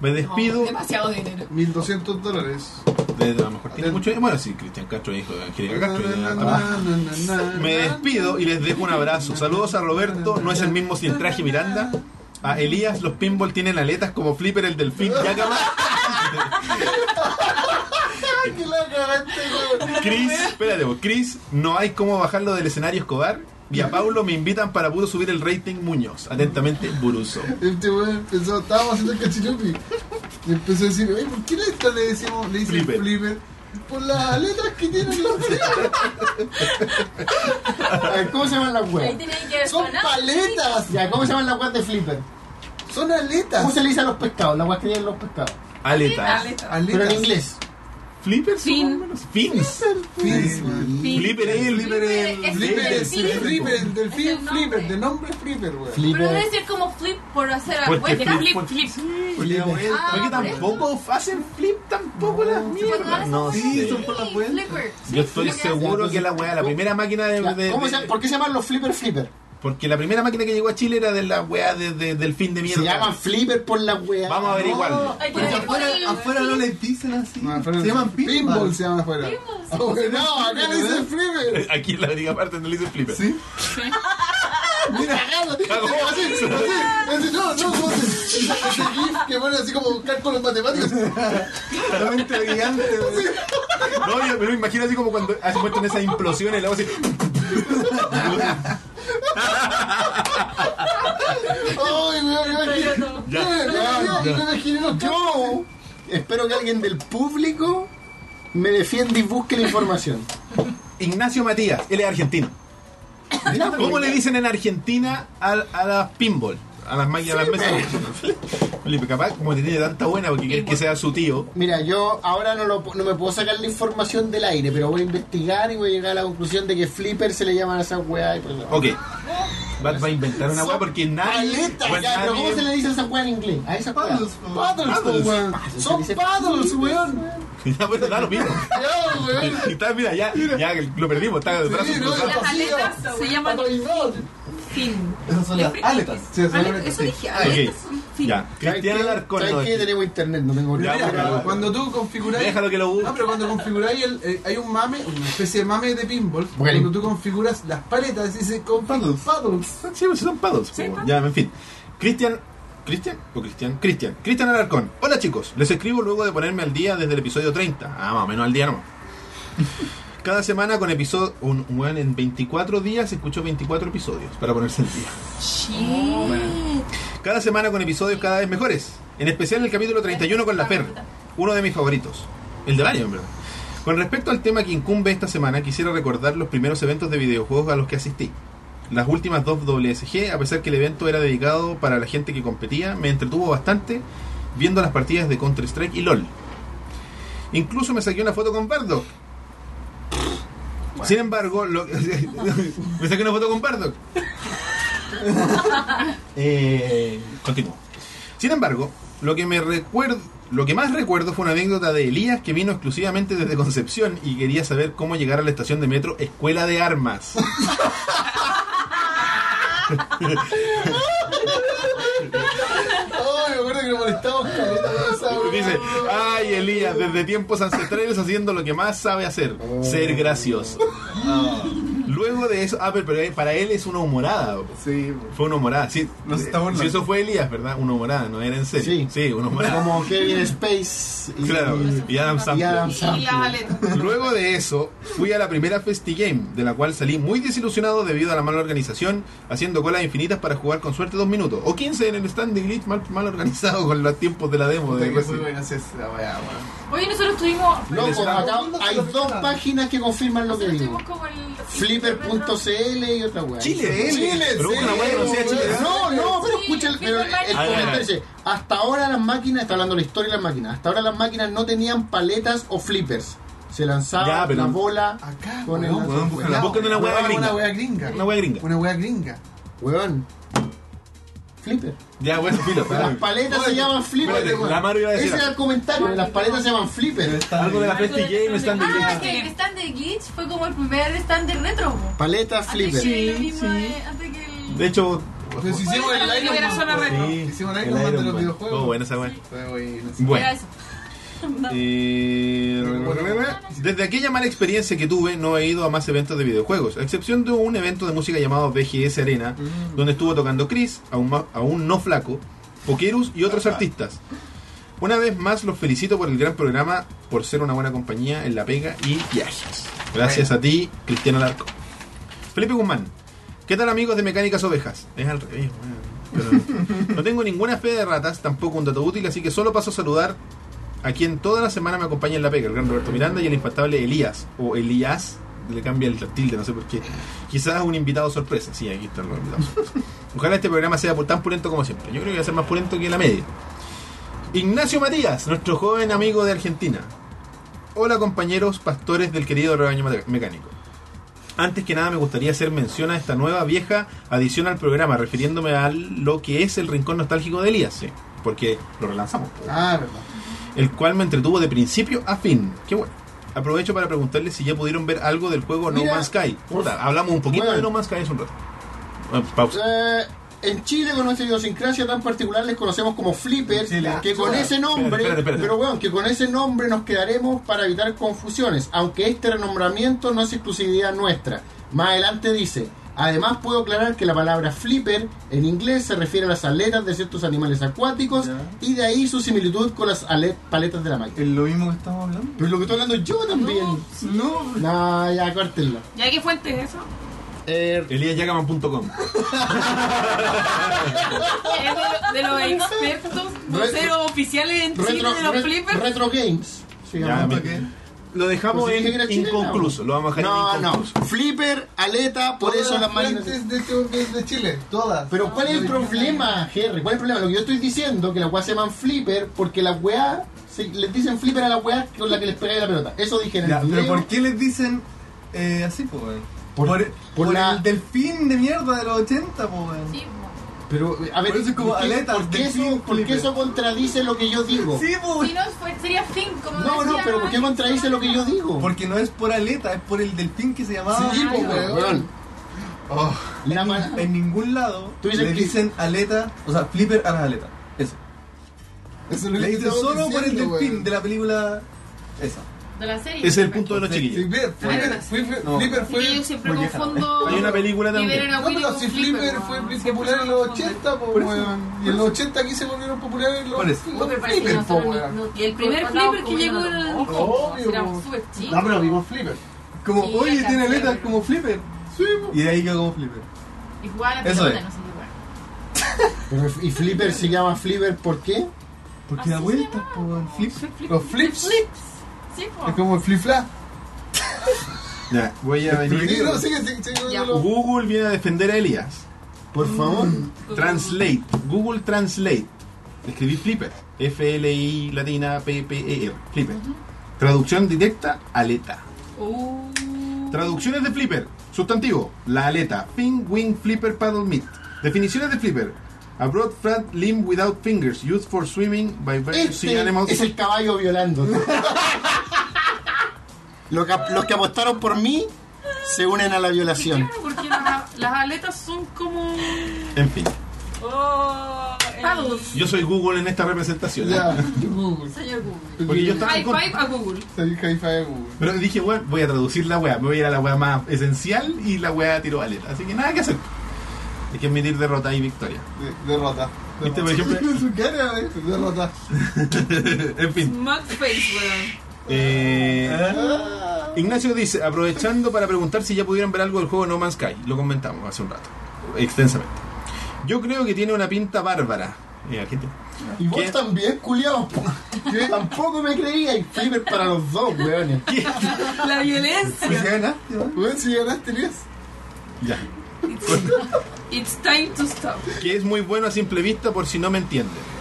A: Me despido.
F: Demasiado dinero.
E: 1200 dólares.
A: Desde la mejor tiene mucho bueno sí Cristian Castro hijo de Angélica Castro y de- me
E: Ah,
A: despido y les dejo un abrazo saludos a Roberto no es el mismo sin traje Miranda a Elías los pinball tienen aletas como Flipper el delfín ya cama
B: Que la cagaste, weón.
A: Chris espérate vos, Chris no hay cómo bajarlo del escenario Escobar y a Paulo me invitan para puro subir el rating Muñoz atentamente Buruso
E: Este weón empezó, estábamos haciendo el cachirupi. Y empezó a decir, oye, ¿por qué le, esta le decimos, le dicen
A: Flipper.
E: flipper? Por las letras que tiene la
B: A ver, ¿cómo se llaman las
F: Ahí
B: weas?
F: tiene que ver
E: Son
F: con-
E: paletas.
B: Ya, ¿cómo se llaman las weas de Flipper?
E: Son
B: ¿Cómo
E: aletas.
B: se le dice a los pescados? Las weas que tienen los pescados.
A: aletas
C: Aleta.
E: Aletas.
B: Pero en inglés.
A: Flippers
C: Fin.
A: son buenos. fins
E: Sí, weón.
F: Fin.
A: Flipper es el-
F: Flipper es
E: Flipper,
F: el
E: es
F: delfín.
E: flipper, el delfín
F: Es el nombre.
E: flipper, de nombre flipper, weón.
F: Pero debe
B: Flipper.
F: ser como flip por hacer la
A: Porque
F: vuelta.
A: flip-
F: Flip,
A: por-
F: flip.
H: Porque la vuelta.
F: Ah,
A: Oye, que
F: por eso.
A: tampoco hacen flip tampoco las mierdas
F: No,
H: sí,
A: sé.
H: son por las vueltas.
F: Flipper.
A: Yo estoy seguro que la weá, la primera máquina de.
B: Ya,
A: de-
B: ¿cómo se-
A: de-
B: ¿Por qué se llaman los Flipper Flipper?
A: porque la primera máquina que llegó a Chile era de la weá de, de- del fin de
B: Se llaman
A: mierda.
B: Flipper por las weas.
A: Vamos a averiguarlo.
F: Hay que
H: Porque
F: ver
H: afuera,
F: con el-
H: afuera no le dicen así.
E: No, afuera
H: se
E: no-
H: llaman pinball.
E: pinball. se llaman afuera.
F: Pinball.
E: Ah, weón, No, acá le dicen flipper.
A: [LAUGHS] Aquí en la única parte donde le dicen flipper.
H: ¿Sí?
E: Mira,
A: Cagó.
E: así, así, así, no, no, no, ese [LAUGHS] ese gif que ponen así como cálculos matemáticos.
H: La mente brillante.
A: No, yo me lo imagino así como cuando hacen muestran esas implosiones, la voz así.
E: Ay, weón, me imagino. Weón, weón, me imagino los
B: Yo espero que alguien del público me defienda y busque la información.
A: Ignacio Matías, él es argentino. ¿Cómo le dicen en Argentina a, a las pinball? A las máquinas, a las mesas. Felipe, capaz, como te tiene tanta buena porque quieres que sea su tío.
B: Mira, yo ahora no, lo, no me puedo sacar la información del aire, pero voy a investigar y voy a llegar a la conclusión de que flipper se le llaman a esas weas. y por eso-
A: Ok. Bat va a inventar una weá porque nadie.
B: Paletas,
A: bueno,
B: ya, pero
A: nadie-
B: ¿cómo se le dice a esa wea en inglés? A esa wea.
H: Paddles,
E: Paddles, po,
A: Paddles.
E: weón. Son paddles,
A: [LAUGHS]
E: weón.
A: Ya, bueno, da lo mismo.
E: Ya, weón.
A: Y está, mira, ya, ya lo perdimos, está de brazos
E: Sí, no,
A: cruzados.
F: Las aletas se llaman
E: Paddle, weón.
C: Fin.
H: Esas son las
C: Alef-
H: aletas.
E: Sí, eso
C: Ale-
E: es lo que-
C: Eso
H: sí.
C: dije,
H: Ah,
C: aletas son fin.
A: Ya, Cristian Alarcón.
B: ¿Sabes
A: no
B: qué?
A: es-
B: Tenemos internet, no tengo
A: Ya,
B: nada.
A: pero-
E: Cuando tú configuráis.
A: Déjalo que lo busque.
E: Ah, pero cuando configuráis, el, eh, hay un mame, una especie de mame de pinball.
B: Bueno.
E: Cuando tú configuras las paletas, dice con
A: Paddles.
E: paddles.
A: Sí, pues son paddles.
C: Sí,
A: po,
C: paddles.
A: Ya, en fin. Cristian. ¿Cristian? ¿O Cristian? Cristian. Cristian Alarcón. Hola chicos, les escribo luego de ponerme al día desde el episodio 30. Ah, más o menos al día nomás. Cada semana con episodio. Un, weón, en 24 días escucho 24 episodios para ponerse al día.
C: Shit.
A: Cada semana con episodios cada vez mejores. En especial el capítulo 31 con la Fer. Uno de mis favoritos. El de varios, en verdad. Con respecto al tema que incumbe esta semana, quisiera recordar los primeros eventos de videojuegos a los que asistí. Las últimas dos WSG, a pesar que el evento era dedicado para la gente que competía, me entretuvo bastante viendo las partidas de Counter-Strike y LOL. Incluso me saqué una foto con Bardock. Sin embargo, lo- [LAUGHS] me saqué una foto con Bardock. Eh, continúo. Sin embargo, lo que me recuerdo, lo que más recuerdo fue una anécdota de Elías que vino exclusivamente desde Concepción y quería saber cómo llegar a la estación de metro Escuela de Armas. [LAUGHS]
E: Oh, me acuerdo que lo molestamos caleta con esa
A: Y Dice, ay Elías, desde tiempos ancestrales haciendo lo que más sabe hacer, ser gracioso. Luego de eso, ah, pero pero para él es una humorada.
H: Sí,
A: Fue una humorada, sí.
H: Nos está burlando.
A: Sí, eso fue Elías, ¿verdad? Una humorada, no era en serio.
B: Sí.
A: Sí, una humorada.
B: Como Kevin Space y,
A: Claro, y Adam
B: y
A: Sandler.
B: Adam
F: Y las
B: Sandler.
F: aletas.
A: Luego de eso, fui a la primera FestiGame, de la cual salí muy desilusionado debido a la mala organización, haciendo colas infinitas para jugar con suerte dos minutos, o 15 en el stand de Glitch mal, mal organizado con los tiempos de la demo. De
E: Puta, que fue
A: Resident Evil.
E: buena esa- esa weá, weón.
F: Oye, nosotros tuvimos.
B: Loco,
A: Está-
B: acá hay dos páginas que confirman lo que
F: Nosotros
B: digo.
F: tuvimos como el.
B: Flipper.cl y otra weá.
A: Chile,
E: Chile,
A: pero busca una
E: sí,
A: wea que no sea
E: weón.
A: Chile.
B: No, no, pero
F: Sí,
B: escucha el, pero el
F: Flipper Mario.
A: A ver, a ver.
B: comentario. dice, Hasta ahora las máquinas, está hablando de la historia de las máquinas, hasta ahora las máquinas no tenían paletas o flippers. Se lanzaba
A: Ya, pero-
B: la bola
E: Acá,
B: con
E: weón,
B: el...
H: weón,
E: weón,
H: búscala,
A: búscala una weá
E: weón,
A: gringa.
E: Una weá gringa.
A: Una wea gringa.
E: Una weá gringa.
B: Weón. Flipper.
A: Ya, bueno,
E: [LAUGHS]
A: filo.
B: Las paletas se llaman flipper.
A: espérate,
B: weón.
A: la Maru iba a decir
B: Ese era el
A: algo.
B: comentario. Las paletas se llaman flipper.
A: Algo de la
C: Algo de-
A: FestiGame, stand de
F: Ah,
A: Glitch.
F: es que el stand de Glitch fue como el primer stand de retro. po.
B: Paleta
F: Antes
B: flipper.
F: que lo
A: Sí,
F: mismo
A: sí.
F: de- antes que el-
A: De hecho,
E: Pero si hicimos
F: Bueno,
E: el
F: era
E: Iron Man.
C: zona retro.
A: sí,
E: Ah, Hicimos
A: el
E: Iron Man de
A: Iron
E: los
A: Man.
E: videojuegos.
A: Estuvo buena esa wea.
E: Fue buena esa.
A: Bueno.
F: Era eso.
A: Eh, Desde aquella mala experiencia que tuve, no he ido a más eventos de videojuegos, a excepción de un evento de música llamado BGS Arena, donde estuvo tocando Chris, aún, ma- aún no flaco, Pokerus y otros artistas. Una vez más los felicito por el gran programa, por ser una buena compañía en la pega y viajes. Gracias a ti, Cristiano Larco. Felipe Guzmán, ¿qué tal amigos de Mecánicas Ovejas? Es al revés, weón, pero no tengo ninguna fe de ratas, tampoco un dato útil, así que solo paso a saludar a quien toda la semana me acompaña en la pega, el gran Roberto Miranda y el infaltable Elías, o Elías, le cambia el tilde, no sé por qué. Quizás un invitado sorpresa, sí, aquí están los invitados. Ojalá este programa sea tan pulento como siempre. Yo creo que va a ser más pulento que la media. Ignacio Matías, nuestro joven amigo de Argentina. Hola compañeros pastores del querido rebaño mate- mecánico. Antes que nada me gustaría hacer mención a esta nueva vieja adición al programa, refiriéndome a lo que es el rincón nostálgico de Elías, sí, porque lo relanzamos pues.
E: Ah, verdad.
A: el cual me entretuvo de principio a fin. Qué bueno. Aprovecho para preguntarle si ya pudieron ver algo del juego No
B: Mira,
A: Man's Sky. Puta, hablamos un poquito
B: Bueno.
A: de No Man's Sky hace un rato. Ah, Pausa.
B: Eh, en Chile con nuestra idiosincrasia tan particular les conocemos como flippers,
H: Chile.
B: que con ese nombre,
A: Espérate, espérate, espérate.
B: pero bueno, que con ese nombre nos quedaremos para evitar confusiones, aunque este renombramiento no es exclusividad nuestra. Más adelante dice, además puedo aclarar que la palabra flipper en inglés se refiere a las aletas de ciertos animales acuáticos
H: Ya.
B: y de ahí su similitud con las ale- paletas de la máquina.
H: ¿Es lo mismo que estamos hablando?
B: Pero lo que estoy hablando yo también.
H: No,
B: No, ya, córtenlo.
C: ¿Ya qué fuente es eso?
B: Eh,
A: ElíasYagaman.com.
C: Es de, de los expertos voceros oficiales en Chile
B: retro,
C: de los
B: re-
C: flippers.
B: retro Games. se
A: Ya,
B: llama.
A: me- Lo dejamos
B: Pues sí, que
A: en
B: era chilena,
A: inconcluso. Lo vamos a dejar
B: No,
A: en
B: no.
A: inconcluso.
B: Flipper, aleta, por
E: Todas
B: eso las máquinas.
E: fuentes de, este- de, de Chile, todas.
B: Pero ¿cuál es el problema, Jerry? ¿Cuál es el problema? Lo que yo estoy diciendo que las weas se llaman flipper porque las weas se- les dicen flipper a las weas con las que les pegáis la pelota. Eso dije en el
H: Ya, pero
B: video.
H: ¿por qué les dicen eh, así, po, weón?
B: Por-
H: Por, por,
B: por la-
H: el delfín de mierda de los 80, po, weón.
F: Sí,
B: Pero, a ver,
H: Por eso es como
B: ¿por qué-
H: aleta,
B: ¿por qué,
H: delfín,
B: eso, por qué
H: flipper.
B: eso contradice lo que yo digo?
H: Sí, po,
F: po.
H: weón.
F: Si no, fue- sería fin, como
B: No, no,
F: decía-
B: pero ¿por qué contradice lo que yo digo?
H: Porque no es por aleta, es por el delfín que se llamaba.
E: Sí, po,
H: weón.
E: weón.
B: Weón,
H: Oh,
F: Ah,
B: La mala-
H: en ningún lado
B: Tú dices
H: le
B: que-
H: dicen aleta, o sea, flipper a las aletas. Eso.
E: Eso es lo
H: Le
E: que
H: dicen
E: estamos
H: solo por el
E: diciendo,
H: delfín
E: weón.
H: de la película esa.
F: de la serie.
A: Ese es el punto de los chiquillos.
E: Flipper, Flipper, Flipper,
H: No.
E: Flipper
F: Es que yo
E: fue.
F: siempre
H: Muy vieja.
F: confundo.
A: Hay una película
F: Flipper
A: también.
F: era
E: No,
F: Willy
E: pero pues,
F: con
E: si Flipper
F: weón.
E: fue muy
F: Siempre
E: popular en
F: se
E: los
F: confunde.
E: 80, po,
H: Por eso,
E: weón. Y
H: por
E: en los
H: eso.
E: 80 aquí se volvieron populares los
H: Por eso.
F: No,
E: los
F: pero parece que
E: Flipper, po,
F: nosotros no-
E: weón.
F: no- Y el primer Flipper que llegó era.
E: Obvio,
F: Era
E: po.
F: súper chico.
B: No, pero vimos Flipper.
H: Como,
F: Sí,
H: oye,
F: la
H: tiene
F: flipper.
H: aletas como flipper.
E: Sí, po.
H: Y de ahí quedó como flipper.
F: Y jugaba a la
H: Eso
F: pelota,
H: es.
F: no sé qué weón.
B: Pero, ¿Y Flipper se llama Flipper por qué?
H: Porque
F: Así
H: da
F: se
H: vueltas,
F: llama.
H: po, el flipper.
E: Los flips.
F: Flips. Sí, po.
E: Es como el flip flap.
A: Ya, voy a
E: Sí,
A: venir.
E: no, sigue, sigue, sigue.
F: Ya.
E: no, no.
A: Google viene a defender a Elías.
B: Por favor.
A: Translate. Google Translate. Escribí Flipper. F-L-I latina P-P-E-R. Flipper. Traducción directa, aleta.
C: Uh,
A: Traducciones de flipper. Sustantivo, la aleta. Fin, wing, flipper, paddle, mitt. Definiciones de flipper. A broad flat limb without fingers used for swimming by various sea
B: Este
A: animals.
B: es el caballo violando. Los que, los que apostaron por mí se unen a la
C: y
B: violación.
C: claro, porque la- las aletas son
F: [LAUGHS]
C: como.
A: En fin,
C: Oh, el-
F: Paddles.
A: yo soy Google en esta representación. ¿eh? [LAUGHS]
E: Ya, Google.
F: Señor Google.
A: Porque yo estaba
C: High
A: en contra.
C: five a Google.
E: Soy hi-fi de Google.
A: Pero dije, bueno, voy a traducir la weá, me voy a ir a la weá más esencial y la weá tiró aleta. Así que nada que hacer. Hay que admitir derrota y victoria. [LAUGHS]
E: De- Derrota.
A: Viste, por ejemplo-
E: [LAUGHS] Su cara, eh,
A: [LAUGHS]
E: Derrota.
A: en fin.
C: Mug face, weón.
A: Eh, Ignacio dice, aprovechando para preguntar si ya pudieran ver algo del juego No Man's Sky. Lo comentamos hace un rato, extensamente. Yo creo que tiene una pinta bárbara. Eh, aquí te-
B: Y vos
A: ¿Qué?
B: también, culiao. Yo tampoco me creía. Y Flipper para los dos, weones.
C: La violencia.
H: Pues ya ganaste, ¿no?
E: Weón, si ganaste, Elías.
A: Ya.
C: It's time to stop.
A: que es muy bueno a simple vista por si no me entienden.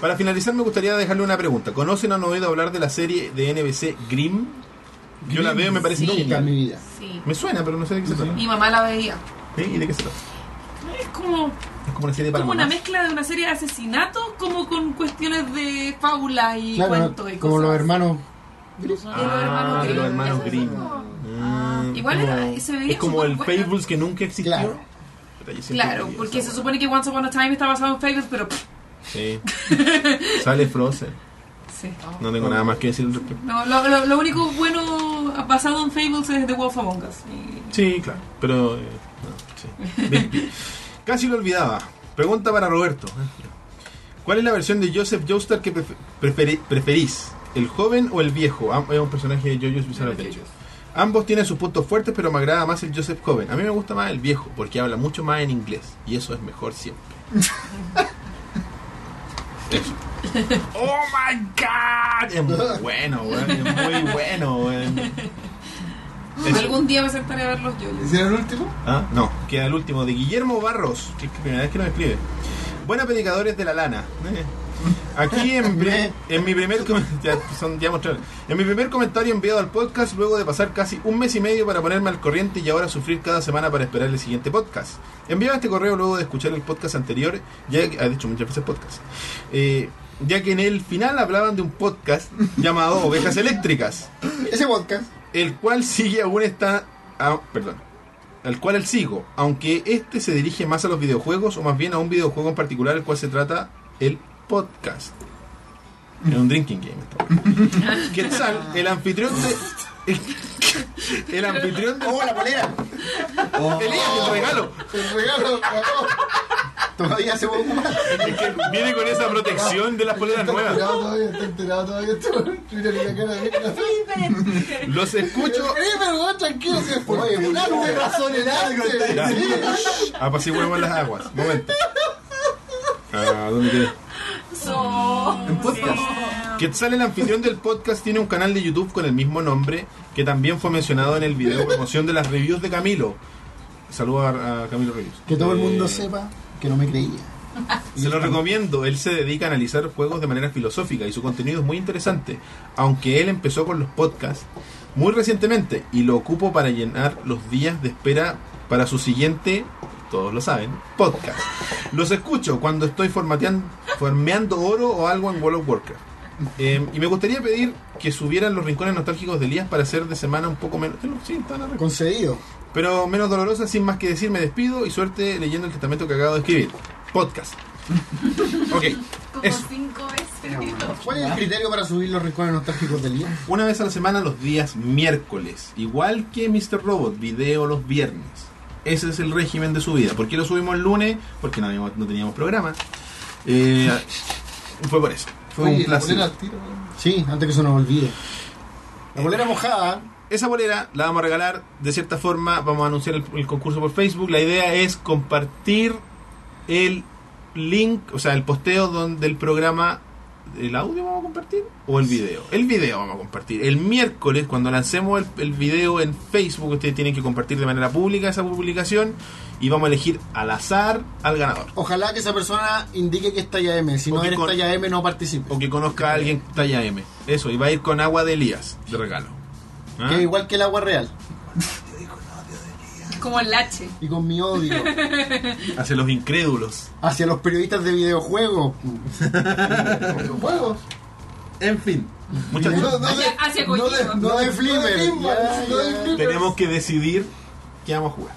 A: Para finalizar me gustaría dejarle una pregunta. ¿Conocen o han oído hablar de la serie de NBC Grimm? Yo la veo y me parece
B: Nunca en mi
A: genial.
B: vida.
F: Sí.
A: Me suena, pero no sé de qué se trata.
C: Mi mamá la veía.
A: ¿Sí? ¿Y de qué se trata?
C: Es como,
A: Es como una serie para
C: como una
A: mamás.
C: mezcla de una serie de asesinatos, como con cuestiones de fábula y
B: Claro,
C: cuentos y
B: como
C: cosas.
B: los hermanos.
C: de los hermanos
A: Ah, de los
C: Grimm.
A: hermanos
C: Eso.
A: Grimm. Mm,
C: Igual
A: como-
C: era- se veía
A: Es como el
C: superbuena.
A: Fables que nunca existió.
B: Claro.
A: Puta, yo siempre
C: Claro,
A: veía
C: porque
A: esa
C: se
A: weá.
C: supone que Once Upon a Time está basado en Fables, pero pff,
A: [LAUGHS] Sí. Sale Frozen.
C: sí.
A: No tengo nada más que decir al respecto.
C: No, lo, lo- lo único bueno basado en Fables es The Wolf Among Us. Y-
A: Sí, claro. Pero. eh, no, sí. Bien, bien. [LAUGHS] Casi lo olvidaba. Pregunta para Roberto. ¿Cuál es la versión de Joseph Joestar que prefe- preferi- preferís? ¿El joven o el viejo? Am- Es un personaje de JoJo's Bizarre Adventure. Ambos tienen sus puntos fuertes, pero me agrada más el Joseph joven. A mí me gusta más el viejo, porque habla mucho más en inglés. Y eso es mejor [LAUGHS] siempre. Eso. ¡Oh, my God! Es muy bueno, weón. Es muy bueno, weón. Eso.
C: Algún día me sentaré a ver los yoyos.
E: ¿Hicieron el último?
A: Ah, no, queda el último de Guillermo Barros, que es la primera vez que nos escribe. Buena predicadores de la lana. Eh. Aquí en, pri- en mi primer com- [LAUGHS] ya son- ya mostraron. en mi primer comentario enviado al podcast luego de pasar casi un mes y medio para ponerme al corriente y ahora sufrir cada semana para esperar el siguiente podcast. Enviaba este correo luego de escuchar el podcast anterior, ya que ha dicho muchas veces podcast. Eh, ya que en el final hablaban de un podcast llamado Ovejas Eléctricas
B: Ese podcast.
A: el cual sigue aún está. ah, perdón. El cual el sigo, aunque este se dirige más a los videojuegos o más bien a un videojuego en particular, el cual se trata el podcast. Es un drinking game. esta wea. Quetzal, el anfitrión de. El, anfitrión de.
B: ¡Oh, la polera!
H: Oh,
A: Elías, el regalo!
B: El regalo. Todavía se puede ocupar.
A: Es que viene con esa protección de las poleras
E: Está
A: nuevas.
E: enterado todavía, está enterado todavía. Tú, mira la cara de mierda.
A: Los escucho.
E: Flipper, weón, tranquilo. si es
B: Oye,
E: Flipper,
B: claro,
E: weón.
B: razón en algo.
E: Sí.
A: Ya. Apaciguemos las aguas. Momento. Ah, ¿dónde quedé?
H: en podcast.
A: Quetzal, el anfitrión del podcast, tiene un canal de YouTube con el mismo nombre que también fue mencionado en el video promoción de las reviews de Camilo. Saludo a, a Camilo Reviews.
B: Que todo el mundo
A: Eh,
B: sepa que no me creía.
A: Se lo recomiendo. Él se dedica a analizar juegos de manera filosófica y su contenido es muy interesante. Aunque él empezó con los podcasts muy recientemente y lo ocupo para llenar los días de espera para su siguiente, todos lo saben, podcast. Los escucho cuando estoy formatean- formeando oro o algo en World of Warcraft. Eh, y me gustaría pedir que subieran los rincones nostálgicos de Elías para hacer de semana un poco menos. Sí, están arriba.
B: Concedido.
A: Pero menos dolorosa, sin más que decir, me despido y suerte leyendo el testamento que acabo de escribir. Podcast. ok,
F: Como
A: eso.
F: cinco veces.
B: ¿Cuál es el criterio para subir los recuerdos nostálgicos del día?
A: Una vez a la semana los días miércoles, igual que Mr. Robot, video los viernes. Ese es el régimen de subida. ¿Por qué lo subimos el lunes? Porque no, habíamos- no teníamos programa. Eh, fue por eso. Fue un
E: Oye, la
A: placer.
E: polera al tiro, weón.
B: Sí, antes que se nos olvide. La bolera mojada.
A: Esa bolera la vamos a regalar de cierta forma. Vamos a anunciar el, el concurso por Facebook. La idea es compartir el link, o sea, el posteo donde el programa. ¿El audio vamos a compartir? ¿O el video? El video vamos a compartir. El miércoles, cuando lancemos el, el video en Facebook, ustedes tienen que compartir de manera pública esa publicación y vamos a elegir al azar al ganador.
B: Ojalá que esa persona indique que es talla M. Si
A: O
B: no
A: que
B: eres
A: con-
B: talla M, no participes.
A: O que conozca a alguien talla M. Eso, y va a ir con agua de Elías de regalo. ¿Ah?
B: Que es igual que el agua real.
C: Como el lache.
B: Y con mi odio
A: Hacia los incrédulos.
B: hacia los periodistas de videojuegos.
E: Juegos.
H: En fin,
A: Muchas gracias.
E: No, no de-
C: Hacia- hacia
E: no de-
C: Kojima.
E: no de
B: No de
E: Flipper,
B: Flipper, ya,
E: no de
B: ya.
E: Flipper.
A: Tenemos que decidir qué vamos a jugar.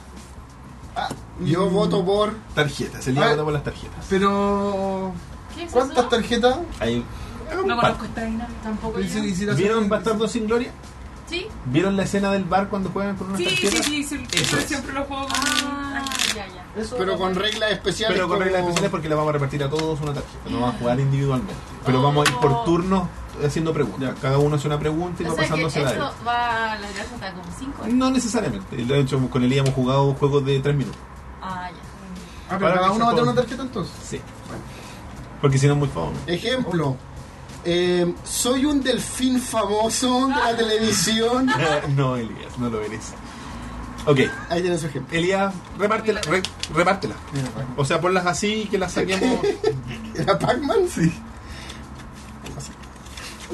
B: Yo
A: Mm.
B: voto por.
A: Tarjetas, el día
E: Ah.
A: que votamos las tarjetas.
E: Pero.
F: ¿Qué es
E: ¿Cuántas
F: eso?
E: tarjetas?
A: Ahí.
C: No conozco esta dinámica.
F: Tampoco yo.
E: Hici- hicieron-
A: ¿Vieron Bastardo sin Gloria?
F: ¿Sí?
A: ¿Vieron la escena del bar cuando juegan con unas
C: Sí, sí,
A: tarjetas?
C: sí, sí,
A: Eso
C: yo
A: es.
C: siempre lo juego con
F: Ah, ya, ya.
E: Eso-
B: Pero con reglas especiales.
A: Pero con reglas
B: como-
A: especiales porque la vamos a repartir a todos una tarjeta. No vamos a jugar individualmente. Pero vamos a ir por turnos haciendo preguntas. Cada uno hace una pregunta y
F: O
A: va
F: sea que
A: pasándose la
F: eso va a la gracia hasta como cinco. ¿eh?
A: de. No necesariamente. De hecho, con Elías hemos jugado juegos de tres minutos.
F: Ah, ya.
E: Ah, pero
A: Para
E: cada
A: que
E: uno
A: se
E: va a tener
A: ponga.
E: una tarjeta entonces.
A: Sí. Porque si no es muy famoso.
B: Ejemplo. eh, soy un delfín famoso de la televisión.
A: [LAUGHS] no, Elías, no lo eres. Ok,
B: Ahí tienes su ejemplo.
A: Elías, repártela, re- repártela. O sea, ponlas así y que las saquemos.
B: ¿Era Pac-Man? Sí.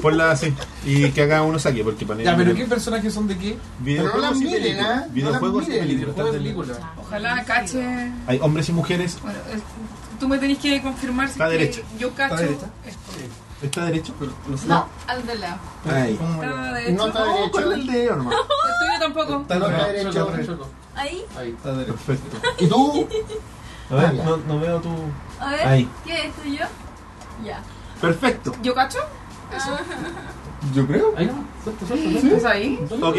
A: Ponla así. Y que haga uno saque, porque para
D: Ya, pero ¿qué personajes son de qué?
B: Pero no
A: Videojuegos
B: las
A: y
B: miren, ¿ah?
A: películas.
B: No
A: Videojuegos
B: las
A: y
B: miren.
A: películas.
D: Juegos de
A: Está del-
D: película.
C: Ojalá cache.
A: Hay hombres y mujeres.
C: Bueno, es- tú me tenés que confirmar si
A: Está
C: es que
A: derecha.
C: yo cacho.
H: Está derecha.
C: esto.
A: ¿Está derecho?
F: No, al de lado.
A: Ahí.
C: Está derecha.
B: No está
A: No,
B: derecho.
A: ponle el dedo, hermano.
C: El tuyo tampoco.
H: está
B: No
H: derecho.
B: está
D: eh,
B: derecho.
D: Choco, choco.
F: Ahí,
D: Ahí.
H: Está derecho.
A: Perfecto.
B: ¿Y tú? Ah,
A: A ver, no, no veo tu.
F: a ver.
A: Ahí.
F: ¿Qué es tuyo? Ya.
A: Perfecto.
C: ¿Yo cacho?
H: Yo creo.
D: Ahí no. Suelta, suelta,
C: ¿Estás ahí?
D: suelta.
A: Ok,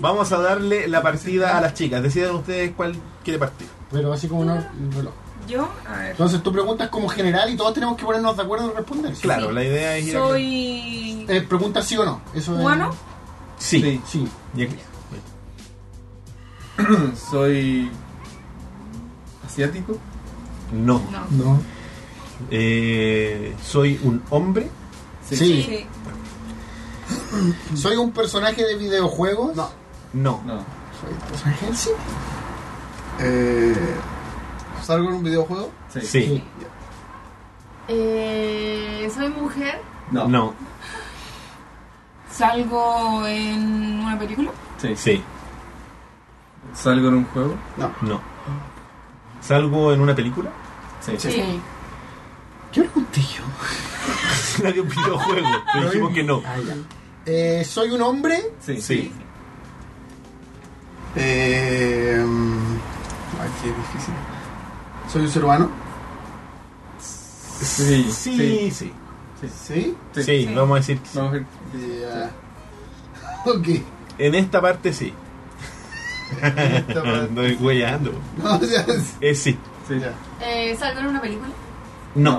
A: vamos a darle la partida a las chicas. Decidan ustedes cuál quiere partir.
B: Pero así como no. un reloj.
C: Yo, a ver.
B: Entonces tú preguntas como general y todos tenemos que ponernos de acuerdo en responder.
A: Claro, la idea es ir. a-
C: Soy.
B: Eh, pregunta sí o no. Eso es-
C: ¿Cubano?
A: Sí.
B: Sí.
A: Ya- ya.
H: Soy. asiático.
A: No.
C: No.
B: No.
A: Eh, soy un hombre.
B: Sí.
C: Sí.
B: ¿Soy un personaje de videojuegos? No.
A: No.
H: No.
B: ¿Soy un personaje? Pues, Sí.
E: Eh, ¿Salgo en un videojuego?
H: Sí.
A: Sí.
F: Eh, soy mujer.
H: No.
A: No.
C: ¿Salgo en una película?
H: Sí.
A: Sí.
H: ¿Salgo en un juego?
A: No. ¿Salgo en una película? [LAUGHS]
H: Sí.
F: Sí.
B: ¿Qué pregunté yo?
A: Nadie un videojuego. Pero dijimos que no.
B: Eh, ¿Soy un hombre?
H: Sí.
A: Sí.
E: Eh, mm, ay, qué difícil. ¿Soy un ser humano?
H: Sí.
A: Sí, sí.
E: Sí.
A: Sí,
H: Sí.
A: vamos a decir. que sí.
H: Vamos a ver.
E: Ya. [LAUGHS] Ok.
A: En esta parte sí. [LAUGHS]
E: Esta parte.
A: Estoy huellando.
E: No, o sea, es-
A: Es sí.
H: Sí.
E: ya.
F: Eh, ¿Salgo en una película?
A: No.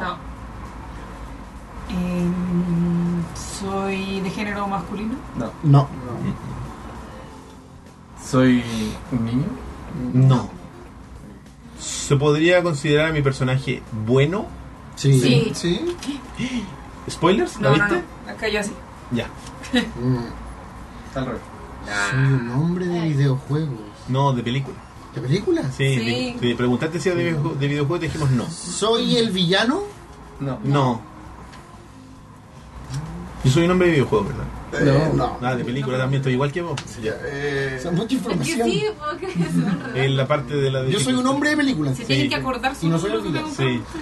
C: Em, ¿Soy de género masculino?
H: No.
B: No.
E: No.
H: ¿Soy un niño?
A: No. ¿Se podría considerar a mi personaje bueno?
B: Sí.
F: Sí.
E: ¿Sí?
A: ¿Spoilers? ¿La
C: No, no,
A: viste?
C: no. Acá yo así.
A: Ya.
B: Mm.
H: Al revés.
B: Soy un hombre de videojuegos.
A: No, de película.
B: ¿De películas?
A: Sí,
C: Sí.
A: de- de- preguntaste si era de, videojuego- de videojuego y te dijimos no.
B: ¿Soy el villano?
H: No.
A: No. Yo soy un hombre de videojuego, ¿verdad?
E: Eh,
B: no.
A: Nada, de película también estoy igual que vos.
E: Eh,
B: O sea, mucha
F: Es que
B: información.
F: sí, porque es un reloj.
A: En la parte de la
B: Yo soy un hombre de películas.
C: Se
A: Sí.
C: tienen que acordar su
B: Y no soy
C: número.
B: el
C: tengo que
B: [LAUGHS]
A: Sí.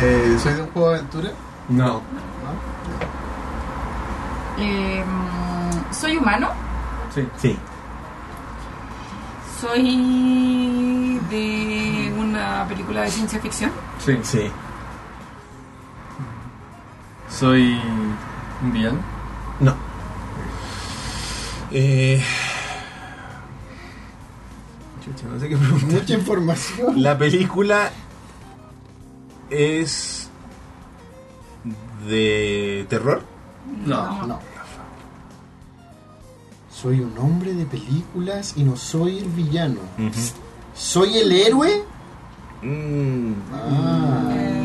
E: eh, ¿Soy de un juego de aventura?
A: No.
F: eh, soy humano,
H: Sí.
A: Sí.
C: soy de una película de ciencia ficción.
H: Sí.
A: Sí.
H: Soy un villano.
A: No. Eh... Chucha, no sé qué preguntar.
B: Mucha información.
A: La película es de terror.
H: No.
B: No. Soy un hombre de películas y no soy el villano. ¿Soy el héroe?
A: Mm,
B: Ah.
C: Eh,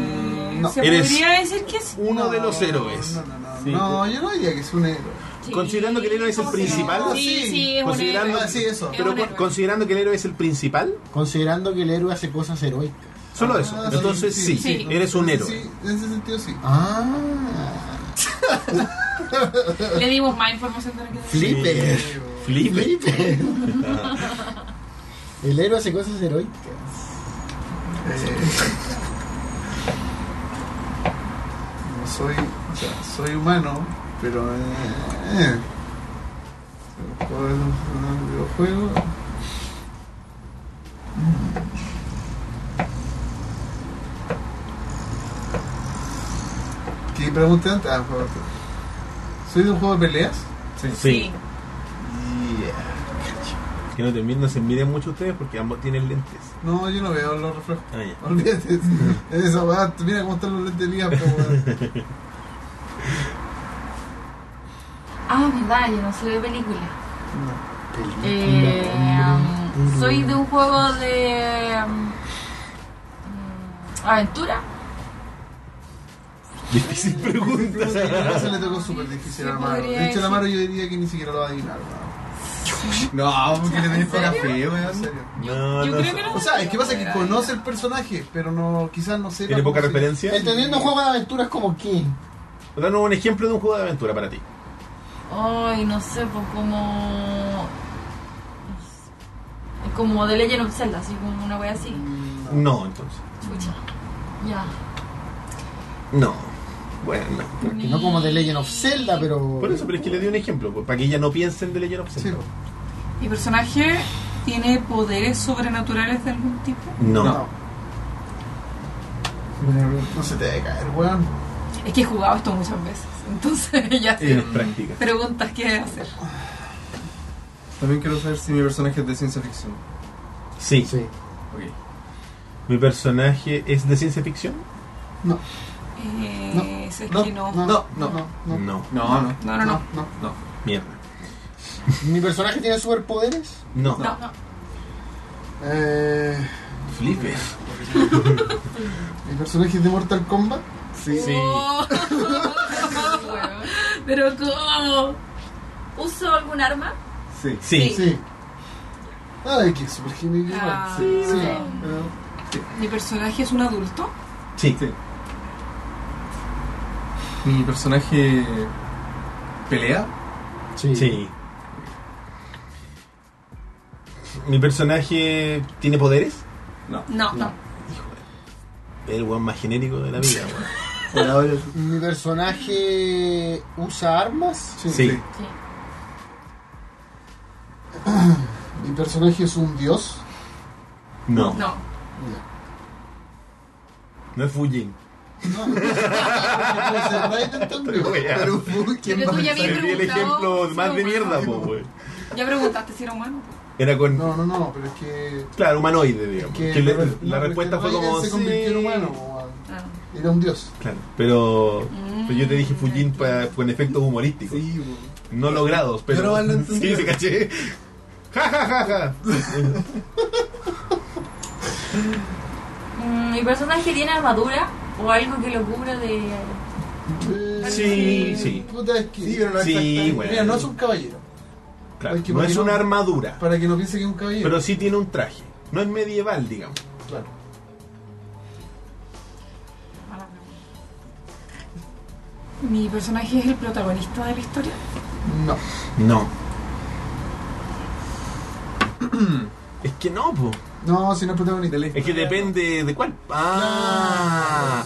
E: No.
C: ¿Se
A: Eres-
C: podría decir que sí?
A: Uno
E: No,
A: de los héroes.
E: No, no, no.
A: Sí.
E: No, yo no diría que es un héroe.
A: Considerando que el héroe es el
F: ¿Cómo
A: principal,
F: que no? Sí, sí, es un
A: Considerando-
E: Ah,
F: héroe.
E: sí, eso.
F: Es
A: Pero
F: un
A: con-
F: héroe.
A: considerando que el héroe es el principal,
B: Considerando que el héroe hace cosas heroicas.
A: solo eso.
E: Ah, sí,
A: Entonces sí,
E: sí,
F: sí.
A: eres un héroe.
E: Sí, en ese sentido sí.
B: Ah.
F: le dimos más información de la que
A: Sí.
B: Flipper.
A: Felipe.
B: Flipper. El héroe hace cosas heroicas.
E: No soy, o sea, soy humano, pero eh, eh. Puedo ver un videojuego. Mm. ¿Qué pregunta antes? Ah, fue otra. ¿Soy de un juego de peleas?
A: Sí.
F: Sí.
A: [LAUGHS] Que no, te miren, no se miren mucho ustedes porque ambos tienen lentes.
E: No, yo no veo los reflejos. [LAUGHS]
A: Ah, ya. [LAUGHS]
E: Olvídate. Es Esa weá, mira cómo están los lentes mías, pero weón.
F: Ah, verdad, yo no soy de película.
E: No.
F: Eh, um, soy de un juego de um, aventura.
A: Difícil pregunta.
E: Pero se le tocó súper difícil
F: Sí,
E: a Amaro.
F: podría
E: De hecho,
F: decir.
E: a Amaro yo diría que ni siquiera lo va a adivinar, weón.
H: No, porque le tenés poca
F: serio?
H: fe,
E: En
H: weón.
E: serio.
A: No,
C: Yo
A: no
C: creo
A: sé.
C: que no.
E: O sea, es que pasa que
C: Era-
E: conoce el personaje, pero no, quizás no sepa.
A: ¿Tiene poca
E: cómo se-
A: referencia?
B: Entendiendo juego de aventuras como qué.
A: Danos un ejemplo de un juego de aventura para ti.
F: Ay, no sé, pues como. Como de Legend of Zelda, así como una wea así.
E: Mm,
A: No, entonces.
F: Chucha. Ya.
A: No. Bueno, no.
B: Que no como The Legend of Zelda, pero.
A: Por eso, pero es que le di un ejemplo, pues, para que ella no piense en The Legend of
E: Sí,
A: Zelda.
C: ¿Mi personaje tiene poderes sobrenaturales de algún tipo?
A: No.
E: no. No se te debe caer, weón.
C: Es que he jugado esto muchas veces, [LAUGHS] entonces ya sé.
A: Tienes práctica.
C: Preguntas que hacer.
H: También quiero saber si mi personaje es de ciencia ficción.
A: Sí.
B: Sí.
H: Ok.
A: ¿Mi personaje es de ciencia ficción?
C: Eh,
B: No,
C: si es
E: no,
C: que no.
H: No,
E: No,
H: no.
E: no,
B: Mm.
E: no.
H: No, no.
C: No, no, no.
E: no.
A: Mierda.
B: ¿Mi personaje tiene superpoderes?
A: No.
C: No, no.
E: Eh,
A: Felipe.
E: ¿Mi personaje es de Mortal Kombat?
A: Sí.
C: [LAUGHS]
F: Oh. Weón. Pero ¿cómo? ¿Uso algún arma?
H: Sí.
A: Sí.
E: Sí. Ah, es que es súper genérico. igual.
C: Ah,
E: sí, sí.
F: bueno.
E: pero-
C: ¿Mi personaje es un adulto?
A: Sí.
H: Sí. Mi personaje pelea.
B: Sí.
A: Sí. ¿Mi personaje tiene poderes?
C: No, no.
A: Hijo de... El weón más genérico de la vida, weón.
H: Por ahora.
B: ¿Mi personaje usa armas?
E: Sí.
A: Sí.
E: sí.
F: Sí.
E: ¿Mi personaje es un dios?
A: No.
C: No.
A: No es Fujin.
E: No.
B: [LAUGHS]
E: ¿Se va intentando?
A: Estoy weando.
E: Pero, uy, ¿quién
F: Pero
E: va
F: tú
E: a
F: ya
A: Le di
E: pensar?
F: bien
A: el
F: preguntado,
A: ejemplo
F: sí,
A: más de
F: humano.
A: mierda, po, weón.
C: Ya preguntaste si era humano.
A: Era con.
E: No, no, no, pero es que.
A: Claro, humanoide, digamos.
E: que
A: Que le-
E: no,
A: la
E: no,
A: respuesta
E: es que
A: fue como.
E: Raiden se convirtió en
A: sí.
E: humano, weón.
C: Ah.
E: era un dios.
A: Claro, pero,
C: Mm,
A: pero yo te dije Fujin pa- con efectos humorísticos. No logrados, pero.
H: Yo no
A: [LAUGHS]
H: lo entendí.
A: sí, se caché. Ja, ja, ja, ja.
F: Mm, ¿Mi personaje tiene armadura? ¿O algo que lo cubra de.?
E: Eh,
A: Sí, sí.
E: Puta, es que.
H: Sí, pero no es
A: Sí,
H: exactamente.
A: bueno.
E: Mira, no es un caballero.
A: Claro,
E: Es que
A: no
E: porque
A: es
E: no-
A: una armadura,
E: Para que no piense que es un caballero.
A: pero sí tiene un traje. No es medieval, digamos.
E: Claro.
F: Mala pregunta.
C: ¿Mi personaje es el protagonista de la historia?
E: No.
A: No. es que no, po.
E: No, si no es protagonista.
A: Es que depende de cuál. Ah.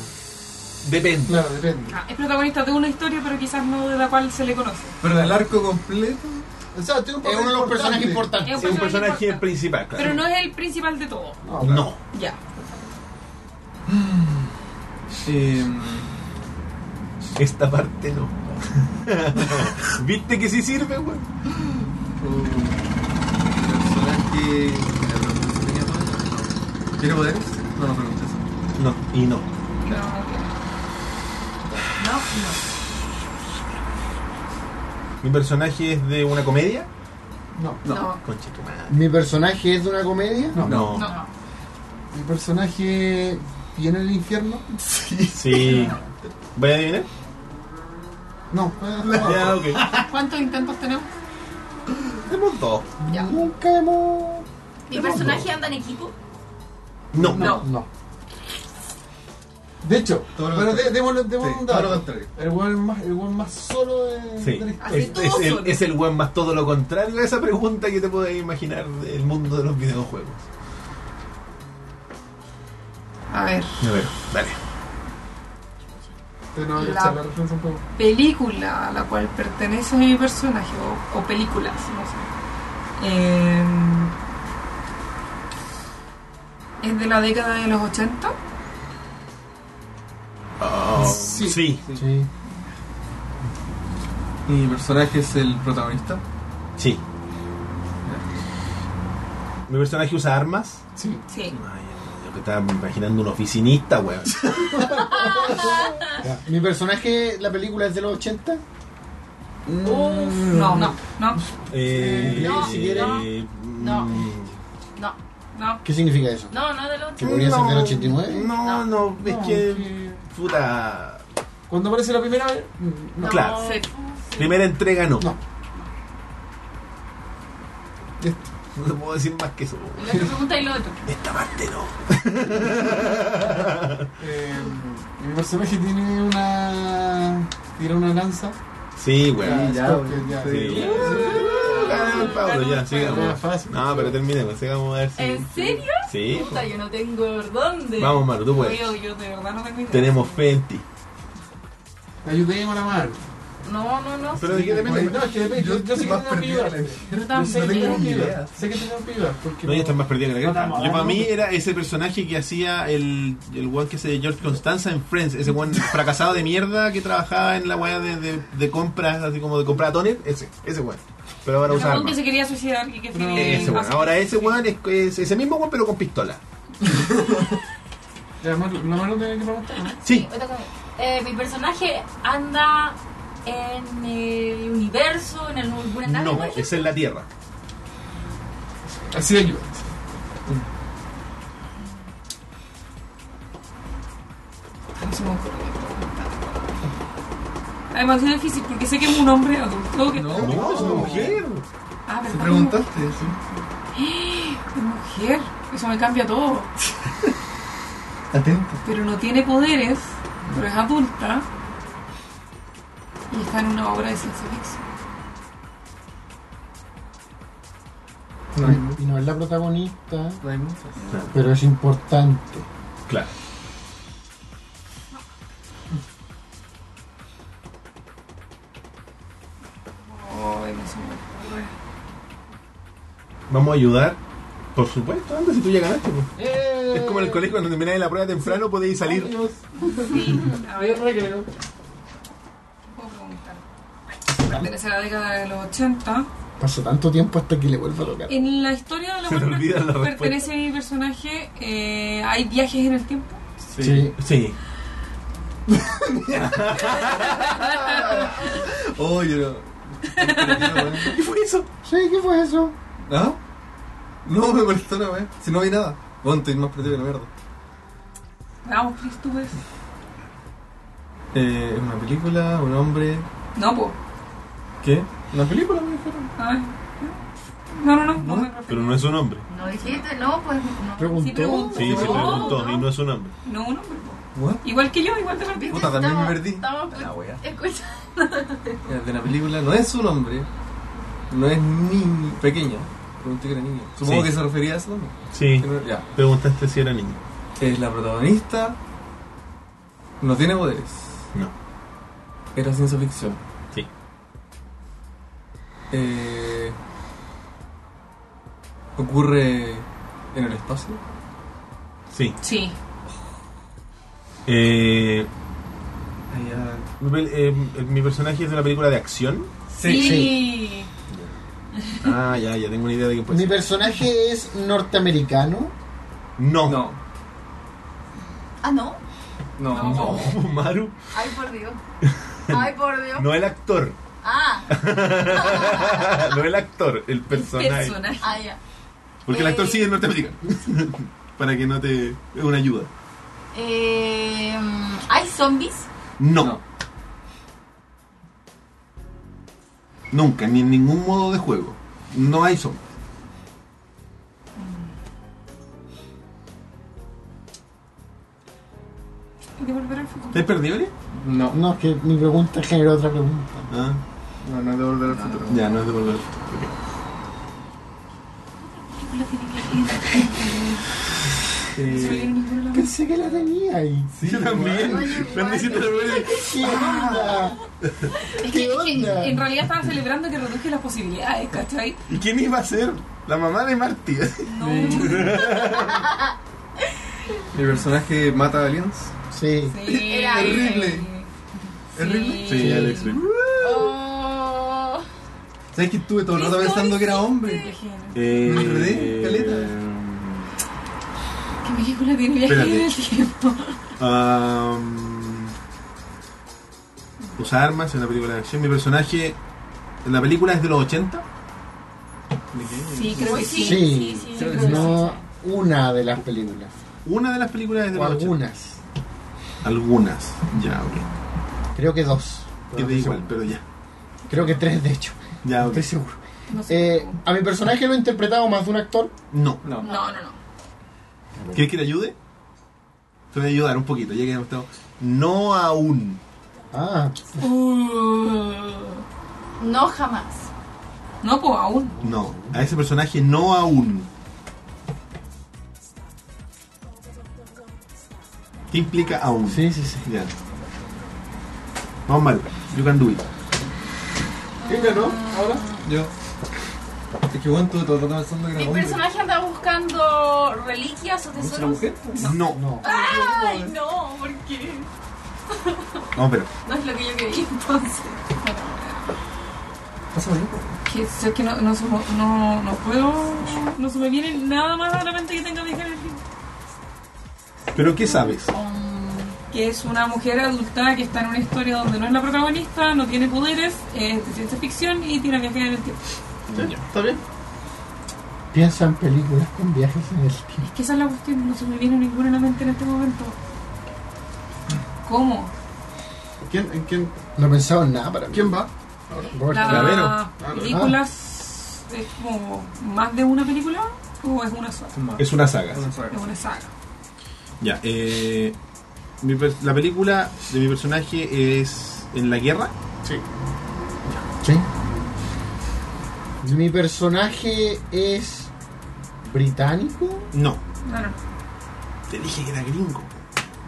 A: Depende.
E: Claro, depende.
C: Ah, es protagonista de una historia, pero quizás no de la cual se le conoce.
H: Pero el arco completo.
E: O sea, tiene un
B: Es
E: papel
B: uno de los personajes importantes.
A: Es un personaje
C: importante,
A: principal, claro.
C: Pero no es el principal de todo.
E: No, claro.
A: No.
C: Ya.
H: em,
A: Esta parte no. [LAUGHS] ¿Viste que sí sirve, güey?
H: o personaje. ¿Tenía poderes? ¿Tiene poderes? No, no preguntes.
A: No, y no.
C: No, ok. no. no.
A: Mi personaje es de una comedia.
E: No,
H: No.
C: No.
A: Conche tu madre.
B: ¿Mi personaje es de una comedia?
E: no, no.
A: No.
C: No.
E: Mi personaje viene del infierno.
A: Sí. ¿Voy a adivinar?
E: No, no, no.
A: Ya, ok.
C: ¿Cuántos intentos tenemos?
A: Tenemos dos.
C: Ya.
B: Nunca hemos.
F: ¿Mi personaje anda en equipo?
A: No.
C: No.
E: No. De hecho,
H: Todo lo
E: pero
H: contrario.
E: de- démosle démosle
H: Sí,
E: un
H: todo lo
E: dato.
H: contrario.
E: El weón más, el weón más solo de,
A: Sí.
E: de la historia.
C: Así
A: Es,
C: todos
A: es
C: son.
A: el, es el weón más todo lo contrario a esa pregunta que te puedes imaginar del mundo de los videojuegos.
C: A ver.
A: A ver, dale.
E: Pero no,
C: La-
E: o sea, la referencia un poco.
C: Película a la cual pertenece mi personaje, o, o películas, no sé. Eh, es de la década de los 80.
A: Ah,
E: Sí.
A: sí.
B: Sí.
H: Mi personaje es el protagonista.
A: Sí. Mi personaje usa armas.
E: Sí.
C: Sí.
A: Ay, yo que estaba imaginando un oficinista, weón.
B: Ya. ¿Mi personaje, la película es de los 80?
C: Uf, no, no, no,
A: Eh,
F: No,
A: eh,
F: no,
A: eh,
F: no.
A: mm,
F: No,
C: no.
B: ¿Qué significa eso?
F: no, no de los
B: ¿Que podría ser del
A: no,
B: 89?
A: No, no, es que.
E: No, que-
A: Puta.
E: Cuando aparece la primera vez. mm, No.
F: No,
A: Claro.
F: sí.
A: Primera entrega no.
E: No.
A: No, te puedo decir más que eso.
F: Lo que pregunta y lo otro.
A: Esta parte no.
E: Eh, mi personaje tiene una. Tira una lanza.
A: Sí, weón.
B: Ah,
E: Ya,
B: ya,
E: Scorpion, ya.
A: Sí, ya.
F: ya.
A: Ah, Pablo, ya,
E: Era
A: sigamos.
E: fácil.
A: No, pero terminemos, sigamos a ver si.
F: ¿En serio?
A: Sí.
F: Puta, yo no tengo dónde.
A: Vamos, Maru, tú puedes.
C: Yo, yo de verdad no tengo idea.
A: Tenemos fe en ti.
E: Ayudemos a la mano.
F: No, no, no.
A: Pero de qué depende.
E: No, es que depende. Yo, yo sé que
H: Más
E: tengo que
H: perdido
E: ayudar.
H: que la-
E: Yo sé que
H: No tengo
E: tengo que
H: ni
E: ayudar.
H: idea.
E: Sé que tengo que ayudar. Porque
A: No, ya están más perdidos que la
E: No,
A: guerra.
E: no,
A: Yo
E: no,
A: para
E: no.
A: mí era ese personaje que hacía el, el weón que se George Constanza en Friends, ese
E: [LAUGHS]
A: weón fracasado de mierda que trabajaba en la weá de, de, de compras, así como de comprar toner, ese, ese weón. Pero ahora usa
C: Ramón que
A: armas.
C: se quería suicidar y que
E: No.
C: fue-
A: Ese weón. Ahora ese weón es, es ese mismo weón pero con pistola.
E: Ya, Maru, la mano tiene que preguntar. ¿no?
A: Sí,
F: Otra cosa. Eh, mi personaje anda en el universo, en alguna nave.
A: no,
F: por ejemplo?
A: es en la Tierra.
E: Así de ayuda.
C: No se me ocurre. Además es difícil porque sé que es un hombre adulto. Que...
H: No,
A: No, es una mujer.
C: Ah,
H: ¿Se
C: ¿verdad?
H: preguntaste? Sí.
C: Es mujer. Eso me cambia todo.
H: Atento.
C: Pero no tiene poderes, pero es adulta. Y está en una obra de ciencia ficción.
H: No hay, mu-
B: Y no es la protagonista,
H: no hay muchas.
B: pero es importante.
A: Claro.
C: Ay, no se me ocurre.
A: Vamos a ayudar. Por supuesto, anda si tú ya ganaste. pues.
E: Eh,
A: Es como en el colegio cuando termináis la prueba temprano podéis salir.
E: Dios,
C: Sí, a
E: había
C: ver,
E: recreo.
C: puedo preguntar. Pertenece a la década de los 80.
B: Pasó tanto tiempo hasta que le vuelvo a tocar.
C: En la historia de la
A: Se te
C: cual
A: olvida la respuesta.
C: pertenece a mi personaje, eh, hay viajes en el tiempo.
B: Sí.
A: Sí.
H: Oh, yo no. [LAUGHS]
A: ¿Qué fue eso?
B: Sí, ¿qué fue eso?
H: ¿Ah? No, me molestó una vez. Si no vi nada. Bueno, estoy más perdido que la mierda.
C: Vamos, pues. Chris, tú ves.
H: Eh, una película, un hombre.
C: No, po.
H: ¿Qué? Una película me dijeron.
C: Ay. No, no, no, no
H: ¿No?
C: me refiero.
A: Pero no es su nombre.
F: No dijiste, no, pues no.
B: Preguntó.
C: Sí, pregunto.
A: Sí, se
F: No,
A: preguntó
F: no.
A: y no es su nombre.
C: No, un hombre, po.
H: ¿What?
C: Igual que yo, igual de
F: ¿Viste?
C: perdido.
H: Puta, también me perdí.
F: Estamos
H: La wea.
F: escuchando.
H: Eh, De la película, no es su nombre. No es ni pequeña. Pregunté que era niña. Supongo
A: Sí.
H: que se refería a eso nombre.
A: Sí.
H: Que no- Ya.
A: Preguntaste si era niño.
H: Es la protagonista. No tiene poderes.
A: No.
H: Era ciencia ficción.
A: Sí.
H: Eh, ocurre en el espacio.
A: Sí.
F: Sí.
A: Eh,
H: Allá.
A: mi pel- eh, mi personaje es de una película de acción.
F: Sí.
A: Ah, ya, ya tengo una idea de qué puede
B: Mi
A: ser.
B: personaje es norteamericano.
A: No.
H: No,
F: Ah, no.
H: no.
F: No.
A: [LAUGHS] Maru.
F: Ay, por Dios. Ay, por Dios.
A: No el actor. [LAUGHS]
F: Ah,
A: no el actor, el personaje.
C: Personaje.
F: ah, ya.
A: Porque el actor
F: Eh.
A: sí es norteamericano. [LAUGHS] Para que no te. Es una ayuda.
F: Eh, ¿Hay zombies?
A: No.
H: No.
A: Nunca, ni en ningún modo de juego. No hay zombies.
C: Y de volver al futuro.
A: ¿Estás perdido, Ari?
H: No,
B: No, es que mi pregunta generó otra pregunta.
A: Ah,
E: No, no es de volver al futuro.
A: ya, no es de volver.
C: Soy el
H: Eh,
C: único en la vida.
B: Pensé que la tenía ahí.
A: Sí, yo [LAUGHS] también.
F: Oye,
A: Me han dicho,
B: ¿Qué onda?
C: Es
B: ¿Qué
C: que- es que
B: onda?
C: En realidad estaba celebrando que reduje las posibilidades, ¿cachai?
A: ¿Y quién iba a ser? La mamá de Marty.
C: [LAUGHS] No.
H: [LAUGHS] mi personaje mata aliens.
B: Sí.
C: Sí.
F: Era horrible.
H: Horrible.
A: Sí, Alex. sí.
F: Oh.
H: ¿Sabes que estuve todo el rato
F: ¿Qué
H: pensando que era
F: hiciste?
H: hombre?
A: Eh,
H: Me enredé, caleta.
C: ¿Qué película tiene viaje
A: Espérate.
C: en el tiempo?
A: Am, um, usa armas en una película de acción. Mi personaje en la película es de los 80.
C: Sí, creo que sí.
B: Sí.
F: sí,
H: sí,
F: sí.
B: No una de las películas.
A: Una de las películas es de
B: O
A: los 80.
B: algunas.
A: Algunas. Ya, ok.
B: Creo que dos.
A: Que te igual, pero ya.
B: Creo que tres, de hecho.
A: Ya, ok.
B: Estoy seguro.
C: No sé.
B: Eh, a mi personaje lo ha interpretado más de un actor.
A: No.
H: No.
F: No, no, no.
A: ¿Quieres que te ayude? Te voy a ayudar un poquito, ya que hemos estado. No aún.
B: Ah,
C: Uh,
F: No jamás.
C: no, pues aún.
A: No. A ese personaje no aún. ¿Qué implica aún?
B: sí, sí, sí.
A: Ya. Vamos mal. You can do it.
E: ¿Quién ganó? ¿Ahora?
H: Yo. Es que bueno, estuve todo el rato pensando que
F: Mi
H: era hombre.
F: personaje anda buscando reliquias o
H: ¿Es
F: tesoros.
H: una mujer?
A: No.
B: No.
F: Ay, no, ¿por qué?
A: No, pero.
F: No es lo que yo
C: [LAUGHS]
F: quería entonces.
H: Pásame loco.
C: Que, sé que no, no, sumo- no, no puedo. No se me viene nada más a la mente que tenga viaje en el tiempo.
A: ¿Pero qué sabes?
C: Um, que es una mujer adulta que está en una historia donde no es la protagonista, no tiene poderes, es de ciencia ficción y tiene viaje en el tiempo.
E: ¿Está bien?
B: Piensa en películas con viajes en el tiempo.
C: Es que esa es la cuestión, no se me viene ninguna a la mente en este momento. ¿Cómo?
E: ¿Quién, en quién,
B: No he pensado en nada para mí.
E: quién va?
B: Roberto.
C: ¿La
A: Clavero.
C: películas es como más de una película o es una sola?
A: Es una saga.
E: Bueno,
C: Es
E: saca.
C: una saga.
A: Ya. eh, mi per- la película de mi personaje es en la guerra.
E: Sí.
B: Sí. Mi personaje es británico.
A: No.
C: No, no,
A: Te dije que era gringo.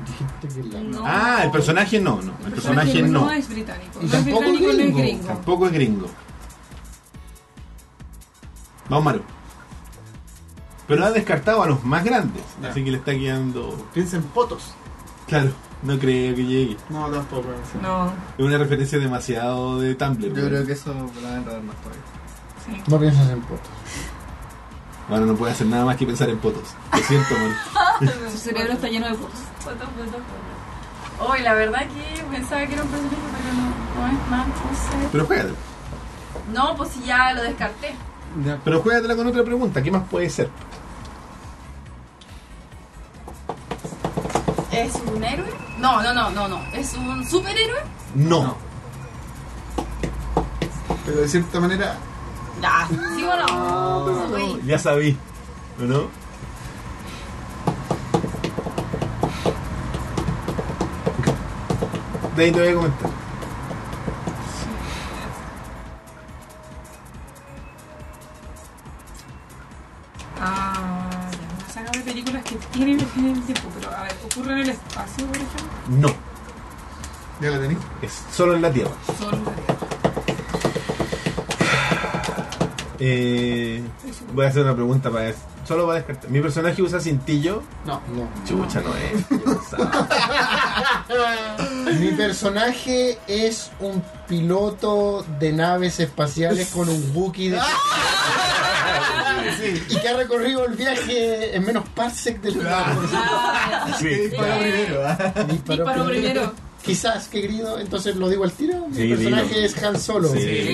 B: Dijiste que la-
C: no.
A: Ah, el personaje no, no. El,
C: El
A: personaje, no.
C: es británico.
B: Y
C: no
B: tampoco
C: es británico,
B: gringo.
C: no es gringo.
A: Tampoco es gringo. Vamos, Maru. Pero ha descartado a los más grandes.
E: Ya.
A: Así que le está quedando.
E: Piensa en potos.
A: Claro, no creo que llegue.
E: No, tampoco. sí.
C: No,
A: Es una referencia demasiado de Tumblr.
H: Yo
A: güey.
H: creo que eso me la va a enredar más todavía.
C: sí.
B: No piensas en potos.
A: Bueno, no puede hacer nada más que pensar en potos. Lo siento, Maru.
C: Su cerebro está lleno de fotos.
F: Fotos, fotos, fotos. Hoy, la verdad que pensaba que era un personaje, pero no, no es más. No, sé.
A: Pero juégatela.
F: no, pues si ya lo descarté.
H: Ya.
A: Pero juégatela con otra pregunta. ¿Qué más puede ser?
F: ¿Es un héroe? No, no, no, no, no. ¿Es un superhéroe?
A: No.
H: No.
E: Pero de cierta manera,
F: Ya, ¿sí o
B: Ah.
F: no? Uy.
A: Ya sabí. ¿O no? De ahí te voy a comentar.
C: Ah, ya, una saga de películas que tienen viaje en el tiempo, pero a ver, ocurre en el espacio, por ejemplo.
A: No.
E: ¿Ya la tenéis?
A: Es solo en la Tierra.
C: Solo
A: Eh, voy a hacer una pregunta para Solo para descartar. ¿Mi personaje usa cintillo?
D: No.
B: No.
A: Chucha, no es. [LAUGHS] yo pensaba.
B: Mi personaje es un piloto de naves espaciales con un buki de... Sí, y que ha recorrido el viaje en menos parsec del mundo.
C: Ah,
A: Sí.
H: Dispara primero, ¿ah?
C: Disparó primero.
B: Quizás, qué grido, entonces lo digo al tiro. Mi
A: Sí,
B: personaje
A: dilo.
B: es Han Solo.
A: Sí.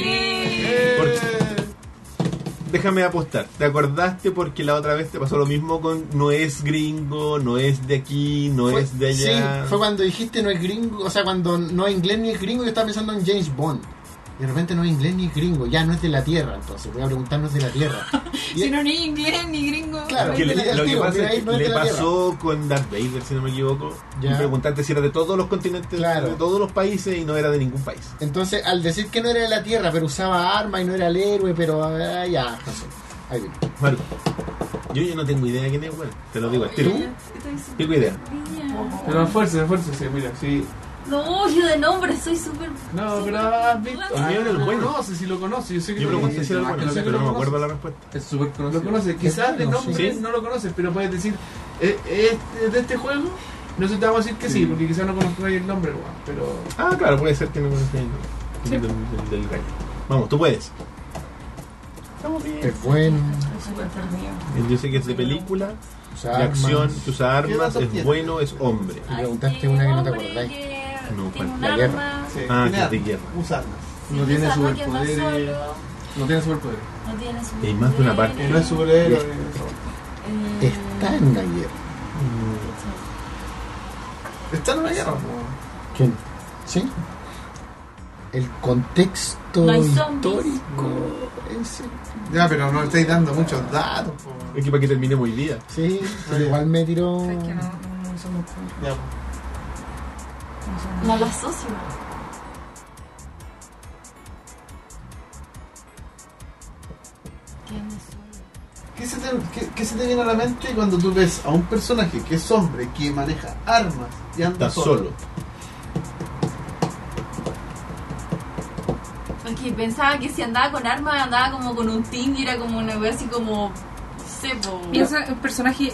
A: Déjame apostar. ¿Te acordaste porque la otra vez te pasó lo mismo con no es gringo, no es de aquí, no
B: Fue-
A: es de
B: sí,
A: allá?
B: fue cuando dijiste no es gringo, o sea, cuando no es inglés ni es gringo, yo estaba pensando en James Bond. Y de repente no es inglés ni es gringo, ya no es de la Tierra, entonces voy a preguntar no es de la Tierra. Y-
C: Si no, ni inglés ni gringo.
B: Claro.
A: Que le-
B: Mira,
A: lo que
B: tío,
A: pasa
B: mira,
A: es
B: ahí no
A: que
B: es de
A: le
B: la
A: pasó con Darth Vader, si no me equivoco.
B: Ya.
A: Me preguntaste si era de todos los continentes,
B: Claro.
A: de todos los países y no era de ningún país.
B: Entonces, al decir que no era de la Tierra, pero usaba arma y no era el héroe, pero ah, ya, no sé. Ahí viene.
A: Marco, yo ya no tengo idea de quién es, bueno, te lo digo al tiro. Tengo idea.
D: Pero esfuerzo, esfuerzo, sí, mira, sí.
F: No, yo de nombre soy súper.
D: No,
F: súper-
D: pero has visto.
A: El
D: Ah,
A: mío era el
D: lo
A: bueno.
D: conoces, si lo conoces. Yo sé que
A: Yo
D: lo
A: pregunté si era el bueno,
D: conoces, yo sé que
A: pero
D: lo
A: no me acuerdo
D: conoces.
A: la respuesta.
H: Es súper conocido.
D: Lo conoces, quizás de
E: No
D: nombre
A: sé.
D: no lo conoces, pero puedes decir, eh, este- de este juego, no se te vamos a decir que sí,
H: Sí.
D: porque quizás no conozcas el nombre, weón, pero.
A: Ah, claro, puede ser que no conozca el nombre del, del- del gallo. Vamos, tú puedes. Estamos bien.
B: Es bueno,
C: Súper perdido.
A: Yo sé que es de película,
B: usa
A: de
B: armas.
A: acción, que usa
E: ¿Qué
A: armas,
E: datos
A: es
E: tienes?
A: bueno, es hombre.
F: Ay,
B: preguntaste
F: qué
B: una que no te
F: hombre
B: acordáis.
F: que
A: No,
F: tiene
A: ¿cuál?
F: un
B: La guerra.
F: arma,
E: Sí.
A: Ah,
H: Tiene
A: que es de
H: armas.
A: guerra.
E: Usarlas.
H: No tiene
F: usa ataques más
H: superpoderes.
F: solo,
H: No tiene superpoderes.
F: No tiene superpoderes.
A: Y más de una parte.
E: Que no es superhéroe. eso.
F: Eh,
B: Está en la guerra.
E: Está en una guerra, po.
B: ¿Quién? ¿Sí? El contexto
F: No hay zombies.
B: histórico. ese.
E: Ya, pero no le estáis dando muchos datos, po.
A: Es que para que termine muy día.
B: Sí, pero igual me tiró.
C: Sabes que no, no, no somos cool.
E: Ya, po.
C: No somos-
F: No lo asocio. ¿Quién es solo?
E: ¿Qué se, te, qué- qué se te viene a la mente cuando tú ves a un personaje que es hombre, que maneja armas y anda
A: Está solo.
F: Porque pensaba que si andaba con armas andaba como con un ting y era como una wea así como sebo.
C: Piensa en un personaje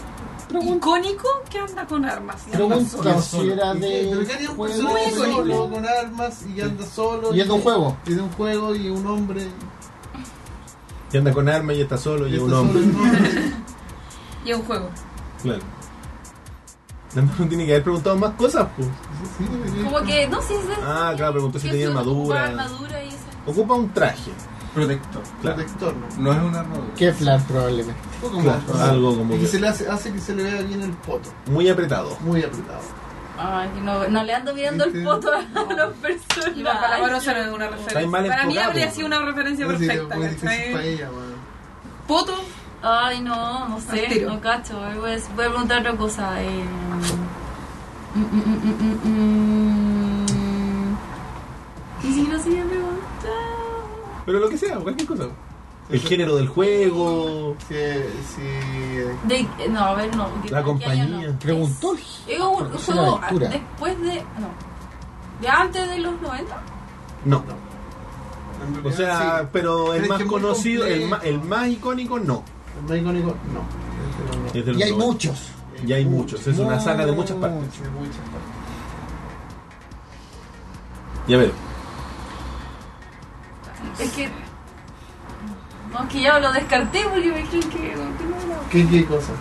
C: icónico que anda con armas. y anda solo.
B: Pregunta si
H: solo.
B: era
E: ¿Y qué? ¿Pero qué
B: de.
E: haría un
B: juego
E: personaje
C: Muy
E: solo,
B: solo?
E: con armas y anda solo?
B: ¿Y es de un juego?
E: Y de un juego y un hombre.
A: Y anda con armas y está solo y es
E: está
A: un
E: solo
A: hombre.
E: y
A: [LAUGHS]
E: un hombre.
C: Y es un juego.
A: Claro. No [LAUGHS] tiene que haber preguntado más cosas, pues.
E: Sí, debería-
F: Como que, no sé, es eso.
A: Ah, claro, preguntó si
F: Que
A: tenía
F: uno
A: armadura.
F: ocupaba armadura y esas
A: Ocupa un traje.
H: Protector.
A: Claro.
E: protector, ¿no?
H: No es una armadura.
B: Kevlar probablemente.
E: Un poco
A: Claro,
E: más.
A: algo como
E: Y que
A: que-
E: se le hace, hace que se le vea bien el poto.
A: Muy apretado.
E: Muy apretado.
F: Ay, que no, no le ando mirando el
E: ¿Viste?
F: poto a los personajes.
C: Y la palabra no es una referencia.
A: Está mal
C: Para mí
A: enfocado,
C: habría
A: pues.
C: sido una referencia
E: No sé,
C: perfecta.
E: muy difícil para
C: ¿cachai?
E: ella, weón.
C: Poto,
F: Ay, no, no
C: Al
F: sé,
C: tiro.
F: no cacho. eh, Voy a, voy a preguntar otra cosa. eh, mm, mm, mm, mm, mm, mm. Ni siquiera se me preguntado.
A: Pero lo que sea, cualquier cosa. El género del juego,
E: Si, si,
F: De, eh, no, a ver, no. que-
A: la
F: que haya,
A: compañía.
F: no.
B: Preguntó.
F: Es un un
B: Porque soy
F: juego
B: de aventura.
F: después de. No. De antes de los 90.
A: No.
E: en
A: O
E: realidad,
A: sea,
E: sí.
A: pero
E: Pero
A: el
E: es
A: más
E: que muy
A: conocido, el
E: complejo.
A: más, el más icónico, no.
E: El más icónico, no. Este no, no.
A: Es de los
B: Y hay
A: noventa.
B: muchos.
A: Y Eh, hay muchos. Es una saga de muchas partes.
E: Sí, muchas partes.
A: Y a ver,
F: Es que. No, es que ya lo descarté porque me creen que. que no era.
E: ¿Qué, qué cosa?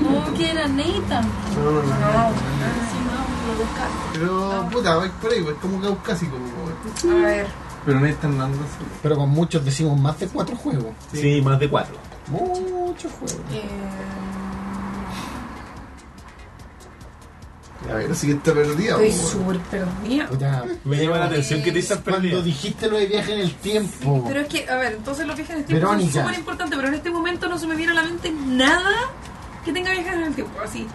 F: No, que era Nathan.
E: No, no, no.
F: Si no, lo descarto.
E: Pero, puta, va por ahí, weón. Es como caucásico, pues, weón.
C: a ver,
H: Pero no es tan andando solo.
B: Pero con muchos decimos más de cuatro juegos.
A: sí, más de cuatro.
B: Muchos juegos.
F: Eh,
E: A ver, así que está perdido,
C: estoy súper
E: weón.
C: perdida.
B: Puta,
A: Me llama la atención que te estás
B: Cuando
A: perdiendo.
B: dijiste lo de viaje en el tiempo.
C: Pero es que, a ver, entonces los viajes en el tiempo
B: Verónica.
C: son súper importantes, pero en este momento no se me viene a la mente nada que tenga viajes en el tiempo. Así,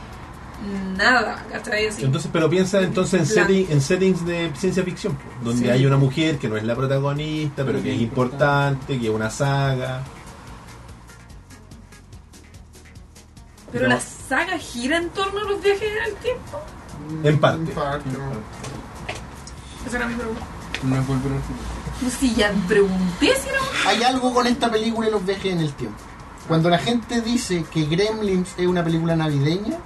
C: nada, ¿cachai? Así.
A: Entonces, pero piensa entonces en,
C: Blanco.
A: setting- en settings de ciencia ficción, po, donde
C: Sí.
A: hay una mujer que no es la protagonista, pero que es importante, que es una saga.
C: pero
A: no.
C: la saga gira en torno a los viajes en el tiempo.
A: En parte.
E: En parte, no.
C: Esa era mi pregunta.
H: No es volver al futuro.
C: Pues si ya pregunté si era
B: Hay algo con esta película y los viajes en el tiempo. Cuando la gente dice que Gremlins es una película navideña,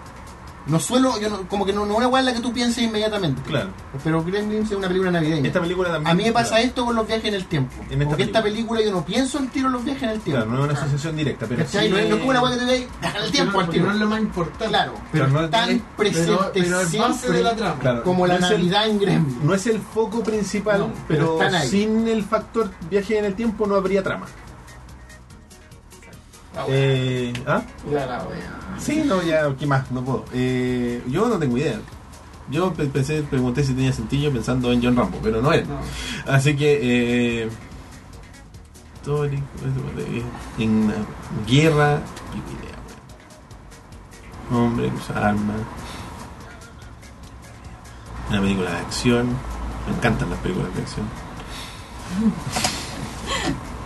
B: no suelo, yo no- como que no, no es una weá en la que tú pienses inmediatamente.
A: Claro.
B: Pero Gremlins es una película navideña.
A: Esta película también.
B: A mí me pasa
A: claro,
B: esto con los viajes en el tiempo.
A: En esta
B: Porque esta película yo no pienso en tiro en los viajes en el tiempo.
A: Claro, no es una asociación directa, pero sí.
B: ¿Cachai? No es no es como una weá que te veis en el tiempo al
E: porque
B: tiro.
E: no es lo más importante.
B: Claro,
A: Pero
B: pero,
A: no eh,
B: tan
A: es-
B: presente
E: Pero, pero es base
B: siempre
E: de la trama.
A: Claro,
B: como la
A: no es el-
B: Navidad en Gremlins.
A: No es el foco principal,
E: No,
A: pero,
B: pero están ahí.
A: sin el factor viaje en el tiempo no habría trama. Eh, ¿Ah?
E: Ya la wea.
A: Sí, no, ya, ¿qué más? No puedo. Eh, yo no tengo idea. Yo pe- pensé, pregunté si tenía sentido pensando en John Rambo, pero no era.
E: No.
A: Así que, eh, todo el- eh, en eh, guerra, y idea, weón. hombre que usa armas, una película de acción. Me encantan las películas de acción.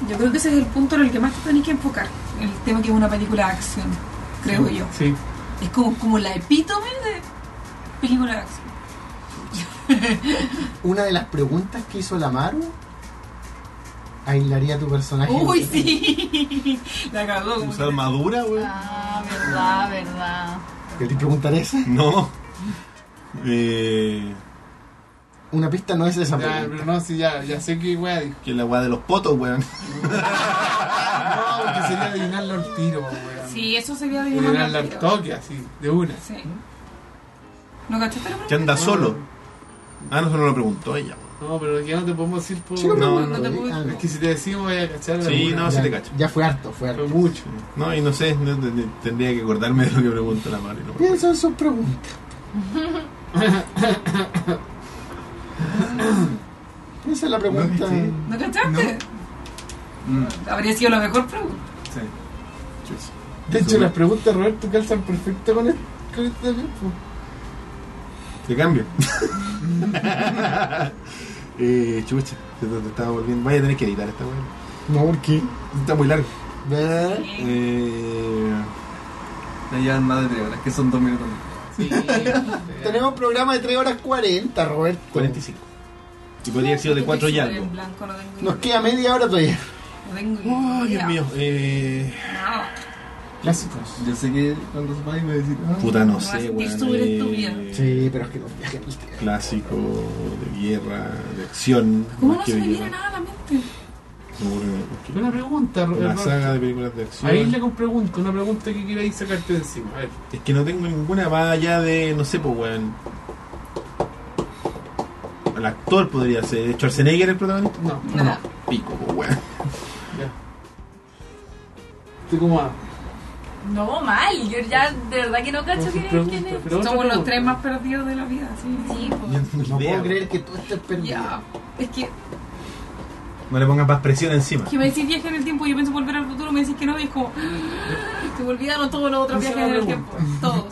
C: Yo creo que ese es el punto en el que más te tenés que enfocar. El tema que es una película de acción, creo yo.
D: Sí.
C: Es como, como la epítome de película de acción.
B: Una de las preguntas que hizo la Maru, ¿aislaría tu personaje?
C: Uy, sí. [LAUGHS] La cagó. como
A: ¿Usa
C: que-
A: armadura, güey?
F: Ah, verdad, verdad.
B: ¿Querés preguntar esa?
A: No. Eh,
B: Una pista no es esa
D: Ya,
B: pregunta.
D: pero no, sí, ya, ya sé que wea dijo.
A: que la weá de los potos, weón.
D: No, porque sería adivinarlo al tiro, weón.
C: Sí, eso sería de
D: Adivinarlo al toque, así, de una.
C: Sí. ¿No cachaste la
A: Que
C: pregunta?
A: anda solo. Ah, no, solo lo preguntó ella. weón.
D: No, pero ya no te podemos decir por.
B: Sí, lo
A: No,
B: pregunto,
A: no te
B: ¿eh?
C: puedo-
B: Ah,
D: Es que si te decimos, vaya a cachar.
A: Sí,
D: alguna.
A: no, sí
B: ya-
A: te cacho.
B: Ya fue harto, fue
D: Fue
B: harto.
D: mucho.
A: No, y no sé, no, te- te- tendría que acordarme de lo que preguntó la madre. no me acuerdo.
B: Piensa en sus
E: [LAUGHS]
B: preguntas. Piensa en la pregunta.
H: No, sí.
C: ¿No cachaste? Mm. Habría sido la mejor pregunta.
H: Sí.
D: De hecho, las preguntas de Roberto calzan perfecto con, el, con este tiempo.
A: Te cambio. [LAUGHS] eh, chucha, te, te- te estaba volviendo. Vaya a tener que editar esta weón.
B: No, ¿por qué?
A: Está muy largo.
B: Ve.
C: Sí.
A: Eh,
H: Ya llevan más de tres horas, que son dos minutos más.
D: Sí.
B: Tenemos un programa de 3 horas 40, Roberto.
A: 45. Y podría haber sido de 4 y
C: Estoy súper
A: algo.
C: en blanco, no tengo
B: Nos
C: idea.
B: queda media hora todavía.
C: No tengo
A: Oh,
C: idea.
A: Dios mío. Eh,
C: No.
D: Clásicos.
H: Yo sé que cuando se vaya me va a decir, ah,
A: puta, no
C: Me vas a
A: sé,
C: sentir
A: weón.
C: súper
A: eh,
C: estúpida.
B: Sí, pero es que los viajes en el tiempo.
A: Clásico de guerra, de acción.
C: ¿Cómo
A: más
C: no
A: que
C: se me
A: de
C: viene
A: guerra.
C: nada a la mente?
A: No, porque-
D: Una pregunta,
A: Una
D: Roberto.
A: saga de películas de acción.
D: Ahí le con pregunta, una pregunta que queráis sacarte de encima. A ver.
A: Es que no tengo ninguna más allá de, no sé, pues, weón. El actor podría ser. ¿Schwarzenegger el protagonista?
D: No,
C: Nada.
A: Pico, pues, weón.
D: ya. ¿Tú cómo vas?
F: No, mal. Yo ya de verdad que no cacho quién es. Quién es.
D: Pero otra
C: Somos los
D: pregunta.
C: tres más perdidos de la vida, sí.
F: Sí,
A: Yo
F: pues.
A: tengo
B: No
A: idea,
B: puedo
A: weón.
B: creer que tú estés
C: Ya.
B: perdido.
C: Es que,
A: No le pongas más presión encima.
C: que me decís viaje en el tiempo y yo pienso volver al futuro, me decís que no, y es como. "Ah, Se me olvidaron todos los otros
D: Esa
C: viajes en
D: es
C: el
D: la
C: tiempo. Todos.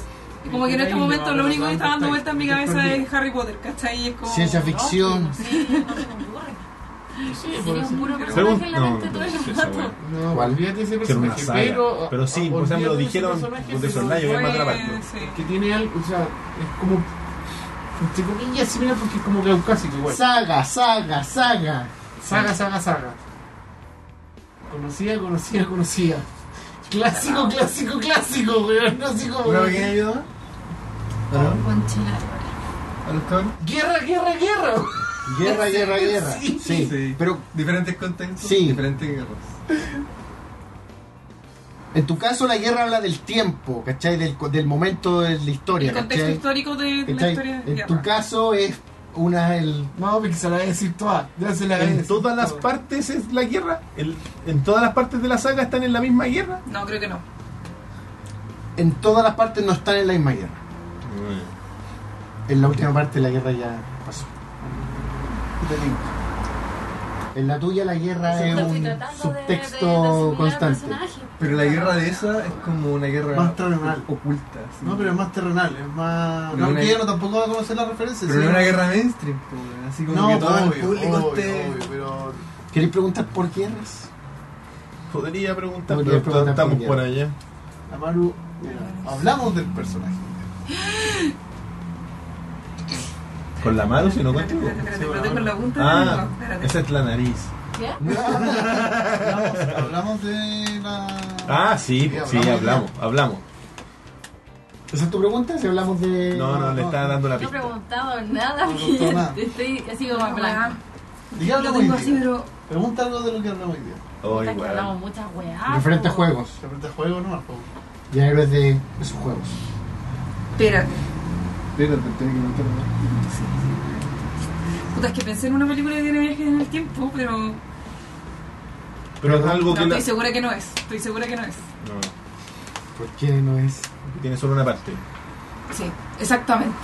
C: Y como que en este
D: Ahí
C: momento
D: va,
C: lo único que está dando
D: ahí.
C: vuelta en mi cabeza es Harry Potter, ¿cachai? Y es como.
B: Ciencia ficción.
F: No, sí, no se me ocurre.
D: Sí, pues, por
F: Sería un puro
D: eso.
F: personaje en la
A: No,
F: mente
A: no,
F: todo
A: no,
F: el
A: esa weá.
F: rato.
D: No,
B: ¿Cuál?
D: olvídate de ese
A: Ser una
D: personaje.
A: saga.
D: Pero,
A: Pero sí,
D: ah,
A: por ejemplo,
D: olvídate de ese
A: dijeron,
D: personaje,
A: Puta,
D: se
A: son
D: lo-
A: rayos,
C: Fue-
A: es más de la parte.
C: sí.
D: que tiene algo, o sea, es como. Entre comillas, similar porque es como caucásico igual.
B: Saga, saga, saga.
D: Saga, saga, saga. Conocida, conocida, conocida. Clásico, clásico, clásico, weón. No sé cómo.
H: ¿Una pequeña ayuda más? ¿Aló?
F: Conchila.
E: Ah.
H: ¿A los cabros?
D: Guerra, guerra, guerra.
B: Guerra, guerra, guerra.
D: Sí.
B: Sí,
H: Sí.
B: Pero
H: Diferentes contextos,
B: Sí.
H: diferentes guerras.
B: en tu caso la guerra habla del tiempo, ¿cachai? Del, co- del momento de la historia,
C: El contexto
B: ¿cachai?
C: histórico de de la
B: ¿Cachai?
C: historia de
B: En tu
C: guerra.
B: caso es una el
D: No, porque se la voy a decir toda. Ya se la voy a
A: En
D: decir
A: todas las
D: toda.
A: partes es la guerra. El- en todas las partes de la saga están en la misma guerra.
C: No, creo que no.
B: en todas las partes no están en la misma guerra. En la última parte la guerra ya pasó. En la tuya la guerra es
F: Estoy
B: un
F: tratando de- de- de asimilar
B: subtexto
F: al
B: constante.
F: personaje.
H: Pero la guerra de esa es como una guerra
E: Más terrenal.
H: oculta. así.
E: No, pero es más terrenal, es más.
H: Pero
E: No,
H: una-
E: que yo no tampoco va a conocer la referencia.
H: Pero
E: sí.
H: no es una guerra mainstream, po, weón. así como
E: No,
H: que todo el
E: obvio,
H: público
E: obvio,
H: esté.
E: obvio, pero.
B: ¿Queréis preguntar por guerras?
A: Podría preguntar,
B: Podría
A: pero
B: preguntar
A: estamos
B: por
A: por allá.
E: Amaru, mira, hablamos del personaje.
A: ¿Con la mano si no
C: [LAUGHS]
A: contigo?
C: Espérate, espérate, espérate, con la punta de la
A: Ah,
C: lengua, espérate.
A: esa es la nariz.
F: ¿Ya?
E: Hablamos, hablamos de la.
A: Ah, sí, sí, hablamos, hablamos.
B: ¿Esa es tu pregunta? Si hablamos de.
A: No, no, le está dando la
F: No he
A: pista.
F: preguntado nada,
E: No preguntó nada.
F: estoy así como en
C: Weá,
F: plan.
E: ¿De qué
C: Lo
E: hablamos hoy
C: tengo así,
E: día?
C: pero.
E: Pregunta algo de lo que hablamos hoy día.
A: Ay,
F: puta, que
A: weón.
F: hablamos muchas weas.
B: Referente a
F: po.
B: juegos.
E: Se aprieta juego nomás, po.
B: Y a héroes de esos juegos.
C: Espérate.
E: Espérate, tenés que meterlo.
C: Puta, es que pensé en una película que tiene viajes en el tiempo, pero. No,
A: Pero es algo que
C: estoy
A: la...
C: segura que no es. Estoy segura que no es.
A: No,
B: ¿Por qué no es?
A: tiene solo una parte.
C: Sí, exactamente.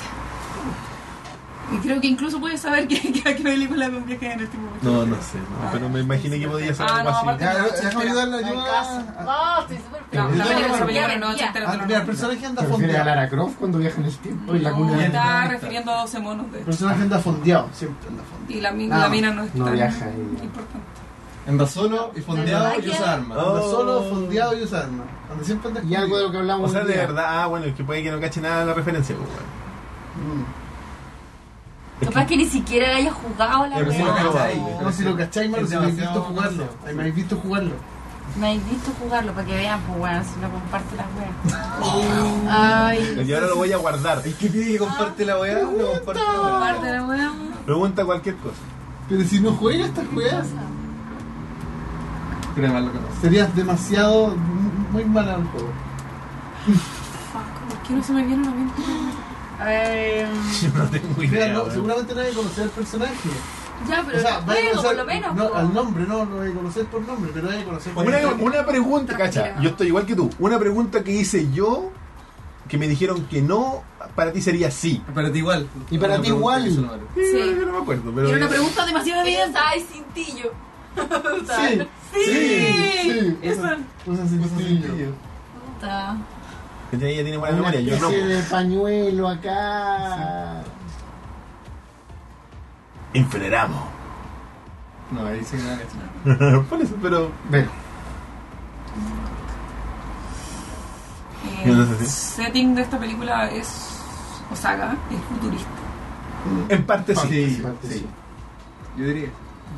C: Y creo que incluso puedes saber que, que a qué película con viajes en el tiempo.
A: No, no sé, no, pero me imaginé que podía ser
C: Ah,
A: algo
C: no,
A: así.
C: aparte-
E: Ya, déjame ayudarle,
F: Casa.
E: ayuda.
F: No, estoy súper
C: Eh, No, la
E: Yo tengo
C: película
E: una
C: se
F: pregunta.
C: película no,
F: Ya,
E: Ah,
C: no,
E: mira,
C: no,
E: el
C: no.
E: personaje anda
B: ¿Te refieres a
E: fondeado.
B: Lara Croft cuando viaja en el tiempo? En la
C: No,
B: cuna.
C: está refiriendo a 12 monos, de
E: El
C: hecho.
E: personaje anda fondeado, siempre anda fondeado.
C: Y la, mi-
E: No,
C: la mina no es
B: no
C: tan
B: viaja ahí.
C: importante.
H: Anda solo y fondeado
F: verdad
H: y
F: que-
H: usa armas.
A: Oh.
E: Anda solo, fondeado y usa armas. Anda siempre anda
B: Y algo de lo que
A: O
B: hablamos
A: sea,
B: hoy
A: de
B: día.
A: verdad, ah, bueno, es que puede que no cache nada de la referencia, pues, weón.
E: Mm.
F: Capaz que ni siquiera haya jugado la
A: Es muy
F: wea.
A: probable.
E: No, si lo cacháis, malo, si me habéis visto jugarlo. Ahí me habéis visto jugarlo.
F: Me habéis visto jugarlo para que vean, pues bueno, si no comparto las weas. Ay.
A: Y ahora lo voy a guardar.
H: Es que pide que comparte la
B: Ah,
H: weá, no comparte la weá.
C: Aparte de la wea,
A: Pregunta cualquier cosa. [LAUGHS]
E: Pero si no juegas estas juegas,
H: Pero además lo conoce.
E: serías demasiado. muy mal al juego.
C: fuck, ¿por qué no se me viene a la mente?
F: Eh,
A: Yo no tengo
E: [LAUGHS] Mira,
A: idea.
E: no,
A: weón.
E: seguramente nadie conocer el personaje.
F: ya, pero
E: o sea,
F: juego,
E: vaya a conocer.
F: por lo menos.
E: no,
F: po.
E: al nombre, no, no vaya a conocer por nombre, pero vaya a conocer por
A: Una,
E: nombre.
A: una pregunta, cacha. Yo estoy igual que tú. Una pregunta que hice yo, que me dijeron que no, para ti sería sí.
H: Para ti igual.
B: Y para
H: No
B: ti
H: preguntes
B: igual.
H: eso, no vale.
C: Sí.
A: Yo no me acuerdo, pero.
C: Era una pregunta demasiado
F: Ella
C: evidente.
F: estaba ahí cintillo.
E: Sí,
C: Sí,
E: sí,
C: Eso.
E: cosas sencillas.
F: Puta.
A: Ella ella tiene buena
B: Una
A: memoria, yo no.
B: especie de pañuelo acá.
A: Enfereramos.
H: No, ahí sí que nada cacho.
A: [LAUGHS] Por eso, pero.
B: Bueno,
A: Yo no
C: El
A: sé si-
C: setting de esta película es. O saga, es futurista.
A: En parte sí.
H: Sí,
B: parte
H: sí.
B: sí.
H: Yo diría.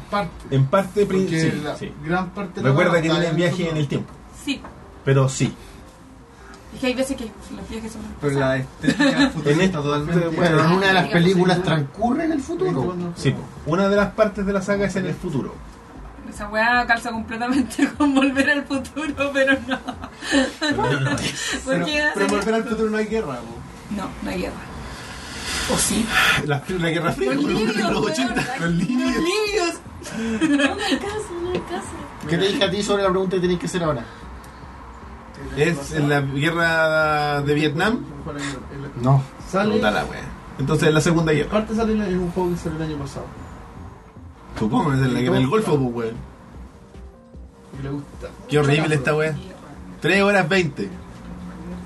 E: Parte.
A: En parte prin-
E: Porque
A: sí,
E: la
A: sí.
E: gran parte de la
A: Recuerda que
E: batalla
A: tienen viaje en el
E: nosotros-
A: tiempo.
C: Sí.
A: Pero sí.
C: Es que hay veces que pues, los viajes son.
H: Pero la [LAUGHS] estética futurista
A: este-
H: totalmente.
B: bueno, en una de las
F: Sí,
B: películas
E: sí.
B: transcurre en el futuro.
E: Cuando-
A: Sí, una de las partes de la saga es en el futuro.
C: Esa weá calza completamente [LAUGHS] con volver al futuro, pero no.
A: Pero no
C: [LAUGHS]
A: es.
C: Porque
H: Pero, pero en
C: hacen-
H: volver al futuro no hay guerra, po.
C: No, no hay guerra. ¿O sí?
A: La, la Guerra Fría,
C: Los
A: weón,
C: niños,
A: [LAUGHS] los
C: weón,
A: 80, los
C: ¡Los
A: niños.
C: niños!
F: No me caso, no me caso.
B: ¿Qué te dije a ti sobre la pregunta que tenéis que hacer ahora?
A: Es en la guerra de Vietnam.
B: No.
E: Sale.
A: Puta la wea. Entonces es la segunda guerra.
E: Parte sale en en un juego que salió el año pasado.
A: Supongo, es en la guerra del Golfo, pues, weón.
E: Que le gusta.
A: Qué horrible esta wea. 3 horas 20.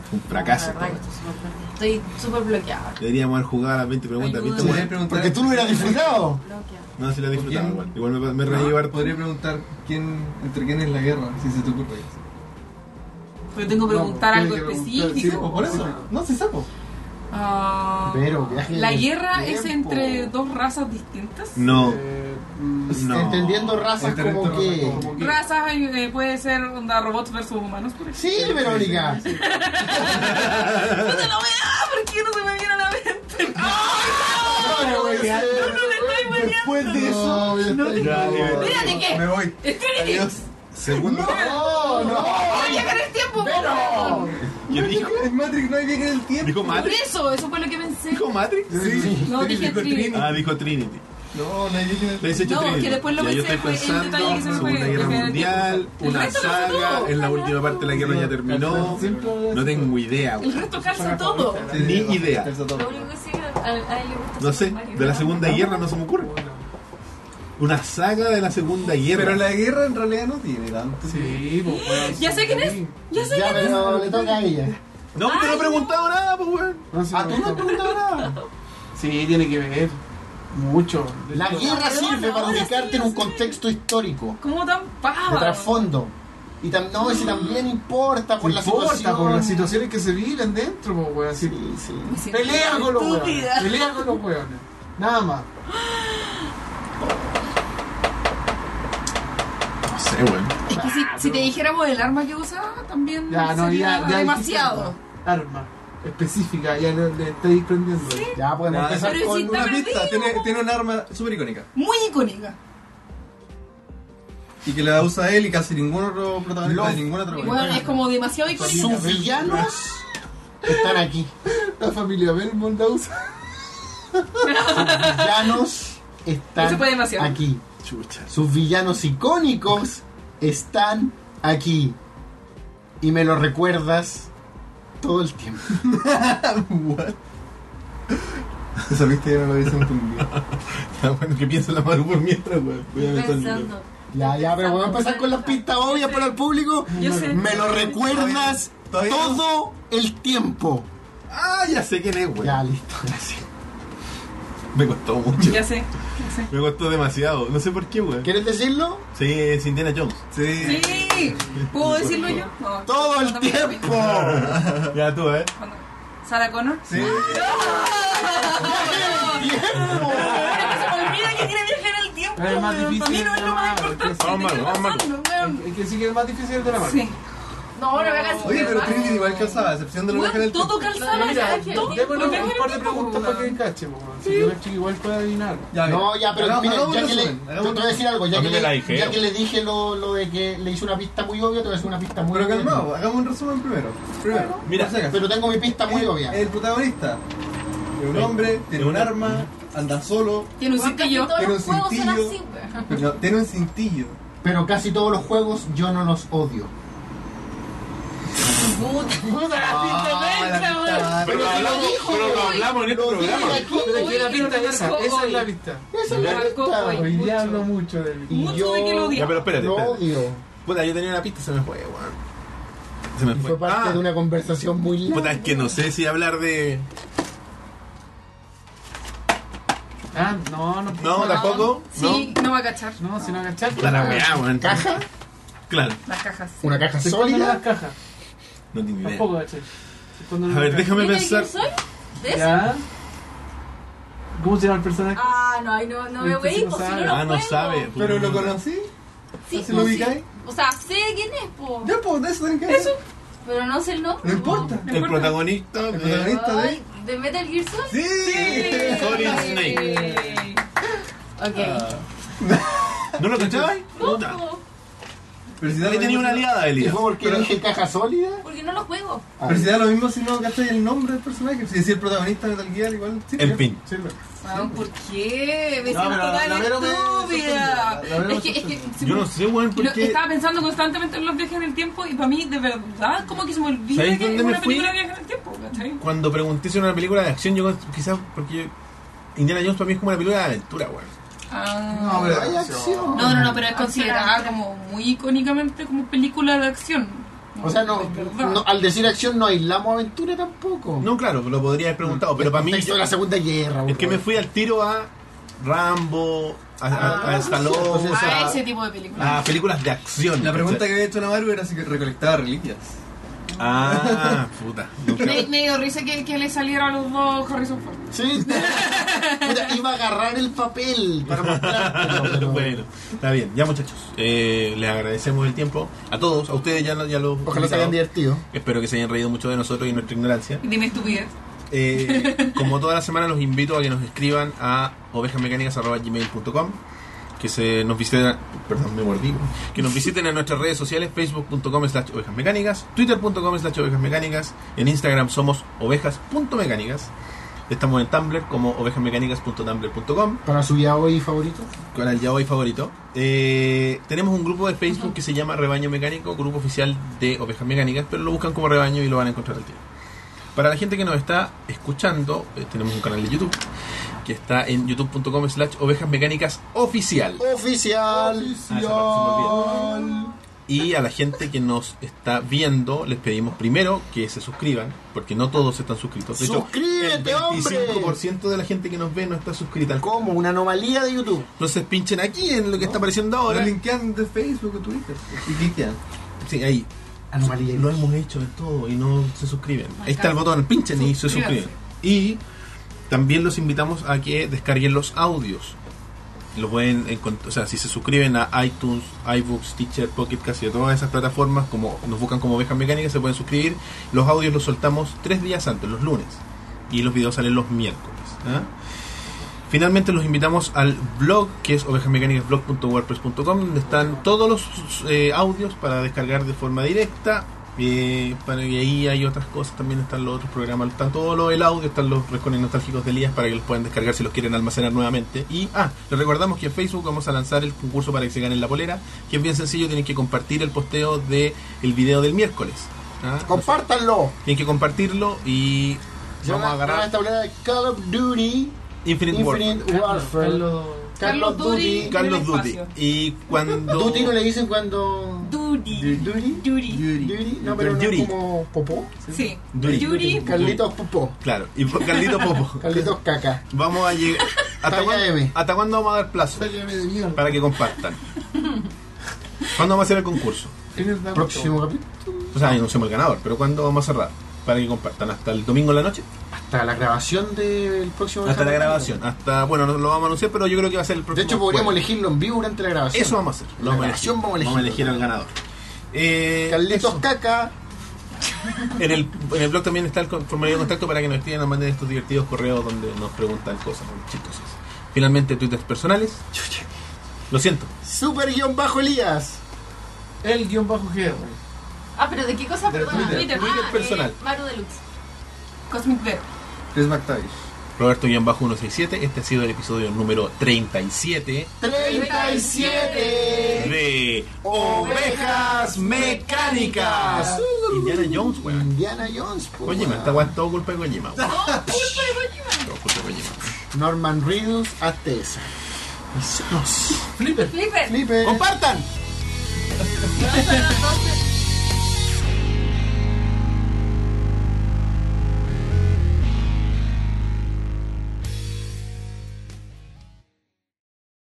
A: Un fracaso.
C: Ah,
F: La verdad que
A: esta wea.
F: estoy súper perdida. Estoy súper bloqueada.
A: Deberíamos haber jugado a las 20 preguntas.
C: Ayuda.
A: ¿viste,
H: Podría
A: weón?
H: preguntar.
B: Porque tú lo hubieras disfrutado.
F: Bloqueada.
A: No, si la disfrutaba
H: ¿Por
A: igual.
H: quién?
A: Igual me, me reí harto.
H: Podría preguntar quién, entre quién es la guerra, si se te ocurre.
C: Pero tengo que preguntar
E: No,
C: algo
E: tiene que preguntar, sí,
C: específico.
H: O por eso, no se sapo.
C: Ah,
B: Pero viaje en
C: la
B: el
C: guerra es
E: tiempo.
C: entre dos razas distintas.
A: No.
E: Eh,
A: No.
E: mm,
B: pues, Entendiendo razas
H: Entendiendo
B: como
H: razas
B: que.
H: como
C: Razas eh, puede ser onda, robots versus humanos, por ejemplo.
B: Sí, Verónica.
C: No te lo voy a dar porque no se me viene a la mente.
B: Ahora, güey, ya.
C: No, no, le estoy hueveando.
H: Después de eso.
E: No, ya está.
A: Ya,
C: Espérate, ¿qué?
H: Me voy.
C: Infinity.
H: Adiós.
A: Segundo.
B: No, no.
C: ¡Voy a ganar el tiempo!
B: Pero.
A: ¿Quién dijo?
H: En Matrix no hay viaje en el tiempo.
A: ¿Dijo
C: Por
A: Matrix?
C: eso, eso fue lo que pensé.
A: ¿Dijo Matrix?
H: Sí.
C: No, dije Trinity.
A: Ah, dijo Trinity.
H: No, no hay viaje en el
A: Le dice hecho
C: No,
A: Trinity.
C: que después lo
A: Ya yo
C: pensé,
A: estoy
C: fue el
A: pensando
C: detalle que se me fue,
A: Segunda Guerra
C: que era el
A: Mundial,
C: El
A: una
C: resto lo sé
A: saga,
C: todo.
A: en la última parte la guerra ya terminó.
E: Siempre-
A: No tengo idea,
C: El
A: güey.
C: resto calza todo.
A: Ni idea.
F: Lo único que sí que a, a él le gusta
A: No sé,
F: Super Mario.
A: de la Segunda Guerra no se me ocurre. Una saga de la Segunda Guerra.
H: Pero la guerra en realidad no tiene tanto.
E: Sí, pues, bueno,
C: Ya sé quién es.
E: sí.
C: Ya sé
B: Ya,
C: quién es.
B: pero le toca a ella.
A: No, pero no he preguntado nada, pues, güey.
D: Ah,
E: No, sí,
B: ¿A tú no
E: Ah, no.
B: te preguntas nada?
E: Sí, tiene que ver. Mucho.
B: La guerra
C: Perdón,
B: sirve para
C: ahora
B: ubicarte
C: sí, Ah,
B: en un
C: sí.
B: contexto histórico,
C: ¿Cómo tan
B: de
C: pava?
B: trasfondo. Y tam- no, ese también importa por
E: No
B: la
E: importa,
B: situación.
E: por las situaciones que se viven dentro, pues, weón.
B: Sí, sí.
C: Sí,
E: Pelea con los
C: estúpida.
E: weones. Pelea con los weones.
B: Nada más.
A: No sé, weón.
C: Es que si, si te dijéramos el arma que usaba, también
D: Ya, no,
C: sería
D: ya, ya.
C: demasiado.
D: Arma específica, ya le, le estáis prendiendo.
B: Ya podemos
H: Ya,
B: empezar
C: pero
B: con
C: si
B: una-
H: Una
C: Está
H: pista,
C: perdido,
H: tiene,
C: po.
H: tiene un arma súper icónica.
C: Muy icónica.
H: Y que la usa él y casi ningún otro protagonista
B: Lo-
H: de ninguna otra
C: Y
H: película.
C: bueno, es como demasiado icónica.
B: Sus villanos están aquí.
E: La familia Belmont la usa.
B: Sus villanos están
C: Eso fue demasiado.
B: aquí.
E: Chucha.
B: Sus villanos icónicos están aquí. Y me lo recuerdas todo el tiempo.
H: What? Esa vista ya no lo había entendido.
A: Está [LAUGHS] bueno que piensa la mano por mientras, weón. Voy a pensar.
F: Pensando.
B: Ya, ya, pero voy a empezar con las pistas obvias para el público.
C: Yo sé.
B: Me lo recuerdas
H: Todavía no.
B: todo el tiempo.
H: Ah, ya sé quién es, weón.
B: Ya, listo, gracias.
A: Me costó mucho.
C: Ya sé, ya sé.
A: Me costó demasiado. No sé por qué, weón.
B: ¿Quieres decirlo?
A: Sí, es Indiana Jones.
H: Sí.
C: Sí, ¿puedo decirlo yo? No.
B: Todo el
C: Cuando-
B: tiempo.
A: Ya tú, eh.
C: cuando- ¿Sarah Connor? ¡Ah!
E: [LAUGHS]
H: Sí.
B: ¡Tiempo!
C: Pero se me olvida que quiere viajar en el tiempo.
D: Es más
C: weón. Para
D: difícil.
C: mí no es lo más
D: Ah,
C: importante.
A: Vamos,
C: tiene que
A: vamos,
C: pasarlo, weón.
D: Es que sí que es más difícil el de la mano.
C: Sí.
F: No, no me hagas
H: Oye, pero
F: ¿verdad?
H: Trinity igual calzaba, a excepción de los viajes
C: Weón,
H: del
C: todo
H: tiempo.
C: calzaba,
D: Mira,
C: ¿sabes qué?
D: démonos
C: Todo
D: un par de
C: calzaba.
D: preguntas para que encache, po, weón. Si yo cacho que igual puede adivinar.
H: Ya,
B: No,
H: bien.
B: ya, pero
H: Hagamos-
B: mira,
H: hagamos
B: ya
H: un
B: que le, te
H: resumen,
B: te
H: hagamos un
B: voy a decir algo,
A: A
B: ya
A: mí
B: que,
A: me
B: le,
A: la
H: eh.
A: dijeron.
B: ya que le dije lo, lo de que le hice una pista muy obvia, te voy a hacer una pista muy
H: Pero
B: obvia.
H: calmado, pues. hagamos un resumen primero. Primero,
A: Mira,
H: por si acaso.
B: Pero tengo mi pista muy obvia.
H: el protagonista es un
A: Sí.
H: hombre, tiene un
A: Sí.
H: arma, anda solo,
C: Tiene un
F: Casi
C: cintillo.
F: todos
H: Pero
F: los juegos son
H: cintillo.
F: así, pues. weón.
H: no, tiene un cintillo.
B: Pero casi todos los juegos yo no los odio.
H: Ah, la pista mala.
A: Pero lo hablamos, pero lo hablamos en este programa.
D: Pero que la pista es esa, esa es la pista.
B: Eso
A: Ya.
B: es lo
C: Marcó, güey.
B: que
D: Hoy día
C: Mucho.
D: hablo mucho del...
B: Y
C: Mucho
B: yo-
C: de que lo
A: Ya, pero
C: odiaba.
A: espérate,
B: Lo
A: espérate.
B: odio.
A: Puta, yo tenía una pista, se me fue, weón. Se me
B: Y
A: fue.
B: fue parte
A: Ah,
B: de una conversación muy larga.
A: Puta, es que no sé si hablar de.
D: Ah, no, no.
A: No, tampoco.
C: Sí, no va a cachar.
D: No, si no agachaste.
A: No. Puta la weá, weón.
B: ¿Caja?
A: Claro,
C: Las cajas. sí.
B: ¿Una caja
D: Se esconden en las
B: sólida?
D: cajas.
A: no tengo idea.
D: Tampoco agaché. Se esconden en
A: A ver,
D: las cajas.
A: déjame
F: ¿Viste
A: pensar.
F: quién soy? ¿De eso?
D: Ya. ¿Cómo se llama el personaje?
F: Ah, no, ahí no, no me
D: Este sí
F: voy,
D: no
F: pues si
D: sabe.
F: no lo
A: Ah, no
F: juego.
A: sabe.
H: Pero lo conocí,
F: Sí,
H: ¿Se
F: pues,
H: lo
F: sí.
H: ubicáis?
F: O sea, sé quién es, po.
H: ya pues de eso tienen que ver.
F: Pero no sé el nombre.
H: No importa.
A: El protagonista.
H: El
A: de-
H: protagonista
F: po.
H: de.
F: Ay, ¿De Metal Gear Solid?
H: ¡Sí!
A: Solid Snake.
F: Ok.
A: ¿No lo cachabas?
F: No,
A: Puta.
F: po,
H: Pero si da
A: Ahí
H: lo
A: tenía
H: mismo
A: una
H: si no-
A: aliada,
B: ¿Y
A: Elías.
B: fue porque
H: Pero-
B: dije caja sólida?
F: porque no lo juego.
H: Pero si da lo mismo si no gastáis el nombre del personaje. Si decís el protagonista de Metal Gear, igual. sirve.
A: En fin.
H: Sirve.
C: Weón, ¿por qué? Me
E: No,
C: siento
E: pero
C: tan
E: la Vero me
C: estúpida.
E: sorprendió, la Vero me
C: Es que, es que.
E: sorprendió.
C: se
A: Yo
C: me-
A: no sé, weón,
C: Lo-
A: porque.
C: Estaba pensando constantemente en los viajes en el tiempo y para mí, de verdad, como que se me olvida
A: ¿Sabes
C: que
A: dónde
C: es
A: me
C: una
A: fui?
C: película de viajes en el tiempo, ¿cachai?
A: Cuando pregunté si era una película de acción, yo quizás. Porque yo- Indiana Jones para mí es como una película de aventura, weón.
C: Ah.
E: No, pero
B: Hay acción.
C: No, no, no, pero es considerada como muy icónicamente como película de acción.
B: O sea, no,
C: De verdad.
B: no, al decir acción no aislamos aventura tampoco.
A: No, claro, lo podría haber preguntado, pero para mí.
B: Mm, Contexto de la Segunda Guerra.
A: Es que
B: bro.
A: me fui al tiro a Rambo, a, a, a Stallone,
B: o sea,
C: a Ah, ese tipo de película.
A: a películas de acción.
H: La pregunta
A: ¿cachai?
H: que había hecho Namaru era si que recolectaba reliquias.
A: Ah, puta. nunca-
C: Me, me dio risa que, que le saliera a los dos Harrison Ford.
B: Sí. Mira, iba a agarrar el papel
A: [LAUGHS]
B: para mostrártelo.
A: [LAUGHS]
B: pero-
A: bueno, está bien. Ya, muchachos, eh, les agradecemos el tiempo. A todos, a ustedes ya, ya los...
B: Ojalá se hayan divertido.
A: Espero que se hayan reído mucho de nosotros y nuestra ignorancia.
C: Dime estupidez.
A: Eh, como toda la semana los invito a que nos escriban a ovejamecánicas.gmail.com que se nos visiten perdón me mordí que nos visiten en nuestras redes sociales facebook.com slash ovejasmecánicas twitter.com slash ovejasmecánicas en instagram somos ovejas.mecánicas estamos en tumblr como ovejasmecánicas.tumblr.com
B: Para su ya hoy favorito.
A: con el ya hoy favorito Eh, tenemos un grupo de facebook que se llama rebaño mecánico grupo oficial de ovejas mecánicas pero lo buscan como rebaño y lo van a encontrar al tiro para la gente que nos está escuchando, eh, tenemos un canal de YouTube que está en youtube.com slash ovejas mecánicas oficial.
B: Oficial.
A: Ah, esa parte se me Y a la gente que nos está viendo, les pedimos primero que se suscriban, porque no todos están suscritos. De hecho,
B: ¡Suscríbete,
A: el 25% de la gente que nos ve no está suscrita. al-
B: Como una anomalía de YouTube.
A: Entonces pinchen aquí en lo que está apareciendo
H: Lo
A: ahora.
H: linkean de Facebook o Twitter. Y cliquean.
A: Sí, ahí.
B: Anomalía.
A: Lo hemos hecho en todo y no se suscriben. Ahí está el botón, pinchen y se
C: Suscríbanse.
A: suscriben. Y También los invitamos a que descarguen los audios. Lo pueden encont- o sea, si se suscriben a iTunes, iBooks, Teacher, Pocket Cast y a todas esas plataformas, como nos buscan como ovejas mecánicas, se pueden suscribir. Los audios los soltamos tres días antes, los lunes. Y los videos salen los miércoles. ¿ah? Finalmente los invitamos al blog que es ovejasmecánicasblog.wordpress.com donde están todos los eh, audios para descargar de forma directa eh, para, y ahí hay otras cosas también están los otros programas está todo lo el audio están los recones nostálgicos de Elías para que los puedan descargar si los quieren almacenar nuevamente y ah les recordamos que en Facebook vamos a lanzar el concurso para que se ganen la polera que es bien sencillo tienen que compartir el posteo de el video del miércoles ¿ah?
B: Compártanlo.
A: tienen que compartirlo y
B: Se
A: vamos a
B: van van
A: agarrar
B: esta bolera de Call of Duty
A: Infinite, War
B: Infinite Warfare.
D: Carlos,
B: Carlos
C: Carlos Duty.
B: Duty.
A: Carlos
C: Primer
A: Duty.
C: espacio.
A: Y
B: [LAUGHS]
A: cuando.
B: Duty no le dicen cuando.
C: Duty.
B: Duty.
C: Duty.
B: Duty. No, pero no
A: Duty.
B: es como Popó.
C: Sí.
A: Duty.
C: Duty.
B: Carlitos Popó.
A: Claro, y por Carlito Popo.
B: Carlitos Caca.
A: Vamos a
B: [LAUGHS]
A: llegar. ¿Hasta,
B: Talla
A: cuándo-
B: M.
A: hasta cuándo vamos a dar plazo?
E: Sáqueme de mierda.
A: Para que
B: [LAUGHS]
A: compartan. ¿Cuándo vamos a hacer el concurso?
E: Eres la-
B: Próximo capítulo.
A: O sea, anunciamos el ganador, pero ¿cuándo vamos a cerrar? Para que compartan. ¿Hasta el domingo en la noche?
B: Hasta la grabación del próximo
A: Hasta la
B: capítulo.
A: grabación. Hasta, bueno, no lo vamos a anunciar, pero yo creo que va a ser el
B: De
A: próximo.
B: hecho, podríamos
A: jueves.
B: elegirlo en vivo durante la grabación.
A: Eso vamos a hacer. Lo
B: La
A: vamos a elegir.
B: grabación vamos a elegir.
A: Vamos a elegir al ganador. Eh,
B: Carlitos
A: eso.
B: Caca.
A: En el, en el blog también está el con- formulario de contacto para que nos escriban, nos manden estos divertidos correos donde nos preguntan cosas chistosas. Finalmente, twitters personales. Lo siento.
B: Super guión bajo Elías.
D: el guión bajo GR.
F: Ah, pero ¿de qué cosa?
H: De
F: Perdona.
H: Twitter.
F: Twitter.
A: Twitter
F: Ah,
A: personal.
F: eh, Maru Deluxe.
C: Cosmic Bear.
H: Chris McTavish.
A: Roberto-167, este ha sido el episodio número 37
B: 37.
A: de
B: Ovejas Mecánicas.
A: Indiana Jones, weón.
B: Indiana Jones. po,
A: Kojima,
B: weón.
A: esta weón es todo culpa de Kojima. weón. Todo culpa de Kojima.
B: Norman Reedus, hazte esa.
D: Flipper.
F: Flipper.
B: Felipe.
A: ¡Compartan!
F: No, son las 12.